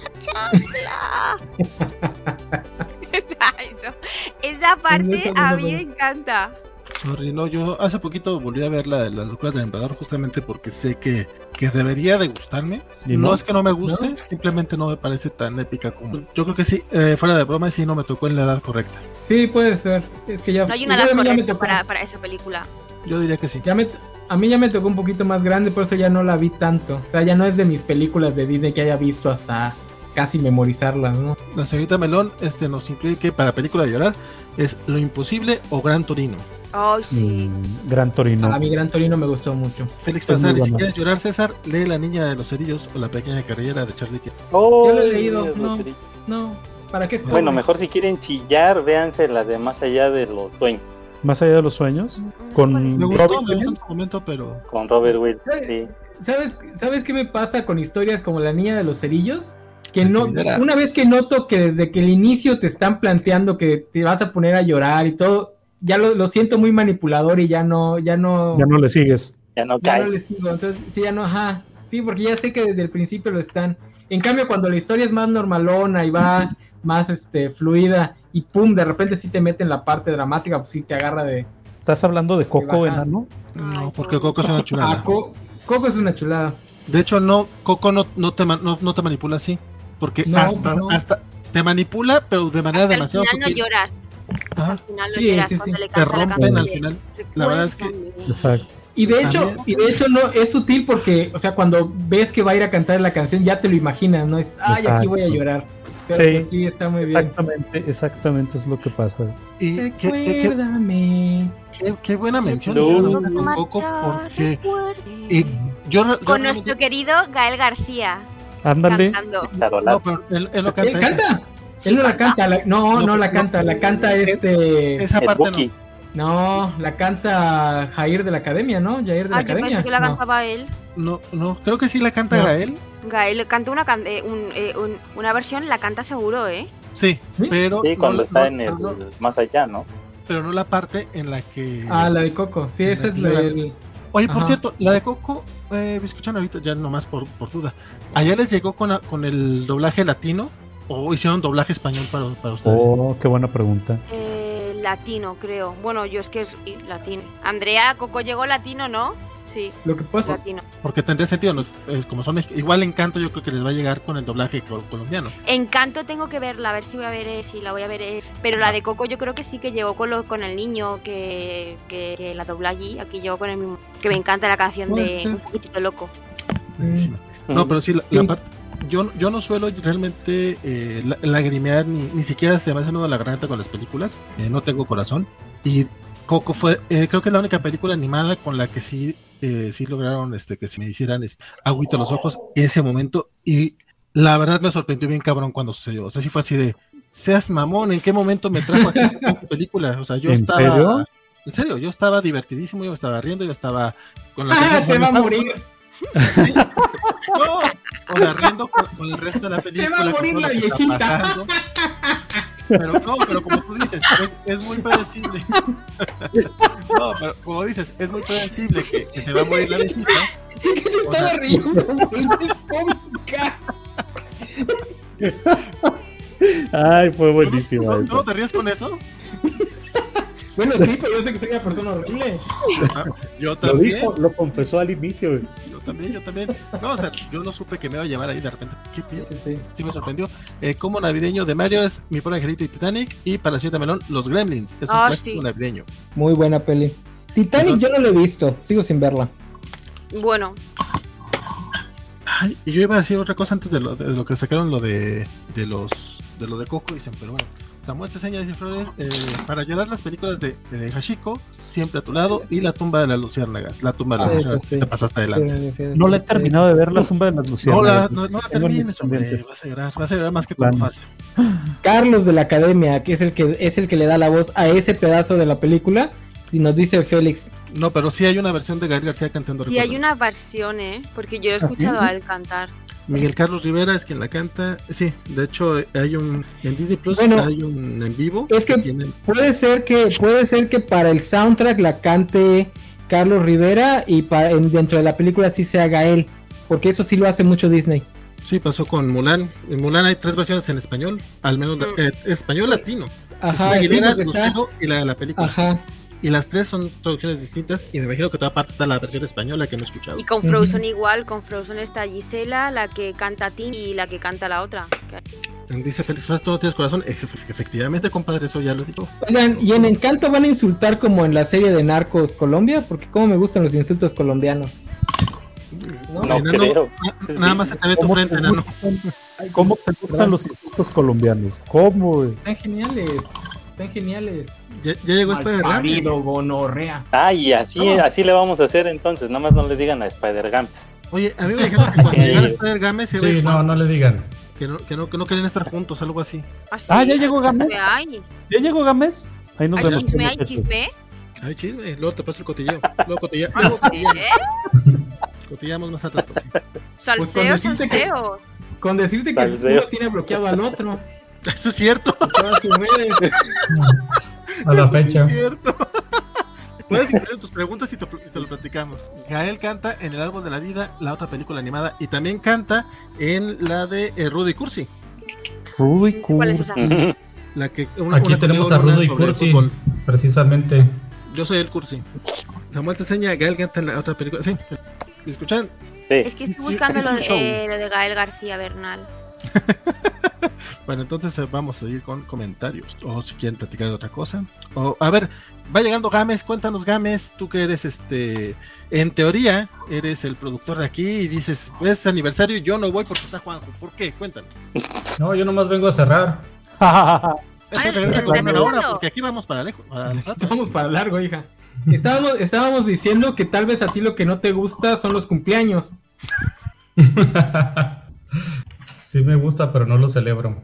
F: *laughs*
G: chancla! *laughs* ¡La chancla! Eso- Esa parte
F: Eso no
G: a
F: lo
G: mí
F: veo.
G: me encanta.
E: Sorry, no, yo hace poquito volví a ver la, las locuras del emperador justamente porque sé que, que debería de gustarme.
A: Ni
E: No
A: modo.
E: es que no me guste, simplemente no me parece tan épica como. Yo creo que sí, eh, fuera de broma, sí no me tocó en la edad correcta.
F: Sí, puede ser. Es que ya.
G: No hay una
F: igual
G: edad
F: a mí ya me
G: correcta
F: tocó.
G: para, para esa película.
E: Yo diría que sí.
F: Ya me, a mí ya me tocó un poquito más grande, por eso ya no la vi tanto. O sea, ya no es de mis películas de Disney que haya visto hasta casi memorizarlas, ¿no?
E: La señorita Melón este, nos incluye que para película de llorar es Lo Imposible o Gran Torino.
G: Ay, sí.
A: Mm, Gran Torino.
F: A mí Gran Torino me gustó mucho.
E: Félix
A: Es muy
E: Bazar, si
A: buena.
E: quieres llorar, César, lee La Niña de los Cerillos o La Pequeña Carrera de Charlie King.
F: Yo lo he
H: ¡Ay,
F: leído,
H: Dios,
F: no.
H: lo triste!
F: No, ¿para qué es
H: Bueno, mejor si quieren chillar, véanse la de Más Allá de los Sueños
A: Más allá de los sueños.
D: No sé
A: Con-
D: cuál es.
E: Me gustó,
A: Robin
E: me gustó en
A: Williams.
E: su momento, pero
H: con Robert Wills.
F: Sí.
H: Sí.
F: ¿Sabes, ¿Sabes qué me pasa con historias como La Niña de los Cerillos? Que no,
E: Sensibilidad.
F: una vez que noto que desde que el inicio te están planteando que te vas a poner a llorar y todo, ya lo, lo siento muy manipulador y ya no, ya no,
A: Ya no le sigues.
H: Ya no
F: ya no
H: cae.
F: le sigo. Entonces, sí, ya no, ajá. Sí, porque ya sé que desde el principio lo están. En cambio, cuando la historia es más normalona y va más este fluida y pum, de repente sí te meten la parte dramática, pues sí te agarra de.
A: ¿Estás hablando de Coco
F: baja.
A: Enano?
E: no,
G: Ay,
E: porque
G: pobre.
E: Coco es una
F: Ah,
E: chulada.
F: Co- Coco es una chulada.
E: De hecho, no, Coco no, no, te, ma- no, no te manipula así. Porque
F: No,
E: hasta,
F: no.
E: hasta te manipula, pero de manera
G: Hasta el
E: demasiado
G: final no
E: sutil.
G: lloras.
E: Ajá,
G: Al final no
F: Sí,
G: lloras
F: Ah, sí,
G: cuando
F: sí.
G: le
E: te
G: canta la
E: rompen
G: canción
E: al
G: de
E: final. la verdad es que-
G: Recuérdame.
A: Exacto.
F: Y de hecho, y de hecho no es sutil porque, o sea, cuando ves que va a ir a cantar la canción, ya te lo imaginas, no es ay aquí voy a llorar. Pero
A: Sí.
F: pues sí, está muy bien.
A: Exactamente, exactamente es lo que pasa.
E: Y qué, qué- qué-
F: Recuérdame.
E: qué- qué buena mención
H: No.
E: hicieron
D: Tengo que
E: con Coco,
D: marchar,
E: porque
D: recuerde.
F: eh,
E: y yo, re- yo
G: Con
E: realmente-
G: nuestro querido Gael García
A: Ándale.
G: cantando.
E: no,
H: Charolazo.
E: pero él, él no
F: Él
E: canta. esa.
F: canta. Él no la canta, la- no,
E: No,
F: no la
E: pero-
F: canta, la canta este
E: Esa
H: El
E: parte no.
H: Buki.
F: no, la canta Jair de la Academia, ¿no? Jair de la
G: Ah, yo
F: Academia.
G: pensé que la
F: No.
G: cantaba él.
E: No, no, creo que sí la canta
F: No.
E: Gael.
G: Gael canta una, can- eh, un- eh, un- una versión, la canta seguro, ¿eh?
E: Sí,
F: ¿Sí?
E: pero.
H: Sí,
E: no-
H: cuando
E: no-
H: está en el
E: no-
H: más allá, ¿no?
E: pero no la parte en la que.
F: Ah, la de Coco. Sí, esa es la del
E: Oye, por
F: ajá.
E: cierto, la de Coco, eh, me escuchan ahorita, ya nomás por, por duda. ¿Allá les llegó con, la- con el doblaje latino o hicieron doblaje español para, para ustedes?
A: Oh, qué buena pregunta.
G: Eh, latino, creo. Bueno, yo es que es sí, latino. Andrea, Coco llegó latino, ¿no? Sí,
F: lo que pasa es-
G: latino.
E: Porque tendría sentido, ¿no? Eh, como son mex- igual Encanto, yo creo que les va a llegar con el doblaje col- colombiano.
G: Encanto tengo que verla, a ver si voy a ver, eh, si la voy a ver. eh. Pero
F: Ah.
G: la de Coco yo creo que sí que llegó con, lo- con el niño que, que- que la dobla allí. Aquí llegó con el mismo. Que me encanta la canción
F: Puede
G: de
F: ser.
G: Un poquitito loco.
E: Buenísima. No, pero sí, la,
F: Sí.
E: la parte. Yo, yo no suelo realmente eh, la- lagrimear, ni, ni siquiera se me hace nudo la garganta con las películas. eh, no tengo corazón. Y Coco fue, eh, creo que es la única película animada con la que sí, eh, sí lograron este, que se me hicieran este, agüita los ojos ese momento. Y la verdad me sorprendió bien cabrón cuando sucedió. O sea, sí fue así de, seas mamón, ¿en qué momento me trajo aquí esta película? O sea,
F: *laughs*
E: yo
A: ¿En
E: estaba...
A: serio?
E: En serio, yo estaba divertidísimo, yo me estaba riendo, yo estaba con la
F: *laughs* Ah,
E: canción-
F: se va a
E: cuando
F: morir.
E: estaba- Sí. No, o sea, riendo con, con el resto de la película.
F: Se va a
E: con
F: morir
E: todo lo
F: la
E: que está
F: viejita.
E: pasando. Pero no, pero como tú dices, es, es muy predecible. No, pero como dices, es muy predecible que, que se va a morir la viejita.
F: ¿Qué le
E: O sea-
F: estaba riendo? ¿Cómo ca-
A: Ay, fue
E: ¿No,
A: buenísima
E: no
A: esa.
E: te ríes con eso?
F: Bueno, sí, pero yo sé que soy una persona horrible.
E: Yo
A: Lo
E: también.
A: dijo, lo confesó al inicio.
E: Yo también, yo también. No, o sea, yo no supe que me iba a llevar ahí de repente. ¿Qué
F: Sí,
E: piensas?
F: sí, sí.
E: Sí me sorprendió. Eh, como navideño de Mario es Mi Pobre Angelito y Titanic. Y para la señorita Melón, Los Gremlins. Es un
G: Ah,
E: clásico
G: sí.
E: navideño.
F: Muy buena peli. Titanic yo no la he visto, sigo sin verla.
G: Bueno,
E: Ay, y yo iba a decir otra cosa antes de lo, de lo que sacaron lo de, de los de lo de Coco dicen, pero bueno. Samuel Ceseña dice Flores, eh, para llorar las películas de, de Hashiko, siempre a tu lado, y la tumba de las luciérnagas. La tumba de las
F: Ah, eso
E: luciérnagas,
F: sí.
E: te pasaste adelante.
A: No la he terminado de ver la tumba de las
E: No, la,
A: luciérnagas.
E: no, no la
A: Tengo mis
E: termines, hombre,
A: pendientes.
E: vas a llorar, vas a llorar más que con
A: Plan.
E: fácil.
F: Carlos de la Academia, que es el que es el que le da la voz a ese pedazo de la película, y nos dice Félix,
E: No, pero sí hay una versión de Gael García cantando
F: Pues
G: y hay
E: Recuerdo.
G: una versión, ¿eh? Porque
F: Ah,
G: yo lo he escuchado a él cantar.
E: Miguel Carlos Rivera es quien la canta. Sí, de hecho eh, hay un en Disney Plus
F: Bueno,
E: hay un en vivo
F: es que-
E: tienen
F: puede ser que puede ser que para el soundtrack la cante Carlos Rivera y para, en- dentro de la película sí se haga él, porque eso sí lo hace mucho Disney.
E: Sí, pasó con Mulan. En Mulan hay tres versiones en español, al menos
G: Mm.
E: eh, español latino.
F: Ajá,
E: Cristina Aguilera,
F: sí, porque está-
E: Lucero y la de la película.
F: ajá.
E: Y las tres son traducciones distintas y me imagino que toda parte está la versión española que no he escuchado.
G: Y con Frozen
F: Ujú.
G: igual, con Frozen está Gisela, la que ah, canta Tim y la que canta la otra.
E: Dice Félix Flores, tú no tienes corazón. Eje- pues, Efectivamente, compadre, eso ya lo digo.
F: Oigan, y en Encanto van a insultar como en la serie de Narcos Colombia, porque como me gustan los insultos colombianos.
H: *laughs* No,
E: Enano,
H: creo.
E: na- Nada
H: *laughs*
E: más se te ve tu
A: ¿Cómo
E: frente,
A: te
E: enano.
A: Ay, ¿Cómo te gustan los insultos colombianos? ¿Cómo, güey?
F: Están geniales, están geniales.
E: Ya, ya llegó Spider Games.
F: Malparido, gonorrea.
H: Ah, y así,
F: ¿Cómo?
H: así le vamos a hacer entonces. Nada más no le digan a Spider Games.
E: Oye, a mí me dijeron
F: *laughs*
E: que cuando
H: Ay.
E: llegara Spider Games se
I: Sí, no, no le digan.
E: que, no, que, no, que no querían estar juntos, algo así.
G: Así,
A: Ah, ya llegó Gamés.
G: chisme hay.
A: ¿Ya llegó Gamés? Ahí nos
G: Hay
A: vemos.
G: chisme, hay
A: muchachos.
G: chisme.
E: Ay, chisme, luego te paso el cotilleo. Luego
F: *laughs*
E: cotilla- *laughs*
G: Algo que, ¿eh?
E: cotillamos más al rato. sí. Pues
G: Salseo,
F: decirte que-
G: salseo.
F: Con decirte que
H: Salseo.
F: uno tiene bloqueado al otro.
E: Eso es cierto.
F: en todas sus redes.
I: A la
E: Eso sí
I: fecha.
E: es cierto. *laughs* Puedes incluir tus preguntas y te, pl- y te lo platicamos. Gael canta en El Árbol de la Vida, la otra película animada, y también canta en la de eh, Rudy Cursi,
A: Rudy *laughs*
G: ¿Cuál es esa?
E: la que una-
I: Aquí
E: una
I: tenemos a
E: conmigo,
I: Rudo y
E: sobre
I: Cursi,
E: fútbol.
I: precisamente.
E: Yo soy el Cursi. Samuel se enseña, Gael canta en la otra película. Sí, ¿me escuchan?
G: Es que
E: Sí, este
G: estoy buscando lo,
E: es un show.
G: eh, lo de Gael García Bernal.
E: Bueno, entonces eh, vamos a seguir con comentarios. O si quieren platicar de otra cosa. O, a ver, va llegando Gámez, cuéntanos Gámez, tú que eres este, en teoría, eres el productor de aquí y dices, es aniversario, y yo no voy porque está Juanjo. ¿Por qué? Cuéntanos.
I: No, yo nomás vengo a cerrar. *laughs*
E: Entonces
G: Ah,
E: regresa
G: ¿estás
E: con una hora
G: empezando?
E: porque aquí vamos para lejos. Para lejos.
F: Vamos para largo, hija. Estábamos, estábamos diciendo que tal vez a ti lo que no te gusta son los cumpleaños.
I: sí me gusta, pero no lo celebro.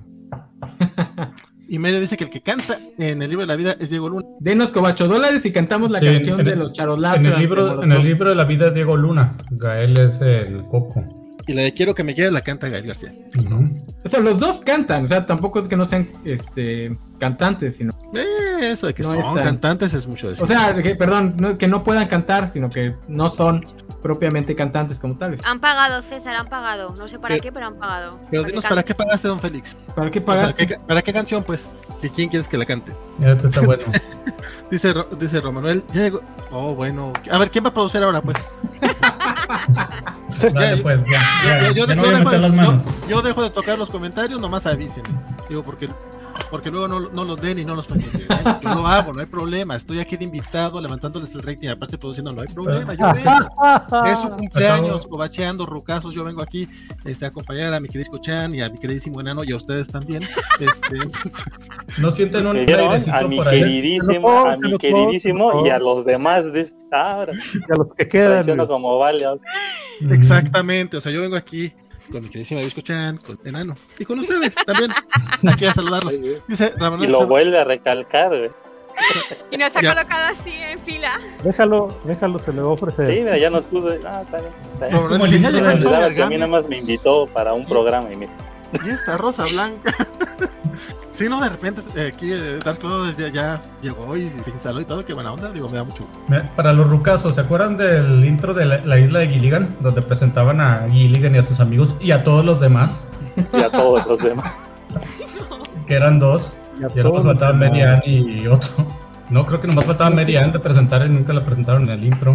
E: Y Mario dice que el que canta en el libro de la vida es Diego Luna.
F: Denos cobacho dólares y cantamos la
I: Sí, en-
F: canción
I: en
F: de
I: el-
F: los charolazos.
I: En
F: de
I: el, libro,
F: Molotov.
I: en el libro de la vida es Diego Luna. Gael es el coco.
E: Y la de Quiero que me quede la canta Gael García.
I: Ujú.
F: O sea, los dos cantan, o sea, tampoco es que no sean este cantantes, sino.
E: Eh, eso de que
F: No
E: son
F: están.
E: cantantes es mucho decir.
F: O sea, que, perdón, no- que no puedan cantar, sino que no son propiamente cantantes como tales.
G: Han pagado, César, han pagado. No sé para
E: Pero-
G: qué, pero han pagado.
E: pero
G: que
E: dinos,
G: cante.
E: ¿para qué pagaste, don Félix?
F: ¿Para qué
E: O sea,
F: pagas?
E: ¿qué- ¿Para qué canción, pues? ¿Y quién quieres que la cante?
I: Ya te está bueno.
E: Dice, Ro- dice Romanuel, ya llegó. Oh, bueno. A ver, ¿quién va a producir ahora, pues?
I: Dale,
E: Ya,
I: pues, ya.
E: Yo,
I: ya,
E: yo- yo
I: ya no voy a
E: dejo de,
I: meter las
E: yo-
I: manos.
E: yo dejo de tocar los comentarios, nomás avísenme. Digo, porque, porque luego no, no los den y no los platiquen. ¿eh? Yo lo hago, no hay problema. Estoy aquí de invitado, levantándoles el rating, aparte produciendo, no hay problema. Yo vengo. Es su cumpleaños, cobacheando, rucazos. Yo vengo aquí este, a acompañar a mi queridísimo Chan y a mi queridísimo enano y a ustedes también. Este, entonces,
I: No sienten un
H: Me dieron
I: airecito
H: a mi
I: por ahí.
H: queridísimo,
A: Por
H: a mi
A: favor, por
H: queridísimo
A: favor.
H: y a los demás de esta hora.
A: a los que quedan.
H: Traiciono
A: güey.
H: como vale.
I: Ujú.
E: Exactamente, o sea, yo vengo aquí con mi queridísima Visco Chan, con Enano y con ustedes también, aquí a saludarlos. Dice
H: Y
E: Ramón
H: lo vuelve a recalcar, güey.
G: Y nos ha
E: Ya.
G: colocado así en fila.
A: Déjalo, déjalo, se le va a ofrecer.
H: Sí, mira, ya nos puso. Ah, está bien. Está bien.
I: Es como el
E: ya
I: intro
E: llegó
I: de-
E: Spider
H: Olvidaba que a mí
E: Games,
H: nada más me invitó para un programa y me
E: y esta rosa blanca. *laughs* sí, no, de repente eh, aquí eh, Dark Cloud ya, ya llegó y se instaló y todo, qué buena onda, digo, me da mucho.
I: Mira, Para los rucasos, ¿se acuerdan del intro de la, la isla de Gilligan? Donde presentaban a Gilligan y a sus amigos y a todos los demás,
H: y a todos los demás.
I: que eran dos.
A: Y a
I: Y ahora
A: todos
I: pues faltaban
A: los
I: Mary
A: demás.
I: Ann y otro. *laughs* No, creo que nomás faltaba Mary Ann de presentar y nunca la presentaron en el intro.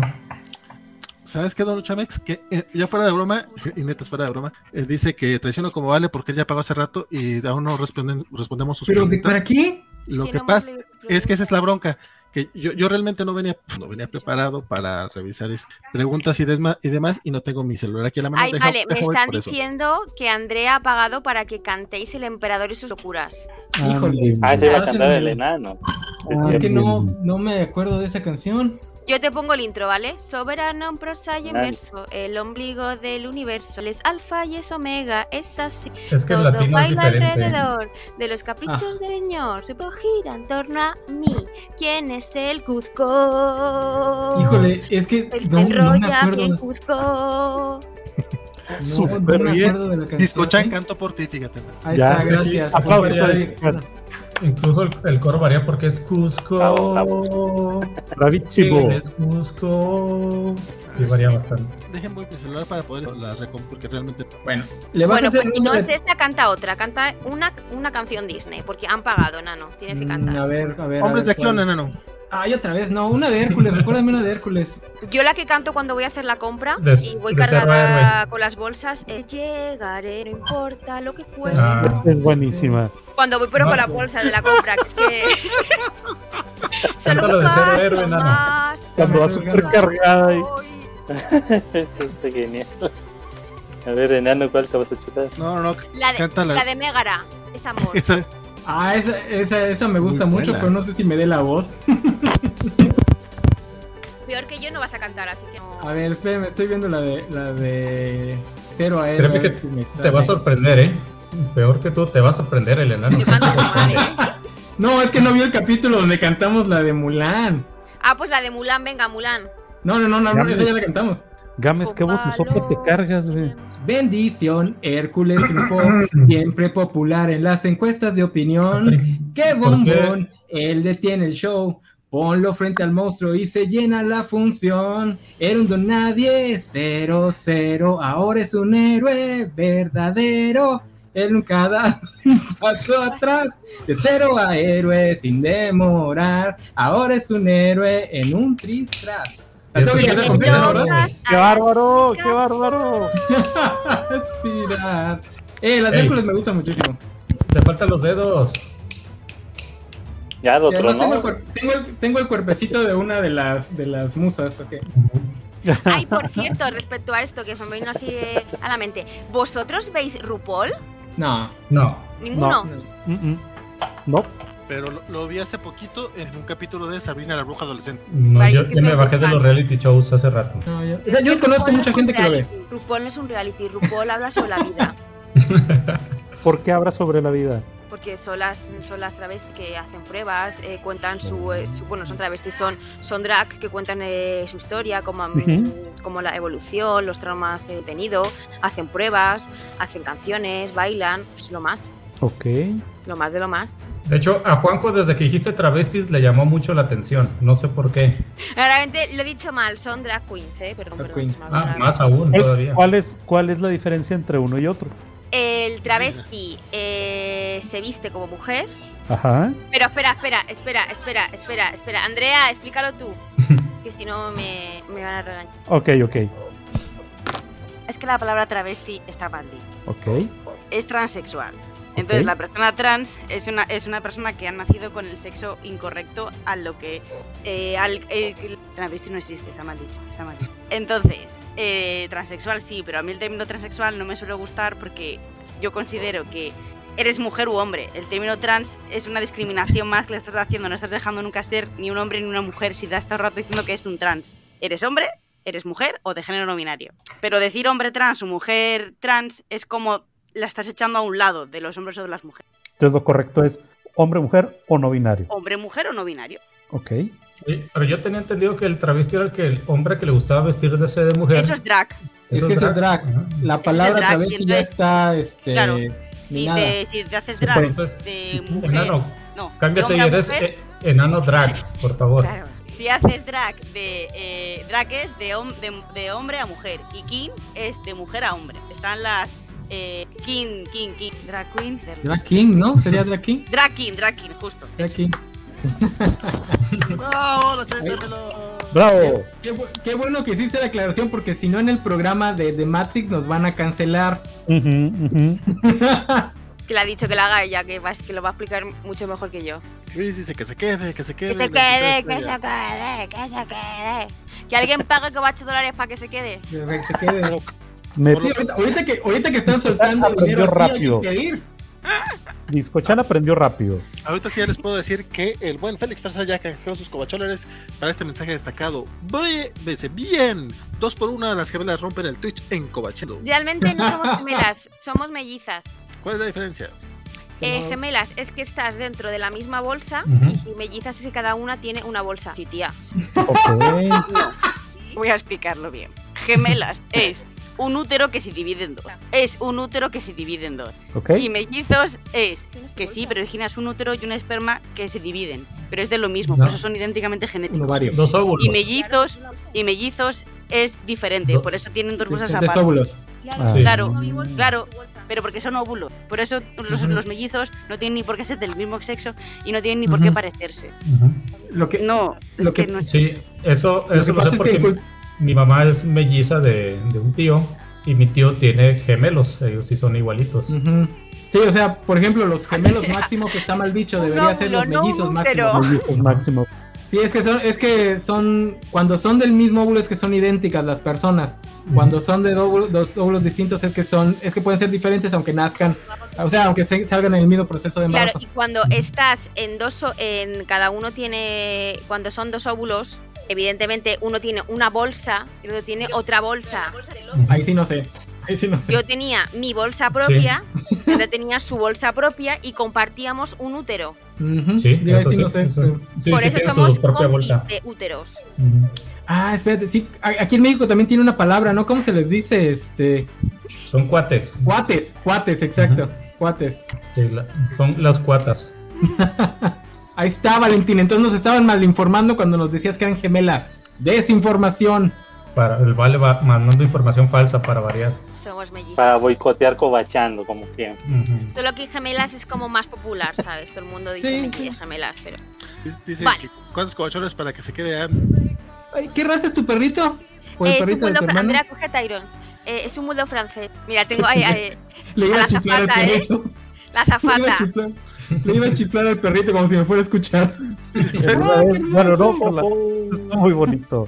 E: ¿Sabes qué, Don Luchamex? Que eh, ya fuera de broma, *laughs* y neta es fuera de broma, eh, dice que traiciono como vale porque él ya pagó hace rato y aún no responden, respondemos sus
F: ¿Pero de-
E: preguntas.
F: para qué?
E: Lo
G: Tiene
E: que
G: un
E: pasa
G: montón de
E: Es que esa es la
G: preguntas.
E: bronca. Que yo, yo realmente no venía, no venía preparado para revisar es- preguntas y, desma- y demás, y no tengo mi celular aquí a la mano.
G: Ay,
E: Deja-
G: vale, me
E: deja voy
G: están
E: por eso.
G: diciendo que Andrea ha pagado para que cantéis El Emperador y sus locuras.
F: Híjole.
H: Ah, se iba a
F: Gracias,
H: cantar el
F: amigo.
H: enano.
E: Ah,
F: Es
H: *laughs*
F: que no, no me acuerdo de esa canción.
G: Yo te pongo el intro, ¿vale? Soberano, prosa y
H: Vale.
G: inverso, el ombligo del universo, él es alfa y es omega, es así.
I: Es que el
G: Todo
I: latino es
G: baila
I: diferente.
G: alrededor de los caprichos
F: Ah.
G: del señor, se gira en torno a mí. ¿Quién es el Cuzco?
F: Híjole, es que
G: Oh, El
F: no, no me
G: enrolla
F: acuerdo.
G: bien Cuzco.
F: No, no
A: Súper
F: me
A: bien.
F: acuerdo de la canción. ¿eh?
E: Disco Chan, canto por ti, fíjate más.
F: Ahí
A: Ya,
F: está,
A: está
I: aquí.
F: gracias.
A: Aplausos,
F: Compadre.
I: Incluso el, el coro varía porque es
H: Bravo,
I: Cusco.
A: Bravísimo.
I: Es Cusco. Sí,
E: Ah,
I: varía
E: sí.
I: bastante.
E: Dejen voy mi celular para poder las recom porque realmente.
F: Bueno, le vas
G: Bueno,
F: a hacer
G: pues si
F: una
G: no
F: de-
G: es esta, canta otra. Canta una, una canción Disney, porque han pagado, nano. Tienes que
F: Mm,
G: cantar.
F: A ver, a ver. a
E: Hombres
F: ver
E: de acción,
F: cuál.
E: enano.
F: Ay, otra vez, no, una de Hércules, recuérdame una de Hércules.
G: Yo la que canto cuando voy a hacer la compra
I: De-
G: y voy
I: de Cerro
G: cargada
I: Héroe.
G: con las bolsas. eh, llegaré, no importa lo que cueste.
I: Ah.
A: Esta es buenísima.
G: Cuando voy pero con
I: No.
G: la bolsa de la compra, que es
I: *laughs*
G: que.
I: Cántalo de
G: Solo
I: Cerro Héroe,
G: basta
I: nano.
G: más,
A: Cuando va
F: me estoy
A: súper cargada y
G: hoy.
H: Esto está este, genial. A ver, enano, ¿cuál te vas a chutar?
E: No, no,
G: La de,
E: Cántala.
G: la de Megara, es amor.
E: *laughs* esa-
F: Ah, esa, esa, esa me gusta
E: Muy
F: mucho,
E: buena.
F: pero no sé si me dé la voz.
G: Peor que yo no vas a cantar, así que no.
F: A ver, espérame, estoy viendo la de la de cero a él.
I: Créeme
F: a ver
I: que
F: si me
I: Te
F: sale.
I: va a sorprender, ¿eh? Peor que tú, te va a sorprender el enano.
G: Yo canto muy mal, ¿eh?
F: No, es que no vi el capítulo donde cantamos la de Mulan.
G: Ah, pues la de Mulan, venga, Mulan.
F: No, no, no, no,
A: Ya
F: no,
A: me-
F: esa ya la cantamos.
A: Games, qué voz te cargas, güey.
F: Bendición, Hércules triunfó, siempre popular en las encuestas de opinión. ¡Qué
I: ¿Por qué?
F: bombón! Él detiene el show. Ponlo frente al monstruo y se llena la función. Era un don nadie, cero, cero. Ahora es un héroe verdadero. Él nunca *laughs* da un paso atrás. De cero a héroe sin demorar. Ahora es un héroe en un tristras. La tengo que
I: Eso
F: cantar
I: sí.
F: completa, ¿no, verdad?
G: Rosas
A: ¡Qué
G: a la
A: bárbaro!
G: chica.
A: ¡Qué bárbaro!
F: Aspirar. Eh, las
I: Ey.
F: Hércules me gustan muchísimo.
I: *laughs* Te faltan los dedos.
H: Ya lo
F: Y además tengo, el,
H: tronó.
F: cuer- tengo, el, tengo el cuerpecito de una de las, de las musas. Así.
G: Ay, por cierto, respecto a esto que se me vino así de- a la mente. ¿Vosotros veis RuPaul?
F: No.
I: No.
G: Ninguno.
A: Mm, mm. No,
E: pero lo, lo vi hace poquito en un capítulo de Sabrina la Bruja Adolescente.
F: *laughs*
I: No,
G: Vaya,
I: yo,
G: es que
I: yo
G: estoy
I: me bajé de
G: buscando.
I: los reality shows hace rato. *laughs*
F: No, yo, o sea, yo conozco
G: RuPaul no
F: mucha
G: es
F: gente
G: un
F: que lo ve.
G: reality. RuPaul no es un reality, RuPaul habla sobre la vida.
A: ¿por qué habla sobre la vida?
G: Porque son las, son las travestis que hacen pruebas, eh, cuentan su, eh, su- Bueno, son travestis, son, son drag que cuentan eh, su historia, como, han-
A: Ujú.
G: como la evolución, los traumas eh, tenido, hacen pruebas, hacen canciones, bailan, pues lo más,
A: Ok.
G: lo más de lo más.
I: De hecho, a Juanjo desde que dijiste travestis le llamó mucho la atención. No sé por qué.
G: Realmente lo he dicho mal, son drag queens, ¿eh? Perdón,
F: Drag
G: perdón.
F: queens.
G: se me ha
I: Ah,
G: olvidado.
I: más aún todavía.
A: ¿Cuál es, ¿Cuál es la diferencia entre uno y otro?
G: El travesti eh, se viste como mujer.
A: Ajá.
G: Pero espera, espera, espera, espera, espera, espera. Andrea, explícalo tú. Que si no me, me van a regañar.
A: Ok, ok.
J: Es que la palabra travesti está mal dicha.
A: Ok.
J: Es transexual. Entonces,
A: Ok.
J: la persona trans es una, es una persona que ha nacido con el sexo incorrecto a lo que. eh, al, eh, que el travesti no existe, está mal dicho. Está mal dicho. Entonces, eh, transexual sí, pero a mí el término transexual no me suele gustar porque yo considero que eres mujer u hombre. El término trans es una discriminación más que le estás haciendo. No estás dejando nunca ser ni un hombre ni una mujer si das todo el rato diciendo que es un trans. ¿Eres hombre? ¿Eres mujer o de género no binario? Pero decir hombre trans o mujer trans es como la estás echando a un lado de los hombres o de las mujeres.
A: Entonces lo correcto es hombre, mujer o no binario.
J: Hombre, mujer o no binario.
A: Ok.
I: Sí, Pero yo tenía entendido que el travesti era el, que, el hombre que le gustaba vestirse de mujer.
J: Eso es drag.
F: Es que eso es drag.
I: Ajá.
F: La
J: Es el
F: palabra
J: drag,
F: travesti
J: y
F: ya
J: entonces-
F: está. Este,
J: claro.
F: ni
J: Si
F: nada.
J: te, si te haces
I: Sí,
J: drag
I: entonces,
J: de mujer.
I: Enano,
J: no,
I: cámbiate
J: de
I: y
J: hombre a
I: eres
J: mujer,
I: eh, enano drag, por favor.
J: claro. Si haces drag de eh, drag es de, hom- de, de hombre a mujer y king es de mujer a hombre. Están las eh, king, king, king, drag queen,
F: Drag King, ¿no? ¿Sería Drag King?
J: drag king, drag king, justo.
F: Drag King.
E: ¡No, la acéptamelo!
A: ¡Bravo!
F: Qué, bu- qué bueno que hiciste la aclaración porque si no en el programa de, de Matrix nos van a cancelar.
A: Ujú, ujú.
G: Que le ha dicho que la haga ella, que, va, que lo va a explicar mucho mejor que yo.
E: Luis dice que se quede, que se quede.
K: Que se
E: la invitada
K: quede, que
E: estrella.
K: se quede, que se quede.
G: Que alguien pague que va a echar dólares para que se quede.
F: Que se quede.
A: Me
F: *laughs* Sí, ahorita, ahorita que, ahorita que están soltando
A: Aprendió
F: dinero así hay
A: rápido.
F: que pedir.
A: Discochan aprendió rápido.
E: Ahorita sí ya les puedo decir que el buen Félix Farsa ya canjeó sus cobacholares para este mensaje destacado. Bre- dice, Bien, dos por una las gemelas rompen el Twitch en Cobachelo.
G: Realmente no somos gemelas, somos mellizas.
E: ¿Cuál es la diferencia?
G: Eh, gemelas es que estás dentro de la misma bolsa
I: Ujú.
G: y mellizas es que cada una tiene una bolsa. Sí, tía.
A: Ok.
J: Voy a explicarlo bien.
I: *laughs*
J: Gemelas es un útero que se divide en dos. Es un útero que se divide en dos.
A: Ok.
J: Y mellizos es que sí, pero Virginia es un útero y un esperma que se dividen. Pero es de lo mismo, por
I: No.
J: eso son idénticamente
F: Un
J: genéticos.
F: ovario.
I: Dos óvulos.
J: Y mellizos, y mellizos es diferente,
I: No.
J: por eso tienen dos cosas
F: Diferentes
J: aparte.
F: óvulos.
A: Ah.
I: Sí.
J: Claro,
A: Mm.
J: claro, pero porque son óvulos. Por eso los,
I: Ujú.
J: los mellizos no tienen ni por qué ser del mismo sexo y no tienen ni por qué
F: Ujú.
J: parecerse.
I: Ujú.
F: Lo que,
L: No, es
F: Lo
L: que,
F: que-
L: no es
I: Sí,
L: eso.
I: eso,
F: lo que
I: eso lo sé
F: pasa es que
I: porque
F: cult-
I: mi mamá es melliza de, de un tío y mi tío tiene gemelos, ellos sí son igualitos.
F: Ujú. Sí, o sea, por ejemplo, los gemelos máximo que está mal dicho,
L: Un
F: debería ser los
L: óvulo, no
F: mellizos
L: un
F: máximos.
L: útero.
A: El máximo.
F: Sí, es que son, es que son, cuando son del mismo óvulo es que son idénticas las personas. Cuando son de óvulo- dos óvulos distintos es que son, es que pueden ser diferentes aunque nazcan, o sea, aunque se- salgan en el mismo proceso de
G: Claro,
F: embarazo.
G: y cuando estás en dos, o- en cada uno tiene, cuando son dos óvulos, evidentemente uno tiene una bolsa y el otro tiene otra bolsa.
F: Ahí sí no sé, ahí sí no sé.
G: Yo tenía mi bolsa
F: *laughs*
G: propia, ella tenía su bolsa propia y compartíamos un útero.
F: Ujú,
I: Sí,
F: yo ahí
I: eso
F: sí
I: sí,
F: no sé.
I: eso- sí,
G: Por
I: sí
G: eso
I: tiene
G: somos
I: su propia
G: compis
I: bolsa.
G: de úteros.
I: Ujú.
F: Ah, espérate, sí, a- aquí en México también tiene una palabra, ¿no? ¿Cómo se les dice? Este,
I: Son cuates.
F: cuates, cuates, exacto, cuates.
I: Sí, la- son las cuatas.
F: Ahí está, Valentín. Entonces nos estaban malinformando cuando nos decías que eran gemelas. Desinformación.
I: Para, el vale va mandando información falsa para variar.
G: Somos mellizos.
H: Para boicotear cobachando, como siempre.
I: Ujú.
G: Solo que gemelas es como más popular, ¿sabes? Todo el mundo dice
F: Sí,
G: mellizas,
F: sí.
G: gemelas, pero.
E: Dicen
G: Vale.
E: que cuántos covachones para que se quede ah,
F: Ay, ¿Qué raza es tu perrito? ¿O el
G: Eh, es un
F: Pues perrito de tu
G: bulldog fran-
F: hermano?
G: Andrea, coge a Tyrone. Eh, es un bulldog francés. Mira,
F: *laughs*
G: tengo ahí, ahí,
F: Le
G: a
F: iba
G: la
F: a chiflar al
G: azafata, ¿eh?
F: perrito. *laughs*
G: la
F: Le iba a
G: zafata.
F: chiflar. Le iba a chiflar al perrito como si me fuera a escuchar. *laughs*
A: ¿verdad?
F: qué
A: Bueno, no,
F: hermoso.
A: por la-
H: Uh, *laughs*
A: está muy bonito.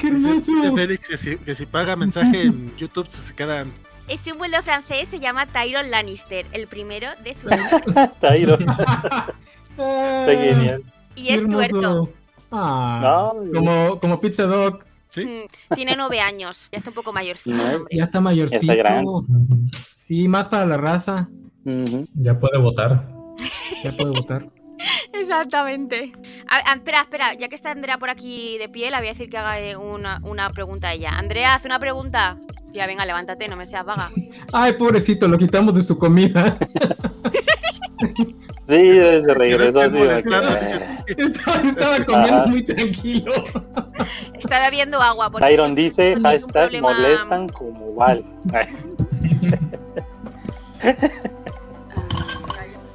F: ¡Qué
E: dice,
F: hermoso!
E: dice Félix que si, que si paga mensaje
F: *laughs*
E: en YouTube se, se quedan.
G: Es un bulldog francés, se llama Tyron Lannister, el primero de
E: *laughs*
G: su nombre.
H: Tairo,
F: Ah,
H: está genial.
G: Y
F: qué
G: es tuerto.
F: hermoso. Ah,
H: No,
F: como, como Pizza Dog.
G: Mm, Tiene nueve años, ya está un poco mayorcito. *laughs*
H: No.
G: el hombre.
F: Ya está
H: Ya está grande.
F: mayorcito.
I: Ujú.
F: Sí, más para la raza.
H: ujú.
I: Ya puede votar.
F: Ya puede votar.
G: Exactamente. A- a- espera, espera, ya que está Andrea por aquí de pie, le voy a decir que haga eh, una, una pregunta a ella. Andrea, haz una pregunta. Ya, venga, levántate, no me seas vaga.
F: Ay, pobrecito, lo quitamos de su comida. *laughs*
H: Sí, desde regreso.
E: Te
H: así de-
E: molestando,
H: Eh,
E: dice,
F: Estaba, estaba comiendo
H: Ah.
F: muy tranquilo.
G: Está bebiendo agua. Por
H: Tyron dice,
G: Ningún
H: hashtag
G: problema.
H: molestan como *laughs* val.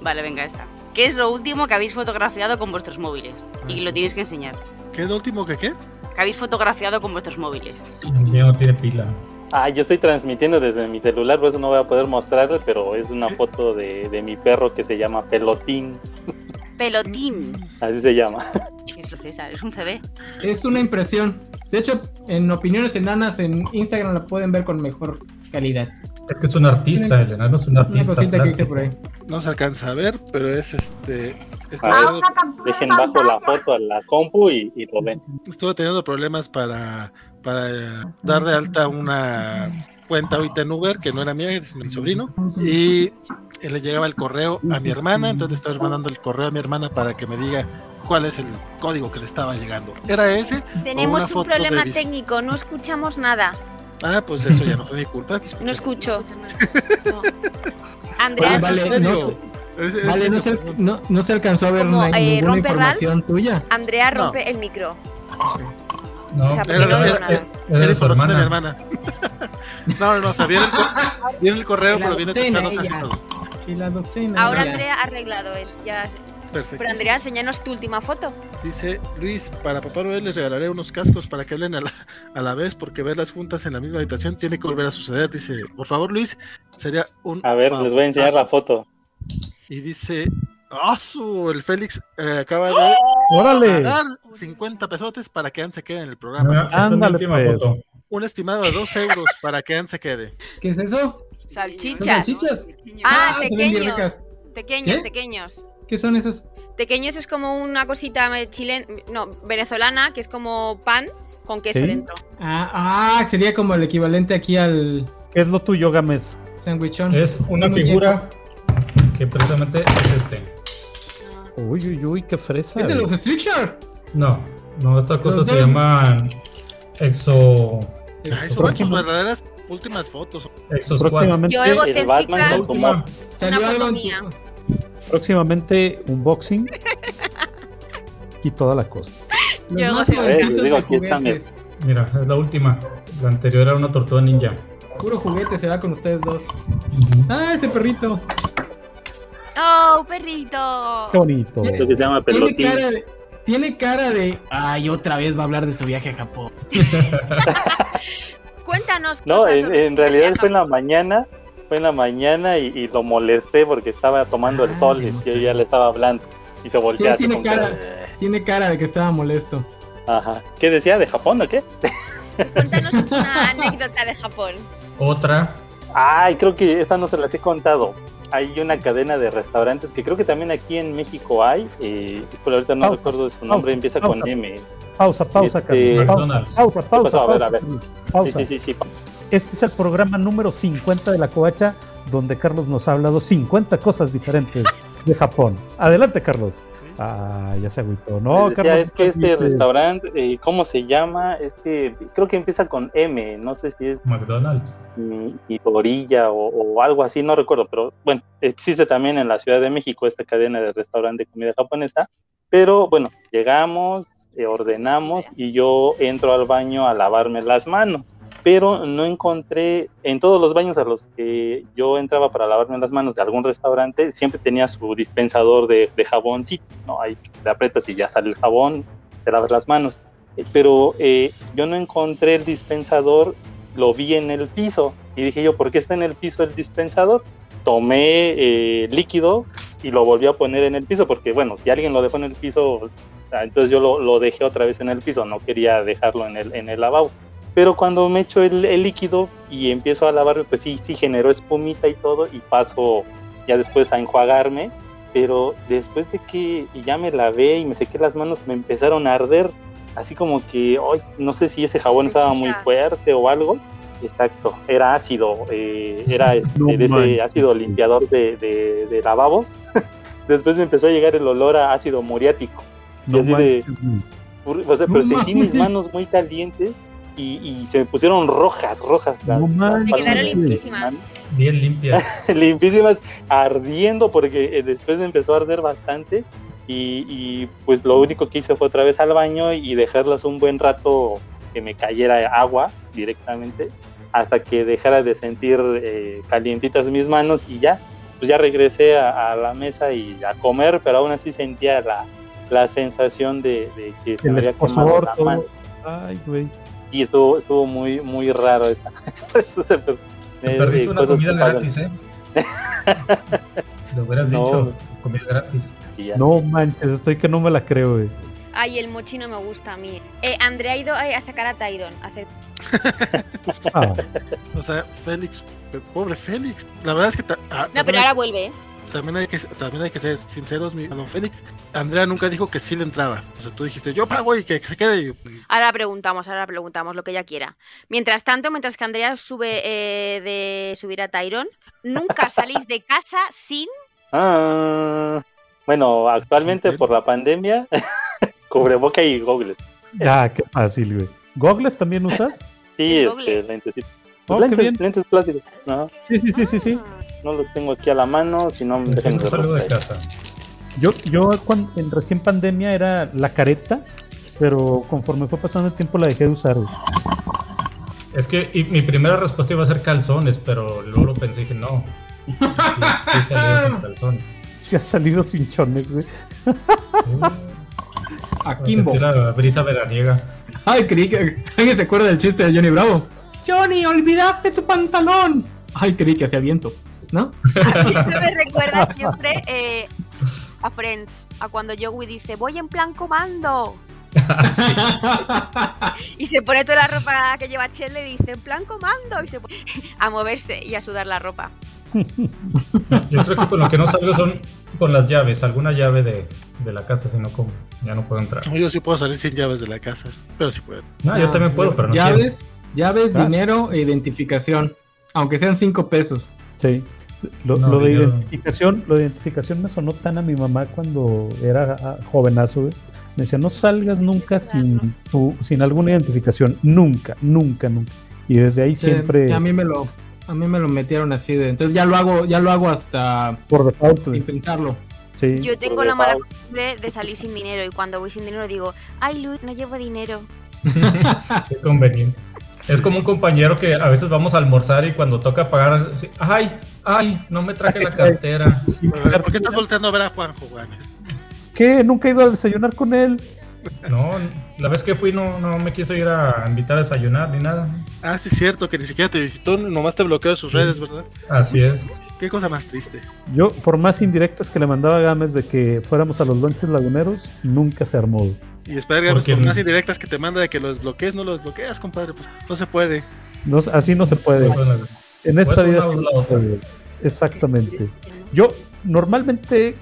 L: Vale, venga, esta. ¿Qué es lo último que habéis fotografiado con vuestros móviles? Y lo tienes que enseñar.
E: ¿Qué es lo último que qué?
L: Que habéis fotografiado con vuestros móviles.
I: El mío no tiene pila.
H: Ah, yo estoy transmitiendo desde mi celular, por eso no voy a poder mostrarle, pero es una foto de, de mi perro que se llama Pelotín,
L: Pelotín.
H: así se llama.
L: ¿Qué es lo que es? Es un CD.
F: Es una impresión. De hecho, en opiniones enanas en Instagram la pueden ver con mejor calidad.
I: Es que es un artista, el enano es un
F: Una
I: artista.
F: cosita que hice
I: plástico.
F: por ahí.
E: No se alcanza a ver, pero es este. Estuve,
H: Ah,
E: teniendo,
H: Dejen bajo la foto a la compu y, y lo ven.
E: estuve teniendo problemas para, para dar de alta una cuenta ahorita en Uber que no era mía, sino de mi sobrino. Y le llegaba el correo a mi hermana, entonces estaba mandando el correo a mi hermana para que me diga cuál es el código que le estaba llegando. ¿Era ese? Una
G: Tenemos un
E: foto
G: problema
E: de bis-
G: técnico, no escuchamos nada.
E: Ah, pues eso ya no fue mi culpa. pues,
G: No escucho. No.
F: Vale,
G: Andrea,
E: Vale,
F: vale,
E: en
F: no,
E: serio. Pero es- en
F: vale, no se,
E: serio,
F: no- no se alcanzó a ver
G: Como,
F: na-
G: eh,
F: ninguna
G: rompe
F: información tuya.
G: Andrea
E: No.
G: rompe el micro.
I: No,
G: O sea,
E: porque no veo
I: era,
G: nada.
I: era- era
E: Era
I: de su
E: información de mi
I: hermana.
E: hermana. *laughs* No, no, no, o sea, viene el, *laughs* cor- viene el correo,
F: La
E: pero viene
F: docena,
E: tocando casi
F: ella.
E: todo.
F: Sí, la docena.
G: Ahora
F: ya.
G: Andrea ha arreglado él. Ya...
E: Perfecto.
G: Pero Andrea, enséñanos tu última foto.
E: Dice Luis, para Papá Noel les regalaré unos cascos para que hablen a la, a la vez, porque verlas juntas en la misma habitación tiene que volver a suceder. Dice, por favor, Luis, sería un.
H: A ver, les voy a enseñar la
E: favorazo".
H: foto.
E: Y dice, ¡Ah, su! El Félix eh, acaba de
A: ¡Órale!
E: pagar 50 pesotes para que Anne se quede en el
I: No,
E: programa.
I: esta es mi
A: Ándale,
I: última
A: pues.
I: foto.
E: Un estimado de 2 euros para que Anne se quede.
F: ¿Qué es eso? ¿Son
G: Salchichas.
F: salchichas?
G: Ah,
F: se ven bien
G: pequeños.
F: ricas.
G: Pequeños,
F: ¿Qué?
G: pequeños.
F: ¿Qué son esas?
G: Pequeños es como una cosita chilena, no, venezolana, que es como pan con queso
A: Sí.
G: dentro.
F: Ah, ah, sería como el equivalente aquí al
A: ¿Qué es lo tuyo, Games?
F: sandwichón.
I: Es una
F: Muy
I: figura que precisamente es este.
A: Uy, uy, uy, qué fresa.
F: ¿Es de
A: güey.
F: los Stricture?
I: No, no, estas cosas
F: Los
I: se
F: dos.
I: llaman exo,
E: Ah, eso van sus verdaderas últimas fotos.
I: exos cuatro.
A: Próximamente,
G: Yo
H: El
G: egocéntrica.
H: Batman
I: La
H: con su moto.
I: última,
F: Salió
G: Una
F: algo en
G: foto
F: tu-
A: próximamente unboxing y toda la cosa.
F: Los
G: Yo
F: más
G: gozo.
H: A ver, les
F: jovencitos
H: digo,
F: de
H: aquí está mi-
F: juguetes.
I: mira, es la última. La anterior era una tortuga ninja.
F: Puro juguete se va con ustedes dos. Ah, ese perrito.
G: ¡Oh, perrito!
A: Qué bonito.
H: Esto que se llama
F: Tiene
H: Pelotín.
F: cara, de- tiene cara de, ay, otra vez va a hablar de su viaje a Japón.
G: Cuéntanos
H: No,
G: cosas
H: en,
G: sobre
H: en
G: tu
H: realidad
G: viaje a
H: fue en la
G: Japón.
H: mañana, fue en la mañana y, y lo molesté porque estaba tomando
F: Ah,
H: el sol
F: le
H: y yo ya le estaba hablando y se voltea así "Eh".
F: tiene
H: con cara
F: cara.
H: de-
F: Tiene cara de que estaba molesto.
H: Ajá. ¿Qué decía? ¿De Japón o qué?
G: Cuéntanos
H: *laughs*
G: una anécdota de Japón.
I: Otra.
H: Ay, creo que esta no se las he contado. Hay una cadena de restaurantes que creo que también aquí en México hay, eh, pero ahorita no
A: Pausa,
H: recuerdo su nombre,
A: pausa,
H: empieza con
A: pausa.
H: M.
A: Pausa, pausa,
H: Este,
A: Carmen,
I: McDonald's.
A: Pausa, pausa, pausa.
H: pasó? A ver,
A: pausa,
H: a ver.
A: Carmen,
H: Sí,
A: pausa.
H: sí, sí, sí.
A: Este es el programa número 50 de La Covacha, donde Carlos nos ha hablado 50 cosas diferentes de Japón. Adelante, Carlos. Ah, ya se agüitó. No,
H: Les decía,
A: Carlos.
H: es que este
A: dice-
H: restaurante, eh, ¿cómo se llama? Este, creo que empieza con M, no sé si es
I: McDonald's.
H: mi- mi orilla o, o algo así, no recuerdo, pero bueno, existe también en la Ciudad de México esta cadena de restaurante de comida japonesa, pero bueno, llegamos, eh, ordenamos y yo entro al baño a lavarme las manos, pero no encontré, en todos los baños a los que yo entraba para lavarme las manos de algún restaurante, siempre tenía su dispensador de, de jaboncito, ¿no? Ahí le aprietas y ya sale el jabón, te lavas las manos. Eh, Pero eh, yo no encontré el dispensador lo vi en el piso y dije yo, ¿por qué está en el piso el dispensador? Tomé eh, líquido y lo volví a poner en el piso porque, bueno, si alguien lo dejó en el piso, ah, entonces yo lo, lo dejé otra vez en el piso, no quería dejarlo en el, en el lavabo. Pero cuando me echo el, el líquido y empiezo a lavarme, pues sí, sí generó espumita y todo y paso ya después a enjuagarme. Pero después de que ya me lavé y me sequé las manos, me empezaron a arder así como que, ay, no sé si ese jabón estaba muy
G: Mentira.
H: fuerte o algo. Exacto, era ácido, eh, era
A: *laughs*
H: este,
A: No
H: de ese
A: manches.
H: ácido limpiador de, de- de lavabos. *laughs* Después me empezó a llegar el olor a ácido muriático.
A: No
H: así de-
A: manches.
H: O sea,
F: No
H: pero sentí
F: manches.
H: mis manos muy calientes y, y se me pusieron rojas, rojas. las-
A: No
H: las
A: manches.
H: palmas
G: Quedaron
H: de- de
G: limpísimas.
H: mano
I: Bien
H: *laughs*
I: limpia.
H: limpísimas, ardiendo, porque eh, después me empezó a arder bastante. Y, y, pues lo único que hice fue otra vez al baño y dejarlas un buen rato que me cayera agua directamente, hasta que dejara de sentir eh, calientitas mis manos y ya, pues ya regresé a, a la mesa y a comer, pero aún así sentía la, la sensación de, de que se
A: El
H: me había
A: esposador,
H: quemado la
A: todo.
H: mano
A: Ay, güey.
H: y estuvo, estuvo muy, muy raro. *laughs* Esa, esa-
I: Te perdiste
H: eh,
I: una
H: cosas que
I: comida
H: pasan. *laughs*
I: gratis, ¿eh? Lo hubieras
H: No.
I: dicho, comida gratis.
H: Y ya.
A: No manches, estoy que no me la creo, güey.
G: Ay, el mochi no me gusta a mí. Eh, Andrea ha ido eh, a sacar a Tyron. A hacer...
H: *laughs*
A: Ah,
E: O sea, Félix, pe- pobre Félix. La verdad es que ta- ah,
G: No, pero
E: también,
G: ahora vuelve, ¿eh?
E: hay, también, hay que, también hay que ser sinceros, mi don Félix. Andrea nunca dijo que sí le entraba. O sea, tú dijiste, yo pago y que se quede. Y yo,
G: Ahora preguntamos, ahora preguntamos lo que ella quiera. Mientras tanto, mientras que Andrea sube eh, de subir a Tyron, *laughs* nunca salís de casa sin.
H: Ah, bueno, actualmente por la pandemia, *laughs* cubreboca y goggles.
A: ya, qué fácil, güey. ¿Gogles también usas?
H: Sí,
G: ¿Y
H: este,
G: goggles?
H: lentecitos.
A: Oh, qué
H: lentes,
A: bien.
H: lentes plásticos. No,
A: Sí, sí, sí, sí, sí.
H: no los tengo aquí a la mano, si no,
I: Yo
H: déjenme
I: no salgo de
H: ver.
I: casa.
A: Yo, yo cuando, en recién pandemia era la careta, pero conforme fue pasando el tiempo la dejé de usar. güey. *laughs*
I: Es que y mi primera respuesta iba a ser calzones, pero luego lo pensé y dije, no.
H: *laughs*
I: Sí, sí salí sin calzón.
A: Se ha salido sin chones, güey.
I: Uh,
F: A Kimbo.
I: sentí la brisa veraniega. *laughs*
F: Ay, creí que alguien se acuerda del chiste de Johnny Bravo. Johnny, olvidaste tu pantalón. Ay, creí que hacía viento, ¿no?
M: *laughs*
G: Eso me recuerda siempre eh, a Friends, a cuando Joey dice: Voy en plan comando.
I: Ah,
G: Y se pone toda la ropa que lleva Chelle y dice: En plan comando. Y se pone *laughs* a moverse y a sudar la ropa.
I: Yo creo que con lo que no salgo son con las llaves, alguna llave de, de la casa, si no, como ya no puedo entrar.
E: yo sí puedo salir sin llaves de la casa, pero sí puedo.
I: No,
F: Ah,
I: yo también puedo, pero no quiero.
F: Llaves, llaves,
A: Ah, sí.
F: dinero e identificación. Aunque sean cinco pesos.
A: Sí. Lo,
I: No,
A: lo de
I: yo-
A: identificación, lo de identificación me sonó tan a mi mamá cuando era ah, jovenazo, güey. Me decía, no salgas nunca sin tu, sin alguna identificación. Nunca, nunca, nunca. Y desde ahí
F: Sí,
A: siempre
F: a mí me lo, a mí me lo metieron así de. Entonces ya lo hago, ya lo hago hasta
A: por default, güey.
F: sin pensarlo.
A: Sí.
G: Yo tengo
H: Por
G: la mala
H: default.
G: costumbre de salir sin dinero y cuando voy sin dinero digo, ay Luz, no llevo dinero.
I: Qué conveniente. Es como un compañero que a veces vamos a almorzar y cuando toca pagar, sí, ay, ay, no me traje la cartera.
E: Pero, ¿Por qué estás volteando a ver a Juan Juanes?
A: ¿Qué? Nunca he ido a desayunar con él.
I: No, la vez que fui no, no me quiso ir a invitar a desayunar ni nada.
E: Ah, sí, es cierto, que ni siquiera te visitó, nomás te bloqueó de sus redes, ¿verdad?
I: Así es.
E: Qué cosa más triste.
A: Yo, por más indirectas que le mandaba a Gámez de que fuéramos a los lonches laguneros, nunca se armó.
E: Y esperar que pues,
I: Porque-
E: por más indirectas que te manda de que lo desbloquees, no lo desbloqueas, compadre, pues no se puede.
A: No, así no se puede.
I: Bueno,
A: En esta
I: Pues
A: vida
I: una
A: sí
I: o la
A: se
I: otra.
A: puede. Exactamente. Yo normalmente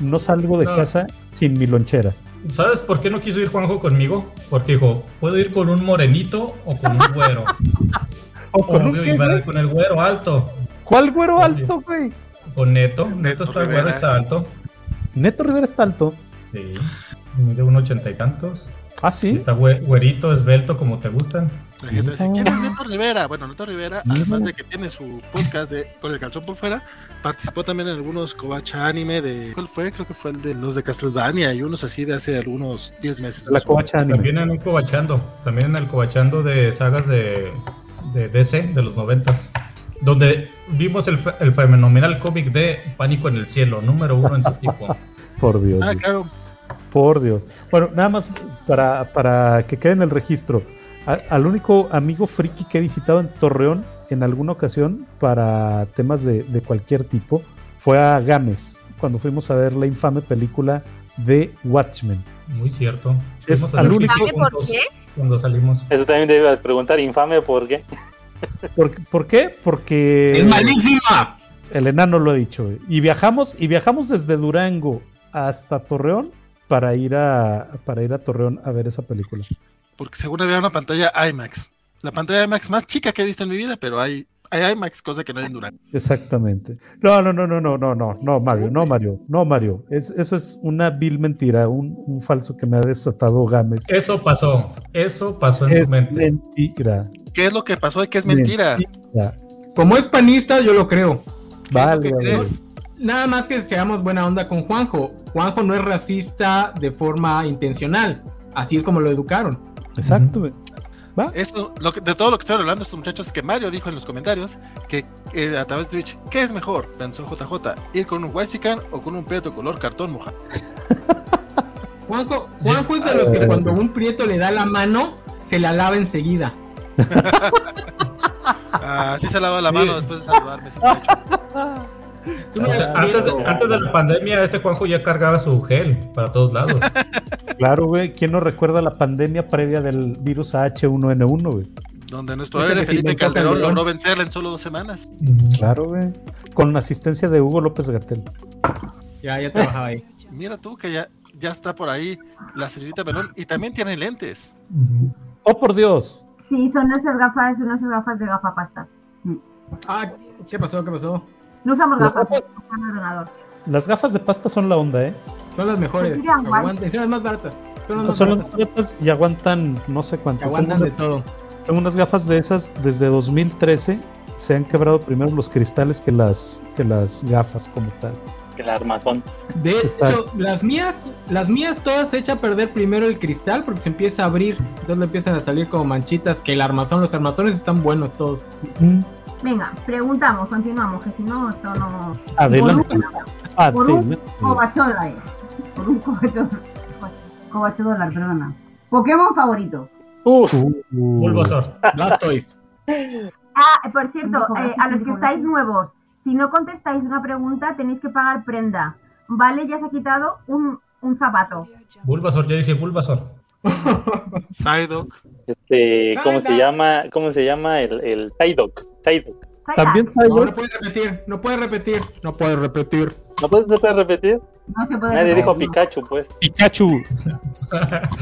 A: no salgo de
I: No.
A: casa sin mi lonchera.
I: ¿Sabes por qué no quiso ir Juanjo conmigo? Porque dijo, puedo ir con un morenito o con un güero.
A: ¿O con
I: Obvio,
A: un qué,
I: iba a
A: güey?
I: ir con el güero alto.
A: ¿Cuál güero
I: Obvio.
A: alto, güey?
I: Con Neto. Neto,
E: Neto
I: está
E: Rivera.
I: güero, está alto.
A: Neto Rivera está alto.
I: Sí. Mide un ochenta y tantos.
A: Ah,
I: Y
A: sí.
I: Está güe- güerito, esbelto, como te gustan.
E: La gente dice,
A: No.
E: ¿quién es Neto Rivera? Bueno, Neto Rivera,
A: No.
E: además de que tiene su podcast de Con el calzón por fuera, participó también en algunos Covacha anime de... ¿Cuál fue? Creo que fue el de los de Castlevania y unos así de hace algunos 10 meses.
A: La covacha anime.
I: También en un cobachando. También en el cobachando de sagas de, de DC de los noventas. Donde vimos el, fe- el fenomenal cómic de Pánico en el Cielo, número uno en su tipo.
A: Por Dios.
E: Ah,
A: güey.
E: claro.
A: Por Dios. Bueno, nada más para, para que quede en el registro. A- al único amigo friki que he visitado en Torreón en alguna ocasión para temas de, de cualquier tipo fue a Gámez, cuando fuimos a ver la infame película de Watchmen.
I: Muy cierto.
A: Es
I: Fuimos a
A: al
I: ver
A: único-
I: Flippy
G: ¿Sabe por
I: juntos
G: qué?
I: Cuando salimos.
H: Eso también te iba a preguntar, infame, ¿por qué?
A: ¿Por, por qué? Porque
F: ¡Es malísima!
A: el enano lo ha dicho. güey. Y viajamos, y viajamos desde Durango hasta Torreón para ir a para ir a Torreón a ver esa película.
E: Porque según había una pantalla IMAX. La pantalla IMAX más chica que he visto en mi vida, pero hay, hay IMAX, cosa que no hay en Durango.
A: Exactamente. No, no, no, no, no, no, no, no, Mario, no, Mario, no, Mario. Es, eso es una vil mentira, un, un falso que me ha desatado Gámez.
I: Eso pasó. Eso pasó en
A: Es
I: su mente.
A: mentira.
E: ¿Qué es lo que pasó y qué es mentira?
A: Mentira.
F: Como es panista, yo lo creo.
A: Vale,
E: ¿Qué crees?
F: Nada más que seamos buena onda con Juanjo. Juanjo no es racista de forma intencional. Así es como lo educaron.
A: Exacto. güey.
E: Esto, lo que- de todo lo que estoy hablando estos muchachos es que Mario dijo en los comentarios que eh, a través de Twitch, ¿qué es mejor? Pensó JJ, ir con un Waxican o con un prieto color cartón mojado.
F: Juanjo, Juanjo es de los que cuando un prieto le da la mano, se la lava enseguida.
E: Ah, Así se lava la mano después de saludarme. ese
A: *laughs*
E: muchacho.
F: Tú no
I: O sea,
F: eres
I: antes, de,
F: prieto.
I: antes de la pandemia, este Juanjo ya cargaba su gel para todos lados.
A: Claro, güey. ¿Quién no recuerda la pandemia previa del virus H1N1, güey?
E: Donde nuestro
F: Fíjate
E: aire
F: que
E: Felipe
F: inventó
E: Calderón
F: Calderón.
E: logró vencerla en solo dos semanas.
A: Claro, güey. Con la asistencia de Hugo López Gatel.
F: Ya, ya trabajaba ahí.
E: Mira tú que ya, ya está por ahí la señorita Belón y también tiene lentes.
A: ¡Oh, por Dios!
M: Sí, son nuestras gafas, son nuestras gafas de gafapastas.
F: Ah, ¿qué pasó? ¿Qué pasó?
M: No usamos
A: Las
M: gafas,
A: gafas-
M: usamos el ordenador.
A: Las gafas de pasta son la onda, ¿eh?
F: Son las mejores.
M: Mira, guay.
F: Aguanten. Son las más baratas. Son las más
A: Son las
F: baratas.
A: baratas y aguantan no sé
F: Que
A: cuánto.
F: aguantan de todo.
A: Tengo unas gafas de esas desde 2013. Se han quebrado primero los cristales que las, que las gafas como tal.
H: Que la armazón.
F: De
A: Exacto.
F: hecho, las mías, las mías todas se echa a perder primero el cristal porque se empieza a abrir. Entonces le empiezan a salir como manchitas. Que el armazón, los armazones están buenos todos.
A: Mm,
M: Venga, preguntamos, continuamos, que si no, esto no.
A: Adelante. Ah,
M: Por un-
A: Adelante.
M: Covachodólar. eh. Por un covachodólar. Covachodólar, perdona. Pokémon favorito.
A: Uh,
I: Bulbasaur.
F: Blastoise.
M: Ah, por cierto,
D: Nicolás,
M: eh, a los que
D: Nicolás.
M: estáis nuevos, si no contestáis una pregunta, tenéis que pagar prenda. Vale, ya se ha quitado un, un zapato.
I: Bulbasaur, yo dije Bulbasaur.
E: Psyduck,
H: Este, ¿cómo se
F: Psyduck.
H: llama? ¿Cómo se llama el, el Psyduck? Psyduck.
M: Saca.
A: También
F: No, no
A: Cyborg.
F: puedes repetir, no puedes repetir, no puedes repetir.
H: ¿No puedes tratar de repetir?
M: No se
G: Ah,
M: puede
H: Nadie
M: repetir.
H: dijo Pikachu, pues.
A: Pikachu.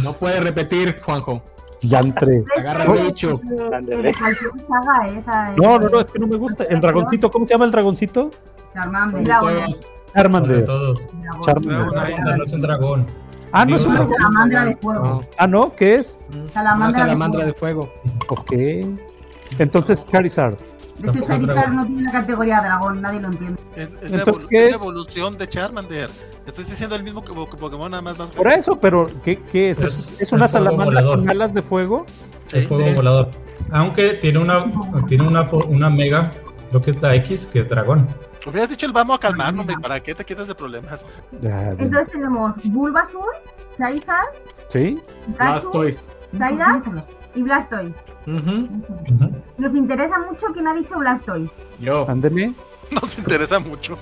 F: No puedes repetir, Juanjo.
A: Yantre.
F: Agarra el bicho.
M: Eh, eh,
H: Ándale.
M: de cualquier saga, eh, esa es-
A: No, no, no, es que no me gusta. El dragoncito, ¿cómo se llama el dragoncito?
M: Charmander.
F: Como
M: Dragon,
F: todos.
I: Sobre
A: Charmander.
I: todos.
M: Dragon.
A: Charmander.
E: Dragonite.
I: No es un dragón.
A: Ah, no es un
I: Digo,
A: dragón.
M: Salamandra de fuego.
F: No,
A: Ah, no, ¿qué es?
F: Una
M: Salamandra de
F: salamandra
M: fuego.
F: de fuego.
A: Ok. Entonces, Charizard.
M: De hecho,
I: Tampoco es
M: Charizard
I: dragón.
M: no tiene la categoría dragón, nadie lo entiende.
E: es, es la,
A: Entonces,
E: evolu-
A: ¿qué
E: es la
A: es?
E: evolución de Charmander. Estás diciendo el mismo que que Pokémon, nada más. más
A: Por eso, pero ¿qué, qué es? ¿Es, es una
I: Es fuego
A: salamandra con
I: volador.
A: alas de fuego?
E: Sí.
I: El fuego volador. Aunque tiene una tiene una, fo- una mega, creo que es la X, que es dragón.
E: Hubieras dicho el vamos a calmarnos, hombre, ¿para qué te quitas de problemas?
A: Ya, ya.
M: Entonces tenemos Bulbasur, Charizard,
A: ¿Sí?
M: Pikachu,
F: Blastoise.
M: Psyduck y Blastoise.
A: Ujú.
M: Nos interesa mucho quién ha dicho Blastoise.
F: Yo.
A: Ándele.
E: *laughs* Nos interesa mucho.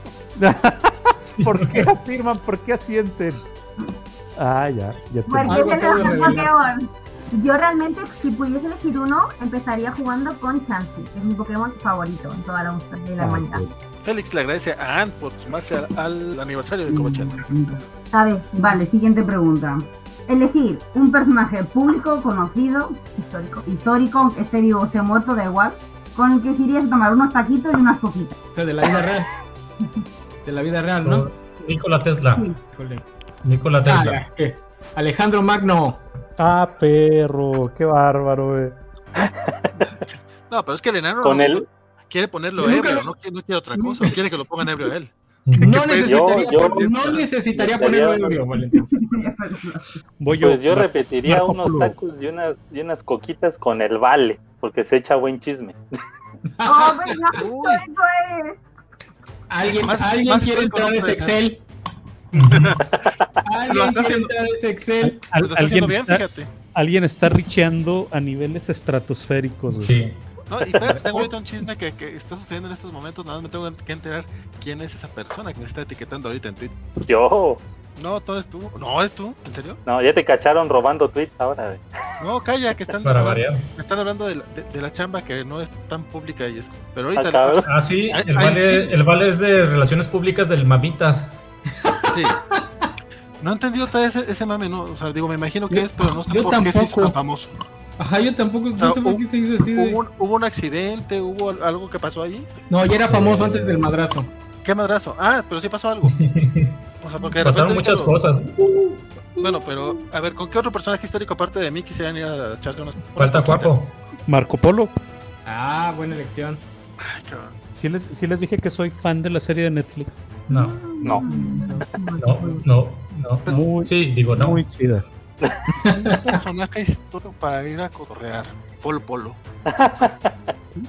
A: ¿Por qué afirman? ¿Por qué asienten? Ah, ya. ya te-
M: Porque es el
F: acabo de
M: mejor
F: revelar.
M: Pokémon. Yo realmente, si pudiese elegir uno, empezaría jugando con Chansey, que es mi Pokémon favorito en toda la, de la
A: Ah,
M: humanidad.
E: Félix le agradece a Ann por sumarse al, al aniversario de Cobachana.
M: A ver,
J: Vale, siguiente pregunta. Elegir un personaje público, conocido,
M: histórico.
J: histórico, aunque esté vivo o esté muerto, da igual, con el que se irías a tomar unos taquitos y unas coquitas.
F: O sea, de la vida
M: *laughs*
F: real. De la vida real, ¿no?
I: Nikola Tesla.
F: Híjole.
I: Nikola Tesla.
F: Ah, ¿qué? Alejandro Magno.
A: Ah, perro, qué bárbaro, güey.
E: No, pero es que el enano
H: Con
E: no-
H: él,
E: quiere ponerlo
F: Yo nunca
E: ebrio,
F: lo-
E: no, quiere- no quiere otra cosa, quiere que lo pongan ebrio a él.
F: No
E: Yo-
F: necesitaría,
H: yo-
F: pon- no necesitaría
H: yo-
F: ponerlo en vivo, Valentín.
A: Voy yo.
H: pues yo
A: Mar-
H: repetiría
A: Marco
H: unos
A: Polo.
H: tacos y unas, y unas coquitas con el vale, porque se echa buen chisme.
M: ¡Oh, pero no,
E: Uy.
M: eso es!
F: ¿Alguien,
E: Más-
F: ¿alguien
E: más
F: quiere
E: suelto
F: entrar a
E: no
F: ese
E: puede *laughs* ser.
F: Excel? ¿Alguien
E: Lo está
F: quiere
E: haciendo-
F: entrar a ese Excel?
A: Al-
E: Lo está
A: alguien,
E: haciendo bien,
A: está,
E: fíjate.
A: alguien está richeando a niveles estratosféricos, güey.
I: Sí.
E: No, y espérate, tengo ahorita un chisme que, que está sucediendo en estos momentos, nada más me tengo que enterar quién es esa persona que me está etiquetando ahorita en Twitter.
H: Yo,
E: No, no eres tú. No, eres tú. ¿En serio?
H: no, ya te cacharon robando tweets ahora. güey.
E: No, calla, que están,
I: Para variar.
E: me están hablando de la, de- de la chamba que no es tan pública y es... Pero ahorita...
H: Ah, cabrón.
I: Ah, sí,
E: Hay-
I: el
E: hay un
I: vale,
E: chisme.
I: el vale es de Relaciones Públicas del Mamitas.
E: Sí. No he entendido todavía ese, ese mame, ¿no? O sea, digo, me imagino que
F: Yo-
E: es, pero no sé
F: yo
E: por qué se hizo
F: tampoco.
E: tan famoso.
F: Ajá, yo tampoco
E: O sea,
F: no sé por
E: hu-
F: qué se hizo así de...
E: ¿Hubo un, hubo un accidente? ¿Hubo al- algo que pasó allí?
F: No, ya era
E: Eh,
F: famoso antes del madrazo.
E: ¿Qué madrazo? Ah, pero sí pasó algo. O sea, porque de
I: Pasaron
E: repente
I: muchas
E: ahorita lo-
I: cosas.
E: Bueno, pero a ver, ¿con qué otro personaje histórico aparte de mí quisieran ir a echarse unas. unas
I: Falta
E: coquitas?
I: Cuaco.
A: Marco Polo.
F: Ah, buena elección.
E: Ay, cabrón.
A: Sí les, sí les dije que soy fan de la serie de Netflix.
I: No,
H: No.
I: no, no, no.
E: Pues-
A: Muy-
I: sí, digo, no.
A: Muy chida.
E: Personaje histórico para ir a correar. Polo Polo.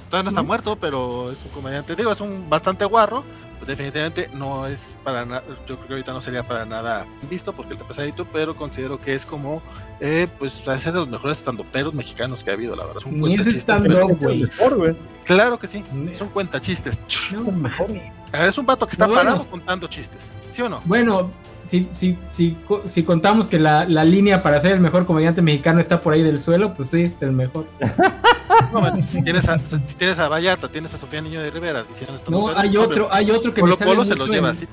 E: Todavía no está muerto, pero es un comediante. Digo, es un bastante guarro. Definitivamente no es para nada. Yo creo que ahorita no sería para nada visto porque está pesadito, pero considero que es como, eh, pues, ha de ser de los mejores estandoperos mexicanos que ha habido, la verdad. Es un
F: Ni es
E: cuentachistes.
F: stand up, güey.
A: Mejor, güey.
E: Claro que sí.
F: Ni-
E: Es un cuentachistes.
F: No mames.
E: A ver, Es un vato que está
F: Bueno.
E: parado contando chistes. ¿Sí o no?
F: Bueno, si, si, si, co- si contamos que la, la línea para ser el mejor comediante mexicano está por ahí del suelo, pues sí, es el mejor.
E: No, bueno, si tienes a, si tienes a Vallarta, tienes a Sofía Niño de Rivera, diciendo esto.
F: No, hay otro, hay otro que
E: Polo
F: me sale
E: Polo se
F: mucho
E: los lleva
F: en-
E: así.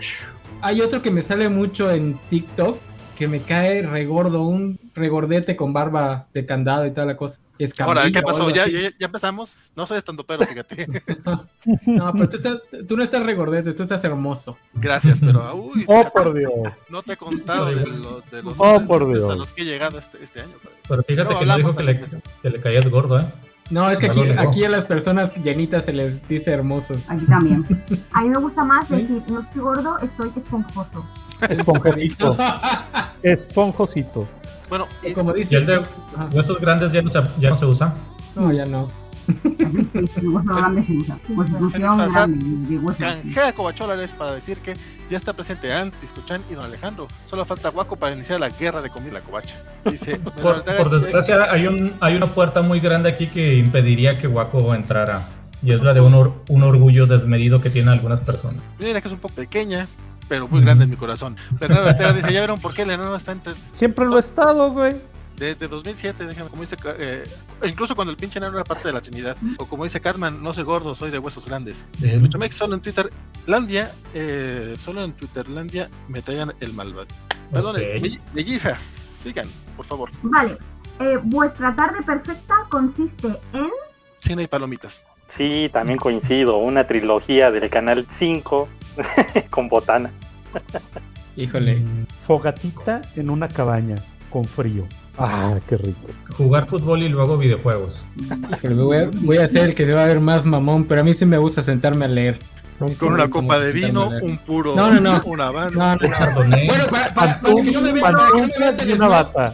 F: Hay otro que me sale mucho en TikTok que me cae regordo, un regordete con barba de candado y toda la cosa. Y
E: Ahora,
F: escamilla
E: ¿qué
F: o
E: pasó?
F: algo
E: ¿Ya,
F: así.
E: ya, ya empezamos. No soy estando pero, fíjate. *laughs*
F: No, pero tú, estás- tú no estás regordete, tú estás hermoso.
E: Gracias, pero ah, uy,
A: Oh,
E: fíjate,
A: por Dios.
E: no te he contado de, lo- de los
A: Oh, por
E: de los-
A: Dios.
E: a los que he llegado este, este año. padre.
I: Pero fíjate
E: No,
I: que le dijo
E: hablamos
I: que le,
E: también
I: que le caías gordo, ¿eh?
F: No, es que aquí,
I: Saludos.
F: aquí a las personas llenitas se les dice hermosos.
J: Aquí también.
M: A mí me gusta más
F: ¿Sí?
M: decir, no estoy gordo, estoy esponjoso.
A: Esponjosito. Esponjosito.
E: Bueno, y-
F: Como
I: Y
F: dice.
I: el de
F: Ah,
I: huesos grandes ya no se, ya no se usa.
F: No, ya no.
J: Sí, sí, hueso grande se usa. Hueso no se
E: Félix
J: usa,
E: Farsad
J: grande, de hueso.
E: canjea Covachola para decir que ya está presente Ant, Piscochán y Don Alejandro. Solo falta Guaco para iniciar la guerra de comida la covacha. Dice,
I: Por, por
F: ¿eh?
I: desgracia, hay, un, hay una puerta muy grande aquí que impediría que Guaco entrara. Y
F: Pues
I: es la de un, or- un orgullo desmedido que tienen algunas personas.
E: Yo diría que es un poco pequeña, pero muy grande en mi corazón. Bernardo Ortega dice, ya vieron por qué el enano está entre...
A: Siempre lo he estado, güey.
E: Desde 2007, déjame, como dice... eh, incluso cuando el pinche enano era parte de la Trinidad. O como dice Carmen, no soy gordo, soy de huesos grandes. Eh, Luchamex solo en Twitter... Landia, eh, solo en Twitterlandia me traigan el malvado. Perdón,
I: Ok.
E: bell- bellizas, sigan, por favor.
M: Vale, eh, vuestra tarde perfecta consiste en...
E: Cine y palomitas.
H: Sí, también coincido, una trilogía del canal 5 *laughs* con botana.
F: Híjole.
A: Fogatita en una cabaña con frío. Ah, qué rico.
I: Jugar fútbol y luego videojuegos.
F: híjole, voy, a, voy a ser el que se va a ver más mamón, pero a mí sí me gusta sentarme a leer. A mí sí
E: Con
F: me
E: una
F: gusta
E: copa
F: mucho
E: de vino,
F: sentarme a leer.
E: un puro,
F: No, no, no.
E: una banda.
F: No, eh, no, no. *laughs*
I: Chardonnay.
F: Bueno, para, para- para
A: Pantufla
F: que no me vean, para que no me vean
A: pantufla y una
F: telesnudo,
A: bata.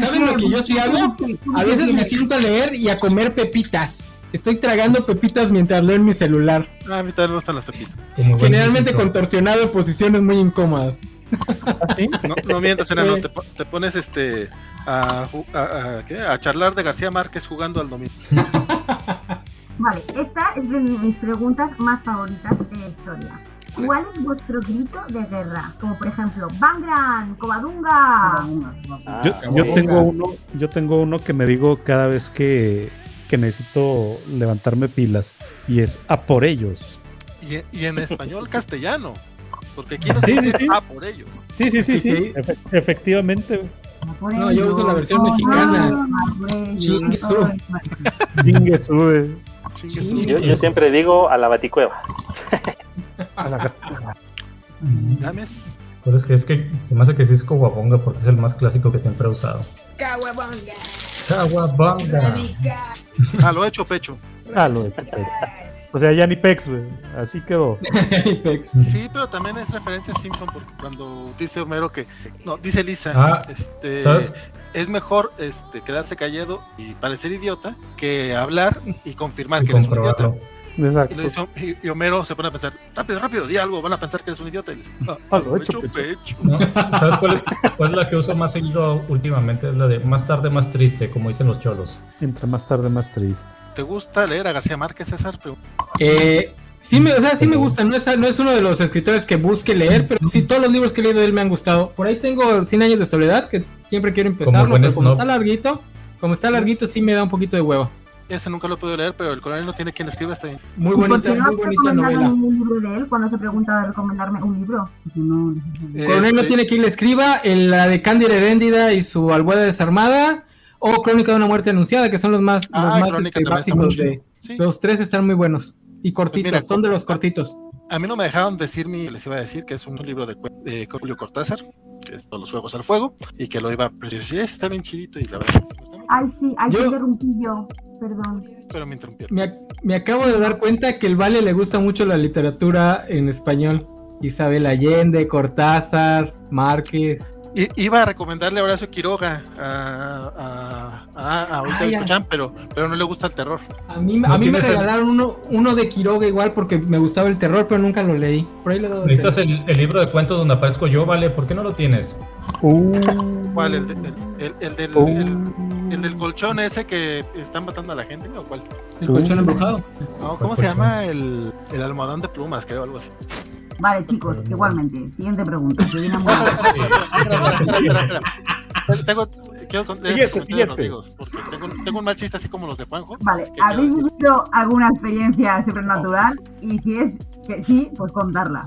F: ¿saben lo que yo sí hago? A veces me siento a leer y a comer pepitas. Estoy tragando pepitas mientras leo en mi celular.
E: Ah, a mí también me gustan las pepitas.
F: Generalmente contorsionado en posiciones muy incómodas.
E: No, no mientas, enano, te, po- te pones este a, ju- a- a- ¿qué? a charlar de García Márquez jugando al domingo.
M: Vale, esta es de mis preguntas más favoritas de la historia. ¿Cuál es vuestro grito de guerra? Como por ejemplo, ¡Bangran!
J: Ah,
M: ¡Covadunga!
A: Yo,
H: Ah,
A: yo tengo uno, yo tengo uno que me digo cada vez que, que necesito levantarme pilas y es a por ellos.
E: Y, en- y en español castellano. Porque aquí no se
A: Sí, sí,
E: dice
A: sí.
E: ah, por ello.
A: Sí, sí, sí, sí. efe- efectivamente.
F: No, yo uso la versión *laughs* mexicana. Chingue su.
A: Chingue sube.
H: Yo, yo siempre digo a la baticueva.
E: Dames.
I: Pero Mm-hmm. Pues es que es que se me hace que sí es Coahuabonga porque es el más clásico que siempre he usado.
N: Caguabonga.
I: Caguabonga.
E: A lo hecho pecho.
A: Ah, lo de Pepex. O sea, ya ni Pex, güey. Así quedó.
E: Sí, pero también es referencia a Simpson porque cuando dice Homero que no, dice Lisa,
I: Ah,
E: este
I: ¿sabes?
E: es mejor este quedarse callado y parecer idiota que hablar y confirmar
I: Y
E: que eres un idiota.
I: comprobarlo.
E: Y,
A: Exacto.
E: le dice- y- y Homero se pone a pensar, rápido, rápido, di algo, van a pensar que eres un idiota. Y le dice, "Ah,
A: a
E: lo hecho pecho.
F: *laughs*
I: ¿No? ¿Sabes cuál es, cuál es la que uso más seguido últimamente? Es la de más tarde, más triste, como dicen los cholos.
A: Entre más tarde, más triste.
E: ¿Te gusta leer a García Márquez, César? Pero-
F: Eh, sí, me, o sea, sí me gusta. No es, no es uno de los escritores que busque leer, pero sí todos los libros que he leído de él me han gustado. Por ahí tengo 100 años de soledad, que siempre quiero empezarlo,
I: buen
F: pero como
I: snob.
F: está larguito, como está larguito sí me da un poquito de hueva.
E: Ese nunca lo he podido leer, pero el coronel no tiene quien le escriba está bien.
F: Muy
G: Pues
M: ¿Y por qué
F: bonita,
M: no
F: muy
M: has
F: bonita
M: recomendado
F: novela.
M: ningún libro de él cuando se pregunta de recomendarme un libro? Porque no-
I: Este,
F: Coronel
E: Este,
F: no tiene quien le escriba, el- la de Cándida Heréndida y su Albuera Desarmada, o Crónica de una Muerte Anunciada, que son los más,
E: Ah,
F: los más,
E: Crónica también
F: este,
E: está
F: básicos
E: muy
F: de...
E: chido. Sí.
F: Los tres están muy buenos y cortitos,
E: mira,
F: son de los cortitos.
E: A mí no me dejaron decir ni les iba a decir que es un libro de, cu- de Julio Cortázar, que es Los Juegos al Fuego, y que lo iba a decir, sí, está bien chidito, y la verdad,
M: Ay, sí, ahí te interrumpí yo. Perdón.
E: pero me interrumpieron.
F: Me, ac- me acabo de dar cuenta que el Vale le gusta mucho la literatura en español. Isabel Allende, Cortázar, Márquez.
E: I- iba a recomendarle a Horacio Quiroga, a, a, a- a- ahorita
F: Ay,
E: lo
F: ay.
E: escuchan, pero, pero no le gusta el terror.
F: A mí, a mí me regalaron uno, uno de Quiroga igual porque me gustaba el terror, pero nunca lo leí. Por ahí lo
I: ¿Necesitas el, el libro de cuentos donde aparezco yo, vale? ¿Por qué no lo tienes?
A: Uh.
E: ¿Cuál? ¿El, de- el- el- el
A: Oh.
E: del, el- el del colchón ese que están matando a la gente? ¿O cuál?
F: El colchón embrujado.
E: No, ¿Cómo se llama? El, el almohadón de plumas, creo, algo así.
J: Vale, chicos, igualmente. Siguiente pregunta. Estoy enamorada.
E: Espera, espera, espera, espera. Tengo, quiero contar este
J: Siguiente,
E: comentario de
J: siguiente.
E: Rodrigo, porque tengo, un- tengo un mal chiste así como los de Juanjo.
J: Vale, ¿habéis vivido alguna experiencia sobrenatural? Y si es que sí, pues contarla.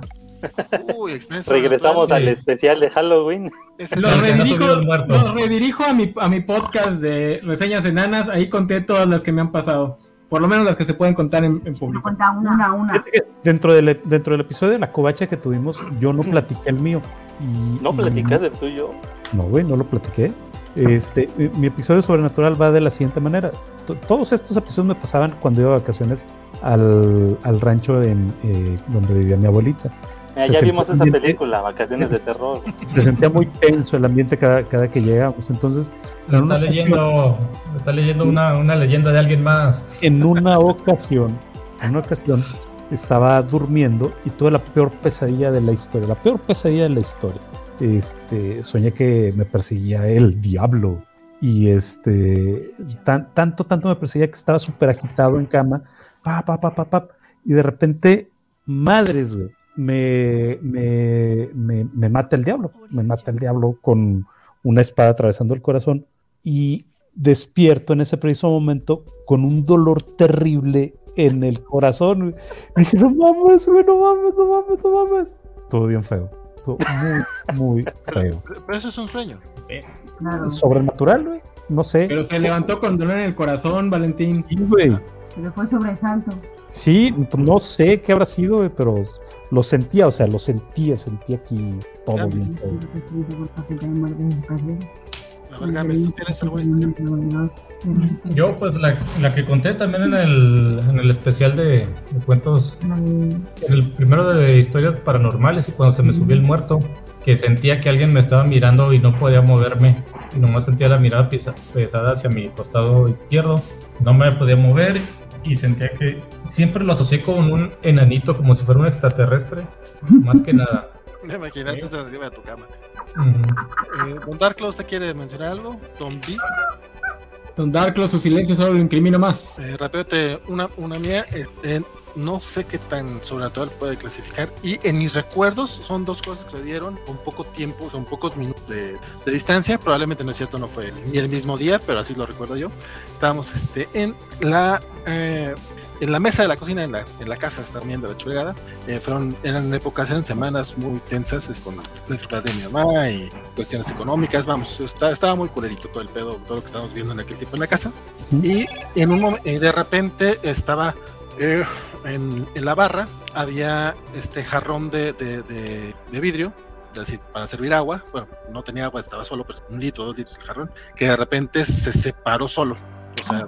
E: Uy, expenso.
H: Regresamos al especial de Halloween. *laughs*
F: Lo redirijo, lo redirijo a, mi, a mi podcast de reseñas enanas. Ahí conté todas las que me han pasado. Por lo menos las que se pueden contar en, en público.
J: Cuenta una. Una, una.
A: Dentro del, dentro del episodio de la covacha que tuvimos, yo no platiqué el mío. Y,
H: ¿No
A: y-
H: platicas del tuyo?
A: No, güey, no lo platiqué. Este, eh, mi episodio sobrenatural va de la siguiente manera. To- Todos estos episodios me pasaban cuando iba de vacaciones al, al rancho en, eh, donde vivía mi abuelita.
H: Mira,
A: Se
H: Ah, ya
A: sentía
H: vimos esa
A: bien-
H: película, Vacaciones de Terror.
A: Se sentía muy tenso el ambiente cada, cada que llegábamos. Entonces,
I: Lo
A: en
I: está
A: una
I: leyendo, lo está leyendo una, una leyenda de alguien más.
A: en una ocasión, en una ocasión, estaba durmiendo y tuve la peor pesadilla de la historia, la peor pesadilla de la historia. Este, soñé que me perseguía el diablo y este, tan- tanto, tanto me perseguía que estaba súper agitado en cama, pa, pa, pa, pa, pa, y de repente, madres, güey, me, me, me, me mata el diablo, me mata el diablo con una espada atravesando el corazón y despierto en ese preciso momento con un dolor terrible en el corazón. güey. Dije, no mames, güey, no mames, no mames, no mames. Estuvo bien feo. Estuvo muy, muy feo.
E: Pero pero eso es un sueño.
A: Sobrenatural, güey. No sé.
F: Pero se levantó con dolor en el corazón, Valentín.
A: Sí, güey.
J: Pero fue sobresalto.
A: Sí, no sé qué habrá sido, güey, pero lo sentía, o sea, lo sentía, sentía aquí todo bien feo.
E: A ver, Games, ¿tú tienes alguna historia?
I: Yo, pues la, la que conté también en el, en el especial de, de cuentos, en el primero de historias paranormales y cuando se me subió el muerto, que sentía que alguien me estaba mirando y no podía moverme, y nomás sentía la mirada pesa- pesada hacia mi costado izquierdo, no me podía mover y sentía que siempre lo asocié con un enanito, como si fuera un extraterrestre, más que nada.
E: Te imaginaste eso arriba de tu cama.
I: Ujú.
E: Eh, don Dark Claws, ¿te quiere mencionar algo? Don B.
F: Don Darklo, su silencio solo lo incrimina más.
E: Eh, rápido, te- una, una mía. es- eh, no sé qué tan sobrenatural puede clasificar. Y en mis recuerdos son dos cosas que sucedieron con poco tiempo, con pocos minutos de, de distancia. Probablemente no es cierto, no fue el- ni el mismo día, pero así lo recuerdo yo. Estábamos este, en la. eh, en la mesa de la cocina, en la, en la casa también de la chulgada, Eh, fueron, eran épocas, eran semanas muy tensas es, con la enfermedad de mi mamá y cuestiones económicas, vamos, está- estaba muy culerito todo el pedo, todo lo que estábamos viendo en aquel tiempo en la casa. Y en un momen- eh, de repente estaba eh, en, en la barra, había este jarrón de, de- de- de vidrio es decir, para servir agua, bueno, no tenía agua, estaba solo, pero un litro, dos litros el jarrón, que de repente se separó solo, o sea,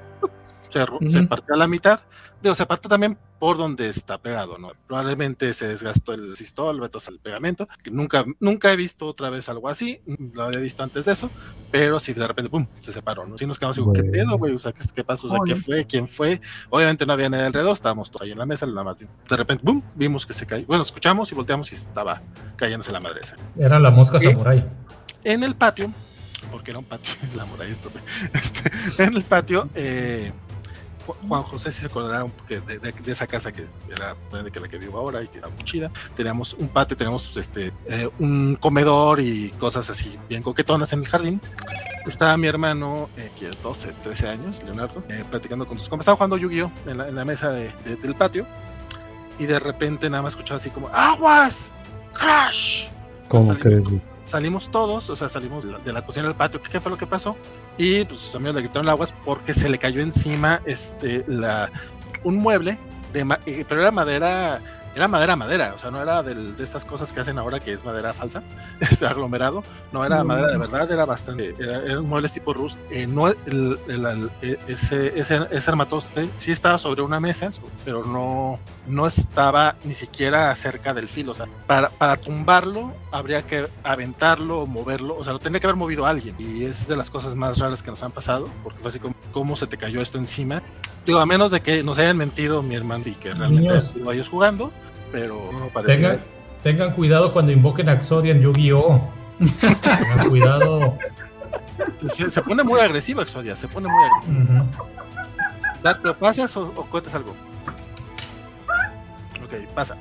E: se, ro- se
N: Ujú.
E: partió a la mitad, digo, se partió también por donde está pegado, ¿no? Probablemente se desgastó el cistol, entonces el pegamento, que nunca, nunca he visto otra vez algo así, lo había visto antes de eso, pero si de repente, pum, se separó, ¿no? Si nos quedamos, digo, ¿qué
N: Bueno.
E: pedo, güey? O sea, ¿qué, qué pasó? O sea, ¿qué
N: Ole.
E: fue? ¿Quién fue? Obviamente no había nadie alrededor, estábamos todos ahí en la mesa, nada más. De repente, pum, vimos que se cayó, bueno, escuchamos y volteamos y estaba cayéndose la madre esa
I: Era la mosca samurái.
E: en el patio, porque era un patio, *laughs* la mora esto, este, en el patio, eh, Ju- Juan José, si se acordará un poco de, de- de esa casa que era grande que la que vivo ahora y que era muy chida, teníamos un patio, teníamos este, eh, un comedor y cosas así bien coquetonas en el jardín. Estaba mi hermano, eh, que 12, 13 años, Leonardo, eh, platicando con sus compas. Estaba jugando Yu-Gi-Oh! en la, en la mesa de- de- del patio. Y de repente nada más escuchaba así como ¡Aguas! ¡Crash!
A: ¿Cómo crees? güey?
E: salimos todos, o sea, salimos de la, de la cocina al patio, ¿qué, qué fue lo que pasó? Y pues sus amigos le gritaron aguas porque se le cayó encima este la un mueble de ma- eh, pero era madera era madera madera, o sea, no era del- de estas cosas que hacen ahora que es madera falsa, *laughs* este aglomerado, no era
N: No.
E: madera de verdad, era bastante, era, eran muebles tipo rust, eh, no el- el- el- eh, ese, ese, ese armatoste sí estaba sobre una mesa, pero no, no estaba ni siquiera cerca del filo, o sea, para, para tumbarlo habría que aventarlo o moverlo, o sea, lo tendría que haber movido alguien, y es de las cosas más raras que nos han pasado, porque fue así como, ¿cómo se te cayó esto encima? Digo, a menos de que nos hayan mentido mi hermano y que realmente
I: Niños.
E: hayan sido ellos jugando, pero no parecía.
I: Tengan, tengan cuidado cuando invoquen a Exodia en Yu-Gi-Oh! tengan cuidado.
E: Se, se pone muy agresivo Exodia, se pone muy agresivo.
I: Ujú.
E: Dar, ¿pero pasas o, o cuentas algo? Ok, pasa.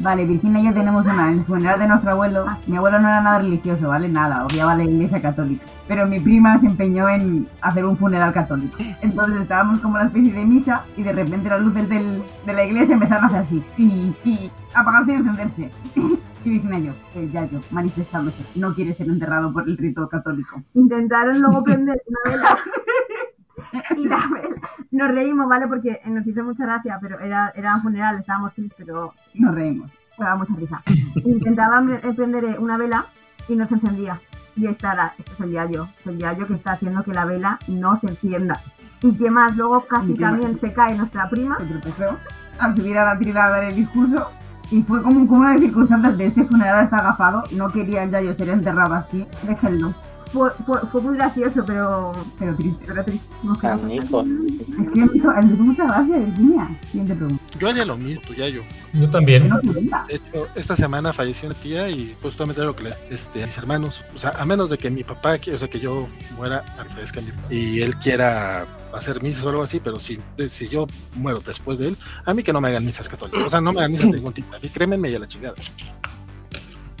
J: Vale, Virginia y yo tenemos una. En el funeral de nuestro abuelo, mi abuelo no era nada religioso, ¿vale? Nada, odiaba la iglesia católica. Pero mi prima se empeñó en hacer un funeral católico. Entonces estábamos como en una especie de misa y de repente las luces del- de la iglesia empezaron a hacer así. Y, apagarse y encenderse. *laughs* Y Virginia y yo, el Yayo, manifestándose, no quiere ser enterrado por el rito católico.
M: Intentaron luego prender una vela. Y la vela. Nos reímos, ¿vale? Porque nos hizo mucha gracia, pero era, era un funeral, estábamos tristes, pero
J: Nos reímos.
M: daba mucha risa. Intentaban eh, prender eh, una vela y no se encendía. Y esta era, este es el yayo, es el yayo que está haciendo que la vela no se encienda. Y que más, luego casi
J: Y qué más.
M: también se cae nuestra prima.
J: al subir a la tribuna a dar el discurso y fue como un cúmulo de circunstancias de este funeral está agafado, no querían ya yo ser enterrado así, déjenlo.
M: Fue, fue- fue muy gracioso, pero...
J: Pero triste.
M: Pero triste. Nos
H: Ah,
M: quedamos-
H: Canijo.
J: Es que me hizo, me hizo mucha gracia, Virginia. Siguiente pregunta.
E: Yo haría lo mismo, tú, Yayo.
I: Yo también.
E: De hecho, esta semana falleció una tía y justamente era lo que les, este, a mis hermanos, o sea, a menos de que mi papá, qui- o sea, que yo muera, agradezca a mi y él quiera hacer misas o algo así, pero si, si yo muero después de él, a mí que no me hagan misas católicas, o sea, no me hagan misas de ningún tipo, y crémenme ya la chingada.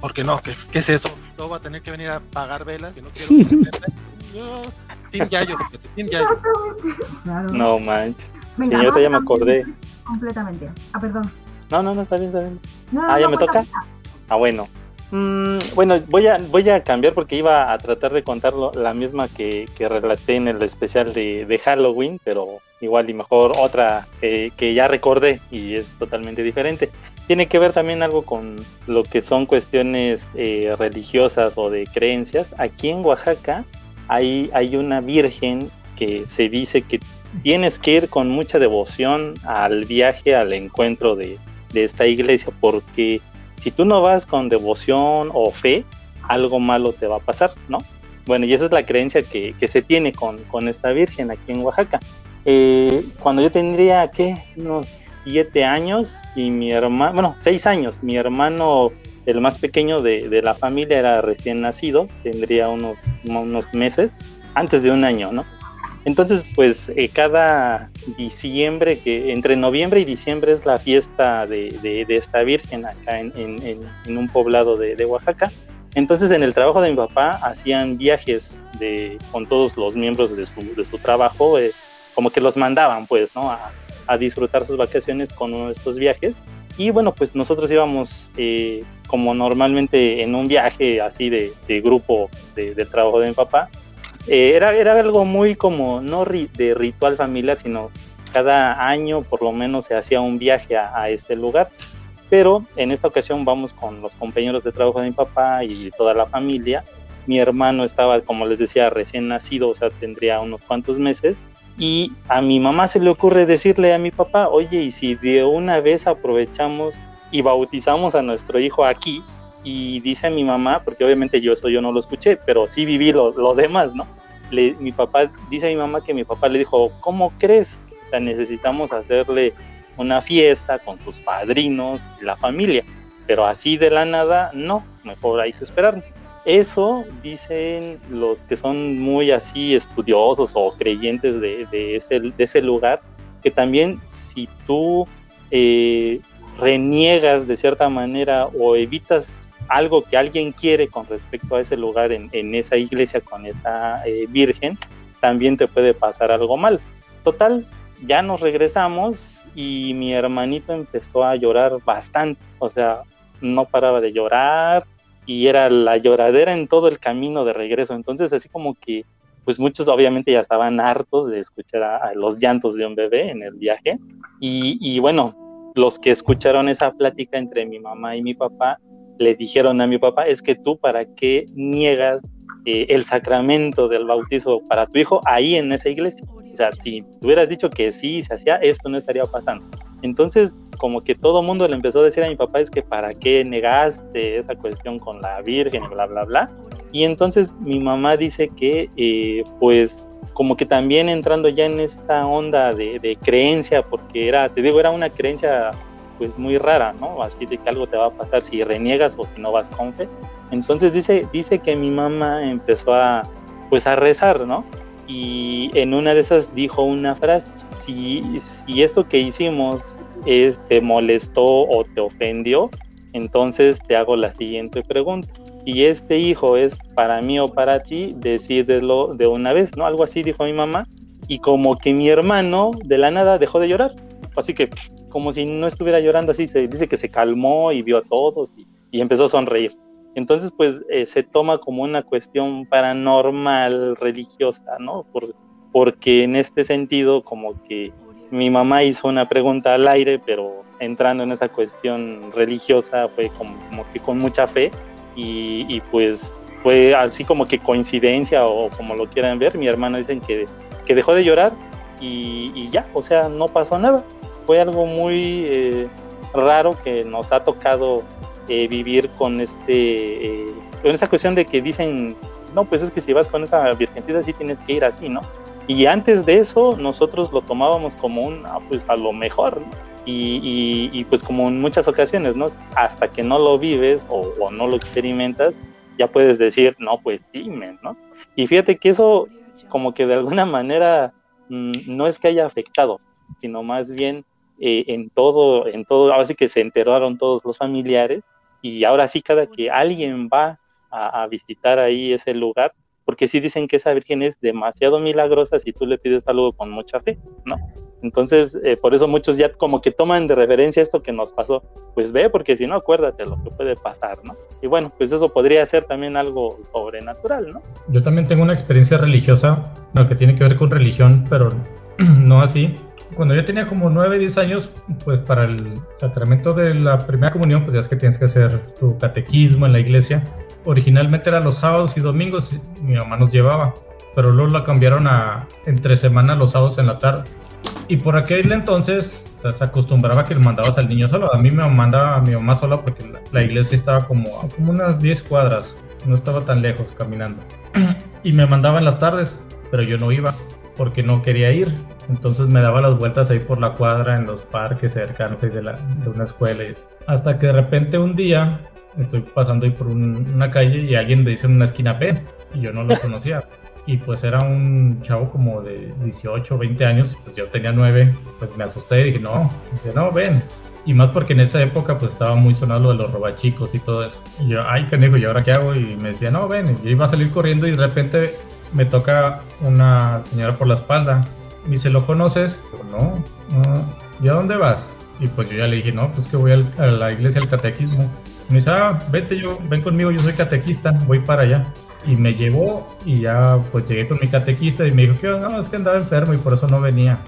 E: Porque no, ¿qué, qué es eso? Luego va a tener que venir a pagar velas, que no quiero.
F: *laughs*
E: Yo, Team Yayo, fíjate, Team Yayo.
H: No manches.
M: Venga,
H: Señor,
M: vamos
H: ya me
M: a-
H: acordé.
M: Completamente. Ah, perdón.
H: No, no, no, está bien, está bien.
M: No, no,
H: Ah, ¿ya
M: no,
H: me
M: cuenta,
H: toca? Ah, bueno. Mm, bueno, voy a, voy a cambiar porque iba a tratar de contar lo- la misma que, que relaté en el especial de, de Halloween, pero igual y mejor otra eh, que ya recordé y es totalmente diferente. Tiene que ver también algo con lo que son cuestiones eh, religiosas o de creencias. Aquí en Oaxaca hay, hay una virgen que se dice que tienes que ir con mucha devoción al viaje, al encuentro de, de esta iglesia, porque si tú no vas con devoción o fe, algo malo te va a pasar, ¿no? Bueno, y esa es la creencia que, que se tiene con, con esta Virgen aquí en Oaxaca. eh, cuando yo tendría, ¿qué? Unos siete años y mi hermano, bueno, seis años, mi hermano, el más pequeño de, de la familia, era recién nacido, tendría unos, unos meses, antes de un año, ¿no? Entonces, pues eh, cada diciembre, que entre noviembre y diciembre es la fiesta de, de- de esta Virgen acá en, en- en- en un poblado de, de Oaxaca. Entonces, en el trabajo de mi papá hacían viajes de, con todos los miembros de su, de su trabajo, eh, como que los mandaban, pues, ¿no? A, a disfrutar sus vacaciones con uno de estos viajes. Y bueno, pues nosotros íbamos eh, como normalmente en un viaje así de, de grupo de- del trabajo de mi papá. Eh, era, era algo muy como, no ri- de ritual familiar, sino cada año por lo menos se hacía un viaje a, a este lugar. Pero en esta ocasión vamos con los compañeros de trabajo de mi papá y toda la familia. Mi hermano estaba, como les decía, recién nacido, o sea, tendría unos cuantos meses. Y a mi mamá se le ocurre decirle a mi papá, oye, y si de una vez aprovechamos y bautizamos a nuestro hijo aquí, y dice mi mamá, porque obviamente yo eso yo no lo escuché, pero sí viví lo, lo demás, ¿no? Le- mi papá, dice mi mamá que mi papá le dijo, ¿cómo crees? O sea, necesitamos hacerle una fiesta con tus padrinos y la familia, pero así de la nada, no, mejor hay que esperar. Eso dicen los que son muy así estudiosos o creyentes de, de ese, de ese lugar, que también si tú eh, reniegas de cierta manera o evitas algo que alguien quiere con respecto a ese lugar en, en esa iglesia con esa eh, virgen, también te puede pasar algo mal. Total, ya nos regresamos y mi hermanito empezó a llorar bastante, o sea, no paraba de llorar y era la lloradera en todo el camino de regreso. Entonces, así como que, pues muchos obviamente ya estaban hartos de escuchar a, a los llantos de un bebé en el viaje. Y, y bueno, los que escucharon esa plática entre mi mamá y mi papá le dijeron a mi papá, es que tú para qué niegas eh, el sacramento del bautizo para tu hijo ahí en esa iglesia. O sea, si tú hubieras dicho que sí, se hacía, esto no estaría pasando. Entonces, como que todo mundo le empezó a decir a mi papá, es que para qué negaste esa cuestión con la Virgen y bla, bla, bla. Y entonces mi mamá dice que, eh, pues, como que también entrando ya en esta onda de, de creencia, porque era, te digo, era una creencia pues muy rara, ¿no? Así de que algo te va a pasar si reniegas o si no vas con fe. Entonces dice, dice que mi mamá empezó a, pues a rezar, ¿no? Y en una de esas dijo una frase, si, si esto que hicimos es, te molestó o te ofendió, entonces te hago la siguiente pregunta. Y este hijo es para mí o para ti, decídelo de una vez, ¿no? Algo así dijo mi mamá. Y como que mi hermano de la nada dejó de llorar. Así que pff, como si no estuviera llorando así, se dice que se calmó y vio a todos y, y empezó a sonreír. Entonces, pues eh, se toma como una cuestión paranormal, religiosa, ¿no? Por- porque en este sentido, como que mi mamá hizo una pregunta al aire, pero entrando en esa cuestión religiosa fue como, como que con mucha fe y, y, pues fue así como que coincidencia o como lo quieran ver, mi hermano dicen que, que dejó de llorar y, y ya, o sea, no pasó nada. Fue algo muy eh, raro que nos ha tocado eh, vivir con este eh, con esa cuestión de que dicen, no, pues es que si vas con esa virgencita sí tienes que ir así, ¿no? Y antes de eso, nosotros lo tomábamos como un, ah, pues a lo mejor, ¿no? Y, y- y, pues como en muchas ocasiones, ¿no? Hasta que no lo vives o, o no lo experimentas, ya puedes decir, no, pues dime, ¿no? Y fíjate que eso como que de alguna manera mm, no es que haya afectado, sino más bien eh, en todo, en todo, ahora sí que se enteraron todos los familiares y ahora sí cada que alguien va a, a visitar ahí ese lugar, porque sí dicen que esa virgen es demasiado milagrosa si tú le pides algo con mucha fe, ¿no? Entonces, eh, por eso muchos ya como que toman de referencia esto que nos pasó. Pues ve, porque si no, acuérdate lo que puede pasar, ¿no? Y bueno, pues eso podría ser también algo sobrenatural, ¿no?
I: Yo también tengo una experiencia religiosa, no, que tiene que ver con religión, pero *clears throat* no así. Cuando yo tenía como 9, 10 años, pues para el sacramento de la primera comunión, pues ya es que tienes que hacer tu catequismo en la iglesia. Originalmente era los sábados y domingos, y mi mamá nos llevaba, pero luego la cambiaron a entre semana los sábados en la tarde. Y por aquel entonces o sea, se acostumbraba que mandabas al niño solo. A mí me mandaba a mi mamá sola porque la, la iglesia estaba como a como unas 10 cuadras, no estaba tan lejos caminando y me mandaban las tardes, pero yo no iba. porque no quería ir. Entonces me daba las vueltas ahí por la cuadra, en los parques cercanos ahí de, la, de una escuela. y- Hasta que de repente un día estoy pasando ahí por un- una calle y alguien me dice en una esquina P y yo no lo conocía. Y pues era un chavo como de 18, 20 años, pues yo tenía 9, pues me asusté y dije, no, dije, no, ven. Y más porque en esa época pues estaba muy sonado lo de los robachicos y todo eso. Y yo, ay, dijo ¿y ahora qué hago? Y me decía, no, ven. Y yo iba a salir corriendo y de repente me toca una señora por la espalda. Me dice, ¿lo conoces? Digo, no, no. ¿Y a dónde vas? Y pues yo ya le dije, no, pues que voy al- a la iglesia al catequismo. Me dice, ah, vete yo, ven conmigo, yo soy catequista, voy para allá. Y me llevó y ya pues llegué con mi catequista y me dijo que no, es que andaba enfermo y por eso no venía.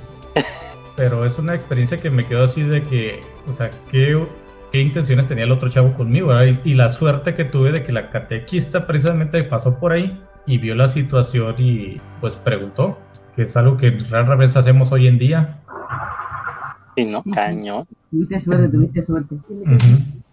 I: Pero es una experiencia que me quedó así de que, o sea, qué, qué intenciones tenía el otro chavo conmigo, ¿verdad? Y, y la suerte que tuve de que la catequista precisamente pasó por ahí y vio la situación y pues preguntó, que es algo que rara vez hacemos hoy en día.
H: Y no, caño.
J: Tuviste suerte, tuviste suerte.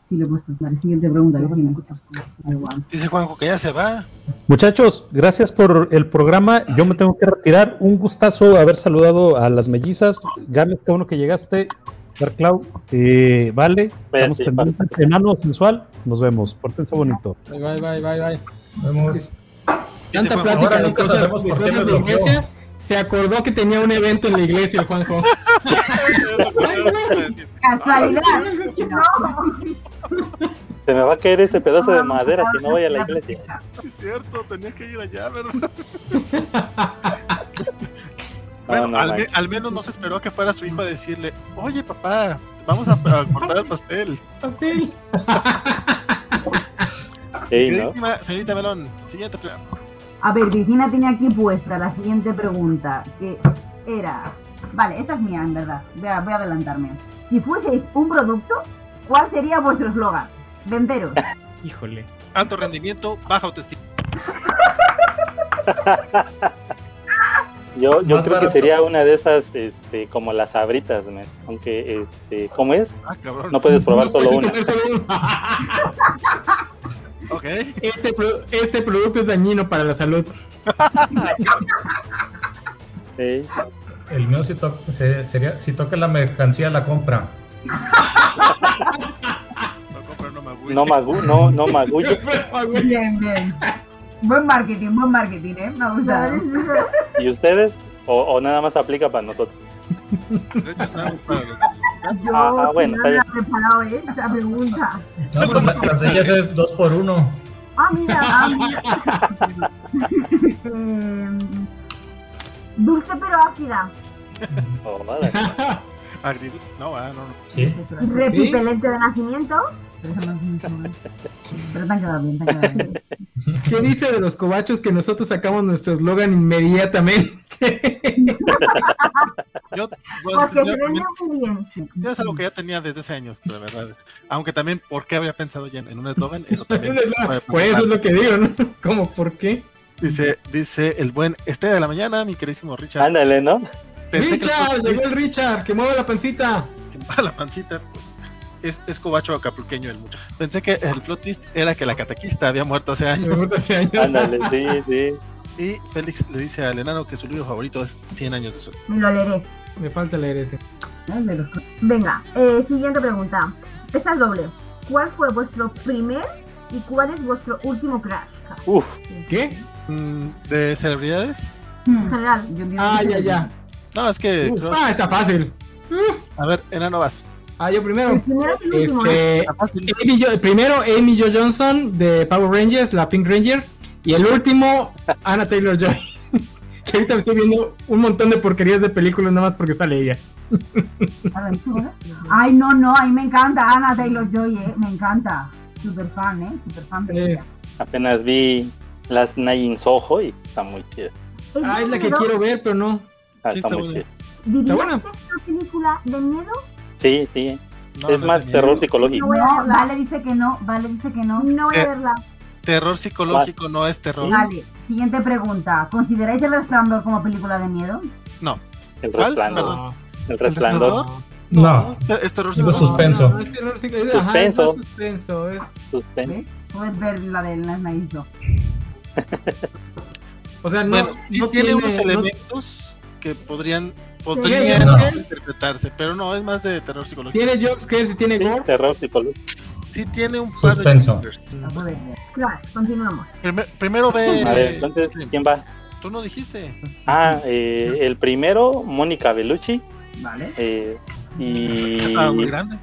J: Sí, lo he puesto. Vale, siguiente pregunta. Luego si me escuchas. Da igual.
E: Dice Juanjo que ya se va.
A: Muchachos, gracias por el programa. Yo me tengo que retirar. Un gustazo haber saludado a las mellizas. Games, qué bueno que llegaste. Darklau, eh, vale. Estamos pendientes. Enano sensual, nos vemos. Pórtense bonito.
F: Bye, bye, bye, bye, bye.
I: Vemos.
A: Dice
F: Tanta
A: Juanjo,
F: plática
A: ahora
F: de *laughs*
A: nunca
F: cosas,
A: sabemos
F: de
A: por qué
F: cosas
A: me
F: de
A: bloqueó.
F: iglesia. Se acordó que tenía un evento en la iglesia, *laughs* Juanjo.
J: Casualidad.
H: Se me va a caer este pedazo
J: Ah,
H: de madera si no voy a la iglesia.
E: Ah, Es cierto, tenía que ir allá, ¿verdad?
H: No,
E: Bueno,
H: no,
E: al,
H: manches.
E: me- al menos no se esperó que fuera su hijo a decirle, oye papá, vamos a, a cortar el
H: *laughs*
E: pastel.
F: Pastel.
H: Ey, ¿no?
E: Queridísima Señorita Melón, siguiente pre-
J: A ver, Virginia tiene aquí puesta la siguiente pregunta, que era... Vale, esta es mía, en verdad. Voy a, voy a adelantarme. Si fueseis un producto, ¿cuál sería vuestro eslogan? Venderos.
E: Híjole. Alto rendimiento, baja autoestima.
H: Yo, yo
E: Más
H: creo que
E: barato.
H: sería una de esas, este, como las abritas, man. aunque, este, ¿cómo es?
E: Ah, cabrón.
H: No puedes probar solo una.
E: *laughs*
F: Este, pro- este producto es dañino para la salud. *laughs*
I: El mío sí to- se- sería, si toca la mercancía la compra.
H: No
E: *laughs*
H: magu, no, no magulle.
J: bien, bien. Buen marketing, buen marketing, ¿eh? Me ha gustado.
M: *laughs*
H: ¿Y ustedes? O, o nada más aplica para nosotros?
J: Yo
H: Ah, ah, bueno,
J: no
H: está
J: había
H: bien.
J: preparado ¿eh? esa pregunta.
I: No, pues la- las de ellas es dos por uno.
J: Ah, mira, ah, mira. *laughs* Em,
M: Eh, dulce pero ácida.
H: Oh, vale.
E: Agri- No, ah, no, no.
I: Sí.
M: Repipelente de nacimiento.
J: Pero te han quedado bien, te han
E: *laughs*
J: quedado bien.
F: ¿Qué dice de los cobachos que nosotros sacamos nuestro eslogan inmediatamente?
A: *laughs*
E: Yo, bueno,
F: Pues,
M: Porque se
E: sinceramente,
M: vende muy bien. sí.
E: yo es algo que ya tenía desde hace años, la verdad. es- Aunque también, ¿por qué habría pensado ya en, en un eslogan? Eso
F: *laughs*
E: también.
F: Pues eso es lo que digo, ¿no? ¿Cómo? ¿Por qué?
E: Dice, dice el buen este de la mañana, mi queridísimo Richard.
H: Ándale, ¿no?
F: Richard, llegó el Richard, que mueva la pancita.
E: a la pancita. Es, es cobacho acapulqueño el muchacho. Pensé que el plot twist era que la catequista había muerto hace años.
H: Ándale, sí, sí.
E: Y Félix le dice al enano que su libro favorito es 100 años de soledad.
M: Me lo leeré.
F: Me falta leer ese.
M: Venga, eh, siguiente pregunta. Esta es doble. ¿Cuál fue vuestro primer y cuál es vuestro último crash?
E: Uf.
F: ¿Qué?
E: Mm, ¿De celebridades?
F: Hmm.
M: En general.
F: Ah, ya, ya.
E: No, es que.
F: Uf, ah, está fácil.
E: A ver, enano vas.
F: Ah, yo primero.
M: primero y el último,
F: Este,
M: ¿no?
F: Amy Jo- primero Amy Jo Johnson de Power Rangers, la Pink Ranger. Y el último, Anna Taylor Joy. *laughs* que ahorita me estoy viendo un montón de porquerías de películas nada más porque sale ella.
J: Ay, no, no, a mí me encanta Ana Taylor Joy, ¿eh? Me encanta. Super fan, ¿eh? Super fan de ella.
H: Apenas vi las Nine Soho y está muy chida.
F: Ah, es la que quiero ver, pero no.
H: Ah,
F: Sí,
H: está,
F: está
H: muy
F: buena.
H: chida.
M: ¿Dirías
F: buena.
M: que es una película de miedo?
H: Sí, sí.
E: No,
H: es
E: no
H: más
E: es de
H: terror
E: miedo.
H: psicológico.
J: No, Vale dice que no, Vale dice que no.
M: No
E: voy a Eh,
J: verla.
E: Terror psicológico no es terror.
J: Vale, siguiente pregunta. ¿Consideráis El Resplandor como película de miedo?
E: No.
H: El
E: ¿Cuál?
H: resplandor.
E: Perdón.
H: El resplandor.
I: No.
E: Es terror
I: Digo
E: psicológico.
I: suspenso.
F: No, es terror psicológico. Ajá, es más
H: Suspenso.
F: suspenso. Es...
H: Suspenso.
J: Puedes ver la de Las Night Show.
F: O sea, no,
E: Bueno, sí
F: no
E: tiene unos
F: no-
E: elementos, que podrían, podrían
F: No.
E: interpretarse, pero no, es más de terror psicológico.
F: Tiene jumpscares y tiene gore.
H: Terror psicológico.
E: Sí tiene un par
F: Suspenso.
E: de jumpscares.
J: *laughs*
M: Clash, continuamos.
E: Primer- primero ve...
H: A ver, entonces, ¿quién va?
E: Tú no dijiste.
H: Ah, eh, el primero, Mónica Bellucci.
J: Vale.
H: Eh, y.
E: Estaba muy grande.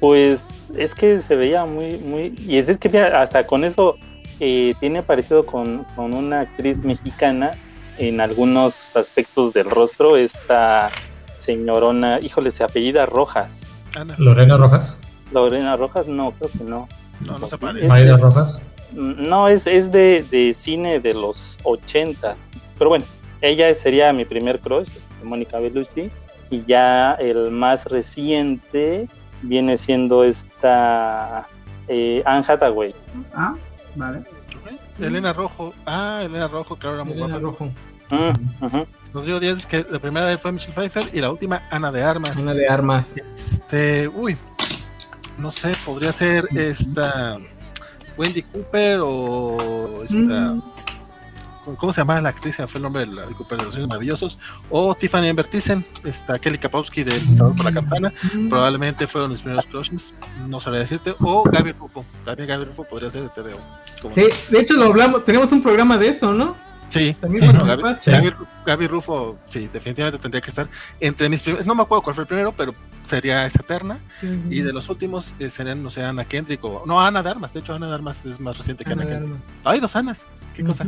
H: Pues es que se veía muy, muy. Y es, es que mira, hasta con eso eh, tiene parecido con, con una actriz mexicana en algunos aspectos del rostro. Esta señorona, híjole, se apellida Rojas.
E: Ah,
I: Lorena Rojas.
H: Lorena Rojas, no, creo que no. Este,
E: No, no se
H: parece.
I: Mayra Rojas.
H: No, es, es de, de cine de los 80. Pero bueno, ella sería mi primer crush, Mónica Bellucci. Y ya el más reciente viene siendo esta eh, Anne Hathaway.
J: Ah, vale.
E: Elena Rojo. Ah, Elena Rojo, claro, era muy guapa.
H: Mm, ujú.
E: Rodrigo Díaz es que la primera de él fue Michelle Pfeiffer y la última Ana de Armas.
F: Ana de Armas.
E: Este, uy, no sé, podría ser esta Wendy Cooper o esta.
F: Mm.
E: ¿Cómo se llama la actriz? Se me Fue el nombre de la de Cooper de los Años Maravillosos. O Tiffany Amber Thyssen, esta Kelly Kapowski de El Salvador por la Campana. Probablemente fueron mis primeros crushes, no sabría decirte. O Gaby Rufo. También Gaby Rufo podría ser de TVO. como
F: Sí, de hecho lo hablamos, tenemos un programa de eso, ¿no?
E: Sí,
F: También
E: sí,
F: con
E: no,
F: los
E: Gaby,
F: papás.
E: Gaby Rufo- Gaby Rufo, sí, definitivamente tendría que estar entre mis primeros. No me acuerdo cuál fue el primero, pero sería esa eterna. Y de los últimos eh, serían, no sé, Ana Kendrick o. No, Ana de Armas. De hecho, Ana de Armas es más reciente que Ana,
F: de
E: Kendrick. Hay dos Anas. ¿Qué cosa?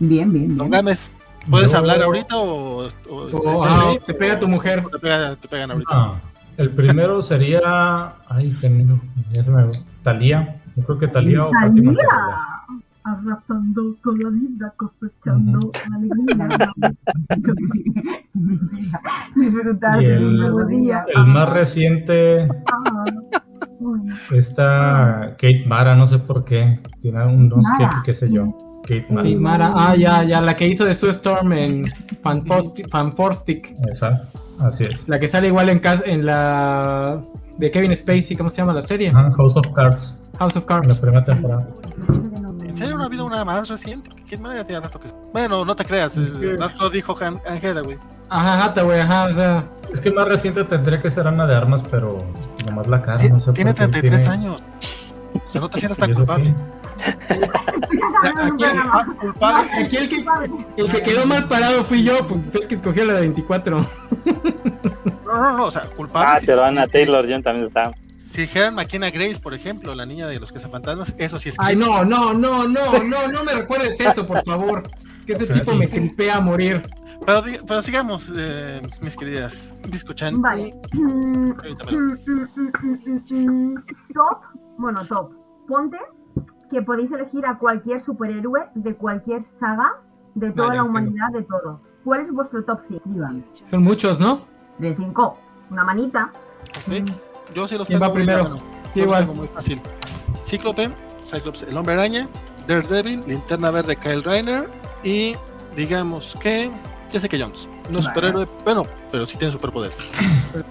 J: Bien, bien,
E: Don
J: bien.
E: Gámez, ¿puedes
I: Yo-
E: hablar ahorita o.? o-
I: Este,
F: O,
E: estás
F: ah,
E: ahí?
F: te pega tu mujer.
E: O Te, pega- te pegan ahorita.
I: Ah, el primero sería. Ay, genio. Talía. Yo creo que Talía o Pati Manterola.
M: Mira, arrasando con la vida, cosechando la
J: *laughs*
M: alegría.
J: Disfrutar
I: Y
J: de un
I: el,
J: nuevo día.
I: el más reciente
M: Ah, bueno.
I: está Kate Mara, no sé por qué. Tiene un no sé qué,
M: Mara.
I: qué sé yo. Kate Mara.
F: Y Mara, ah, ya, ya, la que hizo de Sue Storm en Fanfosti- Fanforstic,
I: Esa, así es.
F: la que sale igual en, cas- en la de Kevin Spacey, ¿cómo se llama la serie?
I: Ajá, House of Cards.
F: House of
I: La
F: Cards.
I: primera temporada.
E: ¿En serio no ha habido una más reciente? ¿Quién más ya tiene rato que.? Bueno, no te creas. eh, Rato dijo Han- Ángela, güey.
F: Ajá, Hathaway, ajá, o sea,
I: Es que el más reciente tendría que ser Ana de Armas, pero nomás la cara. Ah, No sé
E: Tiene
I: por qué
E: 33
I: tiene-
E: años. O sea, no
I: *laughs*
E: te sientas tan
I: ¿Y eso
E: culpable.
F: aquí el,
E: culpable es
F: Ah, aquí el que, el que quedó mal parado fui yo, pues fue el que escogió la de 24.
E: No, no, no, o sea, culpable.
H: Ah,
E: si-
H: pero Ana Taylor John también está.
E: Si dijeran McKenna Grace, por ejemplo, la niña de los cazafantasmas, eso sí es
F: Ay, no, no, no, no, no, no me recuerdes eso, por favor. Que ese tipo me cripea a morir.
E: Pero, di- pero sigamos, eh, mis queridas Discochan.
M: Vale. Mm, mm, mm, mm, mm, mm, mm. Top, bueno, top. Ponte que podéis elegir a cualquier superhéroe de cualquier saga de toda
F: Vale,
M: la
F: los tengo.
M: humanidad, de todo. ¿Cuál es vuestro top 5?
F: Son muchos, ¿no?
M: De 5. Una manita.
E: Ok. Yo sí los
F: ¿Quién
E: tengo
F: va primero?
E: muy, bueno,
F: Sí,
E: yo los
F: igual.
E: tengo muy fácil. Cíclope, Cyclops, el hombre araña, Daredevil, linterna verde, Kyle Reiner y digamos que Jessica Jones. No
J: Vale.
E: es superhéroe, bueno, pero sí tiene superpoderes.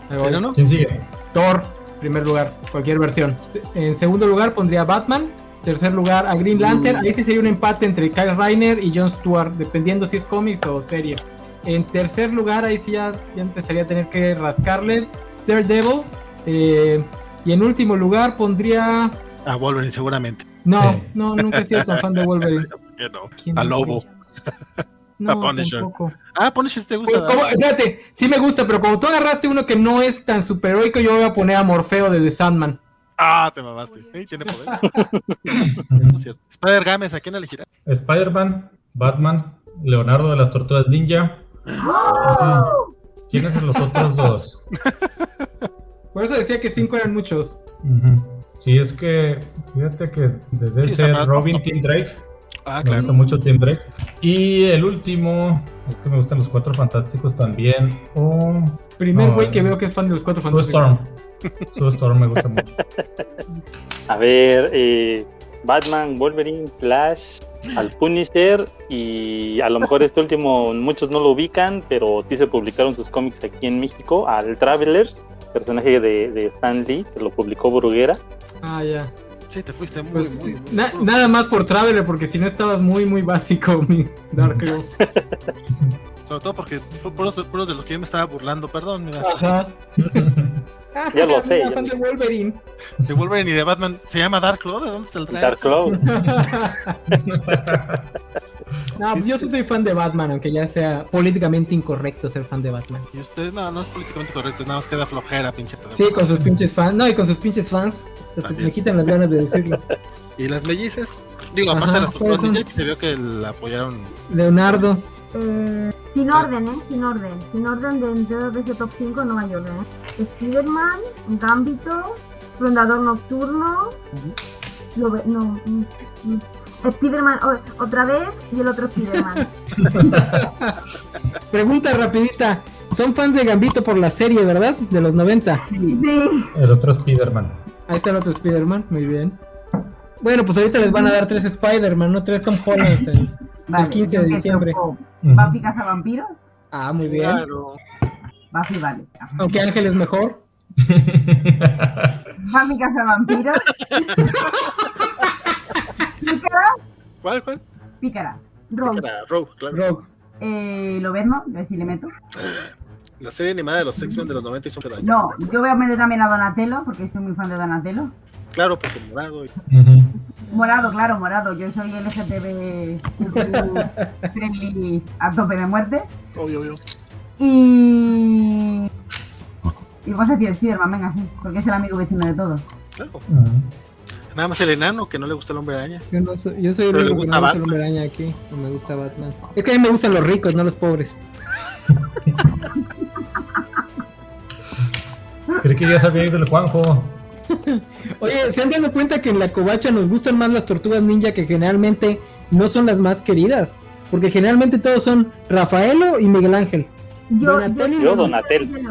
F: Me
E: ¿Pero no?
I: ¿Quién sigue?
E: *laughs*
F: Thor, primer lugar, cualquier versión. En segundo lugar pondría Batman. Tercer lugar a Green
E: Mm.
F: Lantern. Ahí sí sería un empate entre Kyle Reiner y Jon Stewart, dependiendo si es cómics o serie. En tercer lugar, ahí sí ya, ya empezaría a tener que rascarle Daredevil. eh, y en último lugar pondría.
E: A Ah, Wolverine, seguramente.
F: No,
I: Sí.
F: no, nunca he sido tan fan de Wolverine.
E: Que no. *laughs*
F: ¿Quién
E: A
F: es?
E: Lobo.
F: *laughs* No,
E: A Punisher.
F: tampoco.
E: Ah, Punisher, si te gusta.
F: Pero como-
E: ¿verdad?
F: espérate, sí me gusta, pero como tú agarraste uno que no es tan superheroico, yo voy a poner a Morfeo de The Sandman.
E: Ah, te mamaste. Ey, tiene poderes. Eso es cierto. Spider Games, ¿a quién elegirá?
I: Spider-Man, Batman, Leonardo de las Tortugas Ninja. ¿Quiénes son los otros dos?
F: Por eso decía que cinco eran muchos.
I: Ujú. Sí, es que fíjate que desde
E: Sí,
I: ese
E: Samara-
I: Robin Team Drake,
E: Ah,
I: me gusta
E: claro.
I: mucho Team Drake. Y el último, es que me gustan los cuatro fantásticos también. O
F: Primer
I: No,
F: güey
I: eh.
F: que veo que es fan de los cuatro
I: Sue
F: fantásticos.
I: Storm. Sue Storm me
E: *laughs*
I: gusta mucho.
H: A ver, eh, Batman, Wolverine, Flash, al Punisher y a lo mejor este último muchos no lo ubican, pero sí se publicaron sus cómics aquí en México, al Traveler, personaje de, de Stan Lee, que lo publicó Bruguera.
F: Ah, ya.
E: Sí, te fuiste muy,
F: Pues,
E: muy, muy-
F: na-
E: muy-
F: *laughs* nada más por Traveler, porque si no estabas muy, muy básico, mi Dark Claw.
E: Sobre todo porque fue puros, puros de los que yo me estaba burlando, perdón, mira.
F: Ajá.
E: Ya lo sé,
F: Ah, Mira,
E: ya
F: fan
E: lo
F: de Wolverine.
E: De Wolverine y de Batman. Se llama Dark Claw, ¿de dónde saldrá?
H: Dark
E: eso?
H: Claw.
F: *laughs* No, yo sí soy fan de Batman, aunque ya sea políticamente incorrecto ser fan de Batman.
E: Y usted, no, no es políticamente correcto, nada más queda flojera, pinche este de
F: Sí, con sus pinches fans. No, y con sus pinches fans. Entonces me quitan las ganas de
I: *laughs*
F: decirlo.
E: Y las mellices, digo, aparte
F: Ajá,
E: de las otras
F: ¿cuáles son?
E: ninja que se vio que la apoyaron.
F: Leonardo.
G: Eh, sin orden, ¿eh? Sin orden. Sin orden dentro de ese top 5 no hay orden. ¿eh? Spider-Man, Gambito, Rondador Nocturno. lo ve- no, mm, mm. Spider-Man o- otra vez y el otro
F: *laughs*
G: Spider-Man.
F: Pregunta rapidita. Son fans de Gambito por la serie, ¿verdad? De los 90.
G: Sí.
I: El otro Spider-Man.
F: Ahí está el otro Spider-Man, muy bien. Bueno, pues ahorita les van a dar tres Spider-Man, ¿no? Tres Tom Hollands el, el
J: Vale,
F: 15 de
J: entonces,
F: diciembre.
J: ojo, ¿Buffy caza vampiros?
F: Ah, muy bien.
E: Claro.
J: Buffy vale.
F: Aunque Ángel es mejor.
J: ¿Buffy caza vampiros? ¿Pícara?
E: ¿Cuál, cuál?
J: Pícara. Rogue.
E: Era Rogue, claro.
J: Eh, ¿Lo ven, no? Yo sí le meto.
E: La serie animada de los X-Men de los 90 hizo mucho daño.
J: No, yo voy a meter también a Donatello, porque soy muy fan de Donatello.
E: Claro, porque morado. y-
J: Morado, claro, morado. Yo soy LGTB friendly a tope de muerte.
E: Obvio, obvio.
J: Y. Y vamos a decir Spiderman, venga, sí, porque es el amigo vecino de todos.
E: Claro. Nada más el enano que no le gusta el hombre araña.
F: Yo, no soy- yo soy el
E: Pero le
F: único que
E: gusta
F: no me gusta el
E: Batman.
F: hombre araña aquí. No me gusta Batman. Es que a mí me gustan los ricos, no los pobres.
I: Creí que ya sabía del Juanjo.
F: Oye, ¿se han dado cuenta que en la covacha nos gustan más las tortugas ninja que generalmente no son las más queridas? Porque generalmente todos son Rafaelo y Miguel Ángel.
G: Yo,
F: Donatello.
H: Yo, Donatel.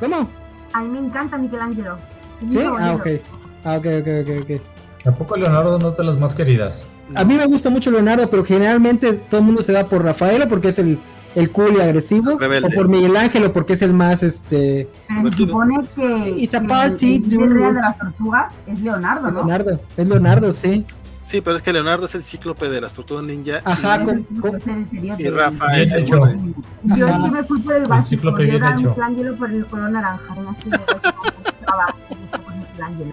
F: ¿Cómo?
G: A mí me encanta Michelangelo. Es mi
F: ¿Sí? Ah, ok.
G: favorito.
F: Ah, ok, ok, ok, ok.
I: Tampoco Leonardo no es de las más queridas.
F: A mí me gusta mucho Leonardo, pero generalmente todo el mundo se va por Rafaelo porque es el, el cool y agresivo.
E: Rebelde.
F: O por Miguel Ángelo porque es el más, este...
J: Pero se supone que.
F: It's a
J: que
F: party,
J: el, el líder
F: dude.
J: real de las tortugas es Leonardo, ¿no?
F: Leonardo. Es Leonardo, sí.
E: Sí, pero es que Leonardo es el cíclope de las tortugas ninja.
F: Ajá,
E: y-
F: con-
E: Y Rafa es el
I: hecho.
E: hombre.
G: Yo sí me fui por el básico.
I: cíclope
G: Yo
I: bien
G: era
I: hecho.
G: Michelangelo por el color naranja. Era así de básico, *laughs* me gustaba, me gustaba Michelangelo.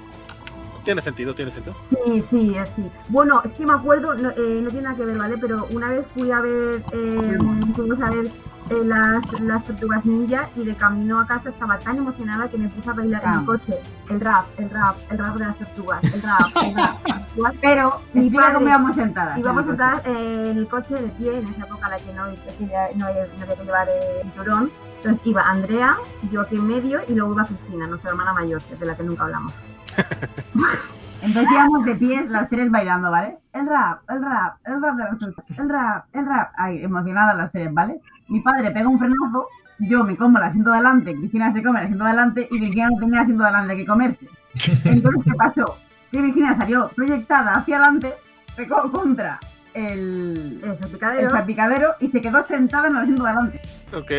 E: Tiene sentido, tiene sentido.
G: Sí, sí, es sí. Bueno, es que me acuerdo, no, eh, no tiene nada que ver, ¿vale? Pero una vez fui a ver, eh, fuimos a ver eh, las, las tortugas ninja y de camino a casa estaba tan emocionada que me puse a bailar en
J: Ah.
G: el coche. El rap, el rap, el rap de las tortugas, el rap, el rap. Igual,
J: Pero,
G: Mi
J: explica
G: padre.
J: cómo íbamos sentadas.
G: Íbamos
J: en el
G: sentadas eh, en el coche de pie, en esa época en la que no, que ya no había, no había que llevar eh, cinturón. Entonces iba Andrea, yo aquí en medio y luego iba Cristina, nuestra hermana mayor, que es de la que nunca hablamos.
J: coche. Entonces íbamos de pies las tres bailando, ¿vale? El rap, el rap, el rap de las tortugas, el rap, el rap. Ay, emocionadas las tres, ¿vale? Mi padre pega un frenazo, yo me como el asiento de delante, Cristina se come el asiento de delante y Virginia no tenía asiento de delante que comerse. Entonces, ¿qué pasó? Que Virginia salió proyectada hacia adelante, pegó contra el,
G: Eso,
J: el
G: picadero.
J: salpicadero y se quedó sentada en el asiento de delante.
E: Ok.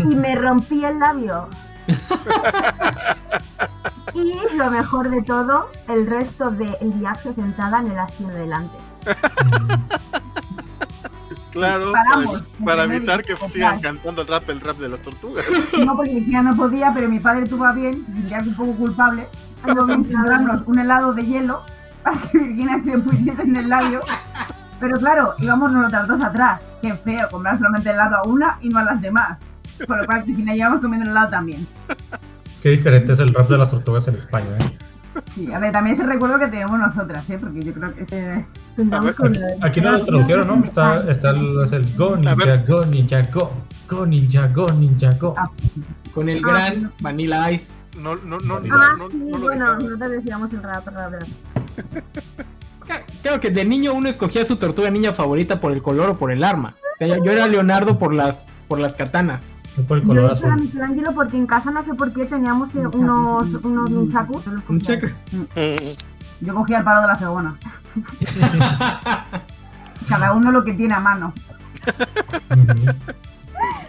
G: y me rompí el *laughs* labio. y lo mejor de todo, el resto del viaje sentada en el asiento de delante.
I: Mm.
E: Claro,
J: Paramos.
E: para, para evitar que
J: Paramos.
E: sigan cantando el rap, el rap de las tortugas.
J: No, porque Cristina no podía, pero mi padre tuvo a bien, se sentía un poco culpable, tuvo a bien darnos un helado de hielo para que Virginia se pusiese en el labio. Pero claro, íbamos nosotras dos atrás. Qué feo, comprar solamente helado a una y no a las demás. Por lo cual, Cristina llevamos comiendo helado también.
I: Qué diferente es el rap de las tortugas en España, ¿eh?
J: Sí, a ver, también es el recuerdo que tenemos nosotras, ¿eh? Porque yo creo que ese...
I: Aquí no lo tradujeron, ¿no? Está, está el, es el Go Ninja, Go Ninja, Go. Go Ninja, Go Ninja, Go.
F: Con el gran Vanilla Ice.
E: No, no, no, no,
G: ah,
E: no,
G: sí,
E: no lo
G: bueno,
E: dejaba.
G: nosotros decíamos el rap, rap, rap.
F: Claro que de niño uno escogía su tortuga ninja favorita por el color o por el arma. O sea, yo, yo era Leonardo por las por las katanas.
I: Por el
G: Yo
I: color
G: hice la
I: azul.
G: Michelangelo porque en casa no sé por qué teníamos eh, unos unos nunchakus.
J: Yo cogía el palo de la cebona. Cada uno lo que tiene a mano.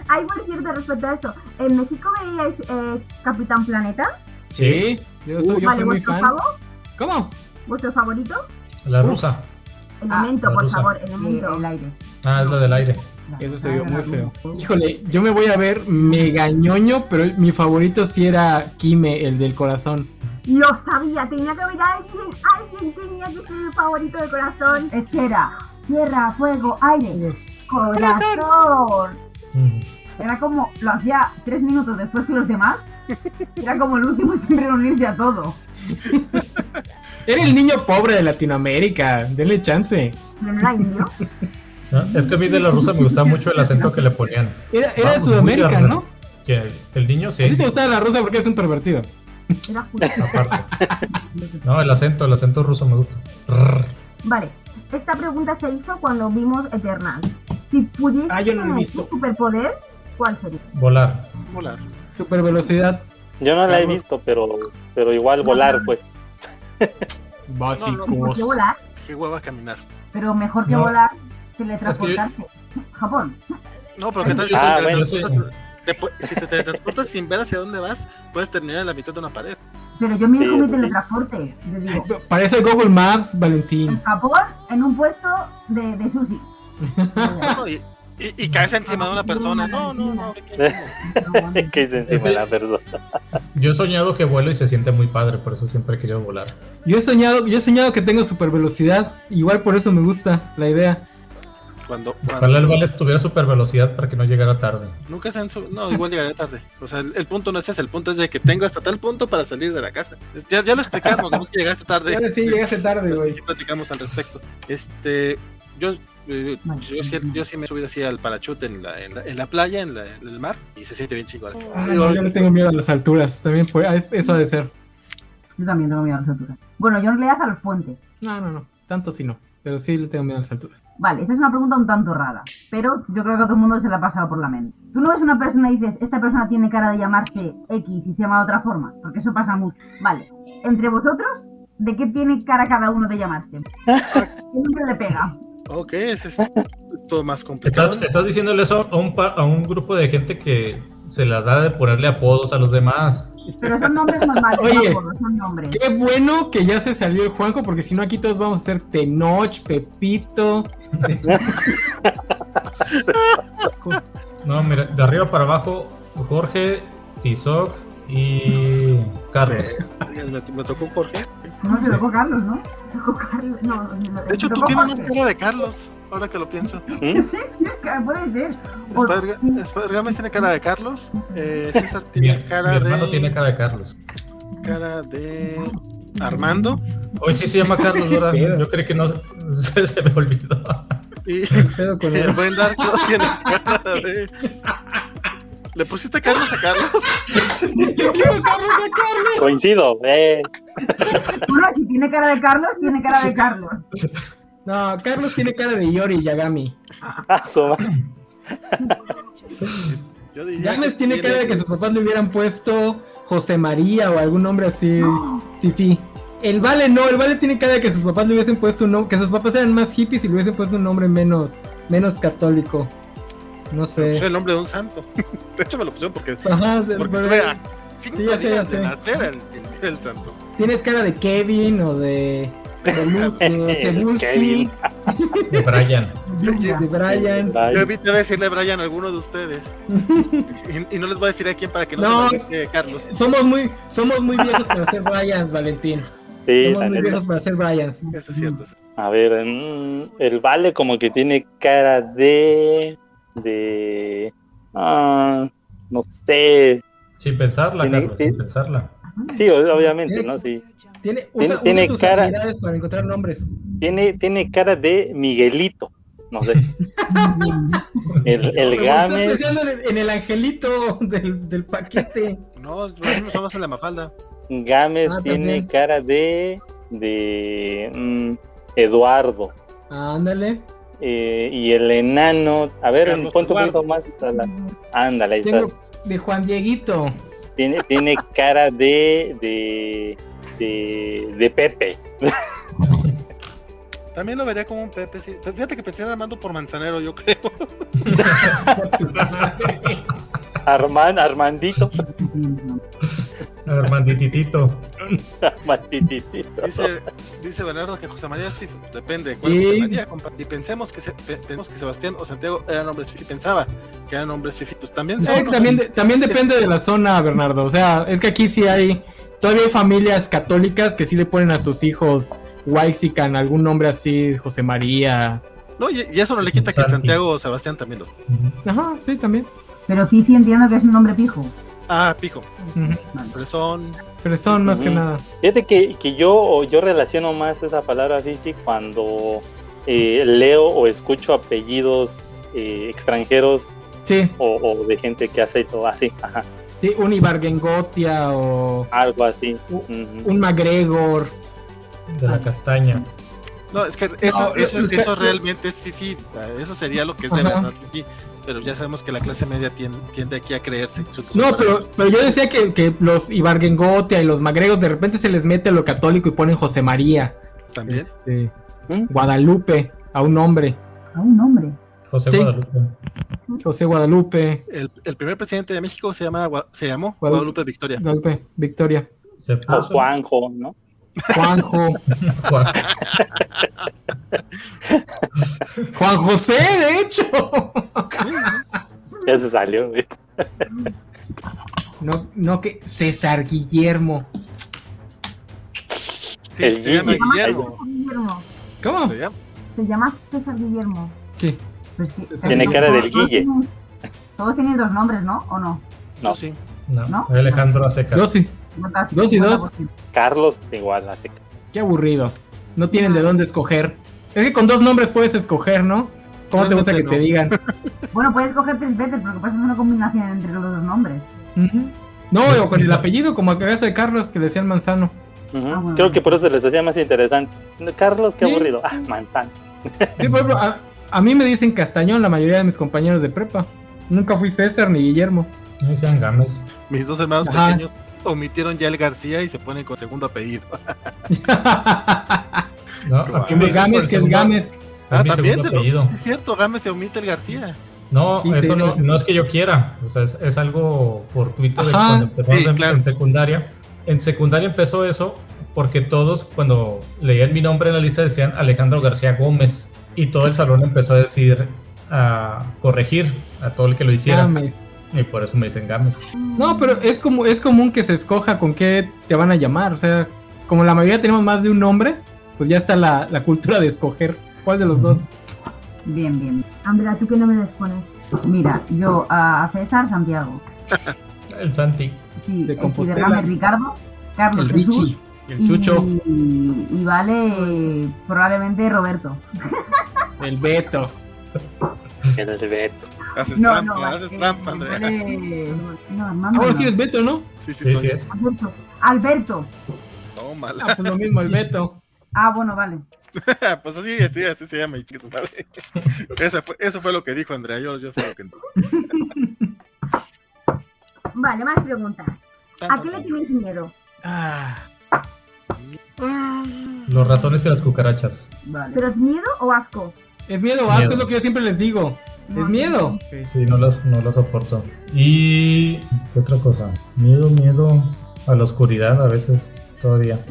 G: Ay, por cierto, respecto a esto, ¿en México veíais eh, Capitán Planeta? Uh,
F: Sí. Yo soy, yo
G: vale,
F: soy muy
G: ¿vuestro
F: fan.
G: favor?
F: ¿Cómo?
G: ¿Vuestro favorito?
I: La rusa.
G: Elemento,
I: la
G: por
J: Ah,
I: rusa.
G: favor,
J: El,
G: elemento.
J: el aire.
I: Ah, es la del aire.
F: Eso se vio muy feo. Híjole, yo me voy a ver mega ñoño, pero mi favorito sí era Kime, el del corazón.
M: Lo sabía, tenía que oír a alguien, alguien tenía que ser mi favorito de corazón.
J: Espera, tierra, fuego, aire, corazón. Era como, lo hacía tres minutos después que los demás. Era como el último en siempre en unirse a todo.
F: Era el niño pobre de Latinoamérica, denle chance.
M: Pero no era indio.
I: ¿no? Es que a mí de la rusa me gustaba mucho el acento que le ponían.
F: Era, era de
I: Vamos, muy
F: Sudamérica,
I: tierno.
F: ¿no?
I: Que el, el niño
F: A
I: sí.
F: ti te gustaba la rusa porque es un pervertido.
M: Era justo.
I: No, el acento, el acento ruso me gusta. Rrr.
M: Vale, esta pregunta se hizo cuando vimos Eternal. Si pudiese
F: Ah, yo no lo he
M: tener
F: visto.
M: un superpoder, ¿cuál sería?
I: Volar.
E: Volar.
F: Super velocidad.
H: Yo no la he visto, pero, pero igual volar, pues. *laughs*
F: Básico.
J: ¿Por qué volar?
E: Qué hueva caminar.
J: Pero mejor que
E: No.
J: volar, teletransportarse. Japón.
E: No, pero ¿qué
I: *laughs*
E: tal?
I: Ah,
E: si, te
I: bueno.
E: teletransportas- te pu- si te teletransportas sin ver hacia dónde vas, puedes terminar en la mitad de una pared.
J: Pero yo me
E: Sí,
J: dejo mi
E: sí.
J: teletransporte. Le digo,
F: Parece Google Maps, Valentín.
J: Japón en un puesto de, de sushi.
E: No, y, y- y caes encima de una persona. No, no, no.
I: *laughs*
H: que es encima la persona.
I: Yo he soñado que vuelo y se siente muy padre, por eso siempre he querido volar.
F: Yo he soñado, yo he soñado que tengo super velocidad. Igual por eso me gusta la idea.
E: Cuando,
I: Ojalá el Vales tuviera super velocidad para que no llegara tarde.
E: Nunca se han sub- No, igual llegaré tarde. O sea, el, el punto no es ese. El punto es de que tengo hasta tal punto para salir de la casa. Es- Ya, ya lo explicamos. no es que llegaste tarde.
F: Ahora sí, llegaste tarde,
E: Pues,
F: güey.
E: Sí platicamos al respecto. Este, yo, eh, yo, sí, yo sí me subí así al parachute en la, en la, en la playa, en, la- en el mar, y se siente bien chingón.
F: Ah, no, yo le tengo miedo a las alturas. También pues, ah, es- eso ha de ser.
J: Yo también tengo miedo a las alturas. Bueno, yo no le das a los puentes.
F: No, no, no. Tanto sí no. Pero sí le tengo miedo a las alturas.
J: Vale, esta es una pregunta un tanto rara, pero yo creo que a todo el mundo se la ha pasado por la mente. Tú no ves una persona y dices, esta persona tiene cara de llamarse X y se llama de otra forma, porque eso pasa mucho. Vale, entre vosotros, ¿de qué tiene cara cada uno de llamarse? Siempre le pega.
E: Ok, ese es, es todo más complicado.
I: Estás, estás diciéndole eso a un, pa- a un grupo de gente que se la da de ponerle apodos a los demás.
J: Pero son nombres normales,
F: Oye.
J: no apodos, son nombres.
F: Qué bueno que ya se salió el Juanco, porque si no aquí todos vamos a ser Tenoch, Pepito.
I: No, mira, de arriba para abajo, Jorge, Tizoc y Carlos.
E: Me, me tocó Jorge.
J: No, se tocó Carlos, ¿no? Se tocó Carlos, no.
E: De hecho, tú tienes más
J: *laughs*
E: cara de Carlos, ahora que lo pienso.
J: Sí, es que puede ser. O-
E: Spider- Spider Games tiene cara de Carlos. eh, César
I: Mi,
E: tiene
I: mi
E: cara
I: hermano
E: de.
I: tiene cara de Carlos.
E: Cara de. Armando.
I: Hoy sí se llama
E: *laughs*
I: Carlos ahora. Yo creí que no *laughs* se, se me olvidó.
E: Y *laughs*
F: pedo con
E: el
I: él?
E: buen
I: *laughs*
E: Dark Claw tiene cara de. ¿Le pusiste Carlos a
F: *laughs*
E: Carlos?
H: Coincido, eh. *laughs*
J: Bueno, si tiene cara de Carlos, tiene cara de Carlos.
F: No, Carlos tiene cara de Yori Yagami.
H: Ah,
E: Yo diría que
F: James tiene cara de que sus papás le hubieran puesto José María o algún nombre así. Fifi. El Vale no, el Vale tiene cara de que sus papás le hubiesen puesto un nombre, que sus papás eran más hippies y le hubiesen puesto un nombre menos, menos católico. No sé.
E: Soy el nombre de un santo. *laughs* De hecho, me lo pusieron porque,
F: Ajá, se-
E: Pues porque
F: pero-
E: estuve a cinco
F: Sí, ya sé, ya
E: días
F: sé.
E: de nacer el, el- el santo.
F: Tienes cara de Kevin o de. de Lu-
E: *laughs*
F: de Cebulski,
E: Kevin.
I: De Brian.
F: *laughs* de Brian.
E: Yo evité decirle Brian a alguno de
F: *laughs*
E: ustedes. Y, y no les voy a decir a quién para que no,
F: No.
E: se moleste Carlos.
F: Somos muy, somos muy viejos para ser Bryans, Valentín.
H: Sí, la
F: somos muy
H: neta.
F: viejos para ser Bryans.
E: Eso es cierto.
H: A ver, mm, el vale como que tiene cara de. de. ah, no sé.
I: Sin pensarla,
H: Tiene-
I: Carlos, sin pensarla.
H: Sí, o- obviamente, ¿no? Sí.
F: Tiene,
H: Tiene-
F: usa,
H: tiene
F: usa tus
H: cara-
F: habilidades para encontrar nombres.
H: Tiene, tiene cara de Miguelito. No sé. El, el
F: Pero estás
H: Games.
F: pensando en el, en el angelito del, del paquete.
E: No,
F: *laughs*
E: no somos en la mafalda.
H: Gámez
F: Ah,
H: tiene
F: también.
H: cara de. de. mm, Eduardo.
F: Ándale.
H: Eh, y el enano. A ver,
F: Carlos
H: pon tu
F: Eduardo.
H: punto más. a la- Ándale, ahí está.
F: Tengo de Juan Dieguito.
H: Tiene, tiene cara de. de. de, de Pepe.
E: También lo vería como un Pepe. sí. Pero Fíjate que pensé en Armando por Manzanero, yo creo.
F: *laughs*
H: *laughs* Armand, Armandito.
I: Armandititito.
E: Dice, dice Bernardo que José María sí, depende de cuál
I: Sí.
E: José María, compa. Y pensemos que, se- pe- pensemos que Sebastián o Santiago eran hombres fifi, pensaba que eran hombres fifi, pues también son
F: Eh,
E: unos-
F: también, de- también
E: es-
F: depende de la zona, Bernardo. O sea, es que aquí sí hay. Todavía hay familias católicas que sí le ponen a sus hijos Waxican, algún nombre así, José María.
E: No, y, y eso no le quita que Santiago o Sebastián también los.
F: Ajá, sí, también.
J: Pero Fifi entiendo que es un nombre pijo.
E: Ah, pijo.
F: Ah.
J: Ujú.
E: Fresón.
F: Fresón, más que
H: Ujú.
F: nada.
H: Fíjate que, que yo, yo relaciono más esa palabra fifi cuando eh, leo o escucho apellidos eh, extranjeros
F: Sí.
H: o, o de gente que hace todo así, ajá,
F: Sí, un Ibargengotia o
H: algo así.
F: un MacGregor.
I: De la castaña.
E: No, es que eso,
F: No,
E: eso,
F: los-
E: eso
F: los-
E: realmente es fifi. Eso sería lo que es de
F: Ajá.
E: verdad fifi. Pero ya sabemos que la clase media tien- tiende, aquí a creerse. insultos
F: No,
E: sobre-
F: pero, pero yo decía que, que los Ibargengotia y los MacGregor de repente se les mete lo católico y ponen José María.
E: También.
F: Este, Guadalupe, a un hombre.
J: A Ah, un hombre.
I: José
F: Sí.
I: Guadalupe.
F: José Guadalupe.
E: El, el primer presidente de México se, llama, Gua- se llamó
F: Guadalupe.
E: Guadalupe Victoria.
F: Guadalupe, Victoria.
I: Ah,
H: O
I: *laughs*
H: Juanjo, ¿no?
F: *laughs* Juanjo. Juan José, de hecho.
H: Ya se salió. güey.
F: No, no que César Guillermo.
E: Sí, El se llama
M: llama
E: Guillermo.
M: César Guillermo.
F: ¿Cómo?
M: Te llamas César Guillermo.
F: Sí.
J: Pues que-
H: Tiene cara del
J: todos
H: Guille.
J: tienen- Todos tienen dos nombres, ¿no? ¿O no?
H: No.
I: No,
J: ¿No?
I: Alejandro Aceca.
F: Dos y, dos y
J: pues
F: dos.
H: Carlos igual. así que-
F: Qué aburrido. No tienen de dónde escoger. Es que con dos nombres puedes escoger, ¿no? ¿Cómo te gusta que te *laughs* digan?
J: Bueno, puedes coger tres veces porque puedes hacer una combinación entre los dos nombres.
F: Ujú. No, o con el apellido, como el caso de Carlos que le decían Manzano.
H: Ujú. Creo que por eso se les hacía más interesante. Carlos, qué aburrido. Ah, Mantán.
F: Sí, por ejemplo, a, a mí me dicen Castañón la mayoría de mis compañeros de prepa. Nunca fui César ni Guillermo.
I: Me decían Gámez.
E: Mis dos hermanos
F: Ajá.
E: pequeños omitieron ya el García y se ponen con segundo apellido. Ah,
I: No,
E: Claro.
I: aquí me dicen
E: Gámez,
I: por el
E: que es
I: segundo-
E: Gámez.
I: es
E: Ah,
I: mi
E: también
I: segundo
E: se lo-
I: apellido.
E: Es cierto, Gámez se omite el García.
I: No,
E: Sí, te
I: eso no,
E: dicen-
I: no es que yo quiera, o sea, es, es algo fortuito de
E: Ajá,
I: cuando empezamos
E: sí,
I: en,
E: claro.
I: en secundaria. En secundaria empezó eso porque todos cuando leían mi nombre en la lista decían Alejandro García Gómez y todo el salón empezó a decir, a corregir a todo el que lo hiciera.
F: Gámez.
I: Y por eso me dicen Gámez.
F: No, pero eh, es como es común que se escoja con qué te van a llamar. O sea, como la mayoría tenemos más de un nombre, pues ya está la, la cultura de escoger cuál de los dos.
J: Bien, bien. Andrea, ¿tú qué nombre les pones? Mira, yo a César Santiago.
I: El Santi.
J: Sí,
I: de
J: Cibergame Ricardo, Carlos
I: El
J: Jesús,
I: Richie, el Chucho.
J: Y, y vale probablemente Roberto.
F: El Beto.
H: El Beto.
E: Haces
J: No,
E: trampa,
J: no,
E: haces
J: eh,
E: trampa,
J: no,
E: Andrea.
J: vale- No, Armando.
F: Ahora
J: no.
F: Ah, sí es Beto, ¿no?
E: Sí, sí,
I: Sí,
E: soy.
I: sí es.
J: Alberto. Alberto.
E: Tómala.
F: Ah, pues lo mismo,
I: *laughs*
F: el Beto.
J: Ah, bueno, vale.
E: *laughs* pues así, así, así se llama y chingue su madre. *laughs* Esa fue- eso fue lo que dijo Andrea. Yo, yo fue lo que
M: Vale, más preguntas. ¿A qué le tenéis miedo?
I: Ah. Los ratones y las cucarachas.
M: ¿Pero es miedo o asco?
F: Es miedo, asco,
I: Miedo.
F: es lo que yo siempre les digo. Es miedo.
I: Sí, no las, no las soporto. Y qué otra cosa. Miedo, miedo a la oscuridad a veces todavía.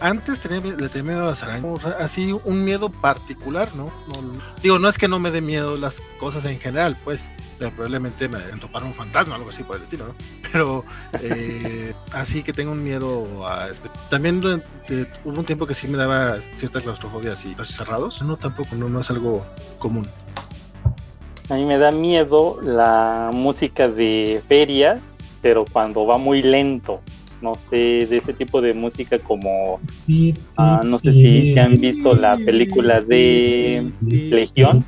E: Antes tenía, mi- le tenía miedo a las arañas. O sea, Así un miedo particular, ¿no? No- Digo, no es que no me dé miedo las cosas en general, pues. o sea, probablemente me deben topar un fantasma o algo así por el estilo, ¿no? Pero eh, así que tengo un miedo a... este- También durante- hubo un tiempo que sí me daba cierta claustrofobia así, espacios cerrados. No, tampoco, no, no es algo común.
H: A mí me da miedo la música de feria, pero cuando va muy lento. No sé, de ese tipo de música como... ah, no sé si si han visto la película de Legión.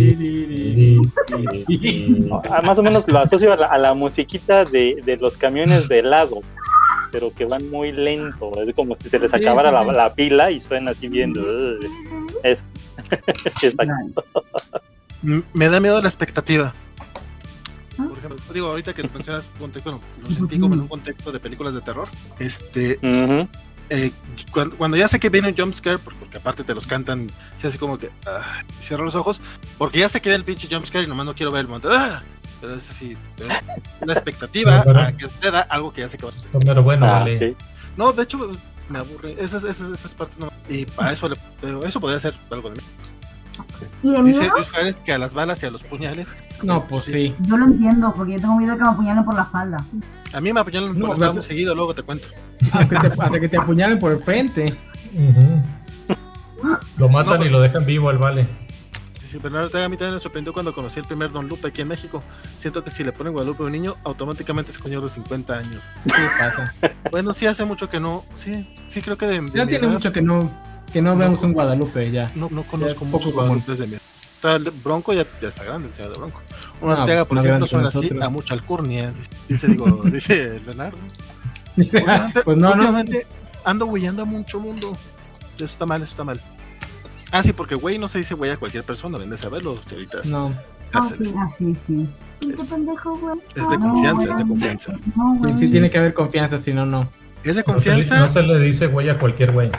H: *laughs* Ah, más o menos lo asocio a la, a la musiquita de, de los camiones de helado, pero que van muy lento. Es como si se les
B: Sí,
H: acabara
B: sí,
H: la,
B: sí.
H: la pila y suena así bien. "Ugh". Es, *laughs* Exacto.
E: M- Me da miedo la expectativa. Por ejemplo, digo, ahorita que lo mencionas, ponte- bueno, lo sentí como en un contexto de películas de terror. Este, eh, cuando, cuando ya sé que viene un jumpscare, porque, porque aparte te los cantan, se hace como que ah, cierro los ojos, porque ya sé que viene el pinche jumpscare y nomás no quiero ver el monte. ¡Ah! Pero es así, es una expectativa
I: Pero-
E: a que suceda algo que ya se acabó.
I: Pero bueno,
E: Ah,
I: vale.
E: ok. No, de hecho, me aburre. Esas, esas, esas partes no. Y para eso, le- pero eso podría ser algo de mí.
J: ¿Y de
E: Dice
J: miedo?
E: Luis Juárez que a las balas y a los puñales.
F: No, pues sí.
J: Yo lo entiendo, porque yo tengo miedo de que me apuñalen por la espalda.
E: A mí me apuñalan por la espalda muy seguido, luego te cuento.
F: Hasta que te, hasta que te apuñalen por el frente.
I: Lo matan y lo dejan vivo al vale.
E: Dice Bernardo Ortega, a mí también me sorprendió cuando conocí el primer Don Lupe aquí en México. Siento que si le ponen Guadalupe a un niño, automáticamente es un señor de 50 años.
F: pasa?
E: Bueno, sí hace mucho que no. Sí, sí creo que de, de
F: Ya
E: mi
F: tiene
E: edad
F: mucho que no, que no vemos un Guadalupe ya.
E: No, no conozco
F: Ya,
E: muchos
F: poco común.
E: Guadalupes de mi edad. O sea, el de Bronco ya, ya está grande, el señor de Bronco. Un
F: Ah,
E: Ortega,
F: pues,
E: por ejemplo,
F: más grande que
E: suena así
F: nosotros.
E: a mucha alcurnia. Dice,
F: *laughs*
E: digo, dice Leonardo.
F: Pues no, no.
E: Últimamente ando güeyando a mucho mundo. Eso está mal, eso está mal. Ah, sí, porque güey no se dice güey a cualquier persona, ven de saberlo, señoritas.
F: No.
J: Ah, sí, ah, sí, sí.
E: Es-
J: pendejo, güey?
E: Es de confianza, es de confianza.
J: No,
F: Sí,
J: güey.
F: sí tiene que haber confianza, si no, no.
E: ¿Es de
I: confianza? No se le dice güey a cualquier güey.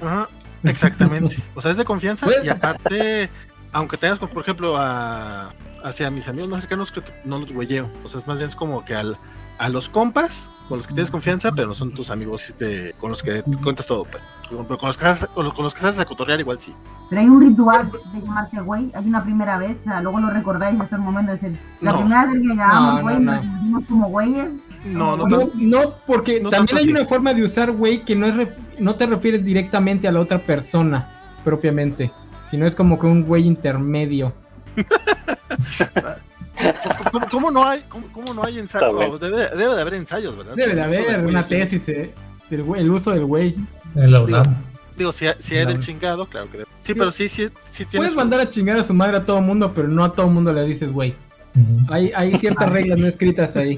E: Ajá, exactamente. O sea, es de confianza y aparte, aunque tengas, como, por ejemplo, a, hacia mis amigos más cercanos, creo que no los güeyeo. O sea, es más bien es como que al, a los compas con los que tienes confianza, pero no son tus amigos este, con los que cuentas todo. Pues. Con, con los que sales, con, los, con los que sales a cotorrear, igual sí.
J: Pero hay un ritual de llamarte güey, hay una primera vez, o sea, luego lo recordáis en estos momentos. es el- la
E: No.
J: primera vez que
F: No,
J: llamamos
F: no,
J: güey,
F: no.
J: nos sentimos como güeyes.
F: No, no, porque también hay una forma de usar güey que no, es ref- no te refieres directamente a la otra persona propiamente, sino es como que un güey intermedio.
E: ¿Cómo, cómo no hay, cómo, cómo no hay
F: Está bueno.
E: ensayos? Debe, debe de haber ensayos, ¿verdad?
F: Debe de
E: Sobre eso
F: haber
E: güey.
F: una tesis, eh, del güey, el uso del güey.
I: En la
E: Digo, digo, si, hay- si hay del chingado, claro que debe. Sí, pero sí, sí, sí tienes.
F: Puedes mandar a chingar a su madre a todo mundo, pero no a todo mundo le dices güey. Hay, hay ciertas reglas no escritas ahí.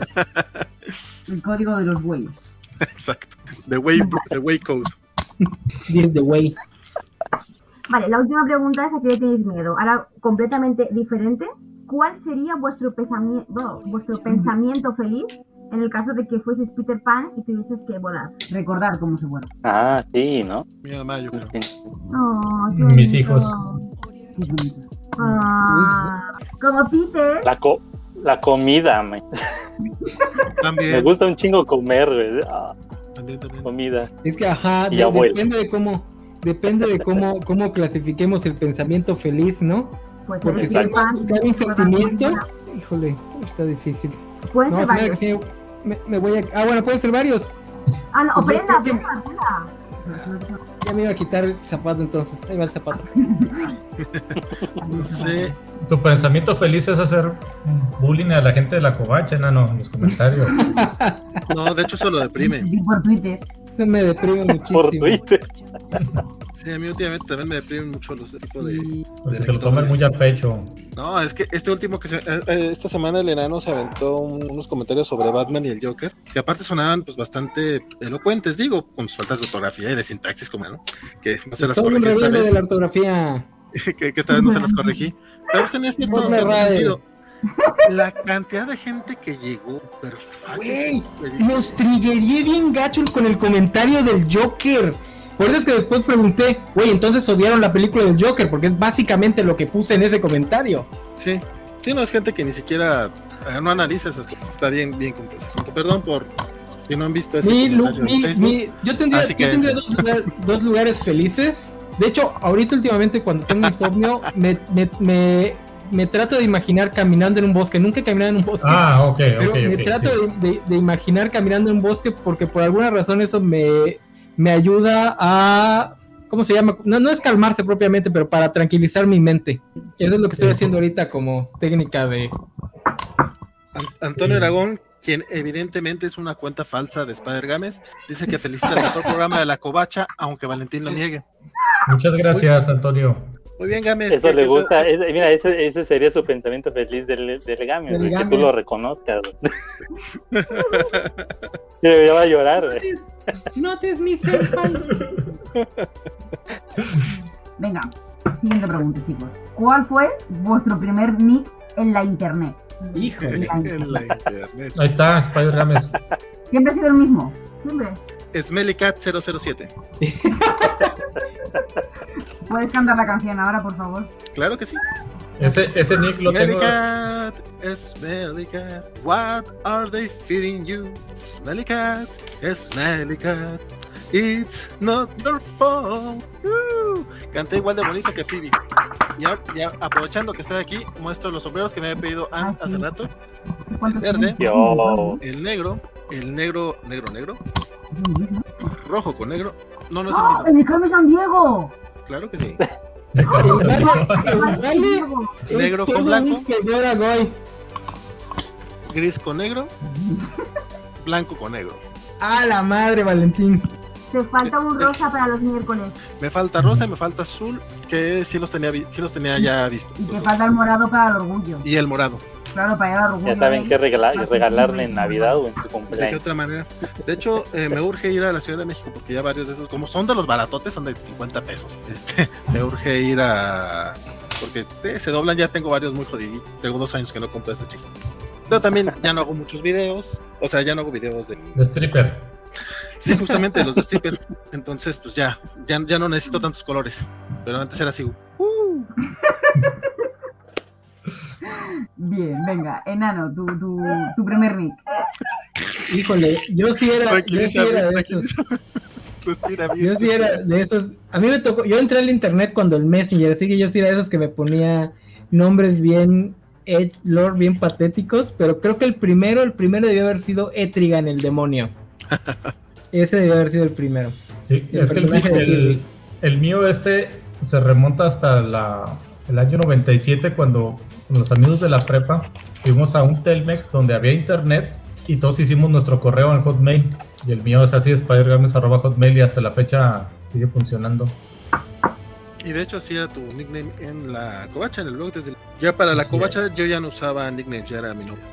J: El código de los güeyes.
E: *laughs* Exacto. The way, the way code.
F: This the way.
M: Vale, la última pregunta es a qué le tenéis miedo. Ahora, completamente diferente. ¿Cuál sería vuestro, pensami- bueno, vuestro pensamiento feliz en el caso de que fueses Peter Pan y tuvieses que volar?
J: Recordar cómo se vuela.
H: Ah, sí, ¿no?
E: Mi mamá, yo creo.
M: Oh, qué
I: Mis
M: bonito.
I: hijos.
M: Ah, como Peter.
H: La, co- la comida, me.
E: También.
H: Me
B: Eh.
H: gusta un chingo comer, güey. Ah,
E: También, también.
H: comida.
F: Es que ajá,
H: Y
F: de-
H: abuelo.
F: depende de cómo, depende de cómo, cómo clasifiquemos el pensamiento feliz, ¿no?
M: Pues
F: Porque
M: eres
F: si
M: Peter
F: vamos a
M: Pan,
F: buscar un
M: pues, va a
F: sentimiento,
M: volar.
F: híjole, está difícil.
M: Pueden
F: No,
M: ser
F: se me da
M: varios.
F: que sí, me, me voy a. Ah, bueno, pueden ser varios.
M: Ah, no, o
F: Pues yo
M: prenda,
F: creo que-
M: prenda, prenda.
F: Ya me iba a quitar el zapato entonces. Ahí va
E: *laughs*
F: el zapato.
E: No sé.
I: Tu pensamiento feliz es hacer bullying a la gente de la covacha, enano, en los comentarios.
E: No, de hecho eso lo deprime.
J: Y por Twitter.
F: Se me deprime
E: *laughs*
F: muchísimo.
E: Por Twitter. Sí, a mí últimamente también me deprimen mucho los tipos de.
I: Porque se lo toman muy a pecho.
E: No, es que este último que se- eh, eh, esta semana el enano se aventó un- unos comentarios sobre Batman y el Joker, que aparte sonaban pues bastante elocuentes, digo, con sus faltas de ortografía y de sintaxis como ¿no? que no se las
F: Soy un
E: corregí esta
F: rebelde de
E: vez,
F: la ortografía.
E: *laughs* que, que esta vez no se las corregí, pero pues tenía cierto,
F: No me
E: cierto
F: rayes.
E: sentido. La cantidad de gente que llegó, perfecto.
F: Güey, los triggeré bien gacho con el comentario del Joker. Por eso es que después pregunté, güey, entonces odiaron la película del Joker, porque es básicamente lo que puse en ese comentario.
E: Sí, sí, no es gente que ni siquiera eh, no analiza esas cosas. Está bien, bien con ese asunto. Perdón por si no han visto ese
F: Mi, lu-
E: comentario en
F: mi-
E: Facebook.
F: mi- yo tendría,
E: Así
F: yo
E: que
F: tendría
E: dense.
F: dos, lugar- dos lugares felices. De hecho, ahorita últimamente cuando tengo insomnio, me, me, me- me trato de imaginar caminando en un bosque. Nunca he caminado en un bosque.
I: Ah, ok,
F: Pero
I: ok,
F: me
I: ok,
F: trato
I: sí.
F: de, de- de imaginar caminando en un bosque porque por alguna razón eso me, me ayuda a... ¿Cómo se llama? No, no es calmarse propiamente, pero para tranquilizar mi mente. Eso es lo que estoy haciendo ahorita como técnica de...
E: Antonio Aragón, quien evidentemente es una cuenta falsa de Spider Games, dice que felicita el mejor programa de la covacha, aunque Valentín lo niegue.
I: Muchas gracias, Antonio.
E: Muy bien, Games.
H: Eso
E: ¿qué-
H: le
E: qué-
H: gusta. ese- mira, ese, ese sería su pensamiento feliz del, del game,
F: Del
H: güey, que tú
F: Games.
H: lo reconozcas. güey. Sí, ya va a llorar, güey.
F: No te es mi
J: Venga, siguiente pregunta, chicos. ¿Cuál fue vuestro primer nick en la internet?
E: Híjole, en la internet.
I: Ahí está, Spider Games.
J: ¿Siempre ha sido el mismo? Siempre.
E: Smellycat007.
J: ¿Puedes cantar la canción ahora, por favor?
E: Claro que sí.
I: Ese,
F: Pues,
I: ese nick lo
E: Smelly
I: tengo.
E: cat, smelly cat, what are they feeding you? Smelly cat, smelly cat, it's not your fault. Woo. Canté igual de bonito que Phoebe. Ya, ya, aprovechando que estoy aquí, muestro los sombreros que me había pedido an- hace rato. El verde,
H: Yo.
E: el negro, el negro, negro, negro, rojo con negro. No, no es el
J: ¡Oh!
E: mismo.
J: ¡El de Carmen San Diego!
E: Claro que sí.
F: Es
E: negro
F: todo
E: con blanco,
F: un Señora Goy.
E: gris con negro, blanco con negro.
F: A la madre, Valentín.
M: Te falta un rosa para los miércoles.
E: Me falta rosa y me falta azul, que sí los tenía, vi- sí los tenía ya vistos.
J: Y te falta el morado para el orgullo.
E: Y el morado.
J: Claro, para ir al orgullo.
H: Ya saben
J: ¿eh? *laughs*
H: qué regala- regalarle en Navidad o en su
E: De qué
H: cumpleaños.
E: otra manera. De hecho, eh, me urge ir a la Ciudad de México porque ya varios de esos, como son de los baratotes, son de 50 pesos. Este, *laughs* me urge ir a. Porque sí, se doblan, ya tengo varios muy jodiditos. Tengo dos años que no compro a este chico. Pero también ya no hago muchos videos. O sea, ya no hago videos de. *laughs*
I: De stripper.
E: Sí, justamente los de stripper. Entonces, pues ya, ya, ya no necesito tantos colores. Pero antes era así.
J: Bien, venga, enano, tu, tu, tu primer nick.
F: Híjole, yo sí era, yo sí
J: Tranquilízame,
F: era de esos.
E: Respira
F: Yo sí era de esos. A mí me tocó. Yo entré al internet cuando el Messenger, así que yo sí era de esos que me ponía nombres bien lord bien patéticos, pero creo que el primero, el primero debió haber sido Etrigan, el demonio. Ese debió haber sido el primero.
I: Sí,
F: El
I: es que el,
F: personaje de
I: el- el mío este se remonta hasta la, el año 97 cuando con los amigos de la prepa fuimos a un Telmex donde había internet y todos hicimos nuestro correo en Hotmail. Y el mío es así, spidergames.hotmail y hasta la fecha sigue funcionando.
E: Y de hecho así era tu nickname en la covacha, en el blog desde... Ya para la covacha yo ya no usaba nickname, ya era mi nombre.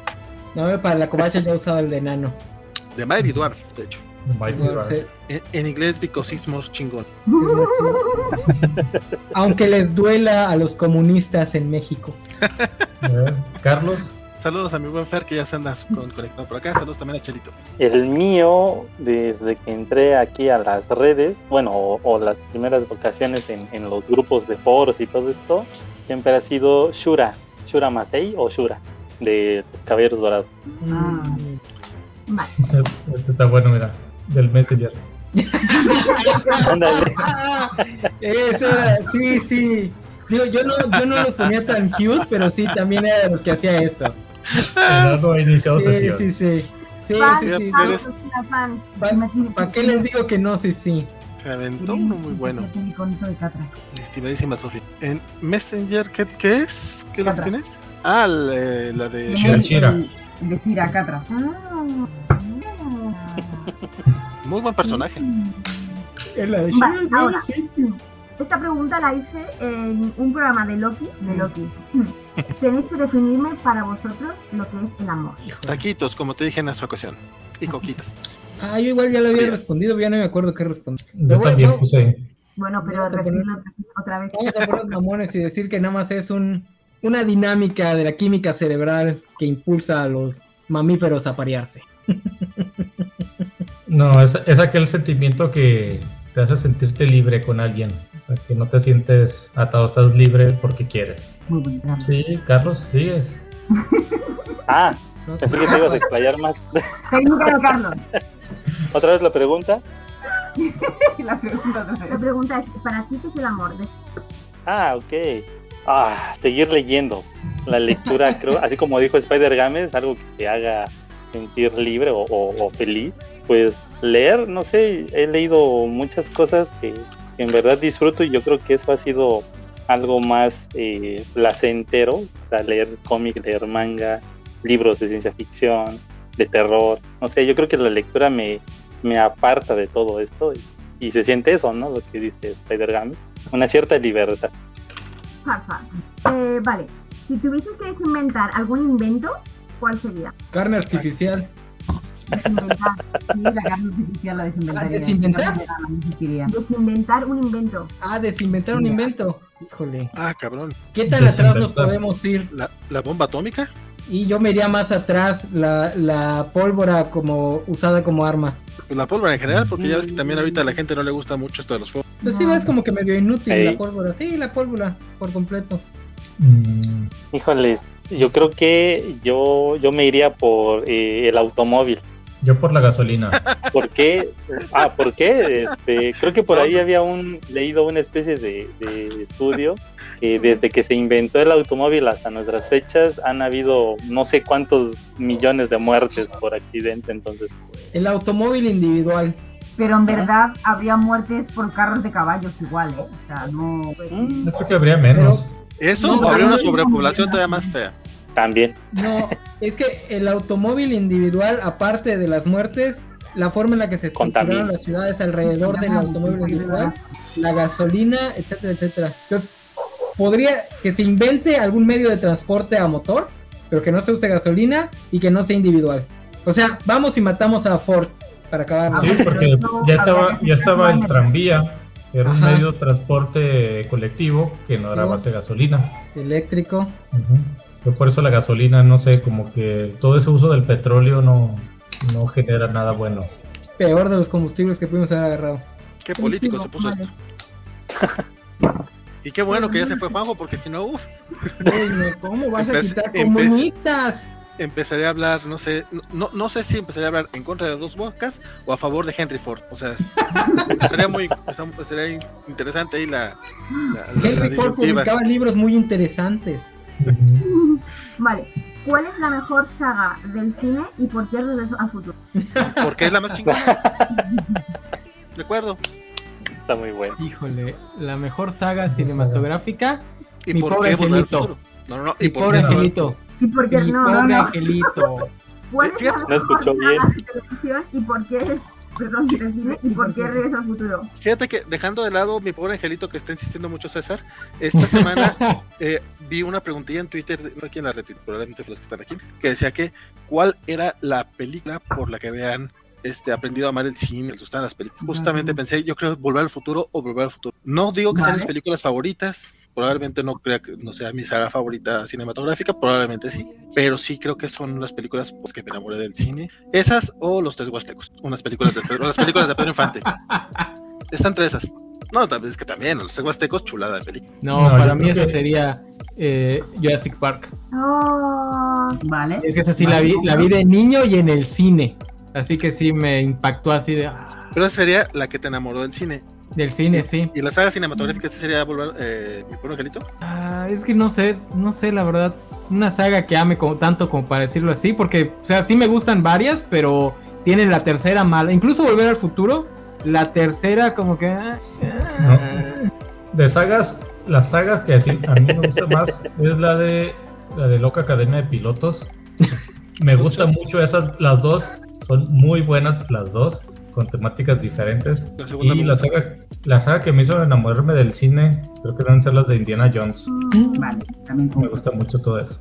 F: No, para la covacha yo usaba el de enano.
E: De Mighty Dwarf, de hecho.
I: The Mighty Dwarf.
E: En, E, en inglés, because it's more chingón.
F: Aunque les duela a los comunistas en México.
I: Eh, Carlos.
E: Saludos a mi buen Fer que ya se anda con- conectado por acá. Saludos también a Chelito.
H: El mío, desde que entré aquí a las redes, bueno, o, o las primeras ocasiones en, en los grupos de foros y todo esto, siempre ha sido Shura, Shura Masei o Shura, de Caballeros Dorados.
I: Este está bueno, mira. Del Messenger.
H: Ándale.
F: Ah, Eso era, sí, sí. Digo, yo, no, yo no los ponía tan cute, pero sí, también era de los que hacía eso.
I: Fernando ha iniciado
F: Ah, Sí,
I: sesión.
F: sí, sí. Sí, sí,
M: Fan,
F: sí.
M: fan, fan, fan.
F: ¿Para qué les digo que no? Sí, sí.
E: Se aventó uno muy
M: *laughs*
E: bueno. Estimadísima Sofía. En Messenger, ¿qué, qué es? ¿Qué es lo que tienes? Ah, la, la de
J: Shira.
E: Shira.
J: El de Sira, Catra.
E: Muy buen personaje.
F: Es la de
M: Va, ahora. Esta pregunta la hice en un programa de Loki. De Loki. *laughs* Tenéis que definirme para vosotros lo que es el amor.
E: Taquitos, como te dije en esa ocasión. Y coquitas.
F: Ah, yo igual ya lo había respondido, pero ya no me acuerdo qué respondí.
I: Yo también puse.
M: Bueno, pero
F: Vamos a poner-
M: repetirlo otra vez.
F: Vamos a poner los mamones y decir que nada más es un, una dinámica de la química cerebral que impulsa a los mamíferos a parearse.
I: No, es, es aquel sentimiento que te hace sentirte libre con alguien. O sea, que no te sientes atado, estás libre porque quieres.
J: Muy bonita.
I: Sí, Carlos, sí es.
H: Ah, pensé que te ibas a explayar más.
J: Técnica de Carlos.
H: *laughs* ¿Otra vez la pregunta?
J: La pregunta otra vez.
M: La pregunta es, ¿para ti qué es el amor? De-
H: Ah, ok. Ah, seguir leyendo. La lectura, creo, así como dijo Spider Games, algo que te haga sentir libre o, o- o feliz. Pues leer, no sé, he leído muchas cosas que, que en verdad disfruto y yo creo que eso ha sido algo más eh, placentero. o sea, leer cómic, leer manga, libros de ciencia ficción, de terror. No sé, yo creo que la lectura me, me aparta de todo esto y, y se siente eso, ¿no? Lo que dice Spider Games, una cierta libertad.
M: Far, far. Eh, vale, si tuvieses que inventar algún invento, ¿cuál
F: *laughs*
M: sería?
F: Carne artificial.
M: Desinventar.
J: Sí, la carne artificial la desinventaría.
F: Ah, ¿desinventar?
J: No, no, no, no existiría.
M: Desinventar un invento.
F: Ah, desinventar un
J: Mira.
F: invento. Híjole.
E: Ah, cabrón.
F: ¿Qué tan atrás nos
E: Desinventar.
F: podemos ir?
E: ¿La, la bomba atómica?
F: Y yo me iría más atrás la, la pólvora como usada como arma.
E: Pues la pólvora en general, porque ya ves que también ahorita a la gente no le gusta mucho esto de los fuegos.
F: Pues sí, es como que medio inútil
E: Ey.
F: la pólvora. Sí, la pólvora, por completo.
I: mm,
H: Híjoles, yo creo que yo, yo me iría por eh, el automóvil.
I: Yo por la gasolina.
H: ¿Por qué? Ah, ¿por qué? Este, creo que por ahí había un leído una especie de, de estudio que desde que se inventó el automóvil hasta nuestras fechas han habido no sé cuántos millones de muertes por accidente, entonces.
F: El automóvil individual.
J: Pero en verdad habría muertes por carros de caballos igual, ¿eh? O sea, no...
M: pues,
H: Mm.
I: Yo creo que habría menos.
E: Eso
F: No,
E: habría
F: no,
E: una
F: no,
E: sobrepoblación todavía más fea.
H: También.
F: No, es que el automóvil individual, aparte de las muertes, la forma en la que se estructuraron
H: Contamina.
F: las ciudades alrededor del automóvil individual, la gasolina, etcétera, etcétera. Entonces, podría que se invente algún medio de transporte a motor, pero que no se use gasolina y que no sea individual. O sea, vamos y matamos a Ford para acabar.
I: Sí, porque ya estaba, ya estaba el tranvía, que era un
F: Ajá.
I: medio de transporte colectivo que no era
F: Ujú.
I: base de gasolina.
F: Eléctrico.
I: Yo por eso la gasolina, no sé, como que todo ese uso del petróleo no, no genera nada bueno.
F: Peor de los combustibles que pudimos haber agarrado.
E: Qué político se puso esto. Y qué bueno que ya se
F: *laughs*
E: fue Juanjo, porque si no, uff.
F: ¿Cómo vas
E: Empecé-
F: a quitar
E: empecé-
F: comunistas?
E: Empezaré a hablar, no sé, no, no sé si empezaré a hablar en contra de dos bocas o a favor de Henry Ford. O sea, estaría muy estaría interesante ahí la, la, la- la
F: Henry
E: disyuntiva.
F: Ford publicaba libros muy interesantes.
M: Vale. ¿Cuál es la mejor saga del cine y por qué es regreso al futuro?
E: Porque es la más chingada. De acuerdo.
H: Está muy bueno.
F: Híjole, la mejor saga cinematográfica.
E: ¿Y
F: mi
E: por
F: pobre
E: qué volver al
F: angelito.
E: futuro? No, no, no.
F: Mi
E: ¿Y por
F: pobre
E: qué no?
F: angelito.
M: ¿Y por qué
F: Mi
M: no?
F: pobre
M: no, no.
F: angelito.
M: ¿Cuál es la
E: Fíjate,
M: mejor
E: no escuchó
M: saga
E: bien.
M: de televisión y por qué es perdón, del cine y por qué es regreso al futuro?
E: Fíjate que dejando de lado mi pobre angelito que está insistiendo mucho César, esta semana eh, vi una preguntilla en Twitter, no aquí en la red, probablemente fue los que están aquí, que decía que cuál era la película por la que habían este, aprendido a amar el cine, les gustaban las películas. Justamente pensé, yo creo volver al futuro o volver al futuro. No digo que sean mis
J: Vale.
E: películas favoritas, probablemente no crea que no sea mi saga favorita cinematográfica, probablemente sí, pero sí creo que son las películas pues, que me enamoré del cine. Esas o Los Tres Huastecos, unas películas de Pedro, las películas de Pedro Infante. Están entre esas. No, tam- es que también, los huastecos, chulada de película.
F: No,
I: No,
F: para
I: yo
F: mí
I: creo
F: esa
I: que-
F: sería eh, Jurassic Park.
M: Oh,
J: Vale.
F: Es que esa sí la vi, la vi de niño y en el cine. Así que sí me impactó así de, ah,
E: Pero esa sería la que te enamoró del cine.
F: del cine, sí.
E: Y la saga cinematográfica, esa sería volver, eh, mi pobre angelito.
F: Ah, es que no sé, no sé la verdad. Una saga que ame como, tanto como para decirlo así, porque, o sea, sí me gustan varias, pero tienen la tercera mala. Incluso Volver al Futuro, la tercera como que... ah,
I: ¿no? De sagas, las sagas que así a mí me gusta más es la de la de Loca Academia de Pilotos. Me gusta mucho esas, las dos, son muy buenas las dos, con temáticas diferentes.
E: La segunda
I: Y
E: me
I: la
E: gusta.
I: saga, la saga que me hizo enamorarme del cine, creo que deben ser las de Indiana Jones.
J: Vale, también
I: Me
J: como...
I: gusta mucho todo eso.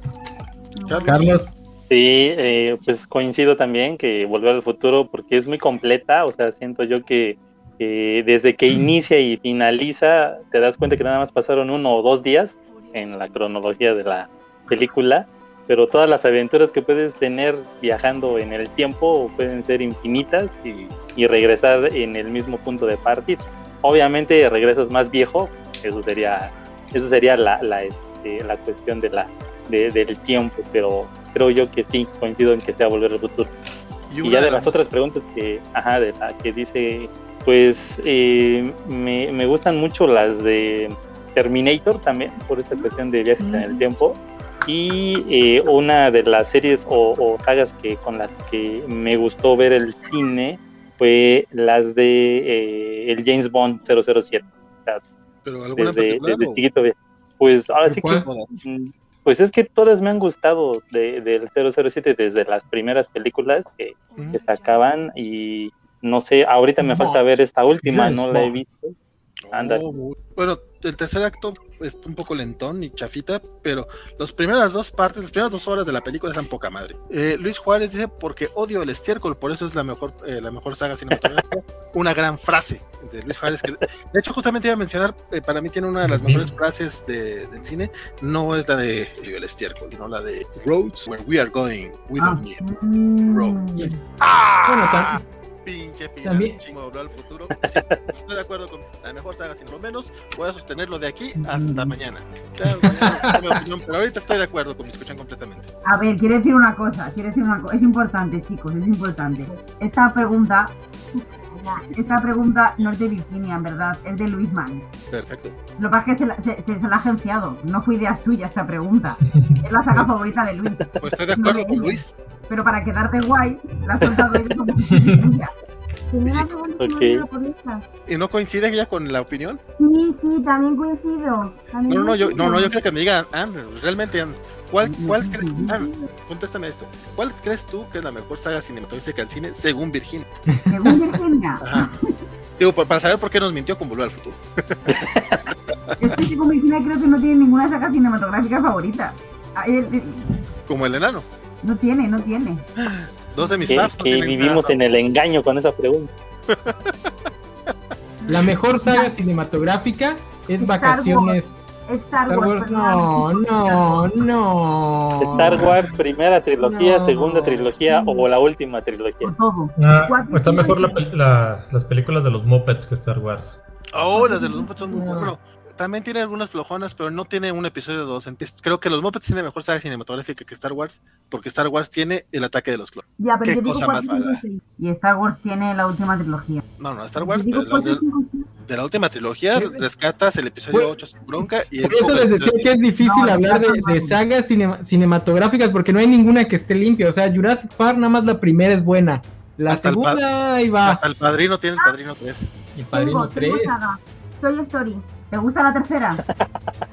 E: Carlos.
F: Carlos,
H: Sí, eh, pues coincido también que Volver al Futuro, porque es muy completa, o sea, siento yo que, que desde que inicia y finaliza, te das cuenta que nada más pasaron uno o dos días en la cronología de la película, pero todas las aventuras que puedes tener viajando en el tiempo pueden ser infinitas y, y regresar en el mismo punto de partida. Obviamente regresas más viejo, eso sería, eso sería la, la, este, la cuestión de la, de- del tiempo, pero creo yo que sí, coincido en que sea volver al futuro. Y,
E: una
H: ya de
E: la-
H: las otras preguntas que, ajá, de la que dice, pues eh, me, me gustan mucho las de Terminator también, por esta cuestión de viajes en el tiempo. Y eh, una de las series o, o sagas que con las que me gustó ver el cine fue las de eh, el James Bond 007.
E: Pero alguna en
H: Desde,
E: particular.
H: desde
E: o-
H: chiquito, ve- pues ahora sí que
F: ¿Cuál?
H: Mm, Pues es que todas me han gustado de, del 007 desde las primeras películas que,
E: Ujú.
H: que sacaban y no sé, ahorita me falta ver esta última, no la he visto. Ándale.
E: Oh, muy- bueno, el tercer acto es un poco lentón y chafita, pero las primeras dos partes, las primeras dos horas de la película están poca madre. Eh, Luis Juárez dice, porque odio el estiércol, por eso es la mejor, eh, la mejor saga cinematográfica. una gran frase de Luis Juárez. Que, de hecho, justamente iba a mencionar, eh, para mí tiene una de las mejores frases de- del cine, no es la de odio el estiércol, sino la de Roads, where we are going, we
J: Ah.
E: don't need
J: Mm.
E: roads.
F: bueno, tam-
E: pinche final,
F: También-
E: un chingo habló al futuro. Sí, estoy de acuerdo con la mejor saga, sin lo menos. Voy a sostenerlo de aquí hasta mañana. Ya, mañana tengo mi opinión, pero ahorita estoy de acuerdo con mi escuchan completamente.
J: A ver, quiero decir una cosa, quiero decir una cosa. Es importante, chicos, es importante. Esta pregunta, esta pregunta no es de Virginia, en verdad, es de Luis Man.
E: Perfecto.
J: Lo que pasa es que se la, se, se- se la ha agenciado. No fue idea suya esta pregunta. Es la saga favorita de Luis.
E: Pues estoy de acuerdo con Luis.
J: Pero para quedarte guay, la has soltado ella como suya.
M: Tenía una pregunta que no
E: Ok.
M: me iba por lista.
E: ¿Y no coincide ella con la opinión?
M: Sí, sí, también coincido.
E: No,
M: También
E: no, no, yo,
M: coincido.
E: no, no, yo creo que me diga, Anne, realmente, Anne, ¿cuál, cuál cre- Anne, contéstame esto. ¿Cuál crees tú que es la mejor saga cinematográfica del cine según Virginia?
J: Según Virginia,
E: Digo, pa- para saber por qué nos mintió con Volver al Futuro.
J: es que según Virginia creo que no tiene ninguna saga cinematográfica favorita. Ah, él- él-
E: Como el enano.
J: No tiene, no tiene.
E: Dos de mis
H: Que,
E: fans no
H: que
E: tienen
H: vivimos
E: nada.
H: en el engaño con esa pregunta.
F: La mejor saga cinematográfica es Vacaciones.
J: Star
F: Star Wars, no, no, no.
H: Star Wars, primera trilogía,
F: No.
H: segunda trilogía o la última trilogía.
I: Ah, está mejor la pel- la- las películas de los Muppets que Star Wars.
F: Ah,
E: Oh, las de los Muppets son muy buenas. Bueno, también tiene algunas flojonas, pero no tiene un episodio 2. Creo que los Muppets tienen mejor saga cinematográfica que Star Wars, porque Star Wars tiene el ataque de los clones.
J: Ya, pero
E: Qué
J: yo digo
E: cosa
J: cuatro,
E: más
J: cinco,
E: mala.
J: seis. Y Star Wars tiene la última trilogía.
E: No, no, Star Wars,
J: Digo
E: de, las
F: pues,
J: cuatro,
E: del-
J: cinco,
E: de la última trilogía, rescatas el episodio 8 sin bronca y el
F: Pues, Por eso les decía que es difícil
E: No,
F: hablar de, de sagas cinema- cinematográficas porque no hay ninguna que esté limpia. O sea, Jurassic Park nada más la primera es buena. La
E: Hasta el pa-
F: segunda, ahí va.
E: Hasta el padrino tiene el padrino 3.
F: El
J: Tengo, tengo saga. Toy Story. ¿Te gusta la tercera?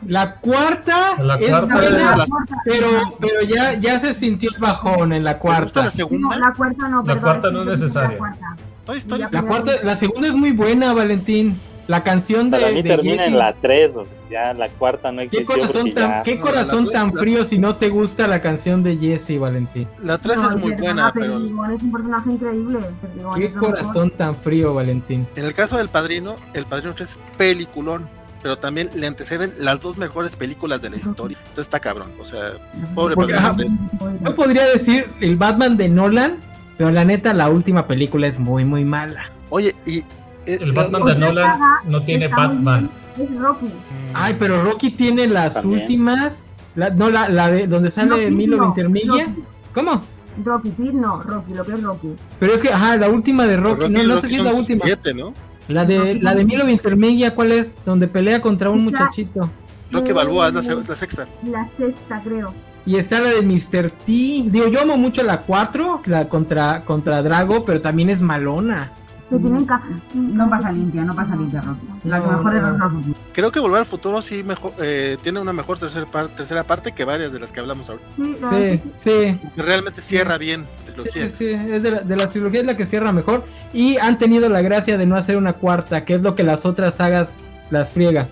F: La cuarta
J: La
F: es
J: cuarta
F: buena,
J: es la-
F: pero, pero ya, ya se sintió el bajón en la cuarta.
E: la
J: No, la cuarta no,
F: La
J: perdón.
F: cuarta no es necesaria. La cuarta, la segunda es muy buena, Valentín. La canción de.
H: Para mí
F: de
H: termina
F: Jessie.
H: en la 3, ya la cuarta no
F: ¿Qué
H: existió.
F: corazón
H: porque
F: tan,
H: ya-
F: qué corazón tan frío si no te gusta la canción de Jesse, Valentín?
E: La
M: No, perdona, Perdigón es un personaje increíble. Perdigón
F: Qué
M: es lo mejor.
F: corazón tan frío, Valentín.
E: En el caso del padrino, el padrino 3 es peliculón, pero también le anteceden las dos mejores películas de la historia. Entonces está cabrón, o sea, pobre
F: Porque,
E: padrino
F: ajá,
E: 3.
F: Yo podría decir el Batman de Nolan, pero la neta, la última película es muy, muy mala.
E: Oye, y. eh,
I: El Batman de Nolan no tiene Batman.
M: Es Rocky.
F: Ay, pero Rocky tiene las
I: También.
F: últimas. la- no, la, la de donde sale
M: Rocky,
F: Milo
M: no,
F: Ventimiglia.
M: Rocky.
F: ¿Cómo?
M: Rocky Kid no, Rocky, lo que es Rocky.
F: Pero es que, ajá, la última de Rocky.
E: Rocky-
F: no, no
E: Rocky
F: sé si es
E: son
F: la última.
E: siete, ¿no?
F: La de, la de Milo Ventimiglia, ¿cuál es? Donde pelea contra un muchachito.
E: Rocky Balboa es la, se- la sexta.
M: La sexta, creo.
F: Y está la de Mr. T. Digo, yo amo mucho la 4, la contra, contra Drago, pero también es malona.
M: Que tienen ca-
J: Mm. No pasa limpia, no pasa limpia, Rocky. La que
F: No,
J: mejor es
F: no.
J: Rocky.
E: Creo que Volver al Futuro sí mejor, eh, tiene una mejor tercer par- tercera parte que varias de las que hablamos ahorita.
F: Sí, sí.
E: Realmente cierra bien la
F: Sí,
E: trilogía.
F: sí, sí, es de, la, de las trilogías la que cierra mejor. Y han tenido la gracia de no hacer una cuarta, que es lo que las otras sagas las friega.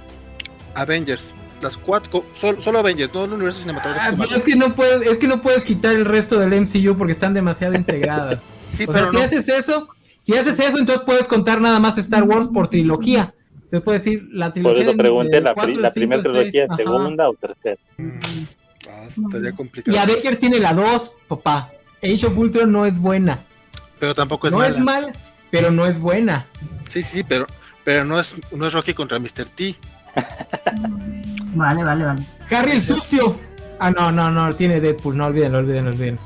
E: Avengers. Las cuatro, co- solo, solo Avengers, no el universo
F: Ah,
E: cinematográfico.
F: pero
E: Marvel.
F: es, que no puedes, es que no puedes quitar el resto del MCU porque están demasiado integradas.
E: *laughs* Sí,
F: o
E: pero
F: sea, si
E: no.
F: haces eso, si haces eso, entonces puedes contar nada más Star Wars por trilogía. Entonces puedes decir la
H: Por
F: trilogía.
H: eso
F: del-
H: pregunté
F: del
H: la,
F: cuatro,
H: pri- la
F: cinco,
H: primera
F: seis,
H: trilogía,
F: ajá.
H: segunda o tercera.
E: Ah, estaría complicado.
F: Y a Decker tiene la 2, papá. Age of Ultron no es buena.
E: Pero tampoco es
F: no
E: Pues mala.
F: es mala, pero no es buena.
E: Sí, sí, pero, pero no, es, no es Rocky contra Mr. T.
J: Vale, vale, vale.
F: Harry el sucio. Ah, no, no, no, tiene Deadpool. No olviden, olviden, olviden.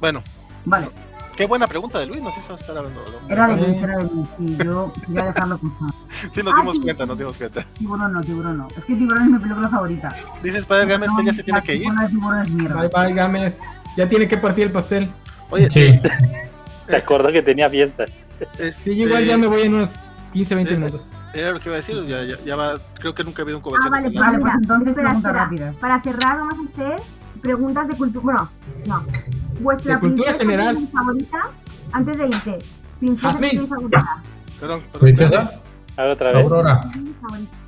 E: Bueno.
J: Vale.
E: Qué buena pregunta de Luis, no sé si va a estar hablando. hablando.
J: Era de mí, era de mí. Sí, yo quería dejarlo cruzado.
E: Sí, nos
J: Ah,
E: dimos
J: sí.
E: cuenta, nos dimos cuenta.
J: Tiburón no, tiburón no. Es que tiburón es mi película favorita.
E: Dice Spider Games que ya se tiene que ir.
F: Bye, bye, Games. Ya tiene que partir el pastel.
E: Oye,
H: eh, ¿Te acordó que tenía fiesta?
F: Sí, yo igual ya me voy en unos 15, 20 minutos.
E: este, Era lo que iba a decir, ya, ya, ya va, creo que nunca ha habido un
M: Ah,
E: covachano.
M: vale,
E: tan largo.
M: pues mira,
J: entonces
M: espera,
J: preguntas
M: espera.
J: rápidas.
M: Para cerrar vamos a hacer preguntas de cultura. Bueno, no. Vuestra
F: De cultura
M: princesa
F: general.
M: Disney favorita antes de irte. Princesa
F: Jazmín.
M: Disney favorita.
E: Perdón, perdón.
I: ¿Princesa?
H: A ver, otra vez.
I: Aurora.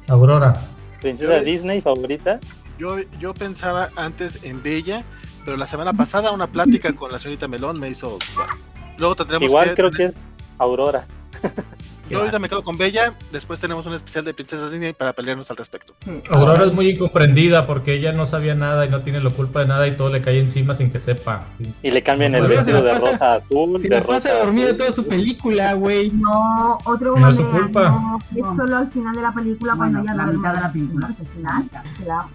I: Aurora.
H: Princesa Disney favorita.
E: Yo, yo pensaba antes en Bella, pero la semana pasada una plática con la señorita Melón me hizo. dudar. Luego tendremos
H: Igual
E: que.
H: creo que es Aurora.
E: Yo ahorita me quedo con Bella, después tenemos un especial de Princesas Disney para pelearnos al respecto.
I: Aurora es muy incomprendida porque ella no sabía nada y no tiene la culpa de nada y todo le cae encima sin que sepa.
H: Y le cambian el
I: Pues mira, si
H: vestido
I: la
H: de
I: pasa-
H: rosa a azul,
I: si
H: de
I: la pasa
H: rosa.
F: dormida toda su película, güey.
J: No, otro
I: No es su
J: bromea,
I: culpa.
J: no, es solo al final de la película cuando ya
G: la mitad de la película.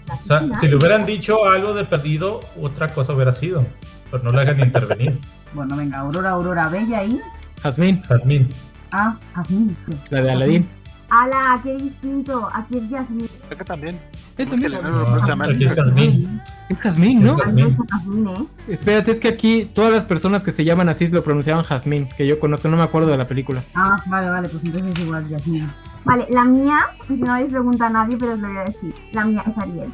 I: O sea, si le hubieran dicho algo de perdido, otra cosa hubiera sido. Pero no la
F: *laughs*
I: hagan intervenir.
G: Bueno, venga, Aurora, Aurora, Bella ahí.
I: Jazmín. Jazmín.
G: Ah, Jazmín.
F: La de Aladdin.
J: ¡Hala! ¡Qué distinto! Aquí es Jasmine.
E: Acá también.
F: Aquí
I: es Jazmín.
F: Eh, Es Jazmín, pues, ¿no?
J: Jasmine, ¿eh?
F: Espérate, es que aquí todas las personas que se llaman así lo pronunciaban Jazmín, que yo conozco, no me acuerdo de la película.
G: Ah, vale, vale, pues entonces es igual, Jasmine.
J: Vale, la mía, que no les pregunta a nadie, pero os lo voy a decir. La mía es Ariel.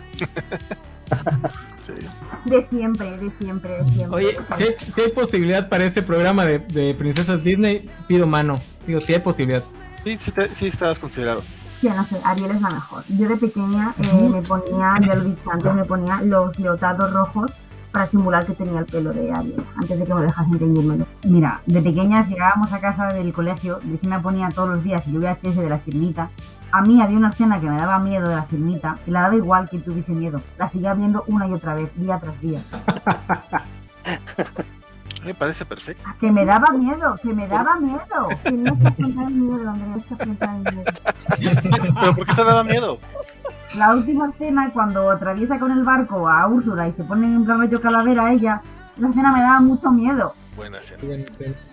J: De siempre, de siempre, de siempre.
F: Oye, si hay, si hay posibilidad para ese programa de, de princesas Disney, pido mano. Digo, si hay posibilidad.
E: Sí, sí, te- sí estabas considerado.
J: Yo no sé, Ariel es la mejor. Yo de pequeña eh, me ponía, ya lo he dicho antes, me ponía los leotardos rojos para simular que tenía el pelo de Ariel, antes de que me dejasen teñírmelo.
G: Mira, de pequeñas llegábamos a casa del colegio, Virginia ponía todos los días el VHS de la sirenita. A mí había una escena que me daba miedo de la sirenita y la daba igual que tuviese miedo. La seguía viendo una y otra vez, día tras día.
E: Me parece perfecto.
J: Que me daba miedo, que me daba miedo. Que no se afrontar el miedo, Andrea, es que afrontar el miedo.
E: ¿Pero por qué te daba miedo?
G: La última escena, cuando atraviesa con el barco a Úrsula y se pone en plan rollo calavera a ella, la escena me daba mucho miedo.
E: Buena escena.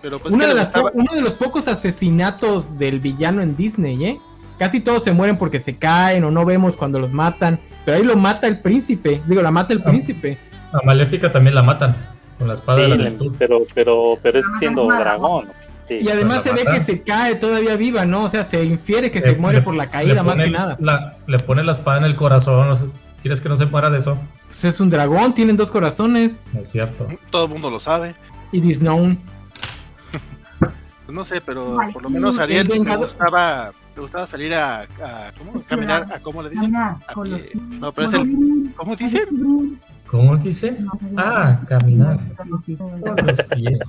F: Pero
E: pues
F: uno,
E: que
F: de
E: le
F: las po-
E: gustaba-
F: uno de los pocos asesinatos del villano en Disney, ¿eh? Casi todos se mueren porque se caen o no vemos cuando los matan. Pero ahí lo mata el príncipe. Digo, la mata el
I: Ah,
F: príncipe.
I: A Maléfica también la matan con la espada de
H: Sí,
I: la
H: le-
I: virtud.
H: pero, pero, pero es siendo
F: nada.
H: dragón. Sí.
F: Y
I: pues
F: además se ve que se cae todavía viva, ¿no? O sea, se infiere que se
I: Le-
F: muere
I: Eh, le-
F: por la
I: le
F: caída más
I: pone
F: que nada.
I: la- le pone la espada en el corazón. o sea, ¿Quieres que no se muera de eso?
F: Pues es un dragón, tienen dos corazones.
I: Es cierto.
F: ¿Eh?
E: Todo el mundo lo sabe.
F: Y Disnown.
E: Pues no sé, pero
F: Vale.
E: por lo menos
F: Mm,
E: a Ariel
F: el
E: me
F: vengado-
E: gustaba, me gustaba salir a, a- ¿cómo? caminar, a cómo le dicen. A pie. Ah, No, pero es el. ¿Cómo dicen?
I: ¿Cómo
F: *laughs*
I: dice? Ah, caminar. Con los pies.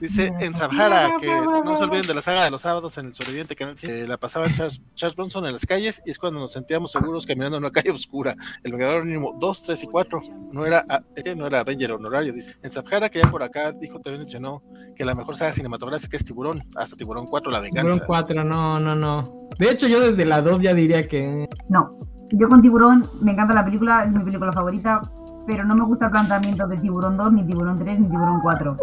E: Dice en Sahara, que no se olviden de la saga de los sábados en el sobreviviente canal. siete, la pasaba Charles, Charles Bronson en las calles y es cuando nos sentíamos seguros caminando en una calle oscura. El Vengador mínimo 2, 3 y 4. No era, a- eh, no era Avenger honorario, dice. En Sahara, que ya por acá dijo, también mencionó que la mejor saga cinematográfica es Tiburón, hasta Tiburón 4, la venganza.
F: Fueron cuatro, no, no, no. De hecho, yo desde la dos ya diría que.
G: No, yo con Tiburón me encanta la película, es mi película favorita, pero no me gusta el planteamiento de Tiburón 2, ni Tiburón 3, ni Tiburón 4.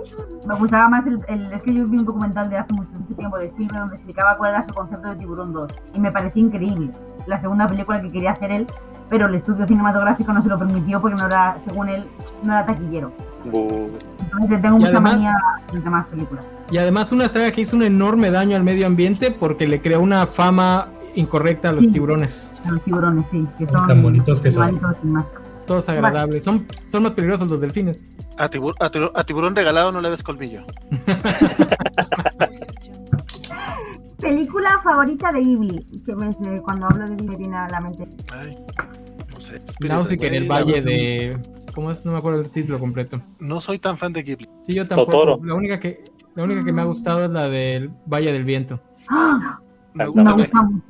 G: Me gustaba más el, el- Es que yo vi un documental de hace mucho, mucho tiempo de Spielberg donde explicaba cuál era su concepto de Tiburón 2 y me parecía increíble. La segunda película que quería hacer él, pero el estudio cinematográfico no se lo permitió porque no era, según él, no era taquillero. Entonces le tengo
F: Y
G: mucha
F: además-
G: manía a las demás películas.
F: Y además, una saga que hizo un enorme daño al medio ambiente porque le creó una fama incorrecta a los tiburones.
G: A los tiburones, sí, que
F: son.
I: tan bonitos que son.
G: animalitos sin más.
F: Todos agradables. Son, son más peligrosos los delfines.
E: A, tibur- a tibur- a Tiburón regalado no le ves colmillo.
J: Película favorita de Ghibli, que me, sé, cuando hablo de Ghibli me viene a la mente.
E: Ay, no sé.
F: Nausicaa en
E: Way,
F: el
E: la
F: valle
E: verdad.
F: de. ¿Cómo es? No me acuerdo el título completo.
E: No soy tan fan de Ghibli.
F: Sí, yo tampoco.
E: Totoro.
F: La única que. La única que me ha gustado es la del Valle del Viento.
G: ¡Ah!
E: Me
G: gusta, mucho.
F: Eh,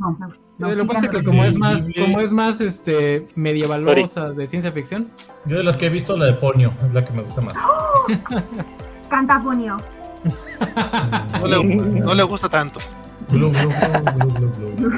F: Lo que pasa es que como es más, como es más este medievalosa de ciencia ficción.
I: Yo de las que he visto, la de Ponio es la que me gusta más.
J: Cantafonio.
E: No le, no le gusta tanto.
I: Glu, glu, glu, glu, glu, glu.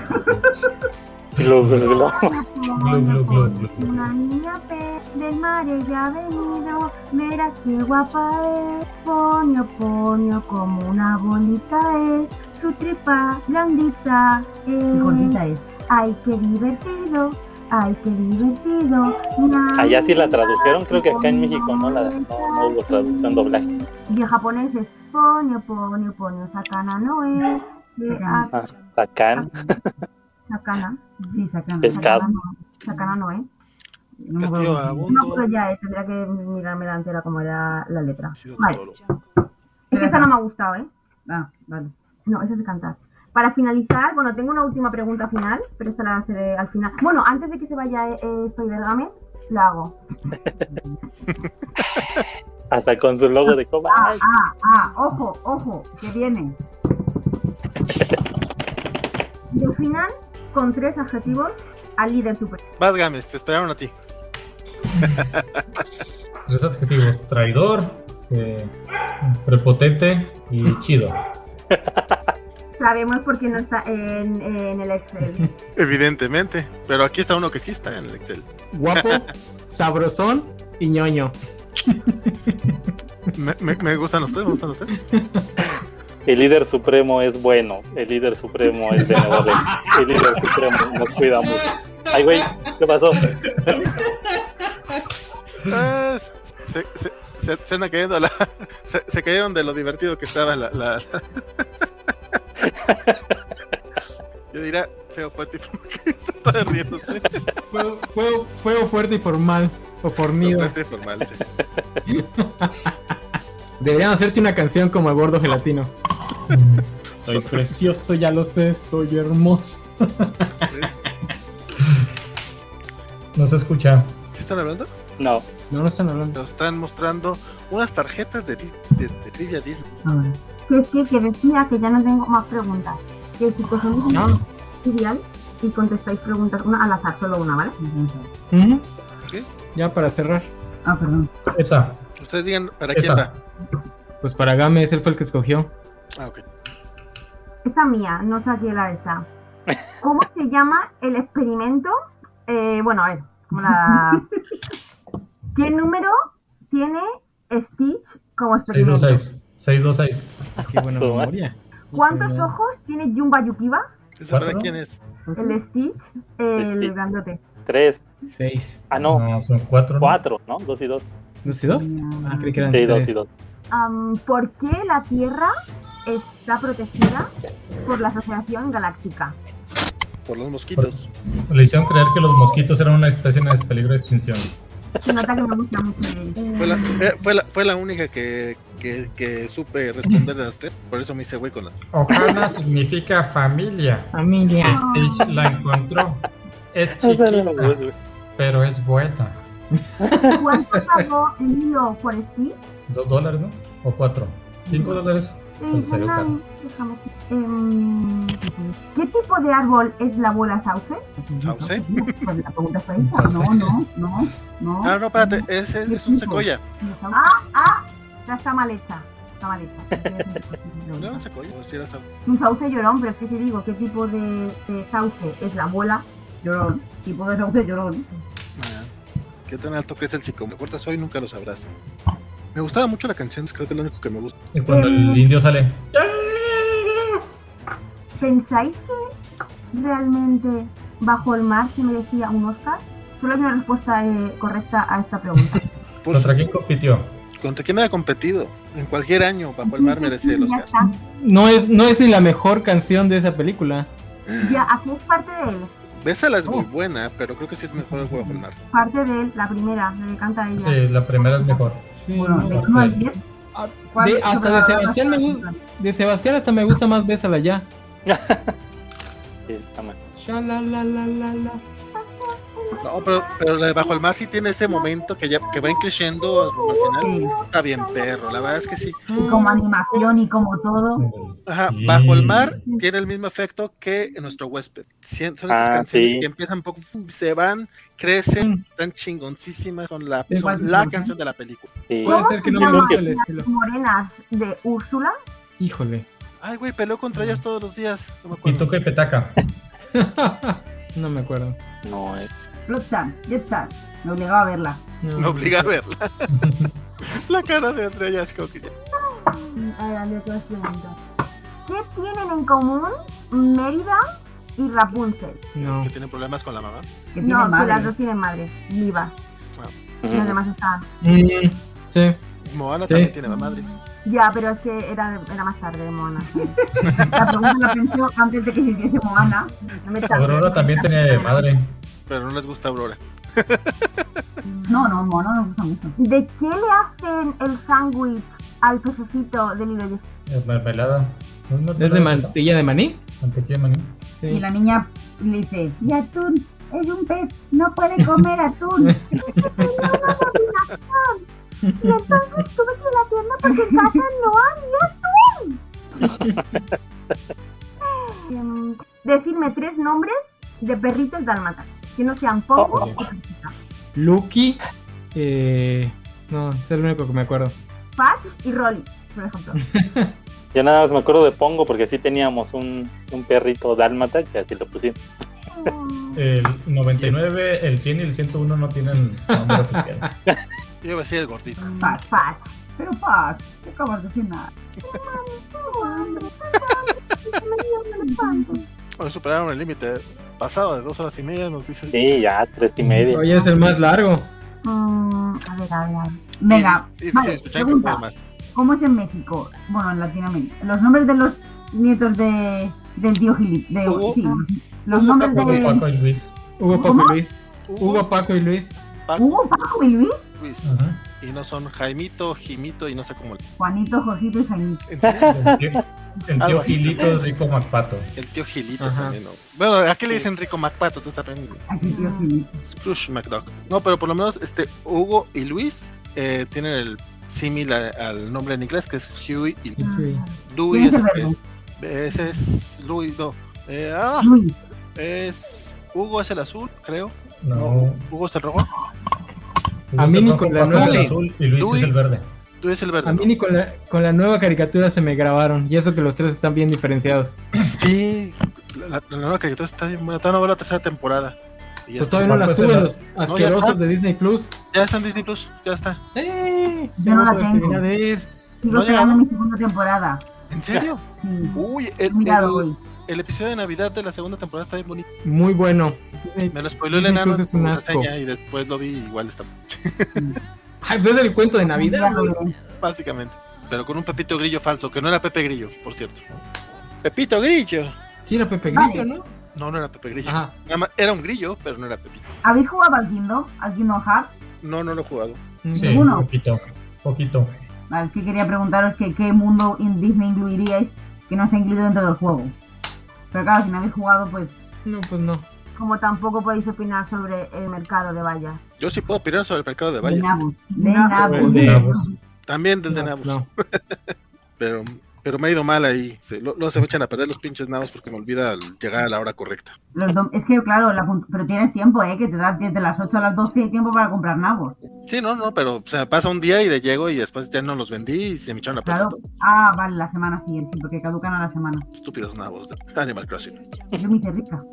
I: Glu, glu, glu, glu.
J: Una niña pe- del mar ella ha venido, verás qué guapa es. Ponio, ponio, como una bolita es. Su tripa blandita es.
G: gordita es.
J: Ay, qué divertido, ay, qué divertido. Una
H: Allá sí la tradujeron, creo que acá en México no la no, no hubo traducción doblaje.
J: De japoneses, ponio, ponio, ponio, sacana no es. eh, ah,
H: Ah, Sacán,
J: Sacana.
G: Sí, sacana.
H: pescado.
J: Sacana no, ¿eh?
G: No me
E: Castillo
G: acuerdo.
E: vagabundo.
J: No, pero ya, eh, tendría que mirarme la entera como era la letra.
E: Castillo
J: Vale.
E: Totoro.
J: Es que esa no me ha gustado, ¿eh?
G: Ah, vale.
J: No, esa es de cantar. Para finalizar, bueno, tengo una última pregunta final, pero esta la haceré al final. Bueno, antes de que se vaya eh, Spider-Game, la hago.
H: hasta con su logo de coba.
G: Ah, ah, ah, ojo, ojo, que viene. Definan con tres adjetivos al líder supremo.
E: Vas, Games, te esperaron a ti.
I: Tres adjetivos: traidor, eh, prepotente y chido.
G: Sabemos por qué no está en, en el Excel.
E: Evidentemente. Pero aquí está uno que sí está en el Excel.
F: Guapo, sabrosón y ñoño.
E: Me, me- me gustan los tres, me gustan los tres.
H: El líder supremo es bueno, el líder supremo es benevolente, el líder supremo nos cuida mucho. Ay, güey, ¿qué pasó?
E: Ah, se, se, se- se- se andan cayendo a la- se, se cayeron de lo divertido que estaba la. la- Yo diría feo, fuerte y formal, que está todo riéndose.
F: Fuego, fuego- fuego fuerte y formal. O fornido.
E: Fuerte y formal, sí.
F: Deberían hacerte una canción como el gordo gelatino. Soy precioso, ya lo sé, soy hermoso.
I: No se escucha.
E: ¿Sí están hablando?
H: No.
F: No, no están hablando.
E: Nos están mostrando unas tarjetas de, Dis- de, de trivia Disney.
G: Que es que, que decía que ya no tengo más preguntas. Que si cogemos
E: Ah.
G: un trivial y contestáis preguntas una al azar, solo una, ¿vale?
F: Ujú.
E: ¿Qué?
F: Ya para cerrar.
J: Ah, perdón.
F: Esa.
E: Ustedes digan para
F: Esa.
E: quién va.
F: Pues para Games, él fue el que escogió.
E: Ah, ok.
G: Esta mía, no está aquí la esta. ¿Cómo se llama el experimento? Eh, bueno, a ver, como la-
J: *laughs*
G: ¿Qué número tiene Stitch como experimento?
I: 626. 626. Qué buena
F: memoria.
G: ¿Cuántos ojos tiene Jumba Yukiba?
E: ¿Esa para quién es?
G: El Stitch, el grandote.
H: Tres.
F: Seis.
H: Ah, no.
I: son cuatro.
H: Cuatro, ¿no? Dos y dos.
F: ¿Dos y dos? Ah, creí que eran
H: Sí, dos
F: tres.
H: y dos.
G: Am, ¿Por qué la Tierra está protegida por la Asociación Galáctica?
E: Por los mosquitos.
I: Le hicieron creer que los mosquitos eran una especie en peligro de extinción.
G: Se nota que me gusta mucho
E: Fue la,
G: el-
E: eh, fue la, fue la única que, que, que supe responder de las tres. Por eso me hice güey con la.
I: Ohana significa familia.
F: Familia.
I: Stitch Este la encontró. Es chiquita, pero es buena.
G: ¿Cuánto pagó Leo por Stitch?
I: ¿Dos dólares, no? ¿O cuatro? ¿Cinco dólares? Se
G: Eh,
I: les salió caro.
G: Hernán, déjame aquí. Em, ¿Qué tipo de árbol es la bola sauce?
E: ¿Sauce?
G: Pues la pregunta está hecha. No, no, no, no.
E: Ah, no, espérate, ese es un secoya.
G: Ah, ah, ya está mal hecha. Está mal hecha.
E: No era un secoya, o si era sau-
G: Es un sauce llorón, pero es que si digo qué tipo de, de sauce es la bola llorón, tipo de sauce llorón.
E: Ah, ¿Qué tan alto crees el psico? Me cortas hoy, nunca lo sabrás. Me gustaba mucho la canción, creo que es lo único que me gusta.
I: Y cuando el indio sale,
G: ¿Pensáis que realmente bajo el mar se merecía un Oscar? Solo hay una respuesta eh, correcta a esta pregunta.
E: Pues
I: ¿contra quién compitió?
E: ¿Contra quién había competido? En cualquier año, bajo el mar merece el Oscar.
F: No es, no es ni la mejor canción de esa película.
G: Ya, aquí es parte de él.
E: Bésala es muy buena, pero creo que sí es mejor el bajo el mar.
G: Parte de él, la primera, la que canta ella.
I: Sí, la primera es mejor.
G: Bueno, de uno al diez, ¿cuál
F: De-
G: es
F: hasta
G: tu
F: de
G: verdadero
F: Sebastián, me,
G: favorito?
F: gu- de Sebastián hasta me gusta más Bésala ya.
H: Sí, está mal.
E: No, pero, pero la de bajo el mar sí tiene ese momento que ya que va increciendo al final. Está bien, perro, la verdad es que sí.
J: Y
F: Uh.
J: como animación y como todo.
E: Ajá, bajo el mar tiene el mismo efecto que en nuestro huésped. Sien- Son esas
H: Ah,
E: canciones
H: sí.
E: que empiezan poco, pum, se van, crecen, están chingoncísimas, son la,
F: Es
E: son
F: más
E: la
F: importante.
E: canción de la película.
H: Sí.
G: ¿Cómo
F: Puede ser que no me
G: se
F: guste
G: llaman
F: el
G: las
F: estilo.
G: morenas de Úrsula?
F: Híjole. *laughs*
E: Ay, güey, peleó contra ellas todos los días. No me
I: Y
E: acuerdo.
I: toca y petaca.
F: No me acuerdo.
H: No, eh.
J: Bloodstand, Deathstand. Me obligaba a verla.
E: *laughs* Me obliga a
F: *laughs*
E: verla. la cara de Andrea ya es como que ya.
G: Mm, A ver, Andrea, te voy a preguntar. ¿Qué tienen en común Mérida y Rapunzel?
F: No.
E: Que tiene problemas con la mamá.
J: Que tiene
G: no, que
J: madre.
G: las dos tienen madre, viva.
E: Ah.
G: Los demás están.
F: Mm, sí.
E: Moana
F: Sí.
E: también tiene madre.
G: Ya, pero es que era, era más tarde, Mona.
J: *laughs* La pregunta la pensó antes de que existiese Moana.
G: No me tardes.
I: Aurora también tenía de madre.
E: Pero no les gusta Aurora.
J: No, no, Moana me gusta mucho.
G: ¿De qué le hacen el sándwich al pececito de Lilo y Stitch?
I: Es Mermelada. eh, ¿No
F: ¿Es de mantilla de maní?
I: Mantequilla de maní.
J: Y
F: Sí.
J: la niña le dice, y atún, es un pez, no puede comer atún.
G: Y entonces tuve que ir a la tienda porque en casa no había atún.
M: em, decirme tres nombres de perritos dálmatas. Que no sean Pongo.
F: Oh. Lucky. eh, no, es el único que me acuerdo.
M: Patch y Rolly, por ejemplo.
H: Yo nada más me acuerdo de Pongo porque sí teníamos un, un perrito dálmata que así lo pusimos.
I: El 99, el 100 y el 101 no tienen nombre oficial.
E: Yo iba a decir el gordito.
J: Pat, Pat. Pero Pat, te acabas de cenar.
E: Hoy superaron el límite. Pasado de dos horas y media nos dice.
H: Sí, ya, tres y media.
F: Hoy es el más largo.
J: Mm, a ver, a ver, a ver. Venga,
E: Y dice,
J: vale,
E: escuchar que
J: pregunta.
E: puede más.
J: ¿Cómo es en México? Bueno, en Latinoamérica. Los nombres de los nietos de, del tío Gilip. De,
E: Hugo.
J: sí, los
E: Hugo
J: nombres
E: Paco
J: de...
E: Luis.
I: Paco y Luis.
F: Hugo, Paco
J: ¿Cómo?
F: y Luis. Hugo, Paco y Luis.
J: Hugo, Paco y Luis.
E: Luis. Y no son Jaimito, Jimito y no sé cómo.
J: Juanito, Jorgito y Jaimito. *laughs*
I: El tío, el
E: Algo
I: tío
E: así.
I: Gilito Rico Macpato.
E: El tío Gilito también, ¿no? Bueno, ¿a qué le dicen Rico MacPato? Tú sabes.
J: Aquí, tío Gilip.
E: Scrooge McDuck. No, pero por lo menos este Hugo y Luis eh, tienen el símil a- al nombre en inglés que es Huey y
J: Ah.
E: Dewey.
J: ¿Quién es
E: Es,
J: el verde?
E: eh, ese es Louis, no. Eh, ah,
J: Luis.
E: es Hugo es el azul, creo.
I: No.
E: Hugo es el rojo.
F: A mí ni
I: Paco
F: con la
I: es el
F: nueva.
I: azul y Luis
E: Dewey.
I: es el verde.
E: Dewey es el
F: A
E: verde.
F: mí ni con la, con la nueva caricatura se me grabaron. Y eso que los tres están bien diferenciados.
E: ¿no? Sí, la, la- la nueva caricatura está bien buena. Todavía no veo la tercera temporada. Y ya,
F: Pues
E: está.
F: todavía no la
I: Pues
F: suben
I: en
F: los
I: las-
E: No, ya
F: asquerosos
E: está.
F: de Disney Plus.
E: ya está en Disney Plus, ya está.
F: ¡Eh!
J: Yo no la
F: puedo
J: tengo.
F: terminar de ver.
J: Sigo
E: ¿No ha
J: esperando
E: llegado?
J: mi segunda temporada.
E: ¿En serio?
J: Sí.
E: Uy, el,
J: Mirado
E: el-
J: hoy.
E: el episodio de Navidad de la segunda temporada está bien bonito.
F: Muy bueno. Disney-
E: Me lo spoiló el
F: Disney
E: enano
F: Plus es un
E: en la
F: asco.
E: reseña y después lo vi y igual está
F: Ay, pues es el cuento de Navidad.
J: Ya lo veré.
E: Básicamente. Pero con un Pepito Grillo falso, que no era Pepe Grillo, por cierto. Pepito Grillo.
F: Sí, era Pepe Grillo, ¿no?
E: No, no era Pepe Grillo.
F: Ajá.
E: Nada más, era un grillo, pero no era Pepito.
J: ¿Habéis jugado al Kingdom? ¿Al Kingdom Hearts?
E: No, no lo he jugado.
I: Sí,
J: Ninguno.
I: poquito. Poquito.
J: Vale, es que quería preguntaros que qué mundo in Disney incluiríais que no está incluido dentro del juego. Pero claro, si no habéis jugado, pues
F: No, pues no.
M: Como tampoco podéis opinar sobre el mercado de vallas.
E: Yo sí puedo opinar sobre el mercado de
J: de
E: vallas.
J: nabos. De
M: Nabos.
F: Pues
J: nabos.
I: De Nabos.
E: También del de
F: No,
E: Nabos.
F: no.
E: Pero, pero me ha ido mal ahí. Se- lo- Luego se me echan a perder los pinches Nabos porque me olvida el llegar a la hora correcta.
J: Los dom- es que claro, la punt- pero tienes tiempo, ¿eh? Que te da desde las 8 a las 12 hay tiempo para comprar nabos.
E: Sí, no, no, pero se me pasa un día y le llego y después ya no los vendí y se me echaron a perder.
J: Claro. Ah, vale, la semana siguiente, sí, porque caducan a la semana.
E: Estúpidos Nabos de Animal Crossing.
J: Yo me hice rica.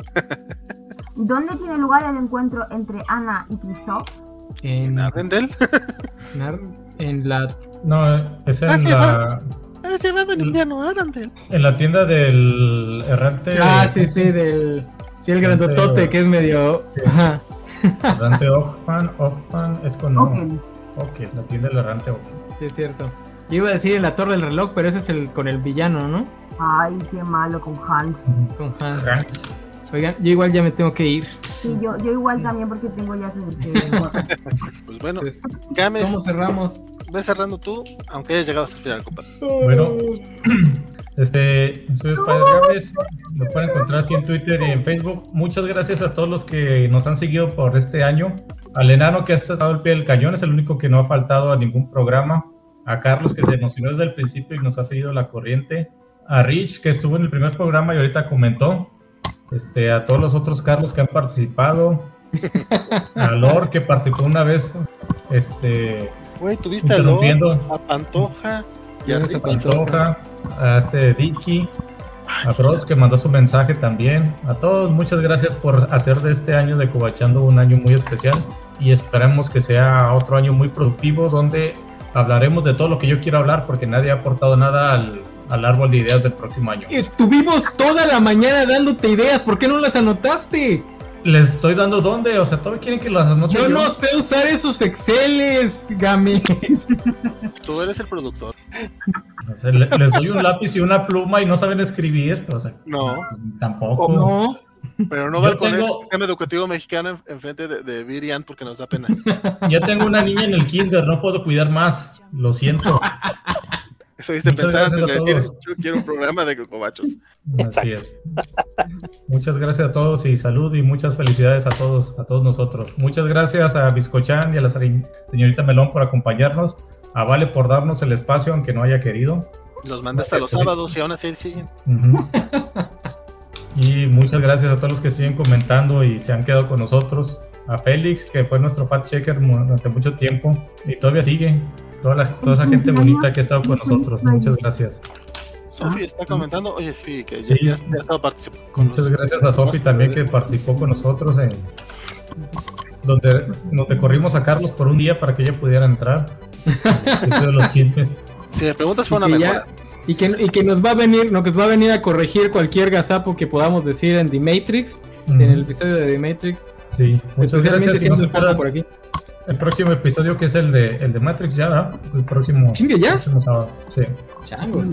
M: ¿Dónde tiene lugar el encuentro entre Ana y Christoph?
E: ¿En
F: En,
E: Arendelle?
F: Nar- en la.
I: No, es en
E: Ah, sí,
I: la,
E: Has llevado el invierno a Arendelle.
I: en la tienda del errante,
F: Ah, sí, sí, del. Sí, el grandotote que es medio. Ajá.
I: errante Ockman. Ockman es con.
J: Ok.
I: Ok, la tienda del errante Ockman.
F: Sí, es cierto. Yo iba a decir en la torre del reloj, pero ese es el con el villano, ¿no?
M: Ay, qué malo con Hans.
F: Con Hans.
I: Hans.
F: Oigan, yo igual ya me tengo que ir.
M: Sí, yo, yo igual también porque tengo *laughs*
E: *laughs*
M: ya sueño.
E: Pues bueno,
F: Entonces,
E: Games,
F: ¿Cómo cerramos?
E: ve cerrando tú, aunque hayas llegado hasta el final, compadre.
I: Bueno, este, soy Spider Games. Me pueden encontrar así en Twitter y en Facebook. Muchas gracias a todos los que nos han seguido por este año. Al enano que ha estado al pie del cañón, es el único que no ha faltado a ningún programa. A Carlos, que se emocionó desde el principio y nos ha seguido la corriente. A Rich, que estuvo en el primer programa y ahorita comentó. Este, a todos los otros Carlos que han participado. A Lor, que participó una vez. Este,
E: Güey, tuviste a Lord,
I: interrumpiendo.
E: a Pantoja y a
F: Tienes a
E: Rich.
I: Pantoja, a este Dicky, a Frost que mandó su mensaje también. A todos, muchas gracias por hacer de este año de Cobachando un año muy especial y esperamos que sea otro año muy productivo donde hablaremos de todo lo que yo quiero hablar porque nadie ha aportado nada al, al árbol de ideas del próximo año.
F: Estuvimos toda la mañana dándote ideas, ¿por qué no las anotaste?
I: Les estoy dando dónde, o sea, todos quieren que las anote
F: Yo
I: yo?
F: no sé usar esos Exceles, *laughs* Games.
E: Tú eres el productor.
I: O sea, le- les doy un lápiz y una pluma y no saben escribir, o sea,
E: No,
I: tampoco.
F: No,
E: pero no
I: Oh. Yo
E: va con el
I: tengo-
E: sistema educativo mexicano en- enfrente de, de Virian porque nos da pena.
I: Ya tengo una niña en el kinder, no puedo cuidar más, lo siento.
E: Eso viste
I: Muchas
E: pensar antes
I: gracias
E: de
I: a
E: decir,
I: todos.
E: yo quiero un programa de cocobachos.
I: Así es. Muchas gracias a todos y salud y muchas felicidades a todos, a todos nosotros. Muchas gracias a Biscochan y a la sari- señorita Melón por acompañarnos, a Vale por darnos el espacio aunque no haya querido. *laughs*
E: Los mandé hasta los sábados y aún así siguen.
I: Ujú. Y muchas gracias a todos los que siguen comentando y se han quedado con nosotros. A Félix, que fue nuestro fact checker mu- durante mucho tiempo y todavía sigue. Toda, la- toda esa gente bonita que ha estado con nosotros. Muchas gracias.
E: Sofi está comentando, oye, sí, que ya, ya- ya estaba participando.
I: Muchas gracias a Sofi también que participó con nosotros en donde nos corrimos a Carlos por un día para que ella pudiera entrar.
F: *laughs*
I: Eso de los chismes.
E: Si le preguntas
I: fue una
F: que ya-
I: mejora.
F: y, que, y que nos va a venir, no, que nos va a venir a corregir cualquier gazapo que podamos decir en The Matrix,
I: Ujú.
F: en el episodio de The Matrix.
I: Sí, muchas
F: Especialmente
I: gracias. y
F: siendo
I: no se
F: Paco
I: pierdan
F: por aquí.
I: El próximo episodio que es el de el de Matrix ya, ¿verdad? El próximo.
F: Chingue, ¿ya?
I: el próximo sábado. Sí.
F: Changos.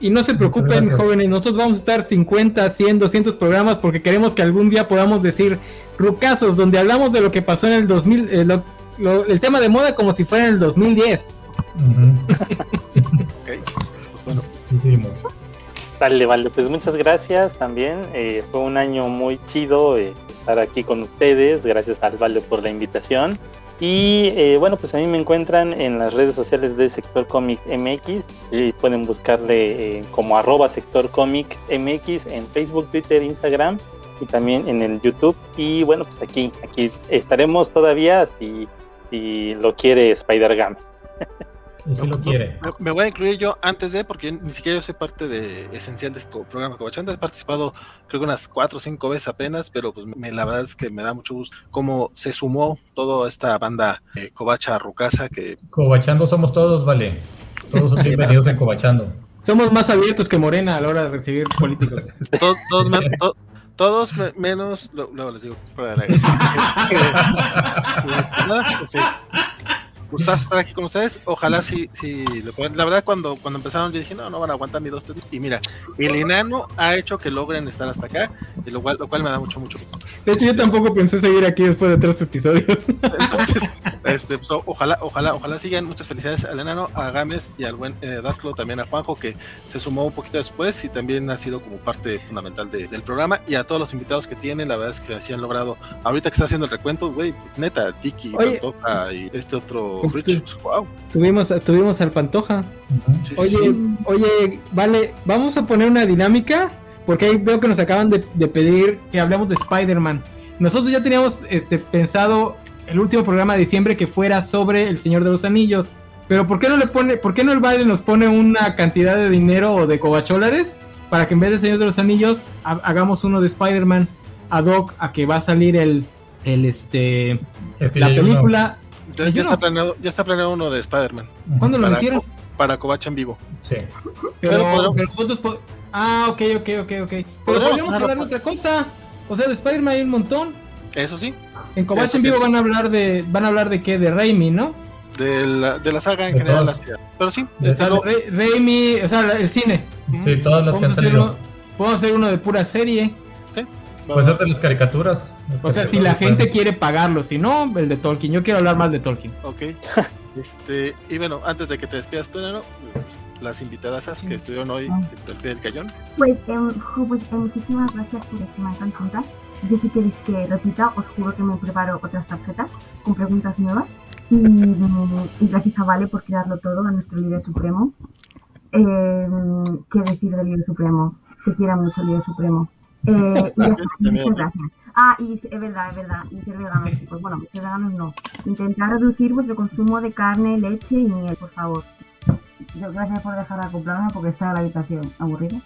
F: Y no se preocupen,
I: gracias.
F: jóvenes, nosotros vamos a estar 50, 100, 200 programas porque queremos que algún día podamos decir Rucasos, donde hablamos de lo que pasó en el 2000, eh, lo- lo- el tema de moda como si fuera en el 2010. *laughs* pues
I: Sí, seguimos.
H: Vale, vale, pues muchas gracias también. eh, fue un año muy chido eh, estar aquí con ustedes. Gracias al Vale por la invitación. Y eh, bueno, pues a mí me encuentran en las redes sociales de Sector Comic MX. Y pueden buscarle eh, como arroba Sector Comic MX en Facebook, Twitter, Instagram y también en el YouTube. Y bueno, pues aquí, aquí estaremos todavía si, si lo quiere Spider-Gam.
I: Y si lo quiere.
E: Me, me voy a incluir yo antes de, porque ni siquiera yo soy parte de esencial de este programa Covachando. He participado, creo que unas cuatro o cinco veces apenas, pero pues me- la verdad es que me da mucho gusto cómo se sumó toda esta banda eh, Covacha Rucasa que
I: Cobachando somos todos, vale. Todos son bienvenidos en Cobachando.
F: Somos más abiertos que Morena a la hora de recibir *laughs* políticos.
E: todos, todos, men- to- todos me- menos, lo- luego les digo, fuera de la Nada, pues sí. Gustazo estar aquí con ustedes. Ojalá si, si le pueden- La verdad, cuando, cuando empezaron, yo dije, no, no van a aguantar ni dos, tres. Y mira, el enano ha hecho que logren estar hasta acá, y lo cual, lo cual me da mucho, mucho.
F: De hecho, yo tampoco pensé seguir aquí después de tres episodios.
E: Entonces, este, pues, o- ojalá, ojalá, ojalá sigan. Muchas felicidades al enano, a Gámez y al buen eh, Darklo, también a Juanjo, que se sumó un poquito después y también ha sido como parte fundamental de- del programa. Y a todos los invitados que tienen, la verdad es que así han logrado. Ahorita que está haciendo el recuento, güey, neta, Tiki,
F: Oye.
E: Pantoja y este otro
F: Pues,
E: Rich,
F: sí.
E: pues, wow.
F: Tuvimos, tuvimos al Pantoja.
E: Sí, sí,
F: Oye,
E: sí.
F: oye, vale, vamos a poner una dinámica porque ahí veo que nos acaban de, de pedir que hablemos de Spider-Man. Nosotros ya teníamos este, pensado el último programa de diciembre que fuera sobre El Señor de los Anillos. Pero ¿por qué no le pone, por qué no el Vale nos pone una cantidad de dinero o de cobacholares para que en vez de El Señor de los Anillos ha- hagamos uno de Spider-Man ad hoc a que va a salir el, el este
I: Es que
F: la
I: ya hay uno.
F: película?
E: Ya, ya está planeado, ya está planeado uno de Spider-Man.
F: ¿Cuándo lo
E: Para-
F: metieron?
E: Para Covacha en vivo.
I: Sí.
F: Pero,
E: Pero podremos-
F: pero nosotros po- Ah, ok, ok, ok, ok. Pero
E: Podremos
F: podríamos
E: hacerlo,
F: hablar de otra cosa. O sea, de Spider-Man hay un montón.
E: Eso sí,
F: En Cobach
E: Eso
F: en vivo
E: que-
F: van a hablar de. van a hablar de qué? De Raimi, ¿no?
E: de la, de la saga en
I: De
E: general.
I: todas.
E: hacia- Pero sí, este,
I: De
E: está lo-
F: Ra- Raimi, o sea, la- el cine.
I: Sí, todas las que han
F: Vamos a hacer
I: salido.
F: uno, podemos hacer uno de pura serie.
I: Puedes hacer las caricaturas. Las
F: O sea, si la
I: caricaturas
F: gente
I: pueden-
F: quiere pagarlo, si no, el de Tolkien. Yo quiero hablar más de Tolkien.
E: Ok. Este, y bueno, antes de que te despidas tú, Enano, las invitadasas que estuvieron hoy
F: Ah.
E: al pie del cañón.
M: Pues, em, jo, pues eh, muchísimas gracias por estimar tan juntas. Yo si queréis que repita, os juro que me preparo otras tarjetas con preguntas nuevas. Y, mm, y gracias a Vale por crearlo todo, a nuestro líder supremo. Em, ¿Qué decir del líder supremo? Te quiero mucho, líder supremo. Eh, y ya está,
E: También a
M: muchas
E: ti.
M: gracias. Ah, y es es verdad, es verdad. Y ser veganos, chicos. Bueno, ser veganos no. Intentar reducir vuestro consumo de carne, leche y miel, por favor.
J: Yo, gracias por dejar acoplarme porque estaba la habitación aburrida.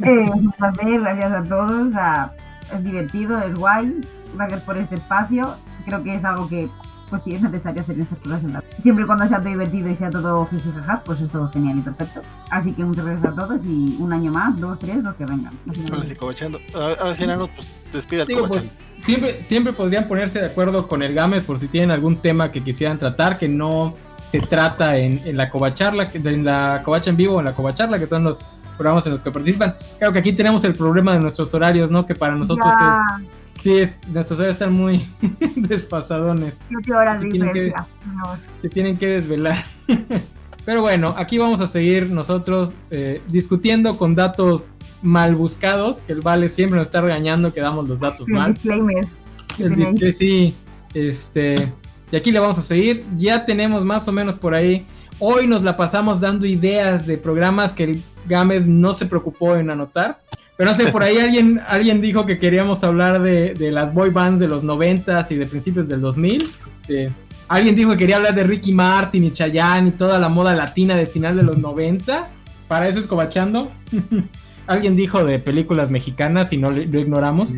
J: Eh, es un placer, gracias a todos. a- es divertido, es guay. Gracias por este espacio. Creo que es algo que, pues sí, es necesario hacer estas cosas. en la- Siempre y cuando sea todo divertido y sea todo jiji jaja, pues es todo genial y perfecto. Así que muchas gracias a todos y un año más, dos, tres, los que vengan. Así que-
E: Ahora sí, Covachando. Ahora ahora sí, Enano, pues despida al
F: Digo,
E: Covachando.
F: pues, siempre, siempre podrían ponerse de acuerdo con el Games por si tienen algún tema que quisieran tratar que no se trata en, en la covacharla, que- en la covacha en vivo o en la covacharla, que son los programas en los que participan. Claro que aquí tenemos el problema de nuestros horarios, ¿no? Que para nosotros
M: Ya,
F: es. Sí, es, nuestros horarios están muy *laughs* desfasadones.
M: siete horas de
F: si tienen que-
M: diferencia. Dios.
F: Se tienen que desvelar. *laughs* Pero bueno, aquí vamos a seguir nosotros eh, discutiendo con datos mal buscados, que el Vale siempre nos está regañando que damos los datos
M: El
F: mal.
M: disclaimer.
F: El
M: Tenéis.
F: disque sí. Este. Y aquí le vamos a seguir. Ya tenemos más o menos por ahí. Hoy nos la pasamos dando ideas de programas que el Gámez no se preocupó en anotar. Pero no sé, por ahí alguien, alguien dijo que queríamos hablar de, de las boy bands de los 90 y de principios del 2000. Este, alguien dijo que quería hablar de Ricky Martin y Chayanne y toda la moda latina de final de los 90. Para eso es cobachando. *laughs* alguien dijo de películas mexicanas y no le- lo ignoramos.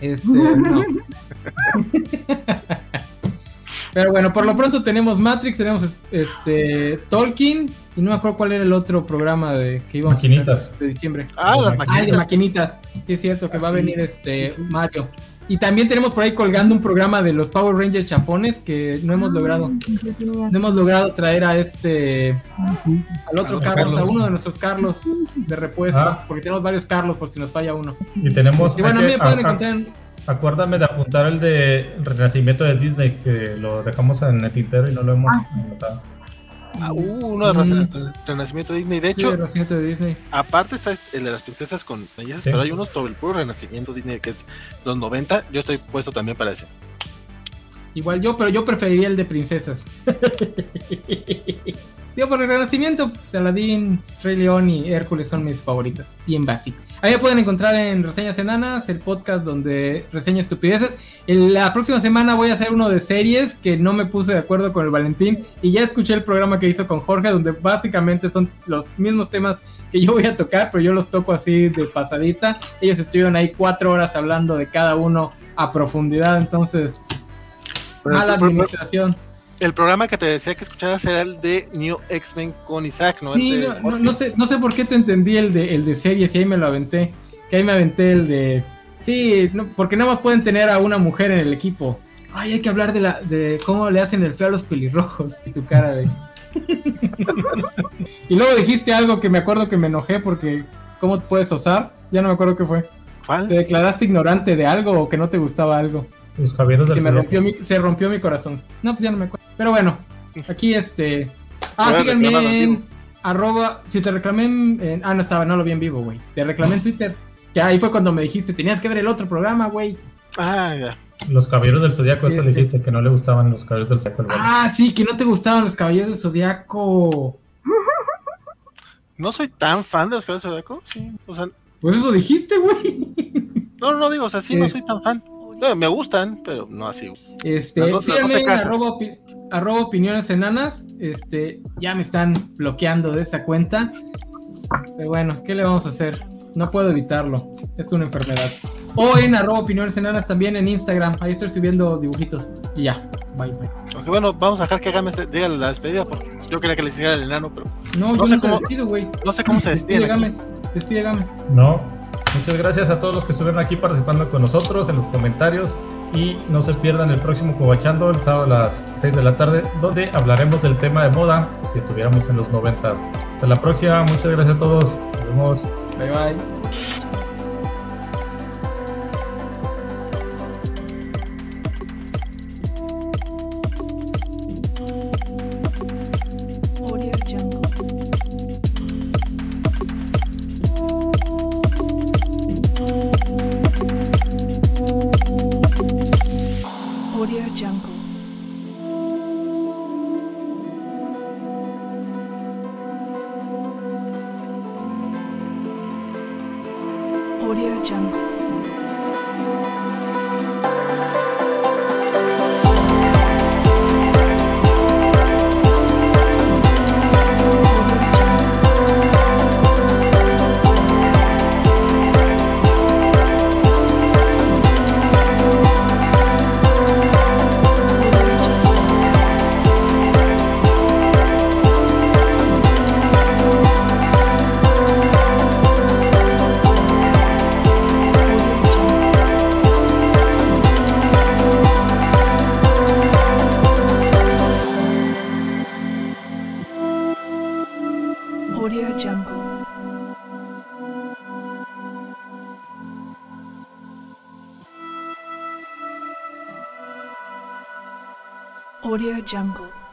F: Este, no. *laughs* Pero bueno, por lo pronto tenemos Matrix, tenemos es- este Tolkien y no me acuerdo cuál era el otro programa de que íbamos a
I: Maquinitas.
F: hacer de diciembre.
E: Ah, las
F: Ay, de
E: maquinitas.
F: maquinitas. Sí es cierto que va a venir este Mario. Y también tenemos por ahí colgando un programa de los Power Rangers chapones que no hemos logrado
J: Mm,
F: no hemos logrado traer a este al otro
I: otro
F: Carlos,
I: Carlos.
F: a uno de nuestros Carlos de repuesto,
I: Ah.
F: porque tenemos varios Carlos por si nos falla uno.
I: Y tenemos.
F: Y bueno, a
I: hay
F: mí
I: que-
F: me pueden
I: a-
F: encontrar en
I: Acuérdame de apuntar el de Renacimiento de Disney, que lo dejamos en el tintero y no lo hemos
E: Ah,
I: anotado.
E: Ah, uh, uno de
F: mm.
E: Rena- Renacimiento de Disney. De hecho,
F: el Renacimiento de Disney.
E: aparte está este- el de las princesas con bellezas,
I: Sí.
E: pero hay unos sobre el puro Renacimiento Disney que es los 90. Yo estoy puesto también para ese.
F: Igual yo, pero yo preferiría el de princesas. Digo, por el renacimiento, pues, Aladdin, Rey León y Hércules son mis favoritas. Bien básicas. Ahí me pueden encontrar en Reseñas Enanas, el podcast donde reseño estupideces. En La próxima semana voy a hacer uno de series que no me puse de acuerdo con el Valentín. Y ya escuché el programa que hizo con Jorge, donde básicamente son los mismos temas que yo voy a tocar, pero yo los toco así de pasadita. Ellos estuvieron ahí cuatro horas hablando de cada uno a profundidad, entonces
E: Pero este
F: Mala
E: tú, por-
F: administración.
E: Ah, El programa que te decía que escucharas era el de New X-Men con Isaac, ¿no? El
F: Sí,
E: de-
F: no, no- no sé, no sé por qué te entendí el de, el de series y ahí me lo aventé. Que ahí me aventé el de. Sí, no, porque nada más pueden tener a una mujer en el equipo. Ay, hay que hablar de, la, de cómo le hacen el feo a los pelirrojos y tu cara de. *laughs* y luego dijiste algo que me acuerdo que me enojé porque. ¿Cómo puedes osar? Ya no me acuerdo qué fue.
E: ¿Cuál?
F: ¿Te declaraste ignorante de algo o que no te gustaba algo?
I: Los Javieros
F: Se
I: del
F: me
I: Cerro.
F: rompió mi, se rompió mi corazón. No, pues ya no me acuerdo. Pero bueno, aquí este. Ah,
I: Ahora reclamado,
F: síganme
I: tío.
F: en arroba. Si te reclamé en, en- Ah, no estaba, no lo vi en vivo, güey. Te reclamé en Twitter. Que ahí fue cuando me dijiste, tenías que ver el otro programa, güey.
E: Ah, ya.
I: Los Caballeros del Zodíaco, eso dijiste que no le gustaban los Caballeros del Zodíaco. al Valle.
F: Ah, sí, que no te gustaban los caballeros del zodiaco.
E: No soy tan fan de los Caballeros del Zodiaco, sí. O sea,
F: Pues eso dijiste, güey.
E: no, no digo, o sea, sí,
F: ¿Qué?
E: no soy tan fan. No, me gustan, pero no así.
F: Este,
E: Las dos- las
F: síganme
E: doce
F: en
E: casas.
F: arroba, opi- arroba opiniones enanas. Este, ya me están bloqueando de esa cuenta. Pero bueno, ¿qué le vamos a hacer? No puedo evitarlo. Es una enfermedad. O en arroba opiniones enanas también en Instagram. Ahí estoy subiendo dibujitos. Y ya. Bye, bye.
E: Aunque bueno, vamos a dejar que Game se- diga la despedida porque yo quería que le hiciera el enano, pero
F: No,
E: No
F: yo
E: sé
F: no te
E: cómo-
F: despido, güey.
E: no sé
F: *laughs*
E: cómo se despiden
F: Despide
E: aquí.
F: Gámez. Despide Gámez.
I: No. Muchas gracias a todos los que estuvieron aquí participando con nosotros en los comentarios y no se pierdan el próximo Cobachando el sábado a las 6 de la tarde donde hablaremos del tema de moda si estuviéramos en los 90. Hasta la próxima, muchas gracias a todos. Nos vemos.
F: Bye, bye.
N: Audio Jungle. Audio Jungle. Audio Jungle. Audio Jungle.